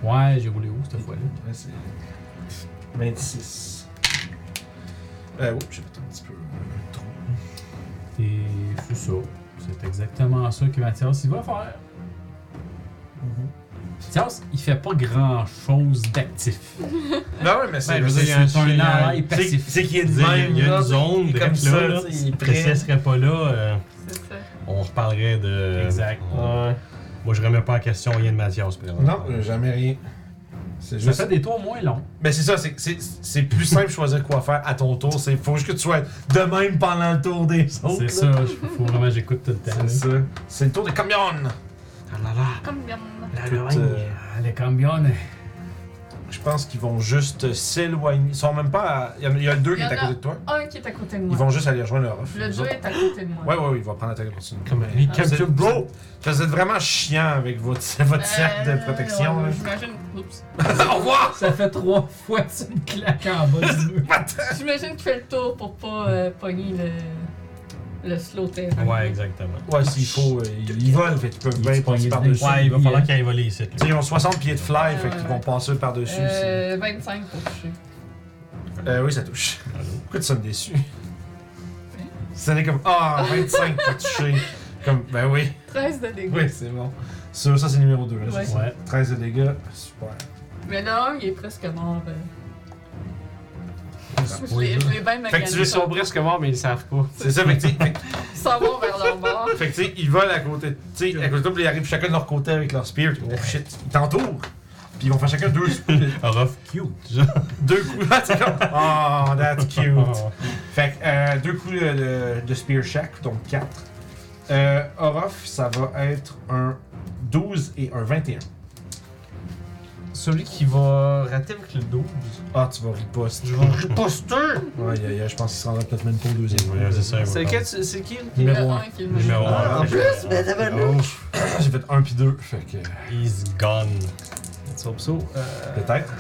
[SPEAKER 4] Ouais, j'ai roulé haut cette fois-là.
[SPEAKER 1] Ouais, c'est. 26. Euh, oups, j'ai fait un petit peu euh, un trou.
[SPEAKER 4] Et c'est ça. C'est exactement ça que Mathias il va faire.
[SPEAKER 6] Mm-hmm.
[SPEAKER 4] Mathias, il fait pas grand chose d'actif.
[SPEAKER 1] Ben ouais, mais c'est.
[SPEAKER 6] Ben, je veux dire, il y a
[SPEAKER 4] C'est
[SPEAKER 6] un-
[SPEAKER 4] un
[SPEAKER 6] un-
[SPEAKER 4] ally
[SPEAKER 1] c'est
[SPEAKER 4] passif.
[SPEAKER 1] c'est qu'il est
[SPEAKER 6] Je
[SPEAKER 1] de
[SPEAKER 6] veux dire,
[SPEAKER 1] même.
[SPEAKER 6] Il y a
[SPEAKER 1] là,
[SPEAKER 6] une zone
[SPEAKER 1] il est comme
[SPEAKER 6] direct
[SPEAKER 1] ça,
[SPEAKER 6] là.
[SPEAKER 1] là,
[SPEAKER 6] là.
[SPEAKER 1] il est
[SPEAKER 6] Si
[SPEAKER 1] prêt.
[SPEAKER 6] elle serait pas là, euh,
[SPEAKER 3] C'est ça.
[SPEAKER 6] on reparlerait de.
[SPEAKER 4] Exact.
[SPEAKER 5] Ouais.
[SPEAKER 6] Moi, je remets pas en question rien de Mathias, présentement.
[SPEAKER 1] Non, euh, jamais rien. C'est
[SPEAKER 4] Ça
[SPEAKER 1] juste.
[SPEAKER 4] fait des tours moins longs.
[SPEAKER 1] Mais c'est ça, c'est- c'est c'est plus simple de choisir quoi faire à ton tour. C'est faut juste que tu sois de même pendant le tour des autres.
[SPEAKER 4] C'est
[SPEAKER 1] là.
[SPEAKER 4] ça, je- faut vraiment que j'écoute tout le temps.
[SPEAKER 1] C'est ça. C'est le tour des camions.
[SPEAKER 3] Comme bien.
[SPEAKER 1] Écoute, euh,
[SPEAKER 4] Ah, Les cambions.
[SPEAKER 1] je pense qu'ils vont juste s'éloigner. Ils sont même pas. à- Il y en a- il y a le 2
[SPEAKER 3] Il
[SPEAKER 1] qui
[SPEAKER 3] y
[SPEAKER 1] est à
[SPEAKER 3] en
[SPEAKER 1] côté
[SPEAKER 3] a
[SPEAKER 1] de toi.
[SPEAKER 3] Un qui est à côté de
[SPEAKER 1] Ils
[SPEAKER 3] moi.
[SPEAKER 1] vont juste aller rejoindre leur off.
[SPEAKER 3] Le
[SPEAKER 1] Eux
[SPEAKER 3] 2
[SPEAKER 1] autres.
[SPEAKER 3] est à côté de moi.
[SPEAKER 1] Ouais, ouais, ouais, ils vont prendre la opportunité.
[SPEAKER 5] Comme les
[SPEAKER 1] Vous êtes- bro! Vous êtes vraiment chiant avec votre, votre cercle de
[SPEAKER 3] Euh,
[SPEAKER 1] protection.
[SPEAKER 3] ouais,
[SPEAKER 1] là.
[SPEAKER 3] J'imagine. Oups.
[SPEAKER 1] Au revoir!
[SPEAKER 4] Ça fait trois fois que tu me claques en bas du mur.
[SPEAKER 3] J'imagine qu'il fait le tour pour pas euh, pogner le. le slow terrain.
[SPEAKER 6] Ouais, exactement.
[SPEAKER 1] Ouais, s'il faut, euh, ils ils volent, fait qu'ils peuvent
[SPEAKER 4] Ils
[SPEAKER 1] bien
[SPEAKER 4] se
[SPEAKER 1] passer
[SPEAKER 4] pognent
[SPEAKER 1] par-dessus.
[SPEAKER 4] dessus.
[SPEAKER 6] Ouais, il va
[SPEAKER 4] Oui,
[SPEAKER 6] falloir
[SPEAKER 1] euh,
[SPEAKER 4] hein.
[SPEAKER 6] qu'il aille voler ici.
[SPEAKER 1] Tu sais, Ils ont 60 pieds de fly, fait
[SPEAKER 3] Ouais,
[SPEAKER 1] qu'ils
[SPEAKER 3] ouais,
[SPEAKER 1] vont
[SPEAKER 3] ouais.
[SPEAKER 1] passer par-dessus. aussi.
[SPEAKER 3] Euh, 25 pour toucher.
[SPEAKER 1] Euh, oui, ça touche. Pourquoi tu sonnes déçu? Ça n'est comme Ah, 25 pour toucher. Comme, ben oui,
[SPEAKER 3] 13 de dégâts.
[SPEAKER 1] oui, c'est bon. Ça, ça c'est numéro 2.
[SPEAKER 3] Ouais.
[SPEAKER 4] Ouais.
[SPEAKER 1] 13 de dégâts, super.
[SPEAKER 3] Mais là, un, il est presque mort. euh.
[SPEAKER 1] Ça
[SPEAKER 3] Je l'ai- je l'ai bien
[SPEAKER 5] Fait que tu veux
[SPEAKER 3] magané. ça.
[SPEAKER 5] sombrer ce que mort, mais ils le savent pas.
[SPEAKER 1] C'est ça, fait que tu sais, fait-
[SPEAKER 3] Ils s'en vont vers leur bord.
[SPEAKER 1] fait que tu sais, ils volent à côté, de- tu sais, à côté de toi, puis ils arrivent chacun de leur côté avec leur spear, puis, oh shit, ils t'entourent. Puis ils vont faire chacun deux, Ah,
[SPEAKER 6] Rough cute, genre.
[SPEAKER 1] deux coups. Ah, c'est comme, oh, that's cute.
[SPEAKER 6] Oh.
[SPEAKER 1] Fait que euh, deux coups de, de- de spear chaque, donc 4. Euh, Orof, ça va être un 12 et un 21.
[SPEAKER 5] Celui qui va rater avec le 12.
[SPEAKER 1] Ah, tu vas riposte.
[SPEAKER 5] Je vais riposter!
[SPEAKER 1] Ouais, ouais, ouais, je pense qu'il se rendra peut-être même pas au deuxième.
[SPEAKER 6] Ouais, c'est ça, il va
[SPEAKER 5] C'est
[SPEAKER 6] perdre.
[SPEAKER 5] lequel tu- C'est qui?
[SPEAKER 3] Le
[SPEAKER 4] Numéro 1.
[SPEAKER 3] un qui est le meilleur.
[SPEAKER 6] Numéro
[SPEAKER 1] Ah, en
[SPEAKER 6] 1.
[SPEAKER 1] plus, mais t'avais le J'ai fait 1 puis 2, fait que.
[SPEAKER 6] He's gone.
[SPEAKER 5] Petit pso. Euh,
[SPEAKER 1] Peut-être.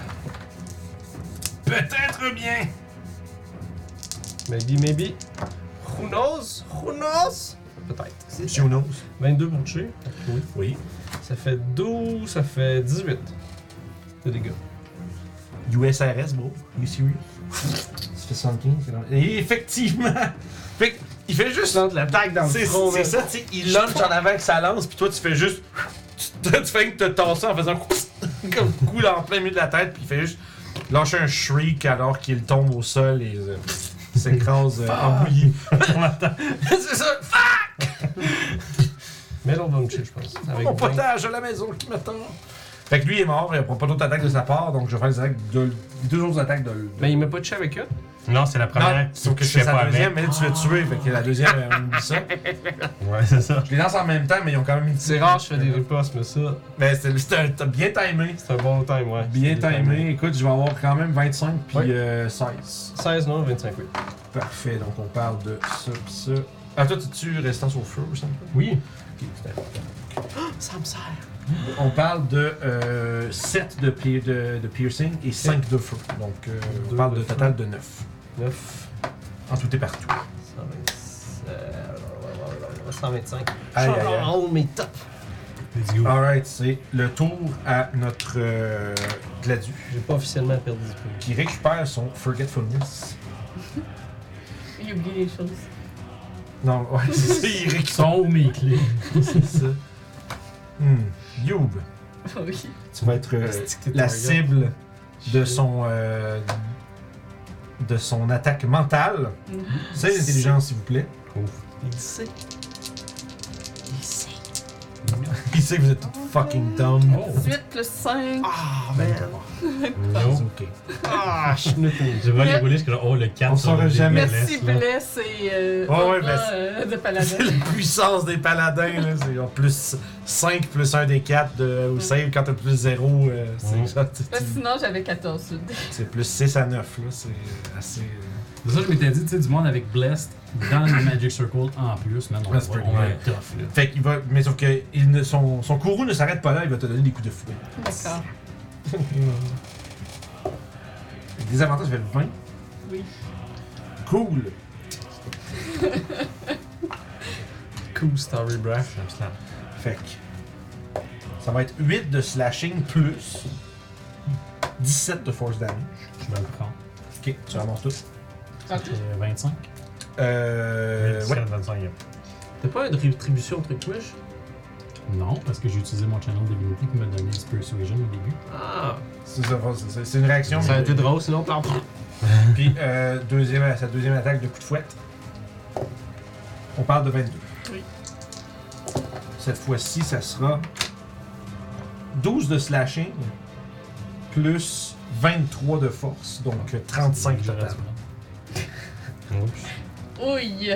[SPEAKER 1] Peut-être bien!
[SPEAKER 5] maybe, maybe. Who knows? Who knows? Peut-être.
[SPEAKER 1] Who knows?
[SPEAKER 5] 22 pour tuer. Oui.
[SPEAKER 1] Oui.
[SPEAKER 5] Ça fait 12, ça fait 18 de dégâts.
[SPEAKER 1] USRS, bro. You serious? Ça fait 75, c'est dans- Et effectivement! Fait que, il fait juste.
[SPEAKER 5] de l'attaque dans
[SPEAKER 1] C'est
[SPEAKER 5] front,
[SPEAKER 1] c'est
[SPEAKER 5] là.
[SPEAKER 1] ça, tu sais, il lunge en avant avec sa lance, puis toi tu fais juste. Tu, tu fais que te tasser en faisant comme coup là, en plein milieu de la tête, puis il fait juste lâcher un shriek alors qu'il tombe au sol et euh, s'écrase euh, en bouillie. C'est ça, fuck!
[SPEAKER 5] Mais on va me tuer, je pense. Avec
[SPEAKER 1] Mon
[SPEAKER 5] 20.
[SPEAKER 1] potage à la maison qui m'attend! Fait que lui est mort, il n'y aura pas d'autres attaques de sa part, donc je vais faire les attaques de- deux autres attaques de. de-
[SPEAKER 5] Ben, il m'a pas touché avec eux.
[SPEAKER 6] Non, c'est la
[SPEAKER 1] non,
[SPEAKER 6] première.
[SPEAKER 1] sauf que
[SPEAKER 6] je sais
[SPEAKER 1] c'est
[SPEAKER 6] pas
[SPEAKER 1] sa
[SPEAKER 6] avec.
[SPEAKER 1] deuxième, mais là tu l'as tué, fait que la deuxième, euh, on oublie ça.
[SPEAKER 6] Ouais, c'est ça.
[SPEAKER 1] Je les lance en même temps, mais ils ont quand même une
[SPEAKER 5] C'est rare, je fais des ripostes, mais ça,
[SPEAKER 1] Mais c'était c'était bien timé.
[SPEAKER 5] c'est un bon time, ouais.
[SPEAKER 1] Bien
[SPEAKER 5] C'est
[SPEAKER 1] timé. Écoute, je vais avoir quand même 25 puis
[SPEAKER 5] Ouais.
[SPEAKER 1] euh, 16.
[SPEAKER 5] 16, non, 25, oui.
[SPEAKER 1] Parfait, donc on parle de ça pis ça. Ah, toi, tu tues résistance au feu ou ça?
[SPEAKER 5] Oui.
[SPEAKER 1] Ok, c'est important.
[SPEAKER 5] Ça me sert.
[SPEAKER 1] On parle de euh, 7 de, pi- de, de piercing et 5 de feu. Donc, euh, on
[SPEAKER 5] Deux
[SPEAKER 1] parle
[SPEAKER 5] de
[SPEAKER 1] de,
[SPEAKER 5] feu.
[SPEAKER 1] total de 9.
[SPEAKER 5] 9,
[SPEAKER 1] En tout et partout.
[SPEAKER 5] 125. 125.
[SPEAKER 1] Aïe,
[SPEAKER 5] Je suis
[SPEAKER 1] aïe, aïe.
[SPEAKER 5] en haut de mes tops.
[SPEAKER 6] Let's go.
[SPEAKER 1] Alright, c'est le tour à notre euh, Gladu
[SPEAKER 5] J'ai pas officiellement perdu du point.
[SPEAKER 1] qui récupère son Forgetfulness.
[SPEAKER 3] Il oublie les choses.
[SPEAKER 1] Non, ouais, c'est ça, il récupère
[SPEAKER 4] Sont où mes clés?
[SPEAKER 1] ça. Hmm. Youb.
[SPEAKER 3] Oui.
[SPEAKER 1] Tu vas être euh, la cible de son euh, de son attaque mentale.
[SPEAKER 3] Mhm.
[SPEAKER 1] C'est l'intelligence, s'il vous plaît.
[SPEAKER 5] Mm-hmm. Il sait.
[SPEAKER 1] Il sait que vous êtes
[SPEAKER 5] Oh,
[SPEAKER 1] tout fucking dumb.
[SPEAKER 3] 18 plus 5.
[SPEAKER 5] Ah, man.
[SPEAKER 1] C'est
[SPEAKER 6] No.
[SPEAKER 1] ok.
[SPEAKER 5] Ah, je suis nul.
[SPEAKER 6] Je vois les rouler, je suis là, oh, le 4.
[SPEAKER 1] On saura jamais.
[SPEAKER 3] Merci Bless et euh,
[SPEAKER 1] Ouais, ouais,
[SPEAKER 3] Aura,
[SPEAKER 1] ben, c'est-
[SPEAKER 3] euh, de
[SPEAKER 1] C'est
[SPEAKER 3] Paladin.
[SPEAKER 1] la puissance des paladins, là. C'est genre plus 5 plus 1 des 4 de,
[SPEAKER 5] Mm.
[SPEAKER 1] au save quand t'as plus 0. c'est
[SPEAKER 6] Mhm.
[SPEAKER 1] genre, tu- tu-
[SPEAKER 3] Ben, sinon, j'avais 14 sur le dé.
[SPEAKER 1] c'est plus 6 à 9, là. C'est euh, assez. euh,
[SPEAKER 4] C'est ça que je m'étais dit, tu sais, du monde avec Blessed dans le Magic Circle en plus, man, on, va,
[SPEAKER 1] That's pretty
[SPEAKER 4] on va
[SPEAKER 1] good.
[SPEAKER 4] être tough, là.
[SPEAKER 1] Fait qu'il va. Mais sauf que il ne, son, son courroux ne s'arrête pas là, il va te donner des coups de fouet.
[SPEAKER 3] D'accord.
[SPEAKER 1] Des avantages, je fais 20.
[SPEAKER 3] Oui.
[SPEAKER 1] Cool.
[SPEAKER 5] Cool, Starry Brash.
[SPEAKER 1] Fait que ça va être 8 de slashing plus 17 de force damage.
[SPEAKER 6] Je me le prends.
[SPEAKER 1] Ok, tu ramasses tout.
[SPEAKER 6] Euh, 25.
[SPEAKER 1] Euh. Ouais.
[SPEAKER 6] 17, 25, yep.
[SPEAKER 5] T'as pas une rétribution, truc wesh?
[SPEAKER 4] Non, parce que j'ai utilisé mon channel divinity qui m'a donné du Persuasion au début.
[SPEAKER 5] Ah,
[SPEAKER 1] C'est ça, c'est ça. C'est une réaction.
[SPEAKER 5] ça a été
[SPEAKER 1] mais-
[SPEAKER 5] drôle, sinon t'en
[SPEAKER 1] Puis, euh, deuxième, sa deuxième attaque de coup de fouette. On parle de 22.
[SPEAKER 3] Oui.
[SPEAKER 1] Cette fois-ci, ça sera 12 de slashing plus 23 de force, donc euh, 35
[SPEAKER 4] J'aurais
[SPEAKER 1] total.
[SPEAKER 4] dû prendre.
[SPEAKER 6] Oups.
[SPEAKER 3] Ouille.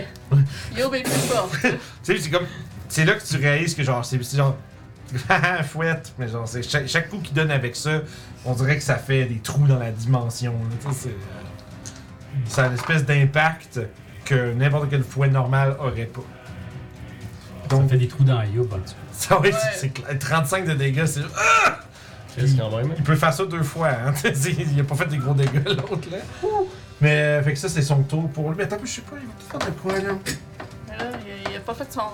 [SPEAKER 3] Yo, ben, baby, plus fort.
[SPEAKER 1] Tu sais, c'est comme. C'est là que tu réalises que genre, c'est c'est genre. haha, fouette! Mais genre, c'est chaque, chaque coup qu'il donne avec ça, on dirait que ça fait des trous dans la dimension. là. Tu sais, c'est.
[SPEAKER 5] euh,
[SPEAKER 1] Ça a une espèce d'impact que n'importe quel fouet normal aurait pas.
[SPEAKER 4] Ça
[SPEAKER 1] Donc,
[SPEAKER 4] fait des trous dans Youb, hein. en tout cas.
[SPEAKER 1] ça, ouais, c'est- c'est clair. 35 de dégâts, c'est. Ah!
[SPEAKER 5] Chris, quand même.
[SPEAKER 1] Il peut faire ça deux fois, hein. Tu sais, il a pas fait des gros dégâts, l'autre, là. Mais, euh, fait que ça, c'est son tour pour lui. Mais attends, je sais pas, il va tout faire de quoi, là?
[SPEAKER 3] Mais là, Euh, il, il a pas fait son,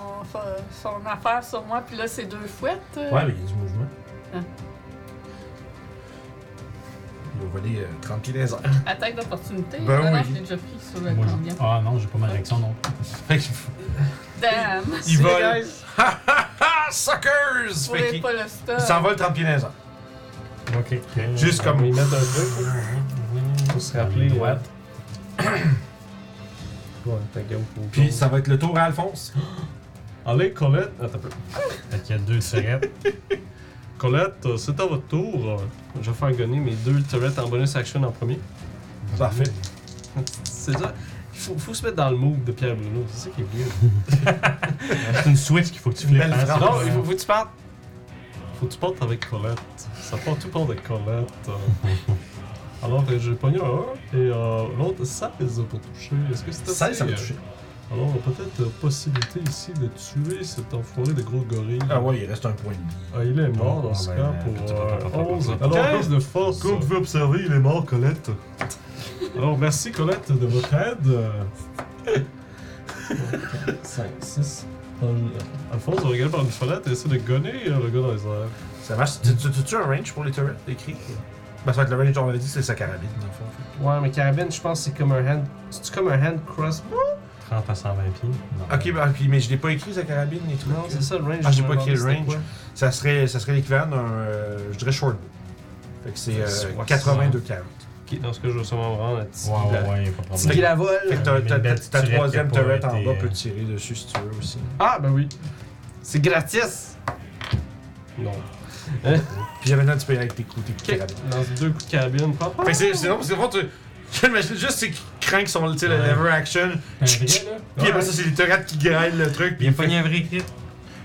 [SPEAKER 3] son affaire sur moi, puis là, c'est deux fouettes. euh.
[SPEAKER 1] Ouais, mais il y a du mouvement.
[SPEAKER 3] Ah.
[SPEAKER 1] Il va voler euh, 30 pieds dans les airs.
[SPEAKER 3] Attaque d'opportunité.
[SPEAKER 1] Ben
[SPEAKER 3] Ah non,
[SPEAKER 1] oui.
[SPEAKER 3] je l'ai déjà pris sur le
[SPEAKER 4] Moi,
[SPEAKER 3] combien.
[SPEAKER 4] je- Ah non, j'ai pas ma réaction non
[SPEAKER 1] Fait qu'il-
[SPEAKER 3] Damn.
[SPEAKER 1] il vole. Ha ha ha! ah, Suckers!
[SPEAKER 3] Je
[SPEAKER 1] Fait
[SPEAKER 3] trouvais
[SPEAKER 1] qu'il
[SPEAKER 3] pas le stop.
[SPEAKER 1] il s'envole 30 pieds dans les airs.
[SPEAKER 6] Ok.
[SPEAKER 1] Juste
[SPEAKER 5] Euh, On va y
[SPEAKER 1] comme. Mm-hmm.
[SPEAKER 5] mettre un truc. Faut se rappeler.
[SPEAKER 4] Droite.
[SPEAKER 5] Ouais, ta gueule pour.
[SPEAKER 1] Puis ça va être le tour à Alphonse.
[SPEAKER 5] Allez, Colette. Attends un peu.
[SPEAKER 6] Fait qu'il y a deux tirettes.
[SPEAKER 5] Colette, euh, c'est à votre tour. Je vais faire gonner mes deux turrets en bonus action en premier.
[SPEAKER 1] Parfait.
[SPEAKER 5] C'est ça. Il faut, faut se mettre dans le mood de Pierre Bruno. C'est ça qui est weird.
[SPEAKER 6] c'est une switch qu'il faut que tu flippes.
[SPEAKER 1] Belle
[SPEAKER 6] hein,
[SPEAKER 1] phrase.
[SPEAKER 5] Non, il faut, faut que tu partes. Faut que tu partes avec Colette. Ça part tout part avec Colette. Euh, Alors, euh, j'ai pogné un et euh, l'autre 16 pour toucher. Est-ce que c'est assez?
[SPEAKER 1] Ça, ça va toucher.
[SPEAKER 5] Alors, on a peut-être euh, possibilité ici de tuer cet enfoiré de gros gorille.
[SPEAKER 1] Ah ouais, il reste un point de vie.
[SPEAKER 5] Ah, il est mort
[SPEAKER 6] Ah,
[SPEAKER 5] dans ce
[SPEAKER 6] ben,
[SPEAKER 5] cas
[SPEAKER 6] attends,
[SPEAKER 5] pour
[SPEAKER 6] attends,
[SPEAKER 5] euh,
[SPEAKER 6] attends,
[SPEAKER 5] 11.
[SPEAKER 6] attends.
[SPEAKER 5] Alors,
[SPEAKER 6] Alors,
[SPEAKER 5] 15 de force.
[SPEAKER 6] comme vous pouvez
[SPEAKER 5] observer, il est mort, Colette. Alors, merci, Colette, de votre aide. Euh,
[SPEAKER 1] 5, 6.
[SPEAKER 5] Euh, Alphonse, on regarde par une fenêtre et essaie de gonner euh, le gars dans les airs.
[SPEAKER 1] Ça marche. Tu- tu- Tu tu as un range pour les turrets, écrit Ben, ça va être le range, on avait dit, c'est sa carabine, dans le fond.
[SPEAKER 5] Ouais, mais carabine, je pense que c'est comme un hand. C'est-tu comme un hand crossbow?
[SPEAKER 6] 30 à 120 pieds. Non.
[SPEAKER 1] Ok, ben, puis- mais je l'ai pas écrit, sa carabine et tout.
[SPEAKER 5] Non, c'est ça le range.
[SPEAKER 1] Ah, j'ai
[SPEAKER 5] je me
[SPEAKER 1] pas écrit le
[SPEAKER 5] demandais c'était
[SPEAKER 1] range.
[SPEAKER 5] quoi.
[SPEAKER 1] Ça serait, ça serait l'équivalent d'un, euh, je dirais, short. Fait que c'est
[SPEAKER 5] Fait que
[SPEAKER 1] euh,
[SPEAKER 5] c'est
[SPEAKER 1] 82 40.
[SPEAKER 5] Ok, dans ce cas, je vais sûrement me rendre à Tiki.
[SPEAKER 6] Ouais, ouais,
[SPEAKER 5] la-
[SPEAKER 6] ouais, y a pas de
[SPEAKER 5] Tiki
[SPEAKER 6] problème.
[SPEAKER 5] la
[SPEAKER 1] Fait que
[SPEAKER 5] vole.
[SPEAKER 1] t'as-
[SPEAKER 6] mais
[SPEAKER 1] t'as-
[SPEAKER 6] une
[SPEAKER 1] t'as-
[SPEAKER 6] belle
[SPEAKER 1] ta
[SPEAKER 6] turette
[SPEAKER 1] troisième
[SPEAKER 6] qui a pas
[SPEAKER 1] turret en
[SPEAKER 6] été,
[SPEAKER 1] bas
[SPEAKER 6] euh,
[SPEAKER 1] peut tirer dessus si tu veux aussi.
[SPEAKER 5] Ah, ben oui. C'est gratis. Non.
[SPEAKER 1] Puis là, maintenant, tu peux y aller avec tes coups, tes coups de
[SPEAKER 5] Ok,
[SPEAKER 1] carabine.
[SPEAKER 5] lance deux coups de carabine. Pop, pop.
[SPEAKER 1] Fait que c'est c'est drôle parce que dans le fond, tu. J'imagine juste ces cranks qui sont, tu sais, le
[SPEAKER 6] Ouais.
[SPEAKER 1] lever action.
[SPEAKER 4] Un vrai, là.
[SPEAKER 1] Puis après ça, c'est les turrets qui grêlent le truc.
[SPEAKER 6] Il y a pas un vrai crit.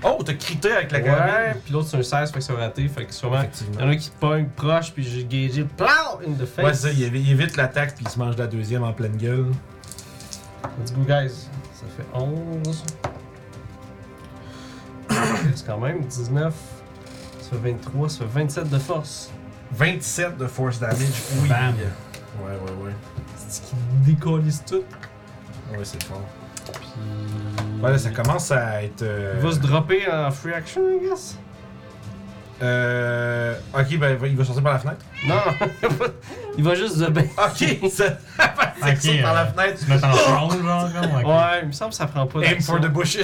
[SPEAKER 1] Oh, t'as crité avec la
[SPEAKER 5] Ouais,
[SPEAKER 1] carabine.
[SPEAKER 5] puis l'autre c'est un 16, fait que c'est raté. Fait que sûrement.
[SPEAKER 1] Effectivement.
[SPEAKER 5] Y'en a qui pognent proche, puis j'ai gagé. Plow! In the face.
[SPEAKER 1] Ouais, c'est ça, il évi- il évite l'attaque puis il se mange la deuxième en pleine gueule.
[SPEAKER 5] Let's go, guys. Ça fait 11. c'est quand même 19. Ça fait 23, ça fait 27 de force.
[SPEAKER 1] 27 de force damage, oui.
[SPEAKER 4] Bam.
[SPEAKER 1] Ouais, ouais, ouais.
[SPEAKER 5] C'est qui décollisse tout.
[SPEAKER 1] Ouais, c'est fort.
[SPEAKER 5] Puis.
[SPEAKER 1] Ouais, là, ça commence à être. euh,
[SPEAKER 5] Il va se dropper en free action, I guess.
[SPEAKER 1] Euh. Ok, ben il va sortir par la fenêtre.
[SPEAKER 5] Non, il va juste se baigner.
[SPEAKER 1] Ok, ça va
[SPEAKER 6] Ok,
[SPEAKER 1] sortir par la
[SPEAKER 6] euh,
[SPEAKER 1] fenêtre.
[SPEAKER 6] Tu mets en front, genre, comme, ok.
[SPEAKER 5] Ouais, il me semble que ça prend pas
[SPEAKER 1] Aim
[SPEAKER 5] d'action.
[SPEAKER 1] for the bushes.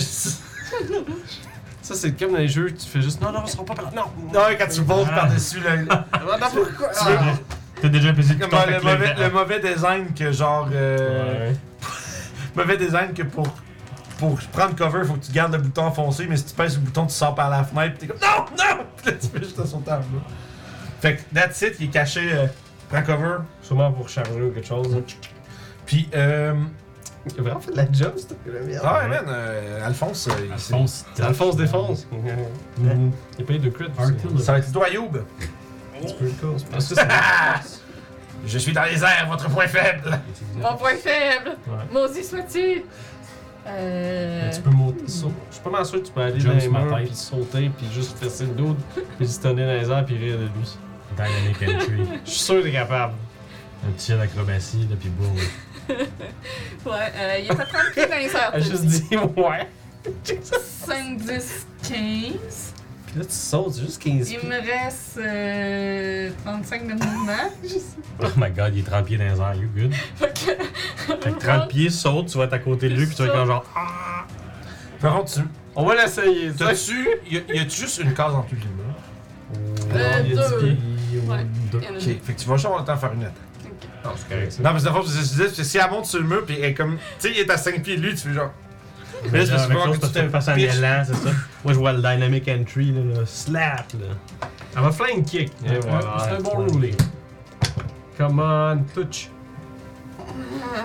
[SPEAKER 5] Ça, c'est comme dans les jeux, tu fais juste non, non, ils seront pas par Non, non,
[SPEAKER 1] Non, quand tu voltes
[SPEAKER 6] Ah.
[SPEAKER 1] par-dessus le.
[SPEAKER 5] non, non, pourquoi
[SPEAKER 1] Tu veux-
[SPEAKER 6] T'as déjà pesé
[SPEAKER 1] Comme le,
[SPEAKER 6] le avec
[SPEAKER 1] mauvais, le
[SPEAKER 6] le
[SPEAKER 1] mauvais design que genre. euh,
[SPEAKER 5] Ouais.
[SPEAKER 1] Mauvais design que pour. Pour prendre cover, faut que tu gardes le bouton foncé, mais si tu pèses le bouton, tu sors par la fenêtre, pis t'es comme NON! NON! Pis là, tu fais juste à son table. là. Fait que, that's it, il est caché, euh, prends cover.
[SPEAKER 5] Sûrement pour charger ou quelque chose.
[SPEAKER 1] Puis, euh.
[SPEAKER 5] Il a vraiment fait de la job, c'était la merde.
[SPEAKER 1] Ah ouais, man, euh, Alphonse, euh, il s'est-
[SPEAKER 4] Alphonse.
[SPEAKER 5] C'est Alphonse défonce.
[SPEAKER 1] Mhm.
[SPEAKER 5] Il paye deux crits.
[SPEAKER 4] Arthur.
[SPEAKER 1] Ça va être toi, Youb.
[SPEAKER 5] Tu peux le cause. Parce que c'est.
[SPEAKER 1] Je suis dans les airs, votre point faible!
[SPEAKER 3] Mon point faible!
[SPEAKER 5] Ouais.
[SPEAKER 3] Maudit soit-il! Euh.
[SPEAKER 5] Mais tu peux monter. sau- Je suis pas mal sûr que tu peux aller
[SPEAKER 4] Jump
[SPEAKER 5] dans les
[SPEAKER 4] sur ma
[SPEAKER 5] murs,
[SPEAKER 4] tête.
[SPEAKER 5] puis sauter, puis juste fesser le dos, puis se donner dans les airs, puis rire de lui.
[SPEAKER 6] Dynamic entry.
[SPEAKER 5] Je suis sûr que t'es capable.
[SPEAKER 6] Un petit jet d'acrobatie, là, pis boum.
[SPEAKER 3] Ouais, euh, il est à 30 pieds dans les
[SPEAKER 1] Ah,
[SPEAKER 3] airs.
[SPEAKER 5] Elle juste dit ouais.
[SPEAKER 3] 5, 10, 15.
[SPEAKER 5] Puis là, tu sautes, c'est juste 15
[SPEAKER 3] Il me reste euh, 35 de mouvement.
[SPEAKER 6] Oh my god, il est 30 pieds dans les airs, you good. Fait que 30 pieds, saute, tu vas être à côté de lui, puis tu vas être comme genre.
[SPEAKER 1] Par contre, tu.
[SPEAKER 5] On va l'essayer. tu sais.
[SPEAKER 1] T'as-tu. Y a- y a-tu juste une case en tout le mur?
[SPEAKER 3] Euh,
[SPEAKER 5] Il y a
[SPEAKER 3] deux.
[SPEAKER 5] du pied, ouais.
[SPEAKER 3] Ouais.
[SPEAKER 4] Deux.
[SPEAKER 3] Il y en a
[SPEAKER 1] Ok, fait que tu vas juste avoir le temps de faire une attaque.
[SPEAKER 5] Non, c'est correct. ça.
[SPEAKER 1] Non, parce que d'abord, je me suis dit, parce que si elle monte sur le mur, pis elle est comme. Tu sais, il est à 5 pieds de lui, tu fais genre. Mais là, je me suis
[SPEAKER 6] Avec
[SPEAKER 1] pas
[SPEAKER 6] l'autre,
[SPEAKER 1] que
[SPEAKER 6] parce
[SPEAKER 1] tu
[SPEAKER 6] que tu
[SPEAKER 1] te
[SPEAKER 6] passes un
[SPEAKER 1] pitches.
[SPEAKER 6] élan, c'est ça. Moi, je vois le dynamic entry, là, là, slap, là.
[SPEAKER 5] Elle va flank kick.
[SPEAKER 6] Et
[SPEAKER 5] Ouais,
[SPEAKER 6] voilà.
[SPEAKER 5] C'est un bon roulé. Come on, touch.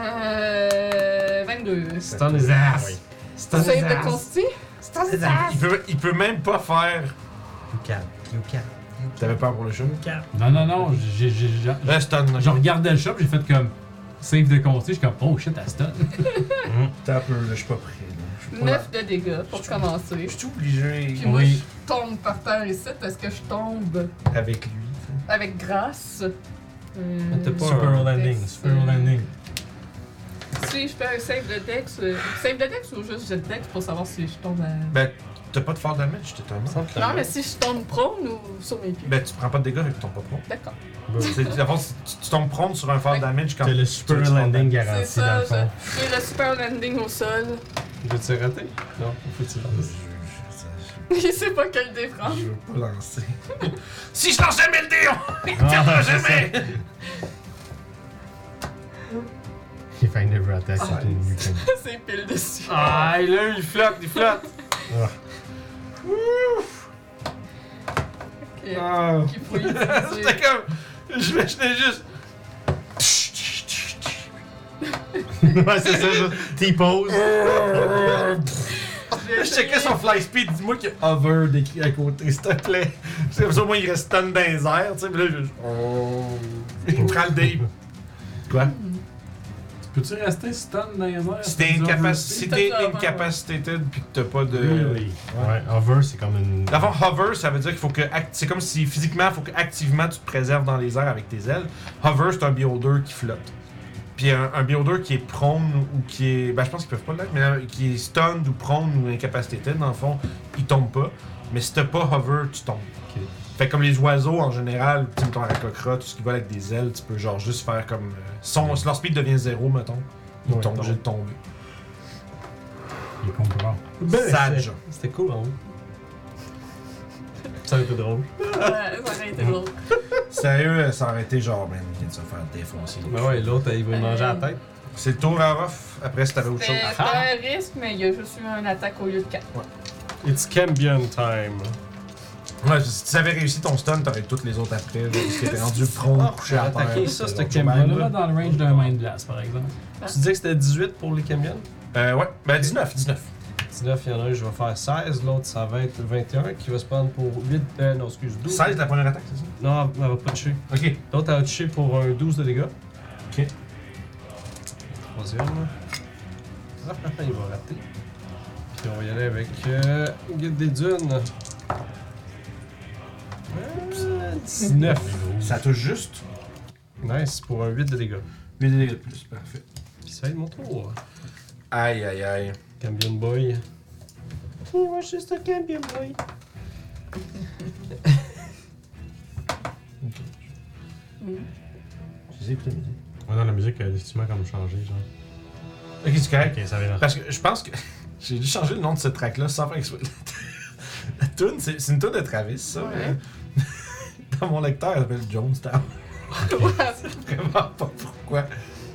[SPEAKER 3] Euh. 22.
[SPEAKER 5] C'est dans les asses.
[SPEAKER 6] Oui.
[SPEAKER 5] C'est dans les
[SPEAKER 3] Save de
[SPEAKER 5] asses.
[SPEAKER 3] consti? C'est un
[SPEAKER 1] Il peut, il peut même pas faire.
[SPEAKER 6] You can. You can.
[SPEAKER 1] T'avais peur pour le chum?
[SPEAKER 4] Non, non, non, j'ai- j'ai- j'ai-
[SPEAKER 1] Là, stun.
[SPEAKER 4] je regardais le shop, j'ai fait comme save de comté, je suis comme oh shit, à stun.
[SPEAKER 1] T'as un peu, là, je suis pas prêt. là. Je suis pas-
[SPEAKER 3] 9 de dégâts pour commencer.
[SPEAKER 1] Je suis obligé
[SPEAKER 3] Puis moi,
[SPEAKER 6] Oui.
[SPEAKER 3] je tombe par terre ici parce que je tombe
[SPEAKER 1] avec lui.
[SPEAKER 3] avec grâce. Euh,
[SPEAKER 5] t'as pas
[SPEAKER 6] Super
[SPEAKER 5] un-
[SPEAKER 6] landing, super landing.
[SPEAKER 3] Si je fais un save de dex, euh, save de dex ou juste jet de dex pour savoir si je tombe à...
[SPEAKER 1] Ben, t'as pas de fort damage, t'es un mort.
[SPEAKER 3] Non, mais si je tombe prone ou sur mes pieds.
[SPEAKER 1] Ben, tu prends pas de dégâts avec ton pas prone.
[SPEAKER 3] D'accord.
[SPEAKER 1] C'est- dans le fond, c'est- tu, tu tombes prone sur un fort
[SPEAKER 3] Ouais.
[SPEAKER 1] damage quand
[SPEAKER 6] T'as le
[SPEAKER 1] Tu
[SPEAKER 6] super
[SPEAKER 1] veux
[SPEAKER 6] landing
[SPEAKER 3] C'est
[SPEAKER 6] garanti, dans
[SPEAKER 3] ça,
[SPEAKER 6] le
[SPEAKER 3] je
[SPEAKER 6] fond.
[SPEAKER 3] fais le super landing au sol.
[SPEAKER 5] Veux-tu rater? Non, faut que tu
[SPEAKER 1] Je-
[SPEAKER 5] rates.
[SPEAKER 1] je- ça-
[SPEAKER 3] Il sait pas quel dé
[SPEAKER 1] je-
[SPEAKER 3] prendre.
[SPEAKER 1] Je veux pas lancer. si je lance jamais le dé, on ne
[SPEAKER 6] Ah,
[SPEAKER 1] perdra
[SPEAKER 6] c'est
[SPEAKER 1] jamais!
[SPEAKER 6] If I never attack it, you can.
[SPEAKER 3] C'est pile dessus.
[SPEAKER 5] Ah, et là, il flotte, il flotte.
[SPEAKER 3] Ok.
[SPEAKER 5] Ah.
[SPEAKER 3] Qu'il faut utiliser.
[SPEAKER 5] J'étais comme. Je m'imaginais juste.
[SPEAKER 6] ouais, c'est ça, je- T-pose.
[SPEAKER 1] Je checkais son fly speed, dis-moi qu'il y a hover décrit à côté, s'il te plaît. C'est comme ça, moi, il reste stun dans les airs, tu sais, puis là, je. Oh. Il prend le dé. Quoi?
[SPEAKER 4] Peux-tu rester stun dans les airs?
[SPEAKER 1] Si t'es incapacité, si t'es
[SPEAKER 3] C'est ça,
[SPEAKER 1] incapacitated pis que t'as pas de.
[SPEAKER 6] Really? Ouais, hover, c'est comme une.
[SPEAKER 1] D'abord, hover, ça veut dire qu'il faut que. act- C'est comme si physiquement, il faut que activement tu te préserves dans les airs avec tes ailes. Hover, c'est un beholder qui flotte. Puis un, un beholder qui est prone ou qui est. Ben, je pense qu'ils peuvent pas l'être, mais euh, qui est stunned ou prone ou incapacité, dans le fond, il tombe pas. Mais si t'as pas hover, tu tombes. Fait que comme les oiseaux en général, tu sais, mettons la coquera, tout ce qui vole avec des ailes, tu peux genre juste faire comme. euh, Son, Leur speed devient zéro, mettons. Ils
[SPEAKER 5] Ouais,
[SPEAKER 1] tombent,
[SPEAKER 5] tombe.
[SPEAKER 1] j'ai tombé.
[SPEAKER 6] Il est concurrent.
[SPEAKER 1] Sage.
[SPEAKER 5] C'était cool, hein. Ça a été drôle.
[SPEAKER 3] Ouais, ça aurait été drôle.
[SPEAKER 1] Sérieux, ça aurait été genre, man, il vient de se faire défoncer.
[SPEAKER 5] Ben ouais, l'autre, il va lui manger la tête.
[SPEAKER 1] C'est le tour à Ruff. Après, si
[SPEAKER 5] Ah,
[SPEAKER 1] t'avais autre chose.
[SPEAKER 3] C'était c'était un risque, mais il y a juste eu un attaque au lieu de 4.
[SPEAKER 5] It's Cambion time.
[SPEAKER 1] Ouais, parce que si t'avais réussi ton stun, t'aurais toutes les autres après. Genre, parce que t'es rendu prone,
[SPEAKER 5] Ah,
[SPEAKER 1] couché à terre.
[SPEAKER 5] attaquer ça,
[SPEAKER 1] c'est
[SPEAKER 5] ce
[SPEAKER 1] autre chose.
[SPEAKER 5] Cambion.
[SPEAKER 4] On est là dans le range d'un Mind Blast, par exemple.
[SPEAKER 5] Tu disais que c'était 18 pour les Cambions?
[SPEAKER 1] Euh, ouais, ben 19, 19.
[SPEAKER 5] 19, il y en a un, je vais faire 16, l'autre, ça va être 21, qui va se prendre pour 8, euh, non, excuse, 12.
[SPEAKER 1] 16 la première attaque, c'est
[SPEAKER 5] Non, elle va pas toucher.
[SPEAKER 1] ça? Ok.
[SPEAKER 5] L'autre, elle va toucher pour un 12 de dégâts.
[SPEAKER 1] Ok.
[SPEAKER 5] Troisième. Ah, il va rater. Puis on va y aller avec euh, Guide des Dunes. Euh, 19.
[SPEAKER 1] Ça touche juste.
[SPEAKER 5] Nice, pour un 8 de dégâts.
[SPEAKER 1] 8 dégâts de plus, parfait.
[SPEAKER 5] Puis ça va être mon tour.
[SPEAKER 1] Aïe, aïe, aïe.
[SPEAKER 5] Cambion Boy. Oh, moi, juste un Cambion Boy.
[SPEAKER 1] J'ai écouté
[SPEAKER 6] Ouais, dans la musique, euh, l'estimement comme changé, genre.
[SPEAKER 1] Ok, c'est correct.
[SPEAKER 6] Ok, ça va être.
[SPEAKER 1] Parce que je pense que j'ai dû changer le nom de cette track-là sans faire exprès. La tune, c'est c'est une tune de Travis, ça. hein? Dans mon lecteur, elle s'appelle Jonestown. Vraiment pas pourquoi.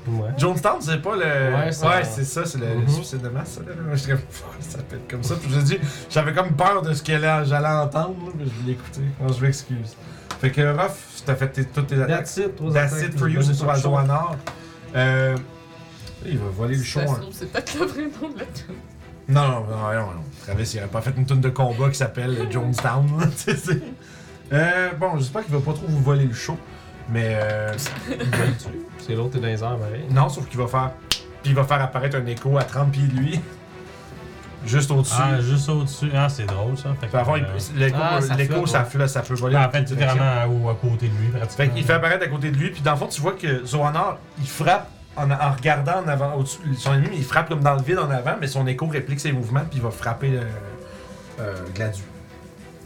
[SPEAKER 5] Ouais.
[SPEAKER 1] Jonestown, c'est pas le.
[SPEAKER 5] Ouais, ça-
[SPEAKER 1] c'est ça, c'est le, le
[SPEAKER 5] Mhm.
[SPEAKER 1] suicide de masse. ça, là. Moi, j'étais comme, Pff, ça s'appelle comme ça. Puis je me dis, j'avais comme peur de ce que là- j'allais entendre, là, mais je l'ai écouté. Bon, je m'excuse. Fait que Ruff, t'as fait tes- toutes tes attaques.
[SPEAKER 5] That's it, trois
[SPEAKER 1] That's
[SPEAKER 5] attaques,
[SPEAKER 1] it for you,
[SPEAKER 5] bonus
[SPEAKER 1] c'est sur la
[SPEAKER 5] action.
[SPEAKER 1] zone nord. Euh, il va voler le show.
[SPEAKER 3] Ça se
[SPEAKER 1] hein.
[SPEAKER 3] trouve, C'est peut-être le vrai nom de la tune.
[SPEAKER 1] Non, non, non, non, non. Travis, il aurait pas fait une tune de combat qui s'appelle euh, Jonestown. là, tu sais, c'est- euh, bon, j'espère qu'il va pas trop vous voler le show. Mais euh,
[SPEAKER 5] C'est l'autre, t'es dans les airs, pareil.
[SPEAKER 1] non, sauf qu'il va faire. Puis il va faire apparaître un écho à 30 pieds de lui. Juste au-dessus.
[SPEAKER 6] Ah, juste au-dessus. Ah, c'est drôle, ça. Fait que,
[SPEAKER 1] Puis avant, il-
[SPEAKER 6] euh,
[SPEAKER 1] l'écho,
[SPEAKER 5] Ah, ça
[SPEAKER 1] l'écho,
[SPEAKER 5] flotte,
[SPEAKER 1] ça,
[SPEAKER 5] ouais.
[SPEAKER 1] flotte, ça peut voler.
[SPEAKER 6] ben,
[SPEAKER 1] dans
[SPEAKER 6] en fait,
[SPEAKER 1] toute
[SPEAKER 6] c'est
[SPEAKER 1] direction.
[SPEAKER 6] vraiment à- au- à côté de lui,
[SPEAKER 1] Fait
[SPEAKER 6] pratiquement.
[SPEAKER 1] qu'il fait apparaître à côté de lui, puis dans le fond, tu vois que Zoanor, il frappe en, en regardant en avant, au-dessus de son ennemi, mais il frappe comme dans le vide en avant, mais son écho réplique ses mouvements, puis il va frapper le, euh, Gladu.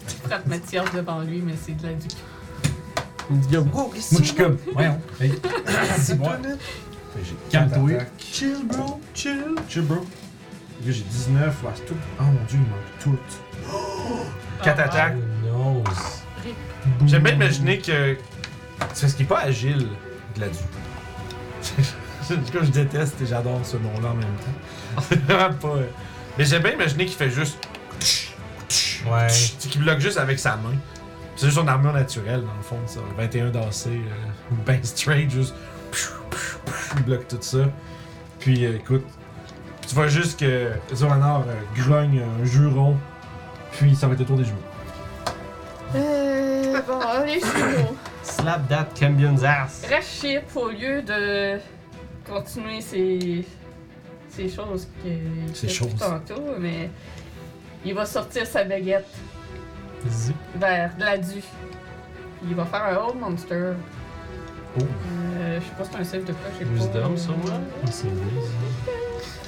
[SPEAKER 3] Tu frappes Mathias devant lui, mais c'est de la du
[SPEAKER 5] Wow, qu'est-ce
[SPEAKER 4] Moi, je suis comme, voyons. Hey, dis-moi. Calme-toi.
[SPEAKER 1] Chill, bro. Chill. Chill, bro. Là, j'ai 19. Ouais, c'est tout. Oh mon dieu, il manque tout. 4 attaques.
[SPEAKER 6] Who knows?
[SPEAKER 1] J'aime bien imaginer que. C'est parce qu'il est pas agile, Gladu. C'est ce que je déteste et j'adore ce nom-là en même temps. C'est vraiment pas. euh, Mais j'aime bien imaginer qu'il fait juste.
[SPEAKER 6] Ouais.
[SPEAKER 1] C'est qu'il bloque juste avec sa main. C'est juste son armure naturelle, dans le fond, ça. 21 dansé, euh, ben straight, juste. Il bloque tout ça. Puis euh, écoute, tu vois juste que Zoanor euh, grogne un juron, puis ça va être le tour des jumeaux.
[SPEAKER 3] Euh. Bon, allez, chaud.
[SPEAKER 5] Slap that Cambion's ass.
[SPEAKER 3] Rachip, au lieu de continuer ces, ces choses que qu'il
[SPEAKER 1] Ces
[SPEAKER 3] a dit
[SPEAKER 1] choses.
[SPEAKER 3] tantôt, mais il va sortir sa baguette
[SPEAKER 6] Zip.
[SPEAKER 3] vers Gladu. Il va faire un Old Monster.
[SPEAKER 1] Oh.
[SPEAKER 3] Euh, je sais pas si c'est un save de quoi, j'ai pas. Euh,
[SPEAKER 5] Wisdom, ça, ouais.
[SPEAKER 6] Ah, c'est lui.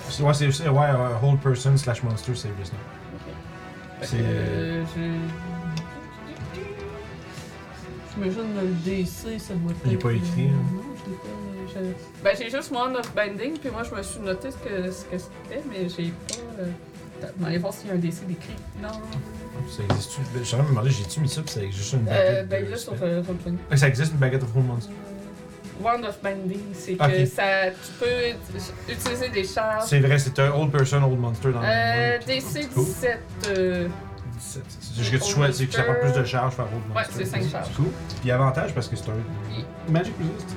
[SPEAKER 1] C'est- Ouais, c'est c'est- ouais, euh, whole person slash monster, c'est juste. C'est. euh,
[SPEAKER 3] Euh, je... J'imagine le DC, ça doit être.
[SPEAKER 1] Il est pas écrit, hein.
[SPEAKER 3] Non, je l'ai pas. je- Ben, j'ai juste One of Binding, puis moi, je me suis noté ce que ce que c'était, mais j'ai pas. euh, Attends, on va aller voir s'il y a un DC d'écrit. Non.
[SPEAKER 1] Ça existe-tu Ben, J'aurais même demandé, j'ai-tu mis ça, puis ça existe juste une
[SPEAKER 3] Euh,
[SPEAKER 1] baguette.
[SPEAKER 3] ben,
[SPEAKER 1] de-
[SPEAKER 3] là, sur euh, Roll20.
[SPEAKER 1] Ouais, Ça existe une baguette of whole monster.
[SPEAKER 3] Wand of Bending, c'est que
[SPEAKER 1] Ok.
[SPEAKER 3] ça, tu peux utiliser des charges.
[SPEAKER 1] C'est vrai, c'est un old person, old monster dans
[SPEAKER 3] Ah. Euh,
[SPEAKER 1] le
[SPEAKER 3] DC
[SPEAKER 1] Cool.
[SPEAKER 3] 17. euh,
[SPEAKER 1] 17. C'est juste que tu choisis, que ça prend plus de charge par old monster.
[SPEAKER 3] Ouais, c'est 5 charges.
[SPEAKER 1] Cool. Puis avantage parce que c'est un.
[SPEAKER 3] Puis
[SPEAKER 1] Magic Resist.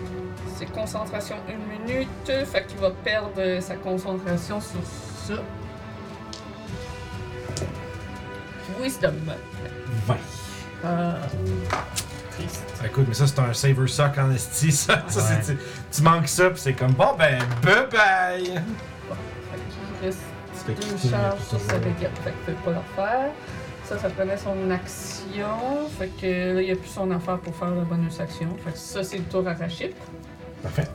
[SPEAKER 3] c'est concentration 1 minute, fait qu'il va perdre euh, sa concentration sur ça. Wisdom.
[SPEAKER 1] 20.
[SPEAKER 3] Euh, triste.
[SPEAKER 1] Ah, Écoute, mais ça, c'est un saver sock en esti, ça. Ça,
[SPEAKER 6] Ouais.
[SPEAKER 1] c'est- tu, tu manques ça, pis c'est comme bon, ben, bye bye!
[SPEAKER 3] Fait qu'il reste
[SPEAKER 1] Tu fais
[SPEAKER 3] deux
[SPEAKER 1] quitter,
[SPEAKER 3] charges
[SPEAKER 1] tout
[SPEAKER 3] sur
[SPEAKER 1] ça.
[SPEAKER 3] sa dégâts, fait qu'il peut pas leur faire. Ça, ça prenait son action, fait que là, il n'y a plus son affaire pour faire la bonus action. Fait que ça, c'est le tour à Rachid.
[SPEAKER 1] Parfait.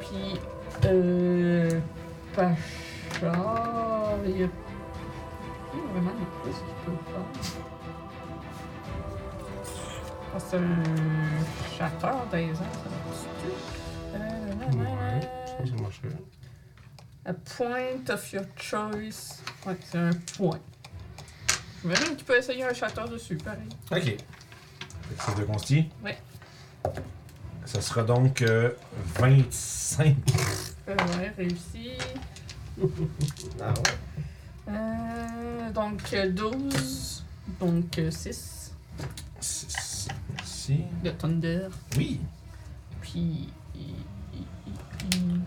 [SPEAKER 3] Puis, euh. Pachar, il y a. Il y a vraiment des plus qu'il peut faire. Ah, c'est un chasseur des ans, ça va tout.
[SPEAKER 2] Je pense que ça marcherait.
[SPEAKER 3] A point of your choice. Ouais, c'est un point. J'imagine qu'il peut essayer un chasseur dessus, pareil.
[SPEAKER 1] Ok. Fait que C'est de consti.
[SPEAKER 3] Ouais.
[SPEAKER 1] Ça sera donc euh, 25.
[SPEAKER 3] Euh, ouais, réussi. Ah Euh, donc euh, 12. Donc 6
[SPEAKER 1] 6. Merci.
[SPEAKER 3] de Thunder.
[SPEAKER 1] Oui!
[SPEAKER 3] Puis. il- il- il- il-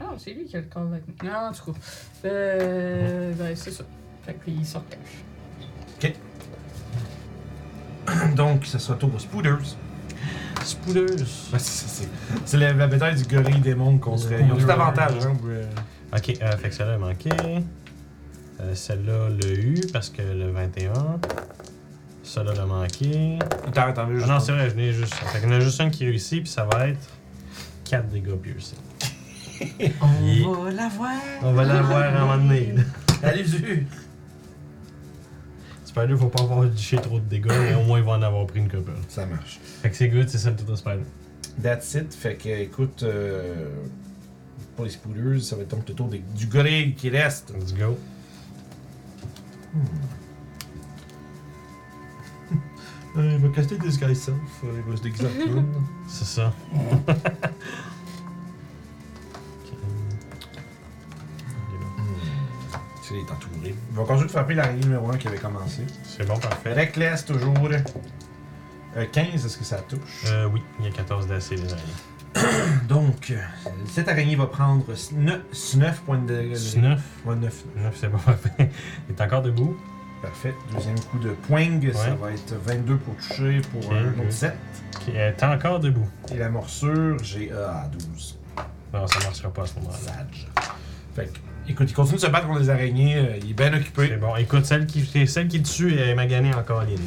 [SPEAKER 3] Ah, c'est lui qui a le corps avec Ah, en tout cas. Euh, ben, c'est ça. Fait qu'il se recache.
[SPEAKER 1] Donc, ça sera tour aux Spooders.
[SPEAKER 6] Spouleuse.
[SPEAKER 1] Ouais, c'est- c'est- C'est la, la bataille du gorille démon qu'on serait. Ils ont tout avantage, hein. euh,
[SPEAKER 6] Ok, euh, fait que celle-là a manqué. Euh, celle-là l'a eu parce que le 21. Celle-là l'a manqué.
[SPEAKER 1] Attends, attends, mais
[SPEAKER 6] Ah
[SPEAKER 1] juste.
[SPEAKER 6] non, c'est vrai, je n'ai juste. Fait qu'il y en a juste un qui réussit, puis ça va être 4 dégâts piercing. Yeah.
[SPEAKER 14] va l'avoir.
[SPEAKER 6] On va l'avoir à un moment donné. là.
[SPEAKER 1] Allez-y!
[SPEAKER 6] Spider, faut pas avoir liché trop de dégâts, mais au moins il va en avoir pris une couple.
[SPEAKER 1] Ça marche.
[SPEAKER 6] Fait que c'est good, c'est ça le tout de Spider.
[SPEAKER 1] That's it. Fait que, écoute, euh, pour les Spooders, ça va être donc le tour des- du gorille qui reste.
[SPEAKER 6] Let's go. Hmm.
[SPEAKER 1] il
[SPEAKER 6] Euh,
[SPEAKER 1] va caster des guys self. il va se déguiser en clown.
[SPEAKER 6] C'est ça. Ok.
[SPEAKER 1] Tu sais, il est entouré. Il va continuer de frapper la ligne numéro 1 qui avait commencé.
[SPEAKER 6] C'est bon, parfait.
[SPEAKER 1] Reckless, toujours. Euh, 15, est-ce que ça touche?
[SPEAKER 6] Euh, oui, il y a 14 d'AC, les amis.
[SPEAKER 1] Donc, euh, cette araignée va prendre 9 points de dégâts.
[SPEAKER 6] 9.
[SPEAKER 1] Ouais, neuf.
[SPEAKER 6] 9, c'est bon, parfait. Il est encore debout.
[SPEAKER 1] Parfait. Deuxième coup de poing, ça
[SPEAKER 6] Ouais.
[SPEAKER 1] va être 22 pour toucher pour
[SPEAKER 6] Ok,
[SPEAKER 1] un
[SPEAKER 6] ok.
[SPEAKER 1] autre 7.
[SPEAKER 6] Ok, euh, t'es encore debout.
[SPEAKER 1] Et la morsure, j'ai euh, ah, 12.
[SPEAKER 6] Non, ça marchera pas à ce moment-là.
[SPEAKER 1] Sage. Fait que, écoute, il continue de se battre contre les araignées, euh, il est bien
[SPEAKER 6] C'est
[SPEAKER 1] occupé.
[SPEAKER 6] bon. Écoute, celle qui, celle qui tue, elle m'a gagné encore, Lynn.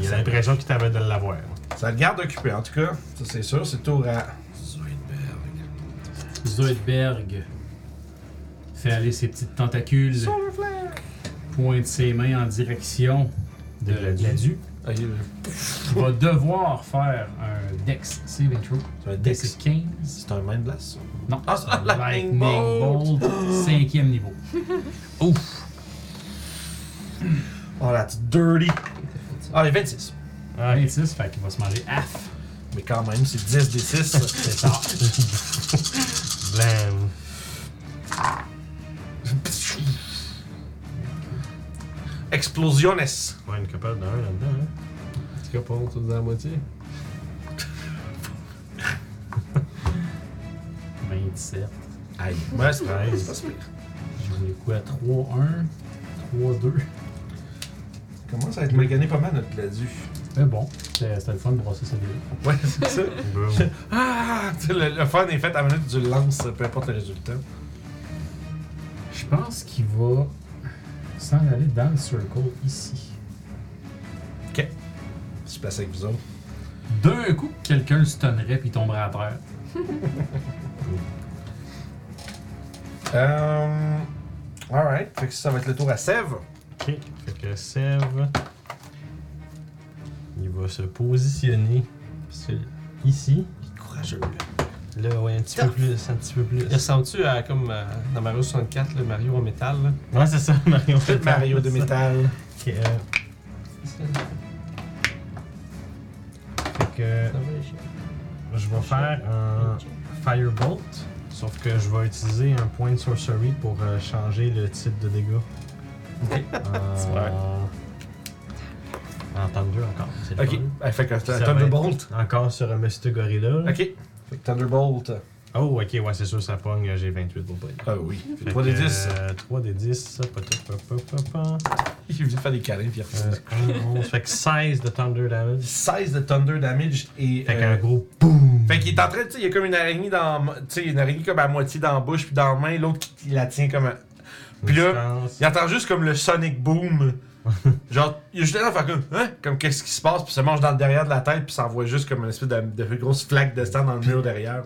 [SPEAKER 6] Il a l'impression qu'il t'avait de l'avoir.
[SPEAKER 1] Ça le garde occupé, en tout cas. Ça, c'est sûr. C'est tour à.
[SPEAKER 4] Zoidberg fait aller ses petites tentacules, pointe ses mains en direction de
[SPEAKER 6] De la
[SPEAKER 4] la
[SPEAKER 6] due.
[SPEAKER 4] due.
[SPEAKER 1] Ah, il-
[SPEAKER 4] Il va devoir faire un Dex Saving Throw.
[SPEAKER 1] C'est un
[SPEAKER 4] Dex
[SPEAKER 1] Dex.
[SPEAKER 4] 15.
[SPEAKER 1] C'est un Mind Blast, ça.
[SPEAKER 4] Non,
[SPEAKER 1] Ah,
[SPEAKER 4] ah,
[SPEAKER 1] c'est un lightning
[SPEAKER 4] Lightning Bolt, cinquième niveau.
[SPEAKER 6] Ouf!
[SPEAKER 1] Oh, that's dirty. Ah, les 26.
[SPEAKER 6] Ah,
[SPEAKER 4] 26, fait qu'il va se manger half.
[SPEAKER 1] Mais quand même, c'est 10 des 6.
[SPEAKER 4] C'est ça.
[SPEAKER 6] blam.
[SPEAKER 1] Explosiones.
[SPEAKER 6] Ouais, une couple d'un là-dedans. Hein?
[SPEAKER 2] En tout cas, pas honte, tout dans la moitié.
[SPEAKER 4] 27.
[SPEAKER 1] Aïe. Ouais, c'est vrai.
[SPEAKER 6] 13.
[SPEAKER 1] C'est pas pire.
[SPEAKER 4] Je voulais quoi 3-1, 3-2.
[SPEAKER 1] Commence à être magané pas mal, notre gladu.
[SPEAKER 4] Mais bon, c'était c'était le fun de brasser ce délai.
[SPEAKER 1] Ouais, c'est ça.
[SPEAKER 6] Boum.
[SPEAKER 1] Ah! Tu sais, Le, le fun est fait à la minute du lance, peu importe le résultat.
[SPEAKER 4] Je pense qu'il va s'en aller dans le circle ici.
[SPEAKER 1] Je suis passé avec vous autres.
[SPEAKER 4] D'un coup, quelqu'un le stunnerait puis il tomberait à terre.
[SPEAKER 1] Euh. Alright, fait que ça va être le tour à Sèvres.
[SPEAKER 6] Ok, fait que Sève, il va se positionner sur- ici.
[SPEAKER 1] Courageux.
[SPEAKER 6] Là, ouais, un petit peu plus, un petit peu plus.
[SPEAKER 5] Il ressemble-tu à comme euh, dans Mario 64, le Mario en métal là?
[SPEAKER 6] Ouais, c'est ça, Mario.
[SPEAKER 1] Faites Mario de métal.
[SPEAKER 6] Ok, euh, Fait que. je vais faire un Firebolt, sauf que je vais utiliser un point de sorcery pour euh, changer le type de dégâts. Euh, en Thunder encore. c'est le
[SPEAKER 1] Ok.
[SPEAKER 6] fun.
[SPEAKER 1] Ah, fait que
[SPEAKER 6] Ça
[SPEAKER 1] t'as
[SPEAKER 6] va
[SPEAKER 1] Thunderbolt.
[SPEAKER 6] Encore sur un Mr. Gorilla.
[SPEAKER 1] Ok. Fait que Thunderbolt. euh,
[SPEAKER 6] Oh, ok, ouais, c'est sûr, ça pogne. euh, J'ai 28 pour pogne.
[SPEAKER 1] Ah oui. Fait
[SPEAKER 6] Fait
[SPEAKER 1] 3 des
[SPEAKER 6] que,
[SPEAKER 1] 10.
[SPEAKER 6] euh, 3 des 10. pa- pa- pa- pa- pa- pa.
[SPEAKER 1] Il voulait faire des câlins, puis il refuse.
[SPEAKER 6] Euh, un, onze. fait que 16 de Thunder Damage.
[SPEAKER 1] 16 de Thunder Damage et.
[SPEAKER 6] Fait
[SPEAKER 1] euh,
[SPEAKER 6] qu'un gros boum.
[SPEAKER 1] Fait qu'il est en train, tu sais, il y a comme une araignée dans. Tu sais, une araignée comme à moitié dans la bouche puis dans la main, l'autre qui la tient comme. à- Puis là, il entend juste comme le Sonic Boom. Genre, il est juste là à faire comme. Hein? Comme qu'est-ce qui se passe, puis ça mange dans le derrière de la tête, puis ça envoie juste comme une espèce de, de grosse flaque de sang dans le mur derrière.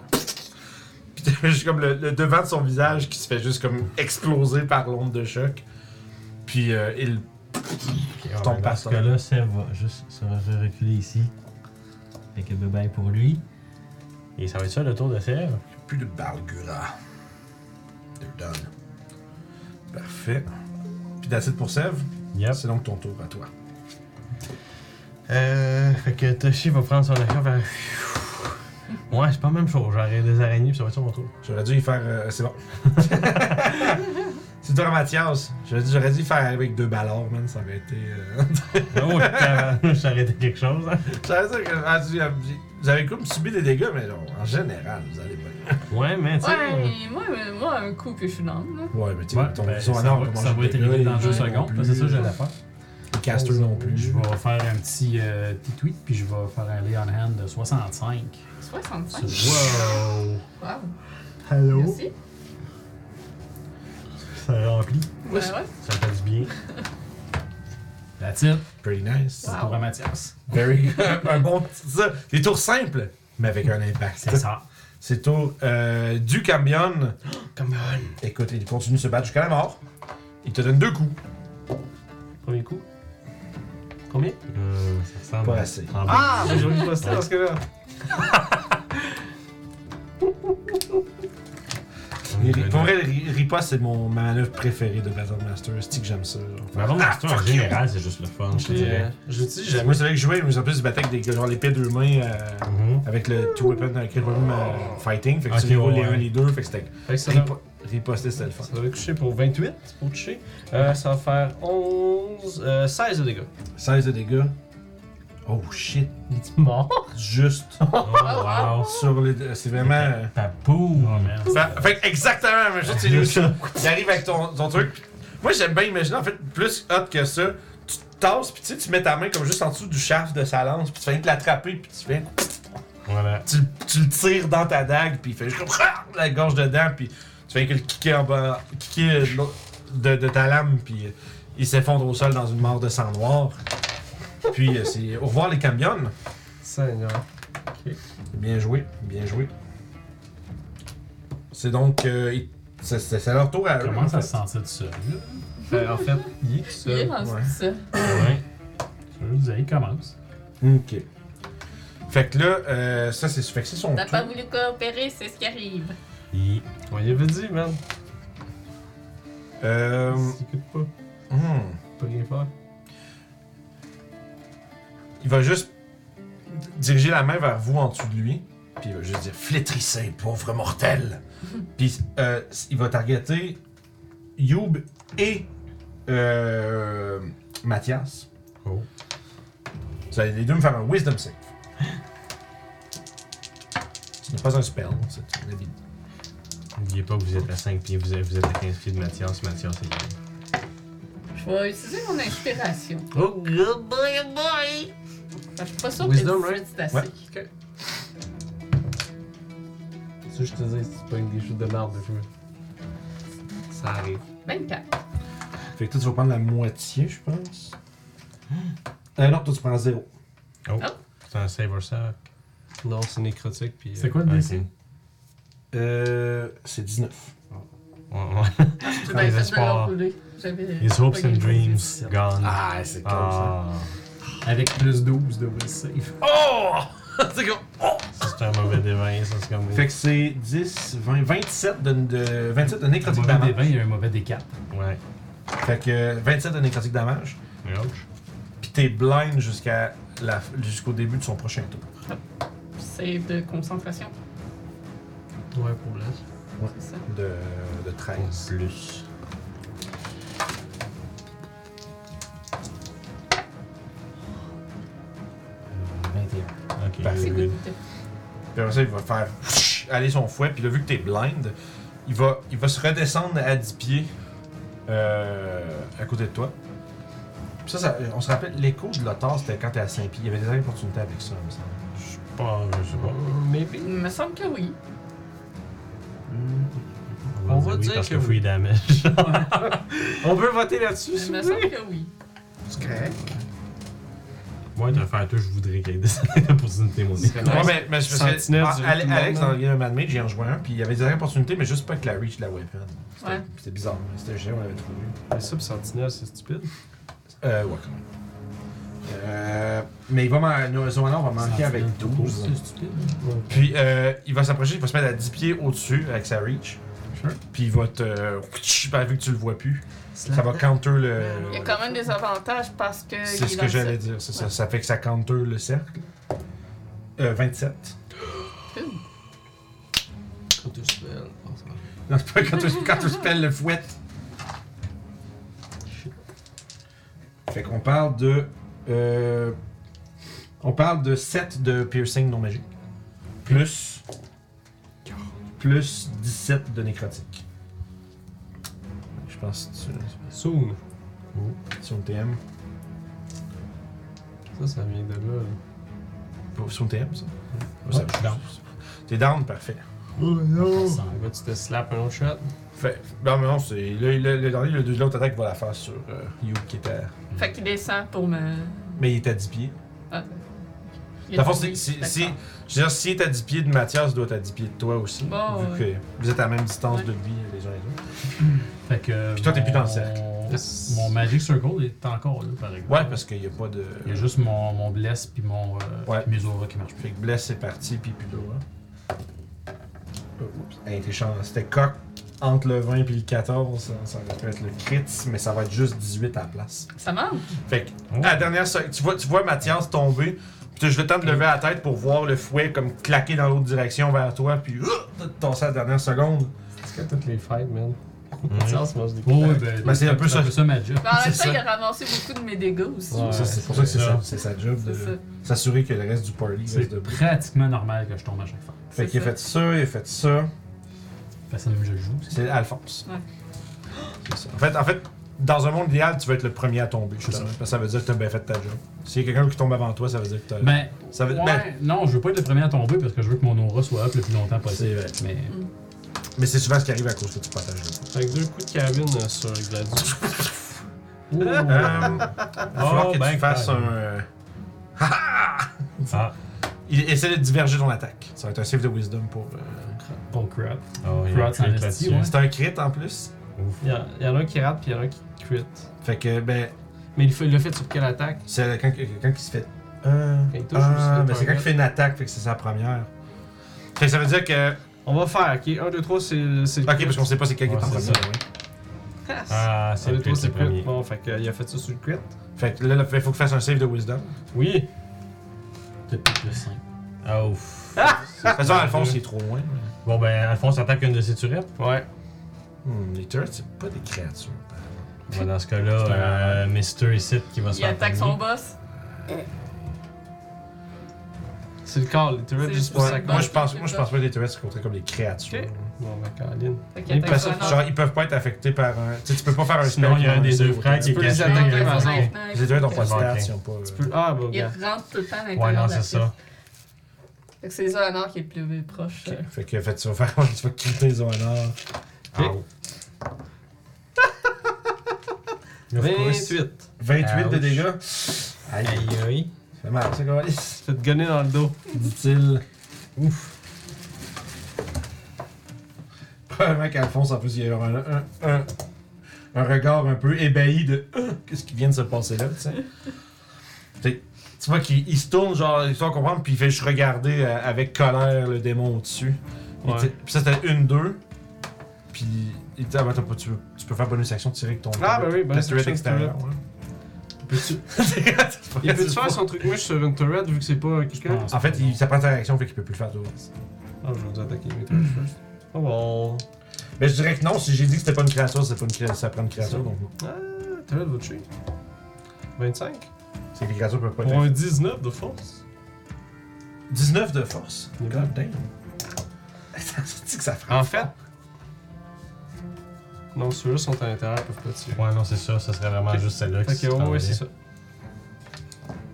[SPEAKER 1] Puis t'as juste comme le, le devant de son visage qui se fait juste comme exploser par l'onde de choc. Puis euh, il. tombe par
[SPEAKER 6] parce que
[SPEAKER 1] terre.
[SPEAKER 6] là, Seb va juste se re- reculer ici. Fait que bye bye pour lui. Et ça va être ça le tour de Seb.
[SPEAKER 1] Plus de Balgura. De donne. Parfait. Puis d'acide pour Sèvres.
[SPEAKER 6] Yep.
[SPEAKER 1] C'est donc ton tour à toi.
[SPEAKER 6] Euh, fait que Toshi va prendre son action vers. Ouais, c'est pas la même chose. J'aurais des araignées, puis ça va être ça mon tour.
[SPEAKER 1] J'aurais dû y faire. euh, c'est bon. c'est toi, Mathias. J'aurais dû, j'aurais dû y faire avec deux ballards, man. Ça aurait été. euh,
[SPEAKER 6] Oh, tabarnouche, ça aurait été quelque chose. hein.
[SPEAKER 1] j'aurais dit que ah, tu- vous avez comme subi des dégâts, mais genre, en général, vous allez pas.
[SPEAKER 6] Ouais, mais tu sais.
[SPEAKER 3] Ouais, mais moi, mais moi, un coup, puis je suis dans. là.
[SPEAKER 1] Ouais, mais tu
[SPEAKER 4] Ouais,
[SPEAKER 1] sais, ton
[SPEAKER 4] ben,
[SPEAKER 1] son
[SPEAKER 4] ça,
[SPEAKER 1] honneur,
[SPEAKER 4] va,
[SPEAKER 1] comment
[SPEAKER 4] ça
[SPEAKER 1] j'ai
[SPEAKER 4] va
[SPEAKER 1] des
[SPEAKER 4] être
[SPEAKER 1] dégâts,
[SPEAKER 4] réglé dans
[SPEAKER 1] les
[SPEAKER 4] deux
[SPEAKER 1] gens non
[SPEAKER 4] secondes.
[SPEAKER 1] plus,
[SPEAKER 4] C'est ça que j'allais faire.
[SPEAKER 1] Les casters non plus.
[SPEAKER 4] Je vais faire un petit, euh, petit tweet, puis je vais faire un lay on hand de 65.
[SPEAKER 3] 65.
[SPEAKER 6] Wow!
[SPEAKER 3] Wow.
[SPEAKER 6] Hello?
[SPEAKER 3] Merci.
[SPEAKER 6] Ça remplit.
[SPEAKER 3] Ben ouais.
[SPEAKER 6] Ça fait du bien.
[SPEAKER 4] That's it.
[SPEAKER 1] Pretty nice.
[SPEAKER 4] C'est pour Mathias.
[SPEAKER 1] Very good. un bon. C'est ça. Des tours simples, mais avec un impact.
[SPEAKER 4] C'est ça.
[SPEAKER 1] C'est tour euh, du Cambion. Écoute, il continue de se battre jusqu'à la mort. Il te donne deux coups.
[SPEAKER 5] Premier coup. Combien
[SPEAKER 6] Euh, ça ressemble.
[SPEAKER 1] Pas assez.
[SPEAKER 6] Ah!
[SPEAKER 5] Ah J'ai oublié de passer dans ce cas-là.
[SPEAKER 1] Et ri- Pour vrai, ri- Ripa, c'est mon ma manœuvre préférée de Battle Master. C'est que j'aime ça. genre.
[SPEAKER 6] Mais bon, Master, en général, c'est juste le fun, je te
[SPEAKER 1] euh,
[SPEAKER 6] dirais.
[SPEAKER 5] euh, Je l'utilise
[SPEAKER 1] J'aime-
[SPEAKER 5] jamais.
[SPEAKER 1] Moi, c'est vrai que je jouais, mais en plus, je battais avec des, genre l'épée deux mains euh,
[SPEAKER 6] Mhm.
[SPEAKER 1] avec le Two Weapon euh, Crit Weapon, euh, Fighting. Fait que
[SPEAKER 6] Ok,
[SPEAKER 1] tu les roules les
[SPEAKER 6] ouais.
[SPEAKER 1] un, les deux. Fait que c'était.
[SPEAKER 5] Fait que ça va-
[SPEAKER 1] Ripa, Ripa, c'était c'était le fun.
[SPEAKER 5] ça va coucher pour 28 pour toucher. Euh, ça va faire 11. euh, 16 de dégâts.
[SPEAKER 1] 16 de dégâts. Oh shit.
[SPEAKER 5] Mort.
[SPEAKER 1] Juste
[SPEAKER 6] Oh, wow!
[SPEAKER 1] sur les. deux. C'est vraiment. euh,
[SPEAKER 6] Papou!
[SPEAKER 4] Oh, man.
[SPEAKER 1] Fait, fait que exactement la même chose, tu lui aussi. Il arrive avec ton, ton truc. pis- Moi, j'aime bien imaginer, en fait, plus hot que ça, tu te tasses, puis tu sais, tu mets ta main comme juste en dessous du shaft de sa lance, puis tu fais rien que l'attraper, puis tu fais.
[SPEAKER 6] Voilà.
[SPEAKER 1] Tu, tu le tires dans ta dague, puis il fait juste comme. Ah la gorge dedans, puis tu fais que le kicker en bas. kicker de l'autre- de, de ta lame, puis euh, il s'effondre au sol dans une mort de sang noir. Puis euh, c'est. Au revoir les camions.
[SPEAKER 5] Seigneur.
[SPEAKER 1] Bien joué, bien joué. C'est donc. euh, il- c'est- c'est c'est leur tour à eux.
[SPEAKER 4] Comment ça se sentait de ça? là?
[SPEAKER 5] Euh, en fait, il est tout
[SPEAKER 3] Il est
[SPEAKER 5] seul.
[SPEAKER 3] dans
[SPEAKER 1] ouais.
[SPEAKER 3] hein, ça.
[SPEAKER 6] Ouais.
[SPEAKER 4] Je vous disais, il commence.
[SPEAKER 1] Ok. Fait que là, euh, ça c'est fait que c'est son
[SPEAKER 8] T'as
[SPEAKER 1] tour.
[SPEAKER 8] pas voulu coopérer, c'est ce qui arrive.
[SPEAKER 6] Et-
[SPEAKER 5] On y avait dit, man.
[SPEAKER 1] Euh,
[SPEAKER 5] Il écoute pas. Il
[SPEAKER 1] hmm.
[SPEAKER 5] peut rien faire.
[SPEAKER 1] Il va juste diriger la main vers vous en dessous de lui. Puis il va juste dire flétrissez, pauvre mortel. Puis euh, il va targeter Youb et euh, Mathias.
[SPEAKER 6] Oh.
[SPEAKER 1] Vous allez les deux me faire un Wisdom Save. Ce n'est pas un spell, c'est une habilité.
[SPEAKER 6] N'oubliez pas que vous êtes à 5 pieds, vous êtes, vous êtes à 15 pieds de Mathias. Mathias est là.
[SPEAKER 3] Je vais utiliser mon inspiration.
[SPEAKER 5] Oh, good boy, boy!
[SPEAKER 3] Je suis pas sûre que
[SPEAKER 5] Wisdom,
[SPEAKER 3] 18, c'est assez.
[SPEAKER 1] Ouais.
[SPEAKER 5] Ça, je te dis, c'est pas une des choses de merde de jouer. Ça arrive.
[SPEAKER 3] 24.
[SPEAKER 1] Fait que toi, tu vas prendre la moitié, je pense. Euh, non, toi, tu prends zéro.
[SPEAKER 6] Oh!
[SPEAKER 3] Oh.
[SPEAKER 6] C'est un save or suck.
[SPEAKER 5] Non, c'est nécrotique, pis.
[SPEAKER 4] C'est quoi le DC?
[SPEAKER 1] Euh, c'est 19.
[SPEAKER 6] Ouais, ouais.
[SPEAKER 3] J'ai
[SPEAKER 6] les
[SPEAKER 3] bien fait de
[SPEAKER 6] espoirs.
[SPEAKER 3] leur rouler. J'avais.
[SPEAKER 6] His hopes
[SPEAKER 3] pas
[SPEAKER 6] and
[SPEAKER 3] gagné.
[SPEAKER 6] dreams gone.
[SPEAKER 1] Ah, c'est comme
[SPEAKER 6] Ah.
[SPEAKER 4] Avec plus 12 de will save.
[SPEAKER 5] Oh!
[SPEAKER 6] Ça, c'est un mauvais dévin, ça, c'est comme.
[SPEAKER 1] Fait que c'est 10, 20, 27 de, de, 27 de
[SPEAKER 4] Un
[SPEAKER 1] nécrotique
[SPEAKER 4] mauvais des
[SPEAKER 1] damage.
[SPEAKER 4] 20, il y a un mauvais des 4.
[SPEAKER 6] Ouais.
[SPEAKER 1] Fait que euh, 27 de nécrotique damage.
[SPEAKER 6] Ouch.
[SPEAKER 1] Puis t'es blind jusqu'à la- jusqu'au début de son prochain tour.
[SPEAKER 3] save de concentration.
[SPEAKER 2] Ouais, pour l'Est.
[SPEAKER 3] C'est ça.
[SPEAKER 1] de, de 13.
[SPEAKER 6] Plus. Ok.
[SPEAKER 1] Parfait.
[SPEAKER 3] C'est
[SPEAKER 6] good.
[SPEAKER 3] good.
[SPEAKER 1] Puis après ça, il va faire aller son fouet. Puis là, vu que t'es blind, il va, il va se redescendre à 10 pieds euh, à côté de toi. Puis ça, ça- on se rappelle, l'écho de l'otard, c'était quand t'es à 5 pieds. Il y avait des opportunités avec ça, il me semble.
[SPEAKER 6] Je sais pas, je sais pas.
[SPEAKER 3] Il me semble que oui.
[SPEAKER 6] On va dire que free damage.
[SPEAKER 5] On peut voter là-dessus,
[SPEAKER 3] Il
[SPEAKER 5] s'il
[SPEAKER 3] me
[SPEAKER 5] vous plaît?
[SPEAKER 3] semble que oui.
[SPEAKER 6] Moi, de faire tout, je voudrais qu'il y ait des opportunités, mon dieu.
[SPEAKER 1] Ouais, mais, mais c'est parce que
[SPEAKER 5] Sentinelle
[SPEAKER 1] Ah,
[SPEAKER 5] du-
[SPEAKER 1] Ale-
[SPEAKER 5] du monde,
[SPEAKER 1] Alex,
[SPEAKER 5] là.
[SPEAKER 1] dans le Game of Mad Mage, j'ai rejoint un, puis il y avait des opportunités, mais juste pas avec la reach de la weapon. C'était-
[SPEAKER 3] Ouais.
[SPEAKER 1] C'était bizarre, mais c'était génial, on l'avait trouvé.
[SPEAKER 5] Mais ça, pis Sentinelle, c'est stupide.
[SPEAKER 1] Euh, ouais, quand même. Euh, mais il va man- nous- son honneur va manquer avec 12.
[SPEAKER 4] C'est stupide.
[SPEAKER 1] Puis euh, il va s'approcher, il va se mettre à 10 pieds au-dessus avec sa reach.
[SPEAKER 4] Sure.
[SPEAKER 1] Puis il va te. bah, vu que tu le vois plus, ça va counter le.
[SPEAKER 3] Il y a quand même des avantages parce que.
[SPEAKER 1] C'est
[SPEAKER 3] il
[SPEAKER 1] ce
[SPEAKER 3] est
[SPEAKER 1] que
[SPEAKER 3] dans
[SPEAKER 1] j'allais
[SPEAKER 3] le-
[SPEAKER 1] dire, c'est ça.
[SPEAKER 3] Ouais.
[SPEAKER 1] Ça fait que ça counter le cercle. Euh, 27. Non, c'est pas quand tu, quand tu spells le fouet. Fait qu'on parle de. euh, on parle de 7 de piercing non magique. Plus. Plus 17 de nécrotique. Je pense que tu.
[SPEAKER 5] Soum.
[SPEAKER 1] Sur TM.
[SPEAKER 5] Ça, ça vient de là. là.
[SPEAKER 1] Sur TM, ça.
[SPEAKER 6] Ouais, je suis down.
[SPEAKER 1] T'es down, parfait.
[SPEAKER 5] Ça va, tu te slap un autre shot.
[SPEAKER 1] Fait, non, mais non, c'est. Le, le, le dernier, le deux- l'autre attaque va la faire sur euh, You qui est à.
[SPEAKER 3] Fait qu'il descend pour me.
[SPEAKER 1] Mais il est à 10 pieds.
[SPEAKER 3] Ah. Il
[SPEAKER 1] Dans le
[SPEAKER 3] est
[SPEAKER 1] fond, c'est- c'est-
[SPEAKER 3] d'accord.
[SPEAKER 1] c'est- je veux dire, s'il est à 10 pieds de Mathias, il doit être à 10 pieds de toi aussi.
[SPEAKER 3] Bon,
[SPEAKER 1] vu
[SPEAKER 3] ouais.
[SPEAKER 1] que vous êtes à la même distance
[SPEAKER 3] Ouais.
[SPEAKER 1] de lui, les uns et les autres.
[SPEAKER 4] Fait que.
[SPEAKER 1] Puis toi, t'es plus dans le cercle.
[SPEAKER 4] mon- Mon Magic Circle est encore là, par exemple.
[SPEAKER 1] Ouais, parce qu'il n'y a pas de.
[SPEAKER 4] Il y a juste mon, mon bless puis mon. Euh,
[SPEAKER 1] Ouais.
[SPEAKER 4] puis mes auras qui marchent plus.
[SPEAKER 1] Fait que Bless, c'est parti, puis plus d'aura. Oh, oups. Hey, t'es chanceux. C'était coq entre le 20 et le 14. Ça, ça aurait pu être le crit, mais ça va être juste 18 à la place.
[SPEAKER 3] Ça manque.
[SPEAKER 1] Fait que,
[SPEAKER 4] Oh.
[SPEAKER 1] à la dernière seconde, tu vois, tu vois Mathias tomber, puis je le temps de lever la tête pour voir le fouet comme claquer dans l'autre direction vers toi, puis uh, tasser à la dernière seconde.
[SPEAKER 5] C'est comme toutes les fights, man.
[SPEAKER 6] Ouais.
[SPEAKER 5] Ça, on se mange des
[SPEAKER 4] Oh, ouais, ben,
[SPEAKER 1] Ben, c'est un peu ça.
[SPEAKER 4] C'est ça ma job.
[SPEAKER 3] Mais en même
[SPEAKER 1] C'est
[SPEAKER 3] temps, il
[SPEAKER 1] ça.
[SPEAKER 3] a ramassé beaucoup de mes dégâts aussi.
[SPEAKER 5] Ouais.
[SPEAKER 1] Ça, c'est pour ça que c'est
[SPEAKER 6] ça.
[SPEAKER 1] ça. C'est sa job
[SPEAKER 3] C'est ça.
[SPEAKER 1] de s'assurer que le reste du party
[SPEAKER 4] C'est
[SPEAKER 1] reste debout.
[SPEAKER 4] pratiquement normal que je tombe à chaque fois.
[SPEAKER 1] Fait
[SPEAKER 3] C'est
[SPEAKER 1] qu'il a
[SPEAKER 3] ça.
[SPEAKER 1] fait ça, il a fait ça.
[SPEAKER 4] Fait ça même je le joue.
[SPEAKER 1] C'est Alphonse.
[SPEAKER 3] Ouais.
[SPEAKER 1] C'est ça. En fait, en fait, dans un monde idéal, tu vas être le premier à tomber. justement, Parce que ça veut dire que t'as bien fait ta job. S'il y a quelqu'un qui tombe avant toi, ça veut dire que t'as.
[SPEAKER 4] Ben,
[SPEAKER 1] ça veut...
[SPEAKER 4] ouais,
[SPEAKER 1] ben,
[SPEAKER 4] non, je veux pas être le premier à tomber parce que je veux que mon aura soit up le plus longtemps possible.
[SPEAKER 1] C'est
[SPEAKER 4] Mais
[SPEAKER 1] mais c'est souvent ce qui arrive à cause que tu partages le coup.
[SPEAKER 5] Avec deux coups de carabine euh, sur Gladius.
[SPEAKER 1] Euh, va falloir
[SPEAKER 6] Oh,
[SPEAKER 1] que tu
[SPEAKER 6] ben,
[SPEAKER 1] fasses
[SPEAKER 6] carrément.
[SPEAKER 1] un. euh,
[SPEAKER 6] Ah,
[SPEAKER 1] Il essaie de diverger ton attaque. Ça va être un save de wisdom pour. euh,
[SPEAKER 4] oh crap.
[SPEAKER 6] oh, il y a un
[SPEAKER 4] Crowd
[SPEAKER 6] crit
[SPEAKER 4] Sanity,
[SPEAKER 6] là-dessus.
[SPEAKER 4] ouais.
[SPEAKER 1] C'est un crit en plus.
[SPEAKER 6] Ouf.
[SPEAKER 5] Il y, a- il y en a un qui rate, puis il y en a un qui crit.
[SPEAKER 1] Fait que, ben,
[SPEAKER 5] Mais il fait- il l'a fait sur quelle attaque
[SPEAKER 1] c'est quand quelqu'un qui se fait. Euh,
[SPEAKER 5] Quand il touche,
[SPEAKER 1] ah,
[SPEAKER 5] il se fait
[SPEAKER 1] ben, c'est quand
[SPEAKER 5] target.
[SPEAKER 1] il fait une attaque, fait que c'est sa première. Fait que ça veut dire que.
[SPEAKER 5] On va faire, ok 1, 2, 3, c'est le. c'est le
[SPEAKER 1] Ok,
[SPEAKER 5] crit.
[SPEAKER 1] parce qu'on sait pas c'est quel qui est en
[SPEAKER 6] Ouais,
[SPEAKER 1] premier.
[SPEAKER 6] c'est
[SPEAKER 1] ouais.
[SPEAKER 6] Ah, c'est
[SPEAKER 5] 1,
[SPEAKER 6] le
[SPEAKER 5] 2, 3,
[SPEAKER 6] crit,
[SPEAKER 5] c'est le
[SPEAKER 6] c'est le
[SPEAKER 5] crit.
[SPEAKER 6] premier.
[SPEAKER 5] Bon, fait qu'il a fait ça sur le crit.
[SPEAKER 1] Fait que là, il faut que tu fasses un save de wisdom.
[SPEAKER 5] Oui.
[SPEAKER 4] T'as plus de 5.
[SPEAKER 6] Ah, ouf.
[SPEAKER 1] De toute façon, Alphonse, il est trop loin. mais-
[SPEAKER 6] Bon, ben, Alphonse attaque une de ses turettes.
[SPEAKER 5] Ouais.
[SPEAKER 1] Hmm, les turrets, c'est pas des créatures. par exemple.
[SPEAKER 6] Ouais, dans ce cas-là, euh, Mister ici qui va se
[SPEAKER 3] Il
[SPEAKER 6] faire.
[SPEAKER 3] attaque son
[SPEAKER 6] pogner.
[SPEAKER 3] boss.
[SPEAKER 5] C'est le call, il te
[SPEAKER 3] C'est
[SPEAKER 5] juste
[SPEAKER 3] juste
[SPEAKER 5] pour
[SPEAKER 3] ça.
[SPEAKER 5] ça.
[SPEAKER 1] Moi, je pense, moi, je pense pas que les turrets sont considérés comme des créatures.
[SPEAKER 5] Ok. Bon, ben, Caroline.
[SPEAKER 3] Fait qu'il
[SPEAKER 5] Il
[SPEAKER 3] attaque
[SPEAKER 1] Parce
[SPEAKER 3] son
[SPEAKER 1] que,
[SPEAKER 3] boss.
[SPEAKER 1] genre, ils peuvent pas être affectés par un. Tu sais, tu peux pas faire un
[SPEAKER 6] Sinon,
[SPEAKER 1] spell
[SPEAKER 6] il y a
[SPEAKER 1] qui
[SPEAKER 6] un des
[SPEAKER 1] save
[SPEAKER 6] deux
[SPEAKER 1] au
[SPEAKER 6] frères
[SPEAKER 1] total.
[SPEAKER 6] qui est
[SPEAKER 5] peux les
[SPEAKER 6] caché.
[SPEAKER 3] Il attaque
[SPEAKER 5] attaquer,
[SPEAKER 6] euh,
[SPEAKER 3] son
[SPEAKER 5] raison.
[SPEAKER 3] knife.
[SPEAKER 1] Les turrets ont
[SPEAKER 6] C'est
[SPEAKER 1] pas de stats,
[SPEAKER 6] manqué.
[SPEAKER 1] ils ont pas. euh,
[SPEAKER 5] Tu peux- Ah, bon,
[SPEAKER 3] Il
[SPEAKER 5] gars.
[SPEAKER 3] rentre tout le temps à l'intérieur.
[SPEAKER 6] Ouais, non,
[SPEAKER 3] de la
[SPEAKER 6] c'est ça.
[SPEAKER 3] pièce. Fait que c'est Zoanor qui est le plus proche. euh,
[SPEAKER 1] Ok. Fait que, fait, tu vas faire. Tu vas quitter Zoanor.
[SPEAKER 5] Ok. 28.
[SPEAKER 1] 28 de
[SPEAKER 6] Ouch.
[SPEAKER 1] dégâts. Aïe,
[SPEAKER 6] Aïe, aïe.
[SPEAKER 1] c'est mal, ça, quoi.
[SPEAKER 5] Tu te gonner dans le dos.
[SPEAKER 1] dit-il. Ouf. Probablement qu'Alphonse, en plus, il y a eu un, un, un, un regard un peu ébahi de Ah, qu'est-ce qui vient de se passer là, tu sais. Fait que, Tu vois qu'il il se tourne, genre, histoire de comprendre, puis il fait juste regarder euh, avec colère le démon au-dessus. Il
[SPEAKER 5] Ouais.
[SPEAKER 1] dit- Puis ça, c'était une, deux. Puis il dit, ah, ben, t'as pas- tu, peux, tu peux faire bonus action, tirer avec ton.
[SPEAKER 5] Ah, ben oui, bonus
[SPEAKER 1] ta turret
[SPEAKER 5] action,
[SPEAKER 1] extérieure, ouais.
[SPEAKER 5] Peux-tu- Il peut faire son truc mouche sur une turret vu que c'est pas quelqu'un?
[SPEAKER 1] En fait, il, ça prend sa réaction, fait qu'il peut plus le faire tout le reste.
[SPEAKER 5] Ah, je vais vous attaquer mes turrets first. Oh well.
[SPEAKER 1] Mais je dirais que non, si j'ai dit que c'était pas une créature, c'est pas une créature, ça prend une créature, donc non.
[SPEAKER 5] Ah, turret va tuer. 25.
[SPEAKER 1] C'est que les créatures peuvent pas
[SPEAKER 5] Pour
[SPEAKER 1] être.
[SPEAKER 5] un 19 de force.
[SPEAKER 1] 19 de force.
[SPEAKER 5] Ouais.
[SPEAKER 1] God damn. Ça dit que ça frappe.
[SPEAKER 5] En fait. Non, ceux-là sont à l'intérieur, ils peuvent pas tirer.
[SPEAKER 6] Ouais, non, c'est ça, ça serait vraiment
[SPEAKER 5] Ok.
[SPEAKER 6] juste celle-là qui
[SPEAKER 5] Fait que, ouais,
[SPEAKER 6] s'en
[SPEAKER 5] ouais,
[SPEAKER 6] vient.
[SPEAKER 5] c'est ça.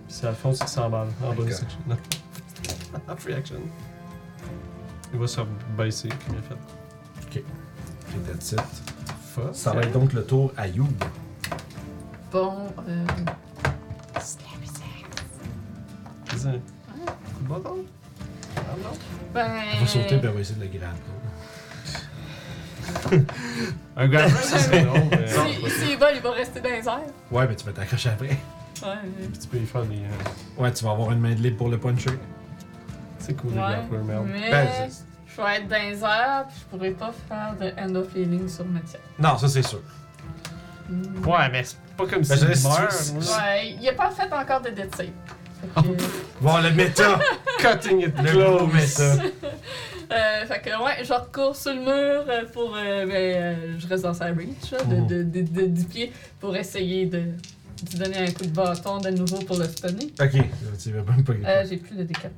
[SPEAKER 5] C'est Alphonse qui s'emballe en bonne
[SPEAKER 1] God.
[SPEAKER 5] section. Non. Free action. Il va se baisser, comme il a fait.
[SPEAKER 1] Ok, that's it.
[SPEAKER 5] Fuck.
[SPEAKER 1] Ça va être donc le tour à You.
[SPEAKER 3] Bon, euh.
[SPEAKER 5] Vas-y. Coup de bâton. Ah non.
[SPEAKER 3] Ben.
[SPEAKER 1] Elle va sauter, puis elle va essayer de le grab.
[SPEAKER 5] Un grabber, ça serait drôle, mais.
[SPEAKER 3] Si, si il va, il va rester dans les airs.
[SPEAKER 1] Ouais, mais tu vas t'accrocher après.
[SPEAKER 3] Ouais.
[SPEAKER 5] Tu peux y faire des. euh,
[SPEAKER 1] Ouais, tu vas avoir une main de libre pour le puncher.
[SPEAKER 5] C'est cool, les
[SPEAKER 3] Ouais,
[SPEAKER 5] grapplers, merde.
[SPEAKER 1] Ben,
[SPEAKER 3] mais
[SPEAKER 1] c'est-
[SPEAKER 3] je vais être dans les airs, puis je pourrais pas faire de end of healing sur Mathias.
[SPEAKER 1] non, ça c'est sûr.
[SPEAKER 3] Hmm.
[SPEAKER 5] Ouais, mais c'est pas comme
[SPEAKER 1] Ben,
[SPEAKER 5] s'il
[SPEAKER 1] je-
[SPEAKER 5] meurt. là.
[SPEAKER 3] Ouais, il a pas fait encore de dead save. Fait
[SPEAKER 1] Ah.
[SPEAKER 3] que,
[SPEAKER 1] Bon, le méta!
[SPEAKER 5] Cutting it
[SPEAKER 1] le gros
[SPEAKER 5] close.
[SPEAKER 1] méta.
[SPEAKER 3] euh, fait que ouais, je recours sur le mur euh, pour. euh, ben, euh, je reste dans sa reach, là, de,
[SPEAKER 1] Mhm.
[SPEAKER 3] de, de, de 10 pieds, pour essayer de, de donner un coup de bâton de nouveau pour le stunner.
[SPEAKER 1] Ok, tu vas même pas
[SPEAKER 3] Euh, J'ai plus de décap.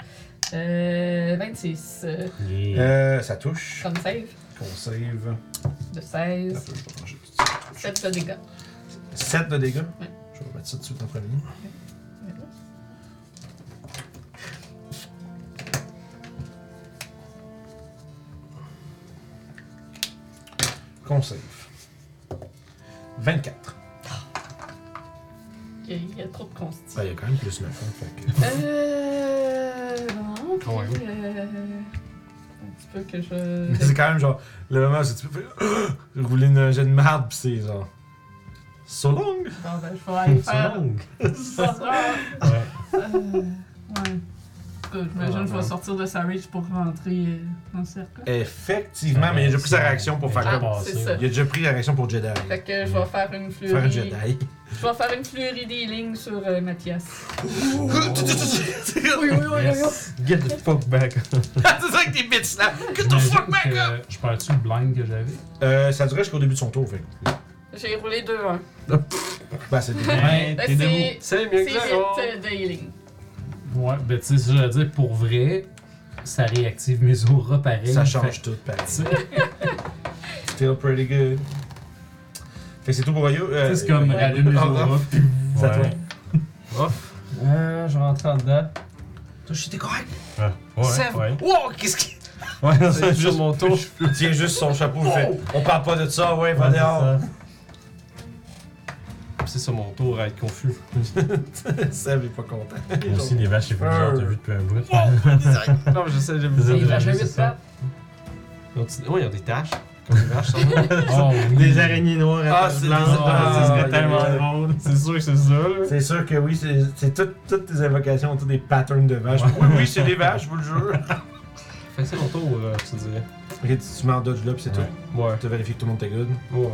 [SPEAKER 3] Euh, 26 euh,
[SPEAKER 6] Yeah.
[SPEAKER 1] Euh, ça touche.
[SPEAKER 3] comme save,
[SPEAKER 1] Qu'on save.
[SPEAKER 3] de 16, 7 de dégâts.
[SPEAKER 1] 7 de dégâts.
[SPEAKER 3] Ouais.
[SPEAKER 1] Je vais mettre ça tout de suite en premier. Qu'on save. 24.
[SPEAKER 3] Ok, Il y a trop de consti.
[SPEAKER 1] Ben, il y a quand même plus 9, hein, fait que...
[SPEAKER 3] Euh. Non, puis, euh, Un petit peu que
[SPEAKER 1] Mais c'est
[SPEAKER 3] je.
[SPEAKER 1] quand même genre le moment où tu peux rouler une jet de marde pis c'est genre. So long!
[SPEAKER 3] Bon, ben, je vais aller faire.
[SPEAKER 6] Song.
[SPEAKER 3] Ouais.
[SPEAKER 6] Ouais.
[SPEAKER 3] Euh, ouais. Good, J'imagine que je vais sortir de sa reach pour rentrer euh, dans le cercle.
[SPEAKER 1] Effectivement, mais il a déjà pris sa réaction pour faire
[SPEAKER 3] Ah,
[SPEAKER 1] comme.
[SPEAKER 3] c'est ça.
[SPEAKER 1] Il a déjà pris la réaction pour Jedi.
[SPEAKER 3] Fait que je vais faire une
[SPEAKER 1] Faire un
[SPEAKER 3] fleurie.
[SPEAKER 1] Jedi.
[SPEAKER 3] Je vais faire une fleurie des lignes sur euh, Mathias.
[SPEAKER 1] Get
[SPEAKER 3] Oui, oui, oui, oui.
[SPEAKER 1] the fuck back up. c'est ça que tes bitches là! Get the fuck back up!
[SPEAKER 4] Je perds-tu le blind que j'avais?
[SPEAKER 1] Euh, ça durait jusqu'au début de son tour, fait que-
[SPEAKER 3] J'ai roulé 2-1.
[SPEAKER 1] Bah, c'est début.
[SPEAKER 6] Ouais,
[SPEAKER 3] Ben,
[SPEAKER 6] t'es debout.
[SPEAKER 3] c'est.
[SPEAKER 5] C'est mieux
[SPEAKER 3] C'est
[SPEAKER 5] que
[SPEAKER 3] vite
[SPEAKER 5] zéro.
[SPEAKER 3] euh, de healing.
[SPEAKER 4] Ouais, ben tu sais, ça, j'allais dire, pour vrai, ça réactive mes auras pareil.
[SPEAKER 1] Ça
[SPEAKER 4] Fait
[SPEAKER 1] change tout, pareil.
[SPEAKER 4] que, tu sais,
[SPEAKER 1] Still pretty good. Fait que c'est tout pour Ayo. Euh,
[SPEAKER 4] C'est comme
[SPEAKER 1] euh,
[SPEAKER 4] allume les
[SPEAKER 1] oh,
[SPEAKER 4] auras. puis-
[SPEAKER 1] oh, C'est à toi.
[SPEAKER 6] Ouais.
[SPEAKER 5] Euh, je rentre en dedans.
[SPEAKER 1] Toi, j'étais correct.
[SPEAKER 6] Ouais, Ah, ouais,
[SPEAKER 5] Sèvres.
[SPEAKER 6] ouais.
[SPEAKER 1] Wow, qu'est-ce qui.
[SPEAKER 6] Ouais, non,
[SPEAKER 5] C'est
[SPEAKER 6] c'est
[SPEAKER 5] juste
[SPEAKER 6] juste
[SPEAKER 5] mon tour.
[SPEAKER 1] Il tient juste son chapeau, il fait On parle pas de ça, ouais, va
[SPEAKER 6] Ouais, c'est
[SPEAKER 1] dehors.
[SPEAKER 6] ça.
[SPEAKER 5] C'est sur mon tour à être confus.
[SPEAKER 1] Seb est pas content.
[SPEAKER 6] Il y a aussi des vaches chez plusieurs, t'as vu depuis un bout.
[SPEAKER 5] non, je sais, j'ai vu ça.
[SPEAKER 6] C'est ça.
[SPEAKER 5] Ils
[SPEAKER 6] c'est ça.
[SPEAKER 5] ont- Ouais, ils ont des taches. Comme des vaches, sans doute.
[SPEAKER 4] Oh, oui.
[SPEAKER 6] Des araignées noires à
[SPEAKER 1] Ah,
[SPEAKER 6] tête
[SPEAKER 1] c'est
[SPEAKER 6] blanche,
[SPEAKER 1] des-
[SPEAKER 6] ça
[SPEAKER 1] ah,
[SPEAKER 6] serait
[SPEAKER 1] yeah.
[SPEAKER 6] tellement drôle.
[SPEAKER 5] C'est sûr que c'est ça, là.
[SPEAKER 1] C'est sûr que oui, c'est- c'est tout- toutes tes invocations ont tous des patterns de vaches. Oui, oui, c'est des vaches, je vous le jure.
[SPEAKER 5] Fait que c'est mon tour, euh, je te dirais.
[SPEAKER 1] ok, tu, tu m'en dodges là, pis c'est
[SPEAKER 6] Ouais.
[SPEAKER 1] tout.
[SPEAKER 5] Ouais.
[SPEAKER 1] Tu as vérifié que tout le monde était good.
[SPEAKER 5] Ouais.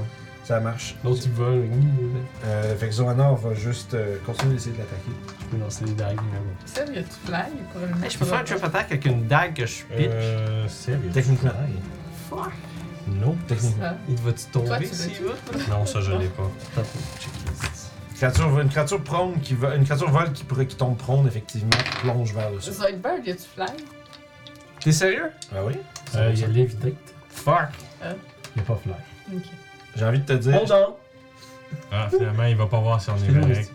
[SPEAKER 1] Ça marche.
[SPEAKER 5] L'autre, il vole. mais-
[SPEAKER 1] Euh, fait que Zoanor va juste euh, continuer d'essayer de l'attaquer.
[SPEAKER 5] Je peux lancer des dagues, mais bon.
[SPEAKER 3] Ça, il y a du fly pour le
[SPEAKER 5] Hey, je peux faire un trip attack avec une dague que je pique.
[SPEAKER 6] Euh, sérieux.
[SPEAKER 1] Techniquement.
[SPEAKER 3] Fuck.
[SPEAKER 6] Non,
[SPEAKER 1] Techniquement.
[SPEAKER 3] Ah.
[SPEAKER 5] Il va-tu
[SPEAKER 3] Toi,
[SPEAKER 5] tomber
[SPEAKER 3] tu
[SPEAKER 5] s'il
[SPEAKER 3] veux-
[SPEAKER 5] va?
[SPEAKER 6] Non, ça je l'ai pas.
[SPEAKER 5] Attends, faut checker ici.
[SPEAKER 1] Créature, une créature prone qui va, une créature vole qui, pourrait- qui tombe prone effectivement, qui plonge vers le sol.
[SPEAKER 3] Zoidberg, y a du fly?
[SPEAKER 5] T'es sérieux?
[SPEAKER 1] Ah oui.
[SPEAKER 4] Euh, Il y a l'évité.
[SPEAKER 5] Fuck.
[SPEAKER 4] Il n'y a pas fly.
[SPEAKER 3] Ok.
[SPEAKER 1] J'ai envie de te dire.
[SPEAKER 5] Hold on.
[SPEAKER 6] Ah, finalement, il va pas voir si on est correct.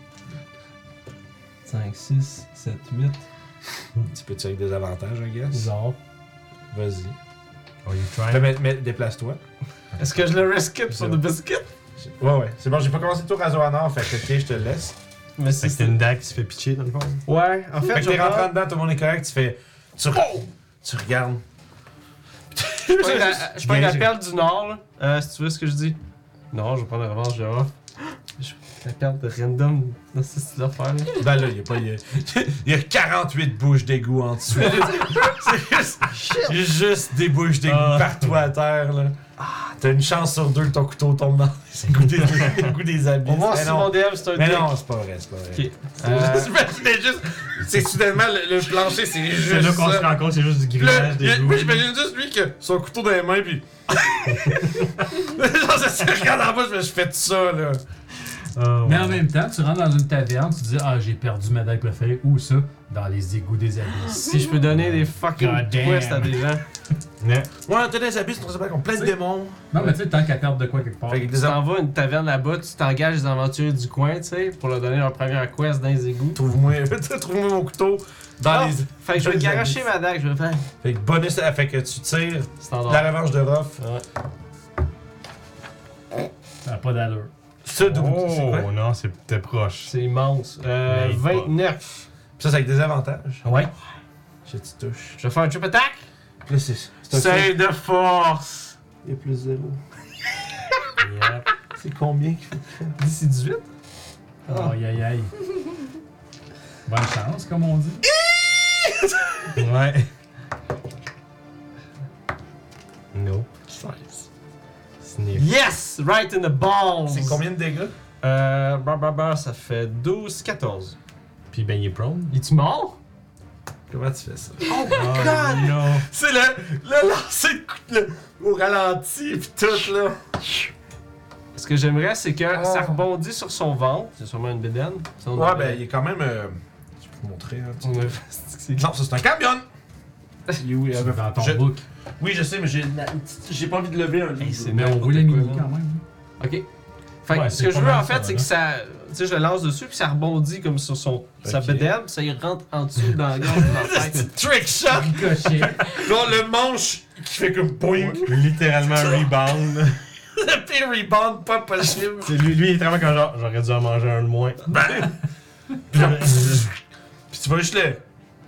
[SPEAKER 5] 5, 6, 7, 8.
[SPEAKER 1] Tu peux tirer avec des avantages, I guess.
[SPEAKER 4] Bizarre.
[SPEAKER 1] Vas-y.
[SPEAKER 6] Are you
[SPEAKER 1] Fais-
[SPEAKER 6] trying?
[SPEAKER 1] mais- mais déplace-toi.
[SPEAKER 5] Est-ce que je le risk it
[SPEAKER 1] Ça.
[SPEAKER 5] sur le biscuit?
[SPEAKER 1] Ouais, ouais. C'est bon, j'ai pas commencé le tour à Zoanor, fait que ok, je te le laisse.
[SPEAKER 5] Mais
[SPEAKER 6] Fait que t'as une dague qui se fait pitcher dans le fond.
[SPEAKER 5] Ouais, en
[SPEAKER 1] Fait
[SPEAKER 5] fait,
[SPEAKER 1] que
[SPEAKER 5] je
[SPEAKER 1] t'es rentré
[SPEAKER 5] rentre.
[SPEAKER 1] dedans, tout le Oh! monde est correct, tu fais. Tu, tu regardes.
[SPEAKER 5] Je prends la- je prends la perle du Nord, là. Euh, si tu veux ce que je dis. Non, je vais prendre la revanche, je vais voir. Je prends la perle de random dans ce style d'affaire, là.
[SPEAKER 1] Ben là, il y a pas. Il y a, il y a 48 bouches d'égout en dessous. C'est juste, juste des bouches d'égout
[SPEAKER 6] Ah.
[SPEAKER 1] partout à terre, là.
[SPEAKER 5] Ah,
[SPEAKER 1] T'as une chance sur deux que ton couteau tombe dans le goût des, le goût des habits.
[SPEAKER 5] On va voir
[SPEAKER 1] Mais
[SPEAKER 5] si
[SPEAKER 1] non.
[SPEAKER 5] mon DM c'est un
[SPEAKER 1] Mais
[SPEAKER 5] dick.
[SPEAKER 1] non, c'est pas vrai, c'est pas vrai.
[SPEAKER 5] Ok.
[SPEAKER 1] Euh, J'imaginais juste. C'est soudainement le, le plancher, c'est juste.
[SPEAKER 6] C'est là qu'on se
[SPEAKER 1] ça.
[SPEAKER 6] rend compte, c'est juste du
[SPEAKER 1] Puis là,
[SPEAKER 6] grillage
[SPEAKER 1] il y
[SPEAKER 6] des
[SPEAKER 1] a- moi
[SPEAKER 6] jouets.
[SPEAKER 1] j'imagine juste lui que son couteau dans les mains puis. Genre ça se regarde en bas, je fais, je fais tout ça là.
[SPEAKER 6] Oh,
[SPEAKER 4] Mais
[SPEAKER 6] ouais.
[SPEAKER 4] en même temps, tu rentres dans une taverne, tu dis Ah, j'ai perdu ma dague préférée, ou ça, dans les égouts des abysses.
[SPEAKER 5] Si je peux donner des fucking
[SPEAKER 4] God damn.
[SPEAKER 5] twists à des gens,
[SPEAKER 6] Ouais.
[SPEAKER 1] Ouais, t'as des habits, c'est pour ça qu'on plein de démons.
[SPEAKER 4] Non, mais tu sais, tant qu'à perdre de quoi quelque part.
[SPEAKER 1] Fait que
[SPEAKER 5] tu
[SPEAKER 1] des
[SPEAKER 5] t'en vas à une taverne là-bas, tu t'engages les aventuriers du coin, tu sais, pour leur donner leur première quest dans les égouts.
[SPEAKER 1] Trouve-moi trouve mon couteau dans
[SPEAKER 5] Ah!
[SPEAKER 1] les.
[SPEAKER 5] Fait que je vais
[SPEAKER 1] Dans les
[SPEAKER 5] garocher ma dague, je vais faire.
[SPEAKER 1] Fait que bonus, ah, fait que tu tires
[SPEAKER 5] Standard.
[SPEAKER 1] la revanche de Ruff.
[SPEAKER 4] Ça n'a pas d'allure.
[SPEAKER 1] Ça, double. c'est quoi?
[SPEAKER 6] Oh non, c'est- t'es proche.
[SPEAKER 5] C'est immense. Euh,
[SPEAKER 6] Mais pas.
[SPEAKER 5] 29.
[SPEAKER 1] Puis ça, c'est avec des avantages.
[SPEAKER 6] Ouais.
[SPEAKER 1] J'ai tu touches.
[SPEAKER 5] Je vais faire un triple attack.
[SPEAKER 1] Puis là, c'est. c'est un
[SPEAKER 5] Save de force.
[SPEAKER 1] Il y a plus zéro.
[SPEAKER 6] Yep.
[SPEAKER 1] C'est combien qu'il faut
[SPEAKER 5] D'ici 18. Ah.
[SPEAKER 4] Aïe aïe aïe. Bonne chance, comme on dit.
[SPEAKER 6] Ouais. No.
[SPEAKER 5] 16.
[SPEAKER 6] Sniff.
[SPEAKER 5] Yes! Right in the balls!
[SPEAKER 1] C'est combien de dégâts
[SPEAKER 5] Euh. Bah, bah, bah, ça fait 12, 14.
[SPEAKER 6] Puis ben il est prone.
[SPEAKER 5] Et tu mort?
[SPEAKER 1] Comment tu fais ça
[SPEAKER 5] Oh
[SPEAKER 6] Oh non.
[SPEAKER 1] C'est le. Le lancer de coup de- au ralenti pis tout là.
[SPEAKER 5] Ce que j'aimerais, c'est que
[SPEAKER 1] Oh.
[SPEAKER 5] ça rebondit sur son ventre. C'est sûrement une bédaine. Ça, on a-
[SPEAKER 1] Ouais, ben il est quand même. euh, Je peux vous montrer. Hein, petit-
[SPEAKER 5] On a- c'est-
[SPEAKER 1] Non, ça c'est un camion Il est où, il avait-
[SPEAKER 4] Dans ton
[SPEAKER 1] je-
[SPEAKER 4] book.
[SPEAKER 1] Oui, je sais, mais j'ai la- j'ai pas envie de lever un livre.
[SPEAKER 5] Hey, c'est
[SPEAKER 4] Mais on
[SPEAKER 5] n'importe
[SPEAKER 4] roule la
[SPEAKER 5] quoi,
[SPEAKER 4] mini
[SPEAKER 5] là.
[SPEAKER 4] quand même.
[SPEAKER 5] Ok. Fait que
[SPEAKER 6] Ouais,
[SPEAKER 5] ce
[SPEAKER 6] c'est
[SPEAKER 5] que je
[SPEAKER 6] pas
[SPEAKER 5] veux
[SPEAKER 6] mal,
[SPEAKER 5] en
[SPEAKER 6] ça,
[SPEAKER 5] fait, c'est que ça. Tu sais, je le lance dessus, puis ça rebondit comme sur son, sa
[SPEAKER 1] Ok.
[SPEAKER 5] bédaine, puis ça y rentre en dessous dans la gorge de la tête.
[SPEAKER 1] Trick shot
[SPEAKER 4] Ricochet.
[SPEAKER 1] Genre le manche qui fait comme boing
[SPEAKER 6] Littéralement rebound.
[SPEAKER 1] Le pire rebound pas possible Ben.
[SPEAKER 6] C'est lui, lui, il est vraiment comme genre, j'aurais dû en manger un de moins.
[SPEAKER 1] Puis là, Puis tu vois juste le,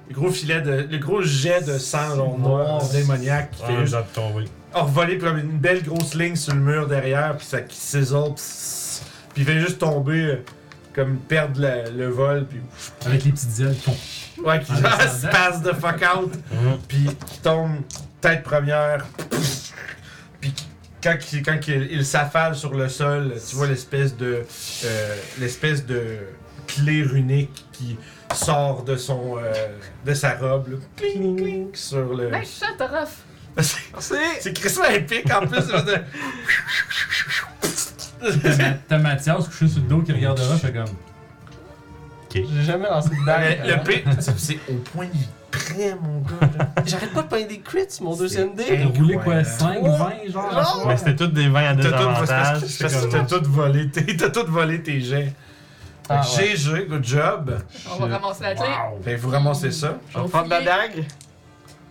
[SPEAKER 1] le gros filet de. le gros jet de sang genre noir, démoniaque qui
[SPEAKER 6] Ah,
[SPEAKER 1] fait
[SPEAKER 6] j'ai
[SPEAKER 1] juste
[SPEAKER 6] hâte de tomber.
[SPEAKER 1] envoler comme une belle grosse ligne sur le mur derrière, puis ça qui sizzle, pss, puis il fait juste tomber euh, comme perdre le, le vol, puis
[SPEAKER 4] Avec les petites ailes qui font.
[SPEAKER 1] ouais, qui
[SPEAKER 4] En
[SPEAKER 1] genre,
[SPEAKER 4] descendant.
[SPEAKER 1] se passe de fuck out.
[SPEAKER 6] Mhm.
[SPEAKER 1] puis qui tombe tête première. Puis qui- quand, il, quand qu'il- il s'affale sur le sol, tu vois l'espèce de euh, l'espèce de clé runique qui sort de son euh, de sa robe, là. clink clink sur le.
[SPEAKER 3] Ben, shut off!
[SPEAKER 5] C'est.
[SPEAKER 1] C'est crissement épique en plus. parce que-
[SPEAKER 4] T'as Ma- T'as Mathias couché sur le dos qui regarde là, fait comme.
[SPEAKER 5] J'ai jamais lancé de dague.
[SPEAKER 1] le P, c'est au point de vue près, mon gars. là.
[SPEAKER 5] J'arrête pas de peindre des crits, mon deuxième
[SPEAKER 1] C'est
[SPEAKER 5] dé.
[SPEAKER 4] T'as roulé quoi
[SPEAKER 1] Incroyable.
[SPEAKER 4] 5, 20 genre à soir?
[SPEAKER 6] Mais c'était toutes des vins
[SPEAKER 1] T'as
[SPEAKER 6] à
[SPEAKER 1] tout,
[SPEAKER 6] désavantage.
[SPEAKER 1] parce que- parce que t'as tout volé, tes- t'as tout volé tes jets.
[SPEAKER 5] Ah, ouais.
[SPEAKER 1] GG, good job.
[SPEAKER 3] On va ramasser la clé.
[SPEAKER 4] Wow.
[SPEAKER 1] Fait que vous ramassez ça.
[SPEAKER 5] Je vais prendre la dague.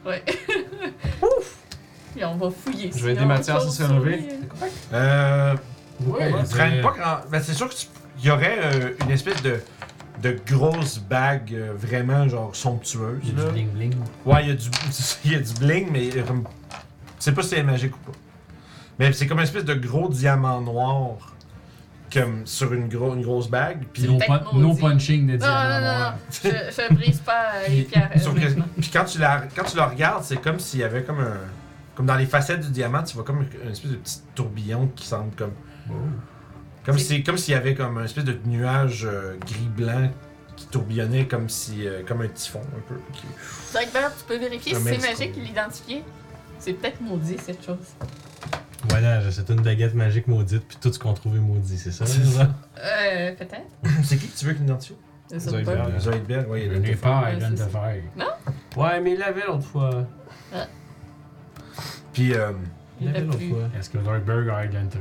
[SPEAKER 3] Ouais. Ouf! Et on va fouiller.
[SPEAKER 5] Je vais aider
[SPEAKER 3] Sinon,
[SPEAKER 5] Mathias à se
[SPEAKER 3] on
[SPEAKER 5] relever.
[SPEAKER 3] fouille.
[SPEAKER 1] Euh,
[SPEAKER 4] Ouais,
[SPEAKER 1] On traîne
[SPEAKER 4] c'est-
[SPEAKER 1] pas grand. Ben, c'est sûr qu'il y aurait euh, une espèce de, de grosse bague euh, vraiment genre somptueuse.
[SPEAKER 4] Il y a
[SPEAKER 1] là.
[SPEAKER 4] du bling bling.
[SPEAKER 1] Ouais, il y, a du- il y a du bling, mais euh, comme. Je sais pas si c'est magique ou pas. Mais c'est comme une espèce de gros diamant noir comme sur une, gro- une grosse bague.
[SPEAKER 4] Puis
[SPEAKER 1] Puis,
[SPEAKER 4] no,
[SPEAKER 3] peut-être
[SPEAKER 4] pun- no
[SPEAKER 3] maudit.
[SPEAKER 4] punching de
[SPEAKER 3] Non, non,
[SPEAKER 4] diamant
[SPEAKER 3] non, non.
[SPEAKER 4] noir.
[SPEAKER 3] Je, je brise pas euh, les pierres.
[SPEAKER 1] sauf que-
[SPEAKER 3] honnêtement.
[SPEAKER 1] puis quand, tu la, quand tu la regardes, c'est comme s'il y avait comme un. Comme dans les facettes du diamant, tu vois comme une espèce de petit tourbillon qui semble comme. Comme si, comme s'il y avait comme un espèce de nuage euh, gris-blanc qui tourbillonnait comme si, euh, comme un typhon un peu. qui-
[SPEAKER 3] Jagbert, tu peux vérifier
[SPEAKER 1] Un
[SPEAKER 3] si c'est
[SPEAKER 1] maelstrom.
[SPEAKER 3] magique et l'identifier? C'est peut-être maudit, cette chose.
[SPEAKER 6] Voilà, c'est une baguette magique maudite, puis tout ce qu'on trouve est maudit, c'est ça?
[SPEAKER 1] C'est ça.
[SPEAKER 3] Euh, peut-être.
[SPEAKER 1] C'est qui que tu veux qu'il identifie
[SPEAKER 3] Je sais
[SPEAKER 5] Zoidberg.
[SPEAKER 3] pas.
[SPEAKER 6] Ouais.
[SPEAKER 1] Zoidberg, oui.
[SPEAKER 4] Je n'ai pas, il vient de
[SPEAKER 3] c'est
[SPEAKER 4] faire.
[SPEAKER 5] Ouais, mais il l'avait l'autre fois.
[SPEAKER 1] Puis, euh,
[SPEAKER 5] Il
[SPEAKER 3] Il
[SPEAKER 5] l'avait
[SPEAKER 3] l'a
[SPEAKER 5] l'autre
[SPEAKER 3] plus. euh,
[SPEAKER 5] fois.
[SPEAKER 4] Est-ce que Darkberg a identifié?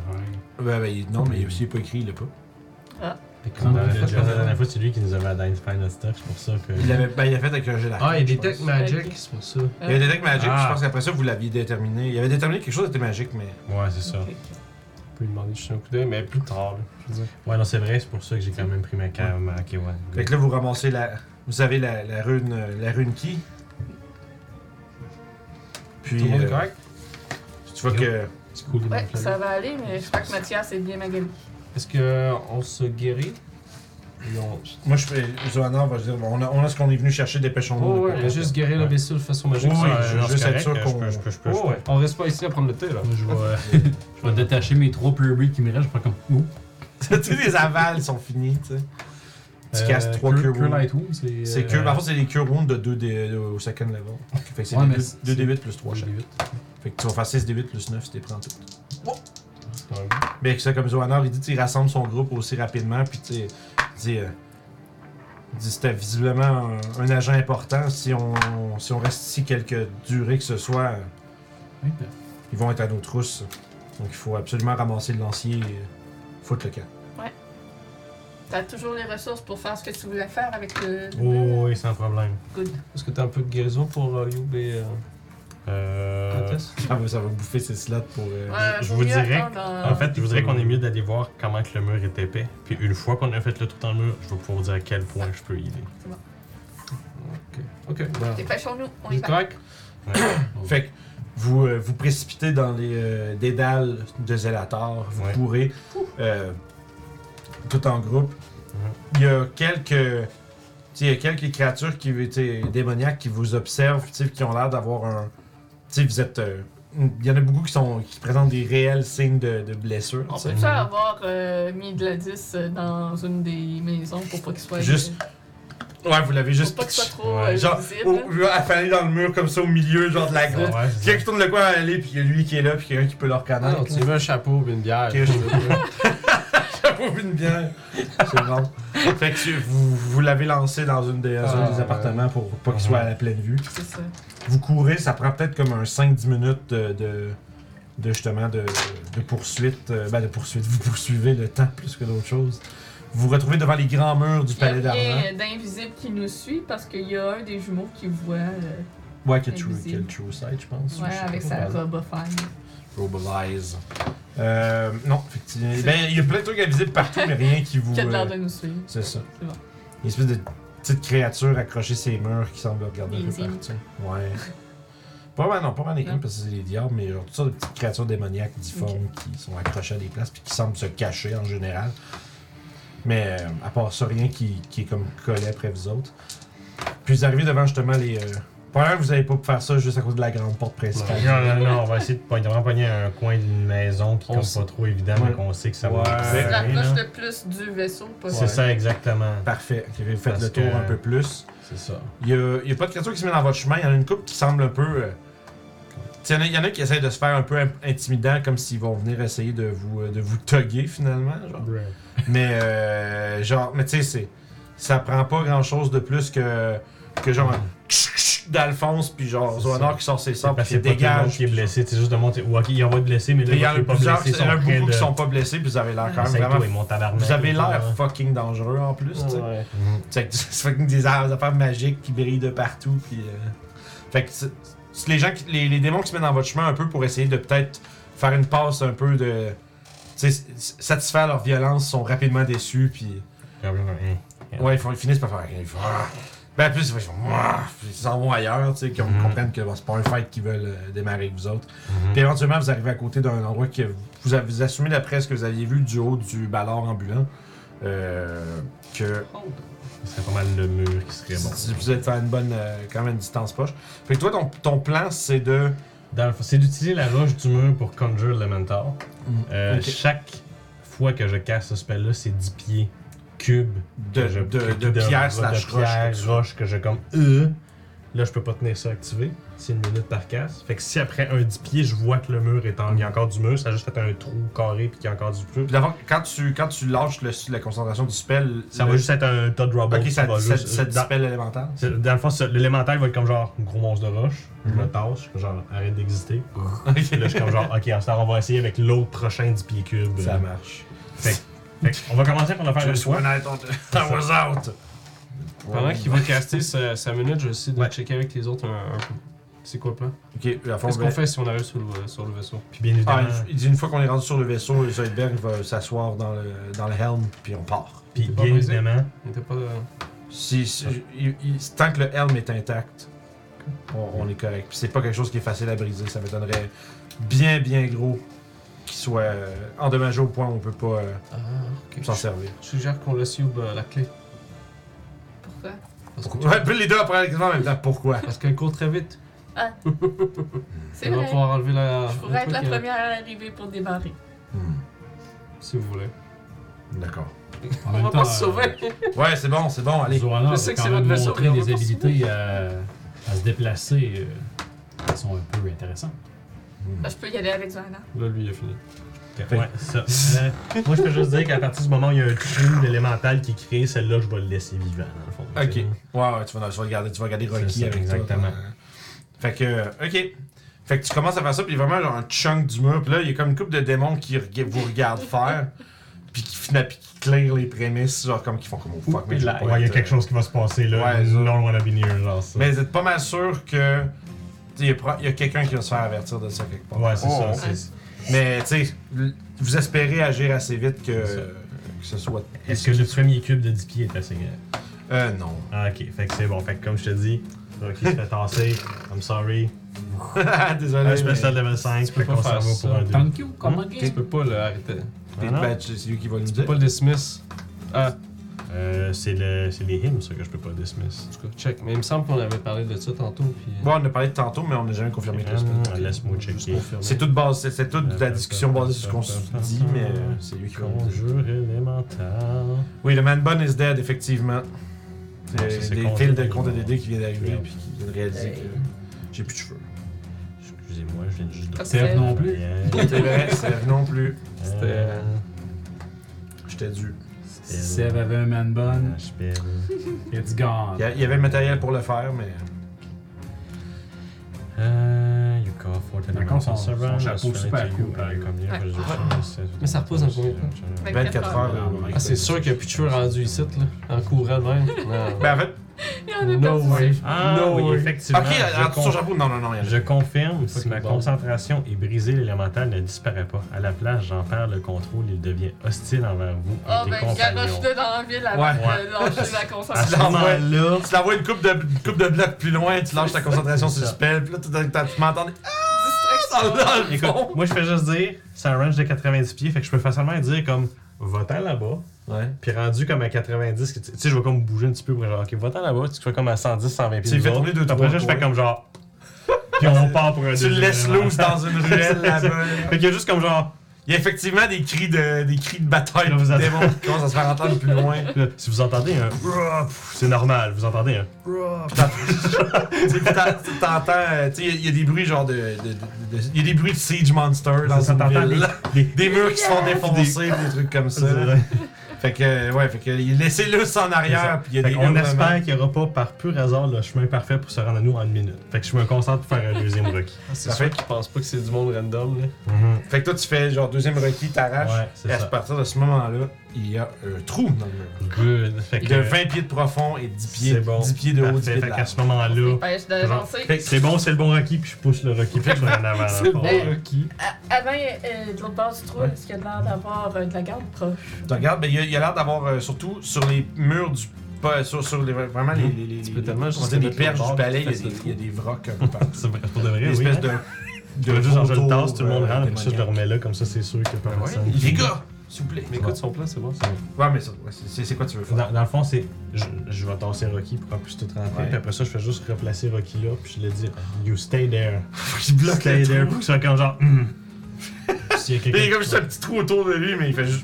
[SPEAKER 1] ben, ben, non, mais il aussi pas écrit, il l'a pas.
[SPEAKER 6] Fait que comme dans le podcast, la dernière fois, c'est lui qui nous avait identifié notre stuff, c'est pour ça que.
[SPEAKER 1] Il l'avait ben, il a fait avec un gel
[SPEAKER 5] Ah, il détecte
[SPEAKER 1] magique.
[SPEAKER 5] Magic,
[SPEAKER 3] Ok.
[SPEAKER 5] c'est pour ça.
[SPEAKER 1] Il a détecté magique, puis
[SPEAKER 6] Ah.
[SPEAKER 1] je pense qu'après ça, vous l'aviez déterminé. Il avait déterminé que quelque chose était magique, mais.
[SPEAKER 6] Ouais, c'est ça.
[SPEAKER 5] On peut lui demander juste un coup d'œil, mais plus tard, là, je veux dire.
[SPEAKER 6] Ouais, non, c'est vrai, c'est pour ça que j'ai quand même pris ma cam. Ok, ouais.
[SPEAKER 1] Fait que là, vous ramassez la. Vous avez la, la rune. euh, La rune qui Puis.
[SPEAKER 5] Tout le monde est
[SPEAKER 1] euh,
[SPEAKER 5] correct?
[SPEAKER 1] tu vois que.
[SPEAKER 5] C'est cool, il
[SPEAKER 3] Ouais,
[SPEAKER 5] m'a fallu.
[SPEAKER 3] ça va aller, mais je crois que Mathias est bien magané.
[SPEAKER 5] Est-ce que on se guérit?
[SPEAKER 2] Ils ont-
[SPEAKER 1] Moi, je fais. Zoana va dire bon, on a, on a ce qu'on est venu chercher, dépêchons-nous.
[SPEAKER 2] Oh, ouais,
[SPEAKER 1] Dépêchons-nous.
[SPEAKER 2] mais juste guérir le
[SPEAKER 6] Ouais.
[SPEAKER 2] vaisseau de façon
[SPEAKER 1] Oui,
[SPEAKER 2] magique.
[SPEAKER 1] oui,
[SPEAKER 2] ça,
[SPEAKER 1] je
[SPEAKER 2] euh,
[SPEAKER 1] veux juste être sûr
[SPEAKER 6] correct,
[SPEAKER 1] qu'on.
[SPEAKER 6] je peux- je peux- je peux-
[SPEAKER 2] oh, ouais. On reste pas ici à prendre le thé, là.
[SPEAKER 4] Moi, je vais, je vais détacher mes trois pleuris qui me restent. Je vais faire comme. Ouh.
[SPEAKER 1] Tous les avals sont finis, tu sais. Tu casses trois
[SPEAKER 4] cure-
[SPEAKER 1] cure
[SPEAKER 4] cure
[SPEAKER 1] wounds.
[SPEAKER 4] light wounds, c'est. euh,
[SPEAKER 1] C'est que, en fait, c'est des cure wounds de 2 d au second level. Fait que c'est
[SPEAKER 4] Ouais,
[SPEAKER 1] des
[SPEAKER 4] mais c'est-
[SPEAKER 1] deux- 2d8 plus 3 chaque.
[SPEAKER 4] 8.
[SPEAKER 1] Fait que tu vas faire 6d8 plus 9 si t'es prends tout.
[SPEAKER 2] C'est quand même-
[SPEAKER 1] Mais que ça, comme Zoana, il dit, tu sais, il rassemble son groupe aussi rapidement, puis tu sais, il dit, euh, il dit, c'était visiblement un, un agent important. Si on, si on reste ici quelque durée que ce soit, euh, ils vont être à nos trousses. Donc il faut absolument ramasser le lancier et foutre le camp.
[SPEAKER 3] T'as toujours les ressources pour faire ce que tu voulais faire avec le.
[SPEAKER 6] Oh, oui, sans problème.
[SPEAKER 3] Good.
[SPEAKER 2] Est-ce que t'as un peu de guérison pour euh, Youb et euh,
[SPEAKER 6] Euh,
[SPEAKER 2] Contest?
[SPEAKER 1] Ça va, ça va bouffer ses slots pour. euh,
[SPEAKER 3] Ouais,
[SPEAKER 6] je
[SPEAKER 3] vaut
[SPEAKER 6] vous
[SPEAKER 3] mieux
[SPEAKER 6] dirais
[SPEAKER 3] attendre, euh,
[SPEAKER 6] En fait, je voudrais qu'on est mieux d'aller voir comment que le mur est épais. Puis une fois qu'on a fait le tour dans le mur, je vais pouvoir dire à quel point je peux y aller.
[SPEAKER 2] Ok, bah.
[SPEAKER 3] Dépêchons-nous, on
[SPEAKER 2] Vous
[SPEAKER 3] y
[SPEAKER 2] êtes
[SPEAKER 3] va.
[SPEAKER 2] correct?
[SPEAKER 1] Fait que vous euh, vous précipitez dans les euh, dédales de Zelator, vous
[SPEAKER 6] Ouais.
[SPEAKER 1] courez euh, tout en groupe. Il y a quelques. tu sais, Il y a quelques créatures qui étaient démoniaques qui vous observent, tu sais, qui ont l'air d'avoir un. Tu sais, vous êtes. euh, il y en a beaucoup qui, sont, qui présentent des réels signes de, de blessure.
[SPEAKER 3] On
[SPEAKER 1] tu sais.
[SPEAKER 3] peut-tu avoir euh, mis Gladys euh, dans une des maisons pour pas qu'il soit.
[SPEAKER 1] Juste- Ouais, vous l'avez
[SPEAKER 3] Pour
[SPEAKER 1] juste.
[SPEAKER 3] pas qu'il soit trop
[SPEAKER 6] Ouais.
[SPEAKER 3] euh,
[SPEAKER 1] Genre,
[SPEAKER 3] visible.
[SPEAKER 1] au- affalé dans le mur comme ça au milieu, genre de la
[SPEAKER 6] Ouais,
[SPEAKER 1] grotte.
[SPEAKER 6] c'est
[SPEAKER 1] Quelqu'un qui tourne le coin à aller, puis il y a lui qui est là, puis quelqu'un qui peut le
[SPEAKER 2] Ah non,
[SPEAKER 1] reconnaître.
[SPEAKER 2] tu veux un chapeau ou une bière.
[SPEAKER 1] Ok, J'avoue une bière. C'est bon. Fait que tu- vous, vous l'avez lancé dans une des, dans un des
[SPEAKER 2] Ah,
[SPEAKER 1] appartements pour pas qu'il
[SPEAKER 6] Mhm.
[SPEAKER 1] soit à la pleine vue.
[SPEAKER 3] C'est ça.
[SPEAKER 1] Vous courez, ça prend peut-être comme un 5-10 minutes de, de, de justement de, de poursuite. euh, ben de poursuite, vous poursuivez le temps plus que d'autres choses. Vous vous retrouvez devant les grands murs du
[SPEAKER 3] Il y a
[SPEAKER 1] palais d'argent.
[SPEAKER 3] rien d'invisible qui nous suit parce qu'il y a un des jumeaux qui voit euh,
[SPEAKER 1] Ouais, que True,
[SPEAKER 3] Invisible.
[SPEAKER 1] que True Sight, je pense.
[SPEAKER 3] ouais,
[SPEAKER 1] Je sais
[SPEAKER 3] avec
[SPEAKER 1] pas.
[SPEAKER 3] sa robe offerte.
[SPEAKER 1] Globalize. Euh, non, effectivement. Ben, il y a plein de trucs invisibles partout, mais rien qui vous.
[SPEAKER 3] Qui a de l'air
[SPEAKER 1] euh,
[SPEAKER 3] de nous suivre.
[SPEAKER 1] C'est ça.
[SPEAKER 3] C'est bon.
[SPEAKER 1] Une espèce de petite créature accrochée ces murs qui semble regarder un peu
[SPEAKER 3] Easy.
[SPEAKER 1] partout. Ouais. pas mal, non, pas mal les
[SPEAKER 3] Non.
[SPEAKER 1] parce que c'est des diables, mais genre toutes sortes de petites créatures démoniaques difformes qui sont accrochées à des places puis qui semblent se cacher en général. Mais euh, à part ça, rien qui, qui est comme collé après vous autres. Puis vous arrivez devant justement les. Euh... Premièrement, vous n'allez pas faire ça juste à cause de la grande porte principale.
[SPEAKER 6] Non, non, non, on va essayer de pogner- vraiment pogner un coin d'une maison qui est
[SPEAKER 2] On
[SPEAKER 6] comme
[SPEAKER 2] sait-
[SPEAKER 6] pas trop évident,
[SPEAKER 1] Ouais.
[SPEAKER 6] mais qu'on sait que ça va.
[SPEAKER 1] Ouais.
[SPEAKER 6] coûter
[SPEAKER 1] C'est
[SPEAKER 3] La
[SPEAKER 6] rien,
[SPEAKER 3] roche
[SPEAKER 6] là.
[SPEAKER 3] le plus du vaisseau
[SPEAKER 6] C'est
[SPEAKER 3] possible.
[SPEAKER 6] ça, exactement.
[SPEAKER 1] Parfait. Ok, Vous faites
[SPEAKER 6] Parce
[SPEAKER 1] le tour
[SPEAKER 6] que-
[SPEAKER 1] un peu plus.
[SPEAKER 6] C'est ça.
[SPEAKER 1] Il y a, il y a pas de créature qui se met dans votre chemin. Il y en a une couple qui semble un peu. euh, t'sais, Il y, en a- il y en a qui essaient de se faire un peu im- intimidant, comme s'ils vont venir essayer de vous, euh, de vous toguer finalement. genre. Mais, euh, genre, mais tu sais, c'est- ça prend pas grand chose de plus que, que genre un d'Alphonse, puis genre
[SPEAKER 6] C'est
[SPEAKER 1] Zoanor qui sort ses sorts, puis
[SPEAKER 6] Parce que
[SPEAKER 1] qui
[SPEAKER 6] c'est pas tout le monde
[SPEAKER 1] dégage.
[SPEAKER 6] qui est
[SPEAKER 1] puis-
[SPEAKER 6] blessé, c'est juste de monter. Ou ok, il y en va de blessé, mais là,
[SPEAKER 1] puis Il y en
[SPEAKER 6] je
[SPEAKER 1] a
[SPEAKER 6] suis pas
[SPEAKER 1] plusieurs,
[SPEAKER 6] blessé. euh,
[SPEAKER 1] il y en a
[SPEAKER 6] sont prêts
[SPEAKER 1] beaucoup
[SPEAKER 6] de-
[SPEAKER 1] qui sont pas blessés, puis vous avez l'air quand même
[SPEAKER 6] Essaye,
[SPEAKER 1] vraiment.
[SPEAKER 6] toi, et mon tabarnak,
[SPEAKER 1] Vous avez
[SPEAKER 6] là.
[SPEAKER 1] l'air fucking dangereux en plus, tu sais.
[SPEAKER 2] Ouais.
[SPEAKER 6] Mhm.
[SPEAKER 1] C'est que c'est fucking des a- des affaires magiques qui brillent de partout. Puis, euh, Fait que c'est- c'est les, gens qui- les, les démons qui se mettent dans votre chemin un peu pour essayer de peut-être faire une passe un peu de. tu sais, s- s- satisfaire leur violence, sont rapidement déçus. Puis
[SPEAKER 6] Hein.
[SPEAKER 1] ouais, ils, font- ils finissent par faire. Ils font, Ah! ben, en plus, ils font. Ah! Puis ils s'en vont ailleurs, tu sais, qu'on
[SPEAKER 6] Mhm.
[SPEAKER 1] comprenne que bon, c'est pas un fight qu'ils veulent euh, démarrer avec vous autres.
[SPEAKER 6] Mhm.
[SPEAKER 1] Puis éventuellement, vous arrivez à côté d'un endroit que vous- vous, avez, vous assumez d'après ce que vous aviez vu du haut du ballard ambulant. euh, que
[SPEAKER 6] Ce serait pas mal le mur qui serait bon.
[SPEAKER 1] si vous êtes faire une bonne, euh, quand même une distance proche. Fait que toi, ton, ton plan, c'est de.
[SPEAKER 6] Dans le fond, c'est d'utiliser la roche du mur pour conjure le mentor.
[SPEAKER 1] Mm,
[SPEAKER 6] Euh,
[SPEAKER 1] ok.
[SPEAKER 6] Chaque fois que je casse ce spell-là, c'est 10 pieds cubes
[SPEAKER 1] De,
[SPEAKER 6] que je-
[SPEAKER 1] de,
[SPEAKER 6] que-
[SPEAKER 1] de pierre slash
[SPEAKER 6] de
[SPEAKER 1] roche.
[SPEAKER 6] pierre,
[SPEAKER 1] comme ça.
[SPEAKER 6] roche que je comme euh, là je peux pas tenir ça activé c'est une minute par casse fait que si après un 10 pieds je vois que le mur est en il y a encore du mur ça a juste fait un trou carré puis qu'il y a encore du plus
[SPEAKER 1] Puis d'abord, quand tu, quand tu lâches le- la concentration du spell,
[SPEAKER 6] ça
[SPEAKER 1] le-
[SPEAKER 6] va juste être un tas de rubble
[SPEAKER 1] Ok,
[SPEAKER 6] qui
[SPEAKER 1] ça,
[SPEAKER 6] va
[SPEAKER 1] ça,
[SPEAKER 6] juste-
[SPEAKER 1] ça
[SPEAKER 6] dans-
[SPEAKER 1] dispelle l'élémental.
[SPEAKER 6] c'est- dans le fond, ça- l'élémentaire va être comme genre gros monstre de roche. Je me
[SPEAKER 1] Mhm.
[SPEAKER 6] tasse, genre arrête d'exister. Puis là, je suis comme genre, ok, en ce temps, on va essayer avec l'autre prochain 10 pieds cubes.
[SPEAKER 1] Ça marche.
[SPEAKER 6] on va commencer par le faire une
[SPEAKER 1] Just
[SPEAKER 6] fois.
[SPEAKER 1] when I thought I was out.
[SPEAKER 2] Pendant qu'il va caster sa, sa minute, je vais essayer de
[SPEAKER 6] Ouais.
[SPEAKER 2] checker avec les autres un, un peu. C'est quoi le plan?
[SPEAKER 1] Ok, la forme.
[SPEAKER 2] Qu'est-ce qu'on fait si on arrive sur le, sur le vaisseau?
[SPEAKER 6] Puis bien évidemment,
[SPEAKER 1] Ah, il- il dit une fois qu'on est rendu sur le vaisseau, Zoidberg va s'asseoir dans le, dans le helm, puis on part.
[SPEAKER 6] puis
[SPEAKER 2] t'es pas
[SPEAKER 6] bien
[SPEAKER 2] brisé?
[SPEAKER 6] évidemment,
[SPEAKER 2] On était pas. de-
[SPEAKER 5] euh,
[SPEAKER 1] Si, si- il- il- tant que le helm est intact, on, on est correct. Puis c'est pas quelque chose qui est facile à briser. Ça m'étonnerait bien, bien gros qu'il soit euh, endommagé au point où on peut pas. euh,
[SPEAKER 2] Ah, ok.
[SPEAKER 1] s'en servir.
[SPEAKER 5] Je suggère qu'on le suive euh, la clé.
[SPEAKER 3] Pourquoi?
[SPEAKER 5] Parce que,
[SPEAKER 1] Pourquoi? Ouais, puis les deux après exactement en même temps. Pourquoi?
[SPEAKER 5] parce qu'elle court très vite.
[SPEAKER 3] C'est
[SPEAKER 5] Elle va
[SPEAKER 3] vrai.
[SPEAKER 5] pouvoir enlever la.
[SPEAKER 3] Je
[SPEAKER 5] le
[SPEAKER 3] pourrais être la
[SPEAKER 5] truc, euh,
[SPEAKER 3] première à arriver pour démarrer.
[SPEAKER 1] Hmm,
[SPEAKER 5] Si vous voulez.
[SPEAKER 1] D'accord.
[SPEAKER 4] En
[SPEAKER 5] On
[SPEAKER 4] même
[SPEAKER 5] va
[SPEAKER 4] temps,
[SPEAKER 5] pas se sauver.
[SPEAKER 1] Ouais, c'est bon, c'est bon, allez.
[SPEAKER 4] Zoana
[SPEAKER 5] Je
[SPEAKER 4] a
[SPEAKER 5] sais que
[SPEAKER 4] quand
[SPEAKER 5] c'est
[SPEAKER 4] même
[SPEAKER 5] votre vaisseau, mais
[SPEAKER 4] montré
[SPEAKER 5] on
[SPEAKER 4] des
[SPEAKER 5] va pas se
[SPEAKER 4] habilités à, à se déplacer euh, qui sont un peu intéressantes.
[SPEAKER 3] Ah, Je peux y aller avec Joanna.
[SPEAKER 5] Là, lui, il a fini.
[SPEAKER 6] Ouais, ça. Euh, moi, je peux juste dire qu'à partir du moment où il y a un crime d'élémental qui est créé, celle-là, je vais le laisser vivant, dans le fond.
[SPEAKER 1] Ok.
[SPEAKER 6] C'est-
[SPEAKER 1] Ouais, ouais, tu vas, tu vas regarder, tu vas regarder
[SPEAKER 6] C'est
[SPEAKER 1] Rocky
[SPEAKER 6] ça,
[SPEAKER 1] avec toi.
[SPEAKER 6] exactement.
[SPEAKER 1] Fait que, euh, ok. Fait que tu commences à faire ça, puis vraiment, genre, un chunk du mur, puis là, il y a comme une couple de démons qui rega- vous regardent faire, puis qui, fina- puis qui clairent les prémices, genre, comme qui font comme oh, fuck, mais je vais
[SPEAKER 6] Ouais,
[SPEAKER 1] pas
[SPEAKER 6] il y a
[SPEAKER 1] être,
[SPEAKER 6] quelque
[SPEAKER 1] euh,
[SPEAKER 6] chose qui va se passer là.
[SPEAKER 1] Ouais, ça.
[SPEAKER 6] non, on a be near, genre ça.
[SPEAKER 1] Mais vous êtes pas mal sûr que. tu sais, Il y a pro- il y a, quelqu'un qui va se faire avertir de ça quelque part.
[SPEAKER 6] Ouais, c'est
[SPEAKER 1] Oh,
[SPEAKER 6] ça.
[SPEAKER 1] oh.
[SPEAKER 6] c'est-
[SPEAKER 1] Mais, tu sais, l- vous espérez agir assez vite que,
[SPEAKER 6] C'est ça.
[SPEAKER 1] que ce soit.
[SPEAKER 6] Est-ce que le premier cube de 10 pieds est assez grand?
[SPEAKER 1] Euh, non.
[SPEAKER 6] Ah, ok. Fait que c'est bon. Fait que comme je te dis, Rocky se fait tasser. I'm sorry.
[SPEAKER 1] Désolé.
[SPEAKER 6] Un
[SPEAKER 1] mais-
[SPEAKER 6] spécial level 5. Fait
[SPEAKER 5] pas
[SPEAKER 6] qu'on s'en
[SPEAKER 5] faire
[SPEAKER 6] va
[SPEAKER 5] ça.
[SPEAKER 6] pour un Ah 2.
[SPEAKER 4] Thank
[SPEAKER 1] Mmh.
[SPEAKER 4] you, comment
[SPEAKER 5] Tu peux pas le arrêter.
[SPEAKER 1] T'es- ben, c'est lui qui va nous
[SPEAKER 5] Tu peux
[SPEAKER 1] dire.
[SPEAKER 5] pas le dismiss. Ah,
[SPEAKER 6] Euh, c'est le, c'est les hymnes, ça, que je peux pas dismiss.
[SPEAKER 5] en tout cas, check. Mais il me semble qu'on avait parlé de ça tantôt. Puis... euh,
[SPEAKER 1] Bon, on en a parlé de tantôt, mais on n'a jamais confirmé que le spell.
[SPEAKER 6] Ah, Laisse-moi checker.
[SPEAKER 1] C'est toute base, c'est-
[SPEAKER 6] Euh,
[SPEAKER 1] c'est toute la discussion basée sur ce qu'on se dit, mais euh, c'est lui qui va nous dire.
[SPEAKER 6] Conjure élémental.
[SPEAKER 1] Oui, le man bun is dead, effectivement.
[SPEAKER 6] Non, Ah, ça,
[SPEAKER 1] C'est
[SPEAKER 6] c'est
[SPEAKER 1] des
[SPEAKER 6] compté.
[SPEAKER 1] fils de compte de DD qui vient d'arriver
[SPEAKER 6] Ouais.
[SPEAKER 1] puis qui vient de réaliser que j'ai plus de cheveux.
[SPEAKER 6] Excusez-moi, je viens juste de.
[SPEAKER 3] Parce
[SPEAKER 4] Serve
[SPEAKER 3] que-
[SPEAKER 4] non plus.
[SPEAKER 6] Bien.
[SPEAKER 1] C'est vrai, c'est non plus.
[SPEAKER 5] C'était-
[SPEAKER 1] J'étais dû.
[SPEAKER 4] Seb avait un man bun,
[SPEAKER 6] Spell.
[SPEAKER 4] it's
[SPEAKER 1] Il
[SPEAKER 4] gone.
[SPEAKER 1] y a- il y avait le matériel pour le faire, mais.
[SPEAKER 6] Euh, You call for the
[SPEAKER 4] D'accord, son- son chapeau super cool, par exemple.
[SPEAKER 5] Mais ça repose en combien de temps?
[SPEAKER 1] 24 heures.
[SPEAKER 4] heures.
[SPEAKER 1] euh,
[SPEAKER 5] Ah, c'est sûr qu'il n'y a plus de cheveux rendus ici, là. En courant de même. Non.
[SPEAKER 1] Ben en fait.
[SPEAKER 3] Il y en a
[SPEAKER 5] no
[SPEAKER 3] perdu.
[SPEAKER 5] way.
[SPEAKER 6] Ah,
[SPEAKER 5] no
[SPEAKER 6] oui,
[SPEAKER 5] way.
[SPEAKER 6] effectivement.
[SPEAKER 1] Ok,
[SPEAKER 6] je
[SPEAKER 1] en dessous
[SPEAKER 6] con-
[SPEAKER 1] sur chapeau. Non, non, non, il y en a.
[SPEAKER 6] Je confirme, si
[SPEAKER 5] Fucking
[SPEAKER 6] ma
[SPEAKER 5] bon.
[SPEAKER 6] concentration est brisée, l'élémental ne disparaît pas. À la place, j'en perds le contrôle, il devient hostile envers vous et
[SPEAKER 3] Ah
[SPEAKER 6] tes
[SPEAKER 3] ben,
[SPEAKER 6] compagnons.
[SPEAKER 3] garoche-le dans la ville avant de lâcher la
[SPEAKER 6] À ce
[SPEAKER 1] Ah,
[SPEAKER 3] concentration.
[SPEAKER 6] moment-là,
[SPEAKER 1] Tu l'envoies une coupe de, une coupe de blocs plus loin, tu lâches ta concentration sur le spell, puis là, tu t'entends- tu m'entends dans
[SPEAKER 3] Distraction.
[SPEAKER 1] dans le fond.
[SPEAKER 6] écoute, moi je fais juste dire, c'est un range de 90 pieds, fait que je peux facilement dire comme, va-t'en là-bas,
[SPEAKER 1] Ouais.
[SPEAKER 6] puis rendu comme à 90, que tu tu sais, je vais comme bouger un petit peu pour genre, ok, va-t'en là-bas, tu fais comme à 110, 120 pieds.
[SPEAKER 1] Tu
[SPEAKER 6] nous
[SPEAKER 1] fais
[SPEAKER 6] autres.
[SPEAKER 1] tourner deux,
[SPEAKER 6] Après
[SPEAKER 1] trois
[SPEAKER 6] ça, je fais
[SPEAKER 1] fois.
[SPEAKER 6] comme genre, puis on part pour un
[SPEAKER 1] Tu le
[SPEAKER 6] deuxième
[SPEAKER 1] laisses
[SPEAKER 6] élément.
[SPEAKER 1] loose dans une ruelle là-bas.
[SPEAKER 6] Fait qu'il y a juste comme genre,
[SPEAKER 1] Il y a effectivement des cris de, des cris de bataille
[SPEAKER 6] Là, vous
[SPEAKER 1] de
[SPEAKER 6] êtes-
[SPEAKER 1] démons qui commencent à se faire entendre plus loin.
[SPEAKER 6] Là, Si vous entendez un Ruah pff, c'est normal, vous entendez un
[SPEAKER 1] Tu sais, t'en- T'entends, euh, tu sais, il y a des bruits genre de. de- de- de- Il y a des bruits de Siege Monster dans
[SPEAKER 6] Ça
[SPEAKER 1] une
[SPEAKER 6] t'entend
[SPEAKER 1] ville.
[SPEAKER 6] des-
[SPEAKER 1] Des murs qui se font défoncer, des trucs comme ça. Fait que, euh, ouais, fait que laissez-le en arrière, puis il y a des.
[SPEAKER 6] on
[SPEAKER 1] hurlements.
[SPEAKER 6] espère qu'il n'y aura pas par pur hasard le chemin parfait pour se rendre à nous en une minute. Fait que je me concentre pour faire un deuxième Rocky.
[SPEAKER 5] Ah, C'est
[SPEAKER 1] La
[SPEAKER 5] sûr
[SPEAKER 1] fête.
[SPEAKER 5] qu'ils pensent pas que c'est du monde random, là.
[SPEAKER 1] Fait que toi, tu fais genre deuxième requis, t'arraches.
[SPEAKER 6] Ouais, c'est
[SPEAKER 1] et à
[SPEAKER 6] ça.
[SPEAKER 1] partir de ce moment-là, il y a un trou dans le mur.
[SPEAKER 6] Good. Fait que
[SPEAKER 1] De 20 pieds de profond et 10 pieds,
[SPEAKER 6] c'est bon.
[SPEAKER 1] 10 pieds de haut, 10
[SPEAKER 6] Parfait.
[SPEAKER 1] pieds de
[SPEAKER 6] Fait qu'à
[SPEAKER 1] large.
[SPEAKER 6] ce moment-là,
[SPEAKER 3] Dépêche de
[SPEAKER 6] Genre,
[SPEAKER 3] lancer.
[SPEAKER 1] Fait que
[SPEAKER 6] c'est bon, c'est le bon Rocky, puis je pousse le Rocky, puis je vais en avant.
[SPEAKER 5] C'est bon,
[SPEAKER 3] Hey.
[SPEAKER 5] Rocky.
[SPEAKER 3] Ah, Avant, euh, de l'autre bord du trou,
[SPEAKER 1] Ouais.
[SPEAKER 3] est-ce qu'il y a l'air d'avoir euh, de la garde proche?
[SPEAKER 1] Tu regardes, ben, il y a- il y a, l'air d'avoir euh, surtout sur les murs du. Pas, sur, sur les, vraiment les.
[SPEAKER 6] Mhm.
[SPEAKER 1] les, les
[SPEAKER 5] Tu peux
[SPEAKER 1] les-
[SPEAKER 5] tellement
[SPEAKER 1] on
[SPEAKER 5] juste
[SPEAKER 1] dirait les
[SPEAKER 5] te mettre le
[SPEAKER 1] perches du
[SPEAKER 5] bord,
[SPEAKER 1] palais,
[SPEAKER 5] tu
[SPEAKER 1] il y a
[SPEAKER 5] fasses
[SPEAKER 1] des-
[SPEAKER 5] le
[SPEAKER 1] il y, a des vrocs un peu partout.
[SPEAKER 6] C'est vrai, pour de
[SPEAKER 1] Une
[SPEAKER 6] vrai, oui.
[SPEAKER 1] espèce
[SPEAKER 6] hein.
[SPEAKER 1] de.
[SPEAKER 6] Je vais juste genre, je le tasse,
[SPEAKER 1] vautour,
[SPEAKER 6] tout le monde
[SPEAKER 1] euh,
[SPEAKER 6] rentre, puis ça, je le
[SPEAKER 1] démoniaque.
[SPEAKER 6] remets là, comme ça, c'est sûr que
[SPEAKER 5] Ben ouais.
[SPEAKER 6] personne.
[SPEAKER 1] Ah Les gars, s'il vous plaît.
[SPEAKER 5] Mais écoute, son plan, c'est bon.
[SPEAKER 6] C'est bon.
[SPEAKER 1] Ouais, mais ça, ouais, c'est- c'est c'est quoi tu veux faire?
[SPEAKER 6] Dans, dans le fond, c'est. Je, je vais tasser Rocky pour qu'on puisse tout rentrer.
[SPEAKER 1] Ouais.
[SPEAKER 6] Puis après ça, je fais juste replacer Rocky là. Puis je le dis You stay there.
[SPEAKER 1] Il bloque
[SPEAKER 6] stay
[SPEAKER 1] le
[SPEAKER 6] there
[SPEAKER 1] trou.
[SPEAKER 6] pour que ce soit comme genre. Hmm. S'il y a
[SPEAKER 1] Il y a
[SPEAKER 6] quelqu'un.
[SPEAKER 1] comme juste un petit trou autour de lui, mais il fait juste.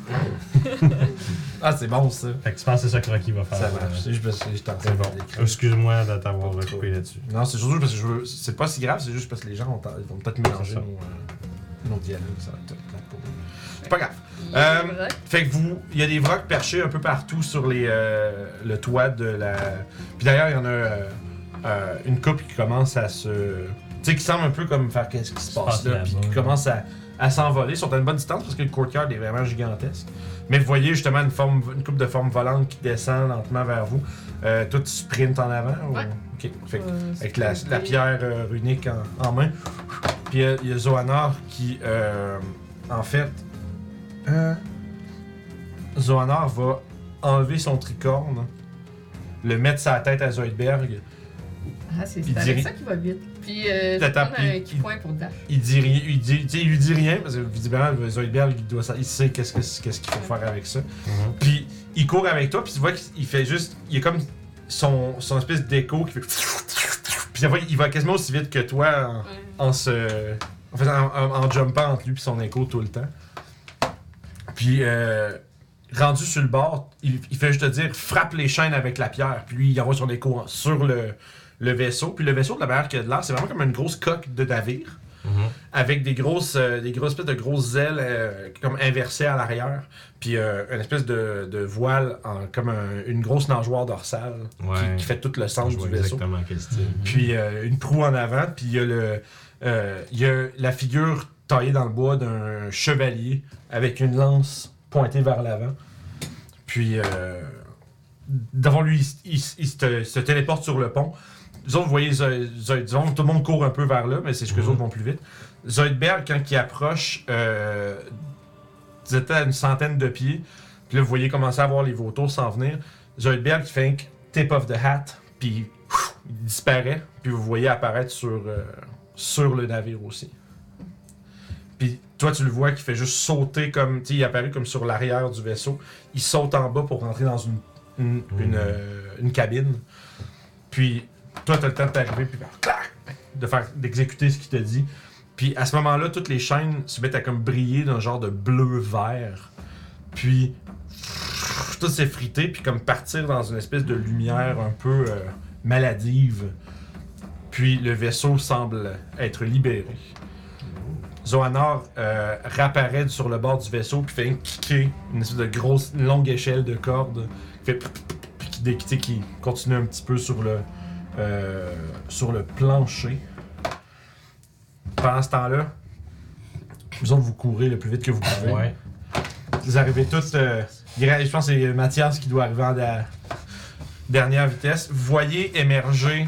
[SPEAKER 1] ah, c'est bon ça.
[SPEAKER 6] Fait que tu penses que c'est ça que Rocky va faire.
[SPEAKER 1] Ça
[SPEAKER 6] euh,
[SPEAKER 1] marche. Je me suis. Je t'en
[SPEAKER 6] C'est bon. Excuse-moi de t'avoir
[SPEAKER 1] Pas de
[SPEAKER 6] coupé
[SPEAKER 1] trouble.
[SPEAKER 6] là-dessus.
[SPEAKER 1] Non, c'est surtout parce que je veux. C'est pas si grave, c'est juste parce que les gens vont, ils vont peut-être mélanger
[SPEAKER 6] C'est ça.
[SPEAKER 1] nos, euh, nos dialogues. Ça va être plate pour eux. C'est pas grave.
[SPEAKER 3] Il y a
[SPEAKER 1] Euh,
[SPEAKER 3] des rocs.
[SPEAKER 1] Fait que vous, il y a des vrocs perchés un peu partout sur les, euh, le toit de la. Puis d'ailleurs, il y en a euh, euh, une couple qui commence à se. Tu sais, qui semble un peu comme faire qu'est-ce qui se passe
[SPEAKER 6] passe
[SPEAKER 1] là,
[SPEAKER 6] là-bas,
[SPEAKER 1] puis qui
[SPEAKER 6] ouais.
[SPEAKER 1] commence à, à s'envoler. Ils sont à une bonne distance parce que le courtyard est vraiment gigantesque. Mais vous voyez justement une, forme, une coupe de forme volante qui descend lentement vers vous. Euh, toi, tu sprintes en avant ou-
[SPEAKER 3] Ouais.
[SPEAKER 1] Ok. Fait que-
[SPEAKER 3] Euh,
[SPEAKER 1] avec la,
[SPEAKER 3] c'est-
[SPEAKER 1] la pierre euh, runique en, en main. Puis euh, il y a Zoanar qui, euh, en fait, euh, Zoanar va enlever son tricorne, le mettre sa tête à Zoidberg.
[SPEAKER 3] Ah, c'est
[SPEAKER 1] Il
[SPEAKER 3] Ah, c'est avec
[SPEAKER 1] dirait-
[SPEAKER 3] ça qu'il va vite. Puis euh, je vais
[SPEAKER 8] T'attends,
[SPEAKER 3] prendre un
[SPEAKER 8] puis-
[SPEAKER 3] key point pour dash.
[SPEAKER 8] Il dit rien, il dit, tu sais, il lui dit rien parce que visiblement le Zoidberg il, doit, sa- il sait qu'est-ce que- qu'est-ce qu'il faut faire avec ça. Puis il court avec toi, puis tu vois qu'il fait juste, il est comme son, son espèce d'écho qui fait. Puis après, il va quasiment aussi vite que toi en, en se, en, faisant, en, en jumpant entre lui et son écho tout le temps. Puis euh, rendu sur le bord, il, il fait juste te dire frappe les chaînes avec la pierre. Puis lui, il envoie son écho en- sur le, le vaisseau. Puis le vaisseau de la barre qui a de l'air, c'est vraiment comme une grosse coque de navire avec des grosses, euh, des grosses espèces de grosses ailes euh, comme inversées à l'arrière, puis euh, une espèce de, de voile en- comme un- une grosse nageoire dorsale
[SPEAKER 6] Ouais.
[SPEAKER 8] qui, qui fait tout le
[SPEAKER 6] Je
[SPEAKER 8] sens
[SPEAKER 6] vois
[SPEAKER 8] du vaisseau.
[SPEAKER 6] exactement quel style.
[SPEAKER 8] Puis euh, une proue en avant, puis il y a le, euh, il y a la figure taillée dans le bois d'un chevalier avec une lance pointée vers l'avant. Puis euh, devant lui, il, il- il se, il se téléporte sur le pont. Les autres, vous voyez, Zo- Zo- disons, tout le monde court un peu vers là, mais c'est juste que les
[SPEAKER 6] Mhm.
[SPEAKER 8] autres vont plus vite. Zoidberg, quand il approche, euh, ils étaient à une centaine de pieds. Puis là, vous voyez commencer à voir les vautours s'en venir. Zoidberg qui fait un tip of the hat, puis pff, il disparaît. Puis vous voyez apparaître sur, euh, sur le navire aussi. Puis toi, tu le vois qui fait juste sauter comme. Tu sais, il apparaît comme sur l'arrière du vaisseau. Il saute en bas pour rentrer dans une, une, une, euh, une cabine. Puis toi, t'as le temps de t'arriver, puis ben, clac, de faire d'exécuter ce qu'il te dit. Puis à ce moment-là, toutes les chaînes se mettent à comme briller d'un genre de bleu-vert. Puis tout s'effriter, puis comme partir dans une espèce de lumière un peu euh, maladive. Puis le vaisseau semble être libéré. Zoanor euh, réapparaît sur le bord du vaisseau, puis fait un kicker, une espèce de grosse, une longue échelle de cordes, qui fait puis qui, dé- tu sais, qui continue un petit peu sur le, euh, sur le plancher. Pendant ce temps-là, vous autres, vous courez le plus vite que vous pouvez.
[SPEAKER 6] Ouais.
[SPEAKER 8] Vous arrivez tous. euh, il reste- je pense que c'est Mathias qui doit arriver en la dernière vitesse. Vous voyez émerger.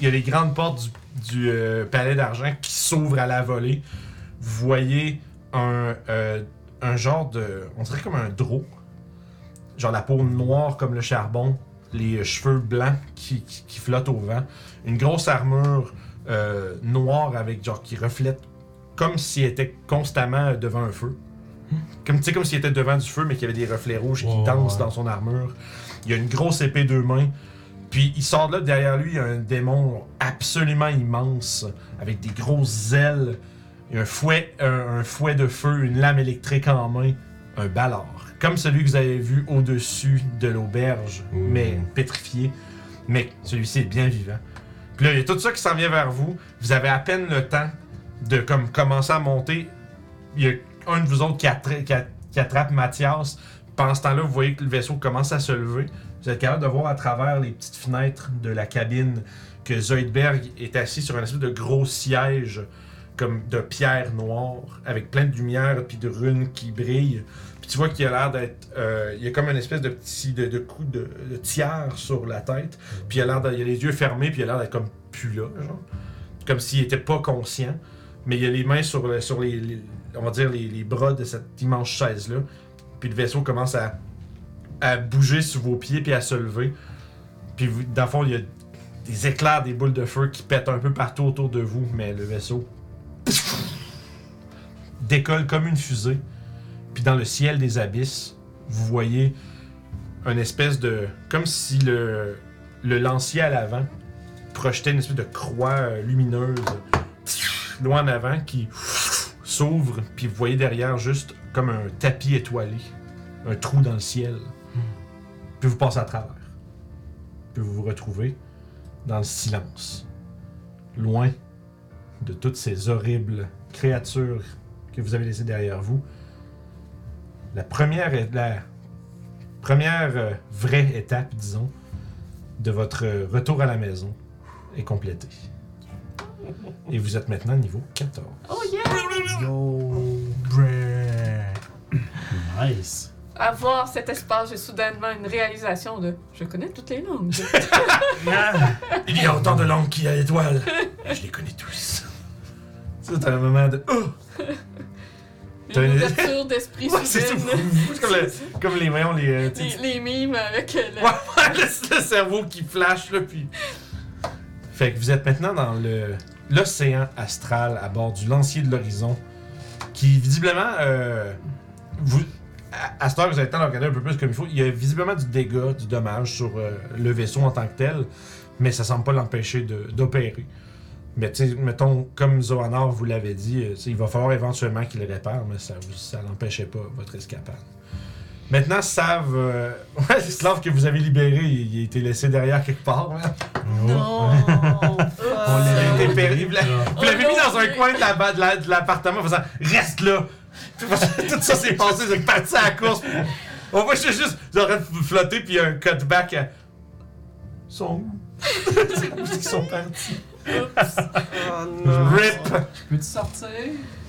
[SPEAKER 8] Il y a les grandes portes du, du, euh, palais d'argent qui s'ouvrent à la volée. Vous voyez un, euh, un genre de. On dirait comme un drô. Genre la peau noire comme le charbon, les cheveux blancs qui, qui- qui flottent au vent. Une grosse armure euh, noire avec genre qui reflète comme s'il était constamment devant un feu comme tu sais comme s'il était devant du feu mais qu'il y avait des reflets rouges qui
[SPEAKER 6] Ouais,
[SPEAKER 8] dansent
[SPEAKER 6] ouais.
[SPEAKER 8] dans son armure. Il a une grosse épée deux mains. Puis il sort de là derrière lui il y a un démon absolument immense avec des grosses ailes, il y a un fouet un, un fouet de feu, une lame électrique en main, un balard comme celui que vous avez vu au-dessus de l'auberge
[SPEAKER 6] Ouh.
[SPEAKER 8] mais pétrifié. Mais celui-ci est bien vivant. Puis là, il y a tout ça qui s'en vient vers vous. Vous avez à peine le temps de comme commencer à monter. Il y a un de vous autres qui, attra- qui a- qui attrape Mathias. Pendant ce temps-là, vous voyez que le vaisseau commence à se lever. Vous êtes capable de voir à travers les petites fenêtres de la cabine que Zoidberg est assis sur un espèce de gros siège comme de pierre noire avec plein de lumière puis de runes qui brillent. Puis tu vois qu'il a l'air d'être euh, il y a comme une espèce de petit de, de coup de, de tiare sur la tête. Puis il a l'air de- il a les yeux fermés puis il a l'air d'être comme plus là genre comme s'il était pas conscient, mais il a les mains sur, le- sur les, les- on va dire les, les bras de cette immense chaise là. Puis le vaisseau commence à, à bouger sous vos pieds puis à se lever. Puis vous- dans le fond, il y a des éclairs, des boules de feu qui pètent un peu partout autour de vous, mais le vaisseau décolle comme une fusée. Puis dans le ciel des abysses, vous voyez une espèce de comme si le le lancier à l'avant projetait une espèce de croix euh, lumineuse loin en avant qui s'ouvre, puis vous voyez derrière juste comme un tapis étoilé, un trou dans le ciel. Puis vous passez à travers. Puis vous vous retrouvez dans le silence, loin de toutes ces horribles créatures que vous avez laissées derrière vous. La première, est- la première euh, vraie étape, disons, de votre euh, retour à la maison est complétée. Et vous êtes maintenant niveau 14.
[SPEAKER 3] Oh yeah!
[SPEAKER 1] Nice.
[SPEAKER 3] Avoir cet espace, j'ai soudainement une réalisation de je connais toutes les langues.
[SPEAKER 8] Il y a autant de langues qu'il y a d'étoiles. Et Je les connais tous. Ça, t'as un moment de. Oh! T'as
[SPEAKER 3] Une
[SPEAKER 8] une-
[SPEAKER 3] ouverture d'esprit
[SPEAKER 8] Ouais, c'est ça.
[SPEAKER 3] soudaine.
[SPEAKER 8] C'est comme, le- comme les mains, on les. euh, tu
[SPEAKER 3] les,
[SPEAKER 8] sais,
[SPEAKER 3] les mimes avec euh,
[SPEAKER 8] tu-
[SPEAKER 3] le.
[SPEAKER 8] Ouais, ouais, le, le cerveau qui flash, là, puis. Fait que vous êtes maintenant dans le
[SPEAKER 1] l'océan astral à bord du lancier de l'horizon, qui visiblement, euh, vous, à, à cette heure, vous avez le temps de regarder un peu plus comme il faut. Il y a visiblement du dégât, du dommage sur euh, le vaisseau en tant que tel, mais ça semble pas l'empêcher de- d'opérer. Mais tu sais, mettons, comme Zoanor vous l'avait dit, euh, tu sais, il va falloir éventuellement qu'il le répare, mais ça vous- ça n'empêchait pas votre escapade. Maintenant, savent, euh, ouais, Slav que vous avez libéré, il, il a été laissé derrière quelque part. man.
[SPEAKER 6] Non!
[SPEAKER 1] Il a été
[SPEAKER 6] Oh,
[SPEAKER 1] perdu. Vous l'avez- vous l'avez mis dans un
[SPEAKER 3] non.
[SPEAKER 1] coin de la ba- de la- de l'appartement en faisant Reste là! Tout ça s'est passé, c'est parti à la course. On voit juste, juste j'aurais flotté, puis il y a un cutback. à- Ils sont où? Ils sont partis. Rip!
[SPEAKER 4] Peux-tu sortir?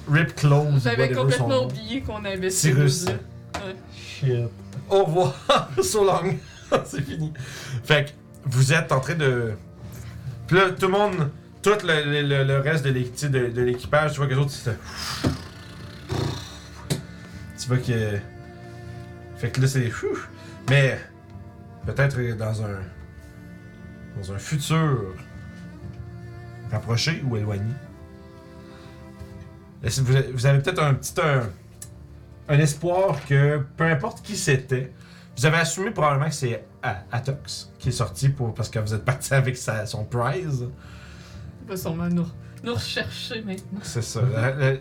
[SPEAKER 1] Rip close.
[SPEAKER 3] J'avais
[SPEAKER 1] whatever son
[SPEAKER 3] complètement
[SPEAKER 1] nom.
[SPEAKER 3] oublié qu'on avait
[SPEAKER 1] Cyrus.
[SPEAKER 3] ça.
[SPEAKER 6] Shit.
[SPEAKER 1] Au revoir, so long. c'est fini. Fait que vous êtes en train de. Puis là, tout le monde, tout le, le- le- le reste de l'équ- tu sais, de- de l'équipage, tu vois que les autres, ils se- Tu vois que. Fait que là, c'est. Ouh. Mais. Peut-être dans un. Dans un futur. Rapproché ou éloigné. Est-ce que Vous vous avez peut-être un petit. Un, un espoir que peu importe qui c'était, vous avez assumé probablement que c'est A- Atox qui est sorti pour, parce que vous êtes parti avec sa- son prize.
[SPEAKER 3] Il va sûrement nous, nous rechercher maintenant.
[SPEAKER 1] C'est ça. La- la- Euh,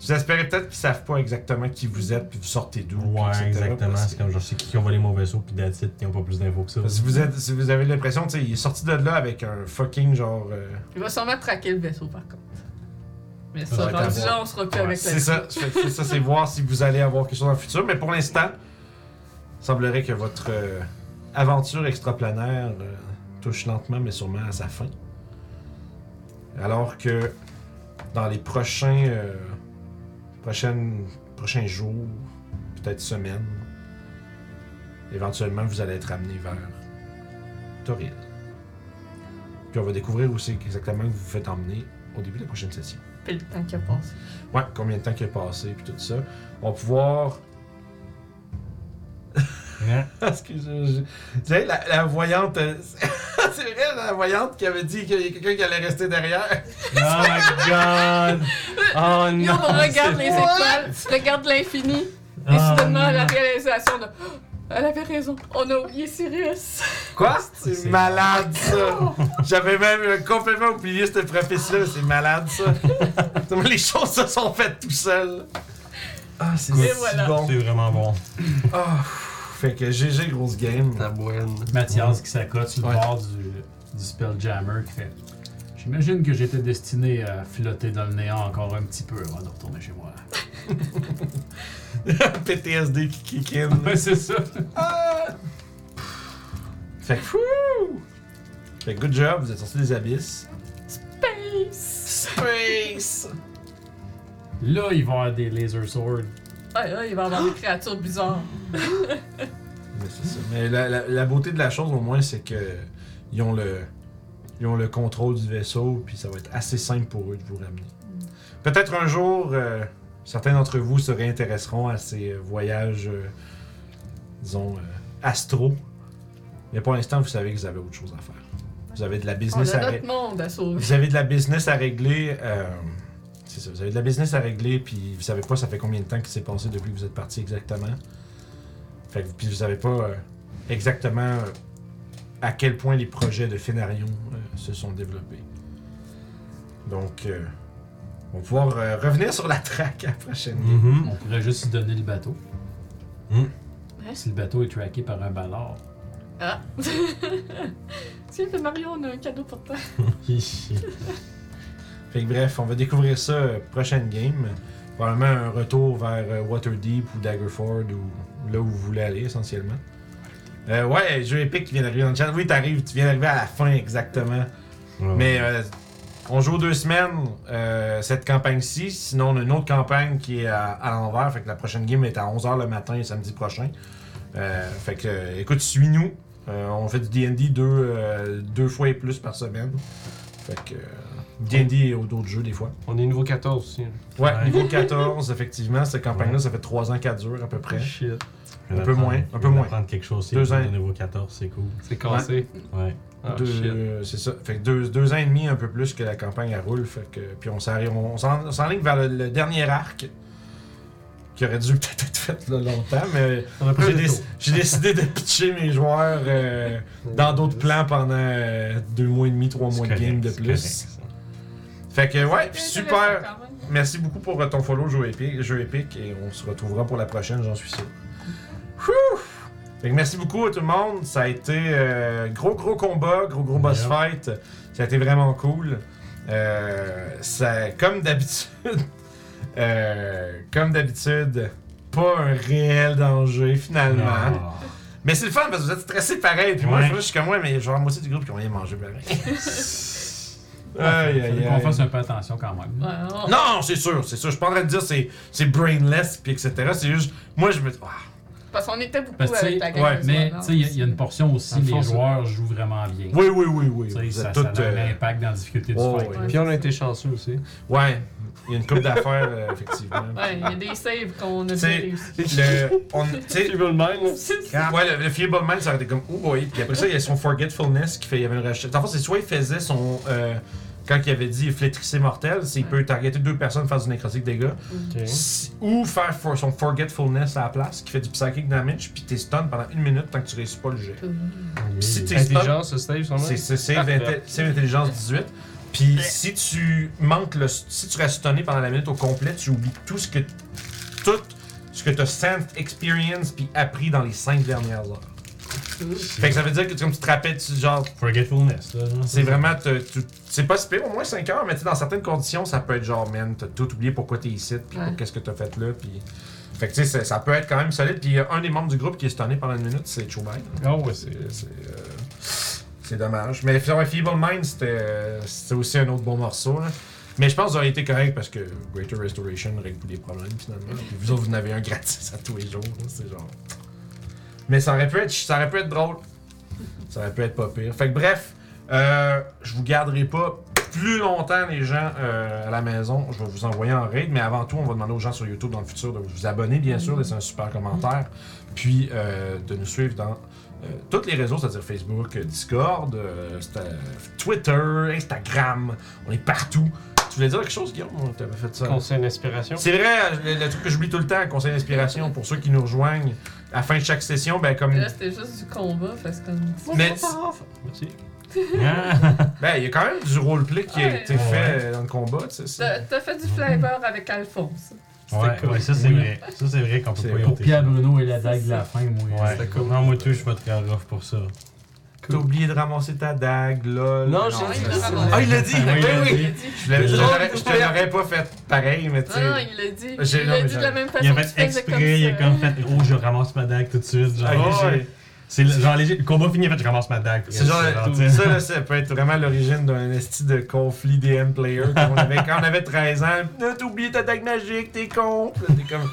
[SPEAKER 1] vous espérez peut-être qu'ils savent pas exactement qui vous êtes, puis vous sortez d'où. puis
[SPEAKER 6] Ouais,
[SPEAKER 1] etc.,
[SPEAKER 6] exactement.
[SPEAKER 1] parce que-
[SPEAKER 6] C'est comme genre, c'est qui qui a volé mon vaisseau, puis d'attitude, ils ont pas plus d'infos que ça.
[SPEAKER 1] parce que vous êtes- si vous avez l'impression, tu sais, il est sorti de là avec un fucking genre. euh,
[SPEAKER 3] Il va sûrement traquer le vaisseau par contre. Mais
[SPEAKER 1] Ça
[SPEAKER 3] ça,
[SPEAKER 1] va être à
[SPEAKER 3] rendu
[SPEAKER 1] voir.
[SPEAKER 3] là, on sera plus
[SPEAKER 1] Ouais,
[SPEAKER 3] avec la
[SPEAKER 1] c'est ça. Fait que ça, c'est voir si vous allez avoir quelque chose dans le futur. Mais pour l'instant, il semblerait que votre euh, aventure extraplanaire euh, touche lentement mais sûrement à sa fin. Alors que dans les prochains, euh, prochaines- prochains jours, peut-être semaines, éventuellement vous allez être amené vers Toril. Puis on va découvrir aussi exactement que vous vous faites emmener au début de la prochaine session.
[SPEAKER 3] Puis le temps qui a passé.
[SPEAKER 1] Ouais, combien de temps qui est passé, puis tout ça. On va pouvoir.
[SPEAKER 6] Hein?
[SPEAKER 1] Excusez-moi. je- Vous savez, la, la voyante. euh, C'est vrai, la voyante qui avait dit qu'il y a quelqu'un qui allait rester derrière.
[SPEAKER 6] Oh my god! Oh
[SPEAKER 3] Yo,
[SPEAKER 6] non!
[SPEAKER 3] on regarde les
[SPEAKER 1] c'est-
[SPEAKER 3] étoiles, regarde l'infini, et
[SPEAKER 6] Ah,
[SPEAKER 3] soudainement
[SPEAKER 6] non.
[SPEAKER 3] la réalisation de. Oh, Elle avait raison, on a oublié Cyrus.
[SPEAKER 1] Quoi?
[SPEAKER 6] C'est-
[SPEAKER 1] C'est Oh! malade, ça. J'avais même euh, complètement oublié cette prophétie-là. C'est malade, ça. les choses se sont faites tout seules. Ah, c'est
[SPEAKER 3] Et
[SPEAKER 1] si
[SPEAKER 3] voilà.
[SPEAKER 1] bon.
[SPEAKER 6] C'est vraiment bon.
[SPEAKER 1] Ah, pff, fait que GG, grosse game.
[SPEAKER 5] La boine.
[SPEAKER 4] Mathias qui s'accote sur le
[SPEAKER 1] Ouais.
[SPEAKER 4] bord du, du Spelljammer qui fait J'imagine que j'étais destiné à flotter dans le néant encore un petit peu avant de retourner chez moi.
[SPEAKER 1] PTSD qui kick in.
[SPEAKER 4] Ouais, c'est ça.
[SPEAKER 1] Fait que, wouh! Fait que good job, vous êtes sortis des abysses. Space!
[SPEAKER 4] Là, ils vont avoir des laser swords.
[SPEAKER 3] Ouais, là, il va y avoir des créatures bizarres.
[SPEAKER 1] Mais c'est ça. Mais la, la- la beauté de la chose, au moins, c'est que ils ont le ils ont le contrôle du vaisseau, puis ça va être assez simple pour eux de vous ramener. Peut-être un jour, euh, certains d'entre vous se réintéresseront à ces euh, voyages, euh, disons, euh, astro. Mais pour l'instant, vous savez que vous avez autre chose à faire. Vous avez de la
[SPEAKER 3] On
[SPEAKER 1] business à,
[SPEAKER 3] a
[SPEAKER 1] ré-
[SPEAKER 3] notre monde à sauver.
[SPEAKER 1] Vous avez de la business à régler. euh, c'est ça, vous avez de la business à régler, puis vous savez pas ça fait combien de temps qu'il s'est passé depuis que vous êtes parti exactement. Fait que, puis vous savez pas euh, exactement euh, à quel point les projets de Fénarion euh, se sont développés. Donc, euh, on va pouvoir euh, revenir sur la traque à la prochaine game.
[SPEAKER 6] Mhm.
[SPEAKER 4] On pourrait juste se donner le bateau.
[SPEAKER 6] Hmm.
[SPEAKER 4] Si le bateau est traqué par un ballard.
[SPEAKER 3] Ah! Tiens, Mario, on a un cadeau pour toi.
[SPEAKER 1] Fait que bref, on va découvrir ça euh, prochaine game. Probablement un retour vers euh, Waterdeep ou Daggerford ou là où vous voulez aller essentiellement. Euh, ouais, jeu épique qui vient d'arriver dans le chat. Oui, t'arrives, tu viens d'arriver à la fin exactement. Mais euh, on joue deux semaines euh, cette campagne-ci. Sinon, on a une autre campagne qui est à, à l'envers. Fait que la prochaine game est à 11h le matin samedi prochain. Euh, fait que euh, écoute, suis-nous. Euh, on fait du DD deux, euh, deux fois et plus par semaine. Fait que euh, D&D et d'autres jeux, des fois.
[SPEAKER 5] On est niveau 14 aussi. hein. là.
[SPEAKER 1] Ouais,
[SPEAKER 6] Ouais.
[SPEAKER 1] niveau 14, effectivement, cette campagne-là, ça fait 3 ans qu'elle dure, à peu près.
[SPEAKER 5] Shit.
[SPEAKER 1] Un peu moins, un peu moins.
[SPEAKER 6] prendre quelque chose, c'est
[SPEAKER 1] Deux
[SPEAKER 6] Deux
[SPEAKER 1] ans.
[SPEAKER 6] ans. niveau 14, c'est cool.
[SPEAKER 5] C'est cassé.
[SPEAKER 6] Ouais.
[SPEAKER 5] Ah,
[SPEAKER 1] Deux-
[SPEAKER 5] shit.
[SPEAKER 1] c'est ça. Fait que deux, deux ans et demi, un peu plus que la campagne à roule. Fait que, puis on s'arrive, on, s'en- on s'enligne vers le, le dernier arc qui aurait dû peut-être être fait là, longtemps, mais
[SPEAKER 5] On a pris
[SPEAKER 1] j'ai,
[SPEAKER 5] un détour.
[SPEAKER 1] déc- j'ai décidé de pitcher mes joueurs euh, dans d'autres plans pendant euh, deux mois et demi, trois mois de
[SPEAKER 6] C'est
[SPEAKER 1] game
[SPEAKER 6] correct,
[SPEAKER 1] de
[SPEAKER 6] c'est
[SPEAKER 1] plus.
[SPEAKER 6] correct,
[SPEAKER 1] Fait que ouais,
[SPEAKER 3] C'est
[SPEAKER 1] super.
[SPEAKER 3] intéressant quand même.
[SPEAKER 1] Merci beaucoup pour euh, ton follow, jeu épique, jeu épique, et on se retrouvera pour la prochaine, j'en suis sûr. Whew! Fait que merci beaucoup à tout le monde. Ça a été euh, gros, gros combat, gros, gros boss
[SPEAKER 6] Yep.
[SPEAKER 1] fight. Ça a été vraiment cool. Euh, ça, comme d'habitude, euh, comme d'habitude, pas un réel danger
[SPEAKER 6] c'est
[SPEAKER 1] finalement.
[SPEAKER 6] correct.
[SPEAKER 1] Mais c'est le fun parce que vous êtes stressés pareil. Puis moi,
[SPEAKER 6] Ouais.
[SPEAKER 1] je je suis comme moi, mais genre, moi aussi du groupe qui ont rien mangé pareil. aïe,
[SPEAKER 4] Faut
[SPEAKER 1] aïe,
[SPEAKER 4] qu'on
[SPEAKER 1] aïe.
[SPEAKER 4] fasse un peu attention quand même.
[SPEAKER 8] Ouais, on-
[SPEAKER 1] Non, c'est sûr, c'est sûr. Je suis pas en train de dire c'est, c'est brainless, puis etc. C'est juste, moi je me dis, ah,
[SPEAKER 3] Parce qu'on était beaucoup
[SPEAKER 4] Parce que,
[SPEAKER 3] avec la
[SPEAKER 4] tu
[SPEAKER 3] gang.
[SPEAKER 1] ouais,
[SPEAKER 3] de
[SPEAKER 4] Mais,
[SPEAKER 3] Zola
[SPEAKER 4] tu sais, il y a- il y, a une portion aussi,
[SPEAKER 5] Dans le
[SPEAKER 4] les
[SPEAKER 5] fond, ça-
[SPEAKER 4] joueurs jouent vraiment bien.
[SPEAKER 1] oui, oui, oui, oui.
[SPEAKER 4] Tu sais,
[SPEAKER 1] Vous
[SPEAKER 4] Ça,
[SPEAKER 1] êtes
[SPEAKER 4] ça
[SPEAKER 1] toutes,
[SPEAKER 4] a
[SPEAKER 1] euh, oh,
[SPEAKER 4] un impact dans la difficulté du
[SPEAKER 1] ouais,
[SPEAKER 4] fight.
[SPEAKER 1] ouais.
[SPEAKER 3] Ouais,
[SPEAKER 5] Puis on a été chanceux aussi.
[SPEAKER 1] ouais, il y a une coupe d'affaires, euh, effectivement.
[SPEAKER 3] Ouais, il y a des saves qu'on
[SPEAKER 1] Tu
[SPEAKER 3] a bien
[SPEAKER 1] sais,
[SPEAKER 3] réussi.
[SPEAKER 1] Le, on, tu sais,
[SPEAKER 5] le même.
[SPEAKER 1] ouais, le, le Feeble Mind, ça aurait été comme, oh boy. Puis après ça, il y a son Forgetfulness qui fait, il y avait une recherche. En fait, c'est soit il faisait son. euh, quand il avait dit flétrissé mortel, c'est il peut targeter deux personnes, faire du nécrotique dégâts. Si- Ou faire for- son forgetfulness à la place, qui fait du psychic damage, puis t'es stun pendant une minute tant que tu réussis pas le jet. Puis si t'es stun,
[SPEAKER 5] Intelligence, ce stage, sûrement.
[SPEAKER 1] C'est c'est save
[SPEAKER 5] Parfait.
[SPEAKER 1] intel- save intelligence 18. Puis si tu manques le si tu restes stunné pendant la minute au complet, tu oublies tout ce que tout ce que tu as sent, experience puis appris dans les 5 dernières heures. Fait que ça veut dire que tu- comme tu te rappelles tu genre
[SPEAKER 6] Forgetfulness, là. genre.
[SPEAKER 1] c'est vraiment te- tu- c'est pas si pire, au moins 5 heures mais tu sais, dans certaines conditions ça peut être genre man t'as tout oublié pourquoi t'es ici puis
[SPEAKER 3] Ouais.
[SPEAKER 1] pour qu'est-ce que t'as fait là puis fait que tu sais ça- ça peut être quand même solide puis il y a un des membres du groupe qui est stunné pendant une minute c'est Chobin.
[SPEAKER 5] Ah ouais, c'est.
[SPEAKER 1] C'est euh, c'est dommage. Mais Fe- ouais, Feeble Mind, c'était euh, c'était aussi un autre bon morceau. là. Mais je pense que vous auriez été correct parce que Greater Restoration règle tous les problèmes finalement. Puis vous autres, vous en avez un gratis à tous les jours. là, C'est genre. Mais ça aurait, pu être, ça aurait pu être drôle. Ça aurait pu être pas pire. Fait que bref, euh, je vous garderai pas plus longtemps les gens euh, à la maison. Je vais vous envoyer en raid. Mais avant tout, on va demander aux gens sur YouTube dans le futur de vous abonner, bien sûr, laisser un super commentaire. Puis euh, de nous suivre dans euh, toutes les réseaux, c'est-à-dire Facebook, euh, Discord, euh, c'est, euh, Twitter, Instagram, on est partout. Tu voulais dire quelque chose, Guillaume? On t'avait fait ça.
[SPEAKER 5] Conseil d'inspiration.
[SPEAKER 1] C'est vrai, le, le truc que j'oublie tout le temps, conseil d'inspiration, pour ceux qui nous rejoignent, à la fin de chaque session, ben comme...
[SPEAKER 3] Mais Là, c'était juste du combat, parce que
[SPEAKER 1] Mais
[SPEAKER 5] Merci.
[SPEAKER 6] Ah,
[SPEAKER 1] ben, il y a quand même du roleplay qui a
[SPEAKER 3] Ouais.
[SPEAKER 1] été
[SPEAKER 6] Ouais.
[SPEAKER 1] fait euh, dans le combat, tu sais.
[SPEAKER 3] t'as
[SPEAKER 1] c'est-
[SPEAKER 3] t'as fait du flavor avec Alphonse.
[SPEAKER 6] ouais, ouais, ça c'est vrai. Ça c'est vrai qu'on
[SPEAKER 1] C'est
[SPEAKER 6] peut pas y
[SPEAKER 1] pour
[SPEAKER 4] Pour
[SPEAKER 6] ôter
[SPEAKER 4] Pierre
[SPEAKER 6] ça.
[SPEAKER 4] Bruno et la dague de la fin, moi.
[SPEAKER 6] Ouais.
[SPEAKER 5] C'était cool.
[SPEAKER 6] Non, moi tout, je suis pas très rough pour ça.
[SPEAKER 1] T'as oublié de ramasser ta dague, lol.
[SPEAKER 5] Non, j'ai
[SPEAKER 3] dit
[SPEAKER 1] c'est
[SPEAKER 3] de
[SPEAKER 1] ça.
[SPEAKER 3] ramasser.
[SPEAKER 1] Ah, il l'a dit!
[SPEAKER 6] Ah, oui, il
[SPEAKER 1] Ben
[SPEAKER 6] l'a
[SPEAKER 1] oui!
[SPEAKER 6] dit.
[SPEAKER 1] Je l'avais- je
[SPEAKER 6] Drôle
[SPEAKER 1] l'aurais- je te l'aurais pas fait pareil, mais tu
[SPEAKER 3] Ah, Non, non,
[SPEAKER 1] sais...
[SPEAKER 3] il l'a dit.
[SPEAKER 1] J'ai-
[SPEAKER 3] Il
[SPEAKER 1] non,
[SPEAKER 3] l'a
[SPEAKER 1] mais
[SPEAKER 3] dit de la
[SPEAKER 1] j'avais-
[SPEAKER 3] même façon.
[SPEAKER 6] Il a
[SPEAKER 3] que
[SPEAKER 6] fait
[SPEAKER 3] tu faisais comme
[SPEAKER 6] exprès, il a
[SPEAKER 3] ça.
[SPEAKER 6] comme fait Oh, je ramasse ma dague tout de suite. Genre,
[SPEAKER 1] Ah,
[SPEAKER 6] léger.
[SPEAKER 1] ouais.
[SPEAKER 6] C'est le- genre léger. Le combat fini, en fait, je ramasse ma dague.
[SPEAKER 1] C'est genre,
[SPEAKER 6] tu sais.
[SPEAKER 1] ça, là, ça peut être vraiment l'origine d'un esti de conflit DM player. Quand on avait, quand on avait 13 ans, Ah, t'as oublié ta dague magique, t'es con. Puis là, T'es comme.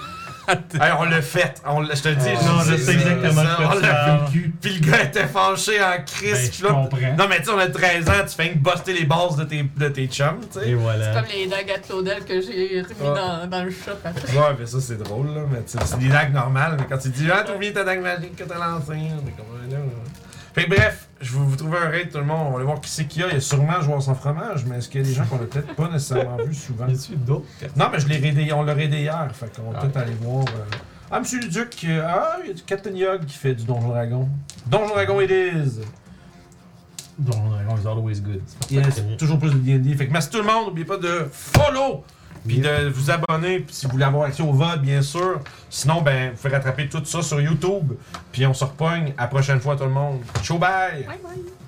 [SPEAKER 1] Hey, on l'a fait, on l'a- je te le dis.
[SPEAKER 6] Ah, non, je
[SPEAKER 1] c'est-
[SPEAKER 6] sais
[SPEAKER 1] c'est-
[SPEAKER 6] exactement
[SPEAKER 1] ça,
[SPEAKER 6] de quoi
[SPEAKER 1] on
[SPEAKER 6] tu
[SPEAKER 1] l'a
[SPEAKER 6] parles.
[SPEAKER 1] fait le cul. Puis le gars était fâché en
[SPEAKER 4] Ben,
[SPEAKER 1] crise. puis
[SPEAKER 4] je
[SPEAKER 1] là-
[SPEAKER 4] comprends.
[SPEAKER 1] non, mais tu sais, on a 13 ans, tu fais que buster les bases de tes, de tes chums, tu sais.
[SPEAKER 6] Et
[SPEAKER 3] C'est
[SPEAKER 6] voilà.
[SPEAKER 3] comme les dagues à Claudel que j'ai remis
[SPEAKER 1] Ah.
[SPEAKER 3] dans, dans le shop après.
[SPEAKER 1] Ouais, mais ça, c'est drôle, là. Mais tu sais, c'est des dagues normales. Mais quand tu dis, ah, t'as oublié ta dague magique que t'as lancée, là, t'es comme, Ah, là, là. Fait que bref, je vais vous trouver un raid, tout le monde. On va aller voir qui c'est qu'il y a. Il y a sûrement Joueur sans fromage, mais est-ce qu'il y a des gens qu'on a peut-être pas nécessairement vu souvent?
[SPEAKER 5] a-tu d'autres personnes?
[SPEAKER 1] Non, mais je l'ai raidé, on l'a raidé hier. Fait qu'on va peut-être aller voir. euh, Ah, Monsieur le Duc, euh, ah, il y a du Captain Yogg qui fait du Donjon Dragon. Donjon Dragon it is!
[SPEAKER 4] Donjon
[SPEAKER 6] euh,
[SPEAKER 4] Dragon is always good.
[SPEAKER 1] Yes, toujours plus de D&D. Fait que merci tout le monde, n'oubliez pas de follow, puis de vous abonner, puis si vous voulez avoir accès au vote, bien sûr. Sinon, ben, vous pouvez rattraper tout ça sur YouTube, puis on se repogne. À la prochaine fois, tout le monde. Ciao, bye!
[SPEAKER 3] Bye bye.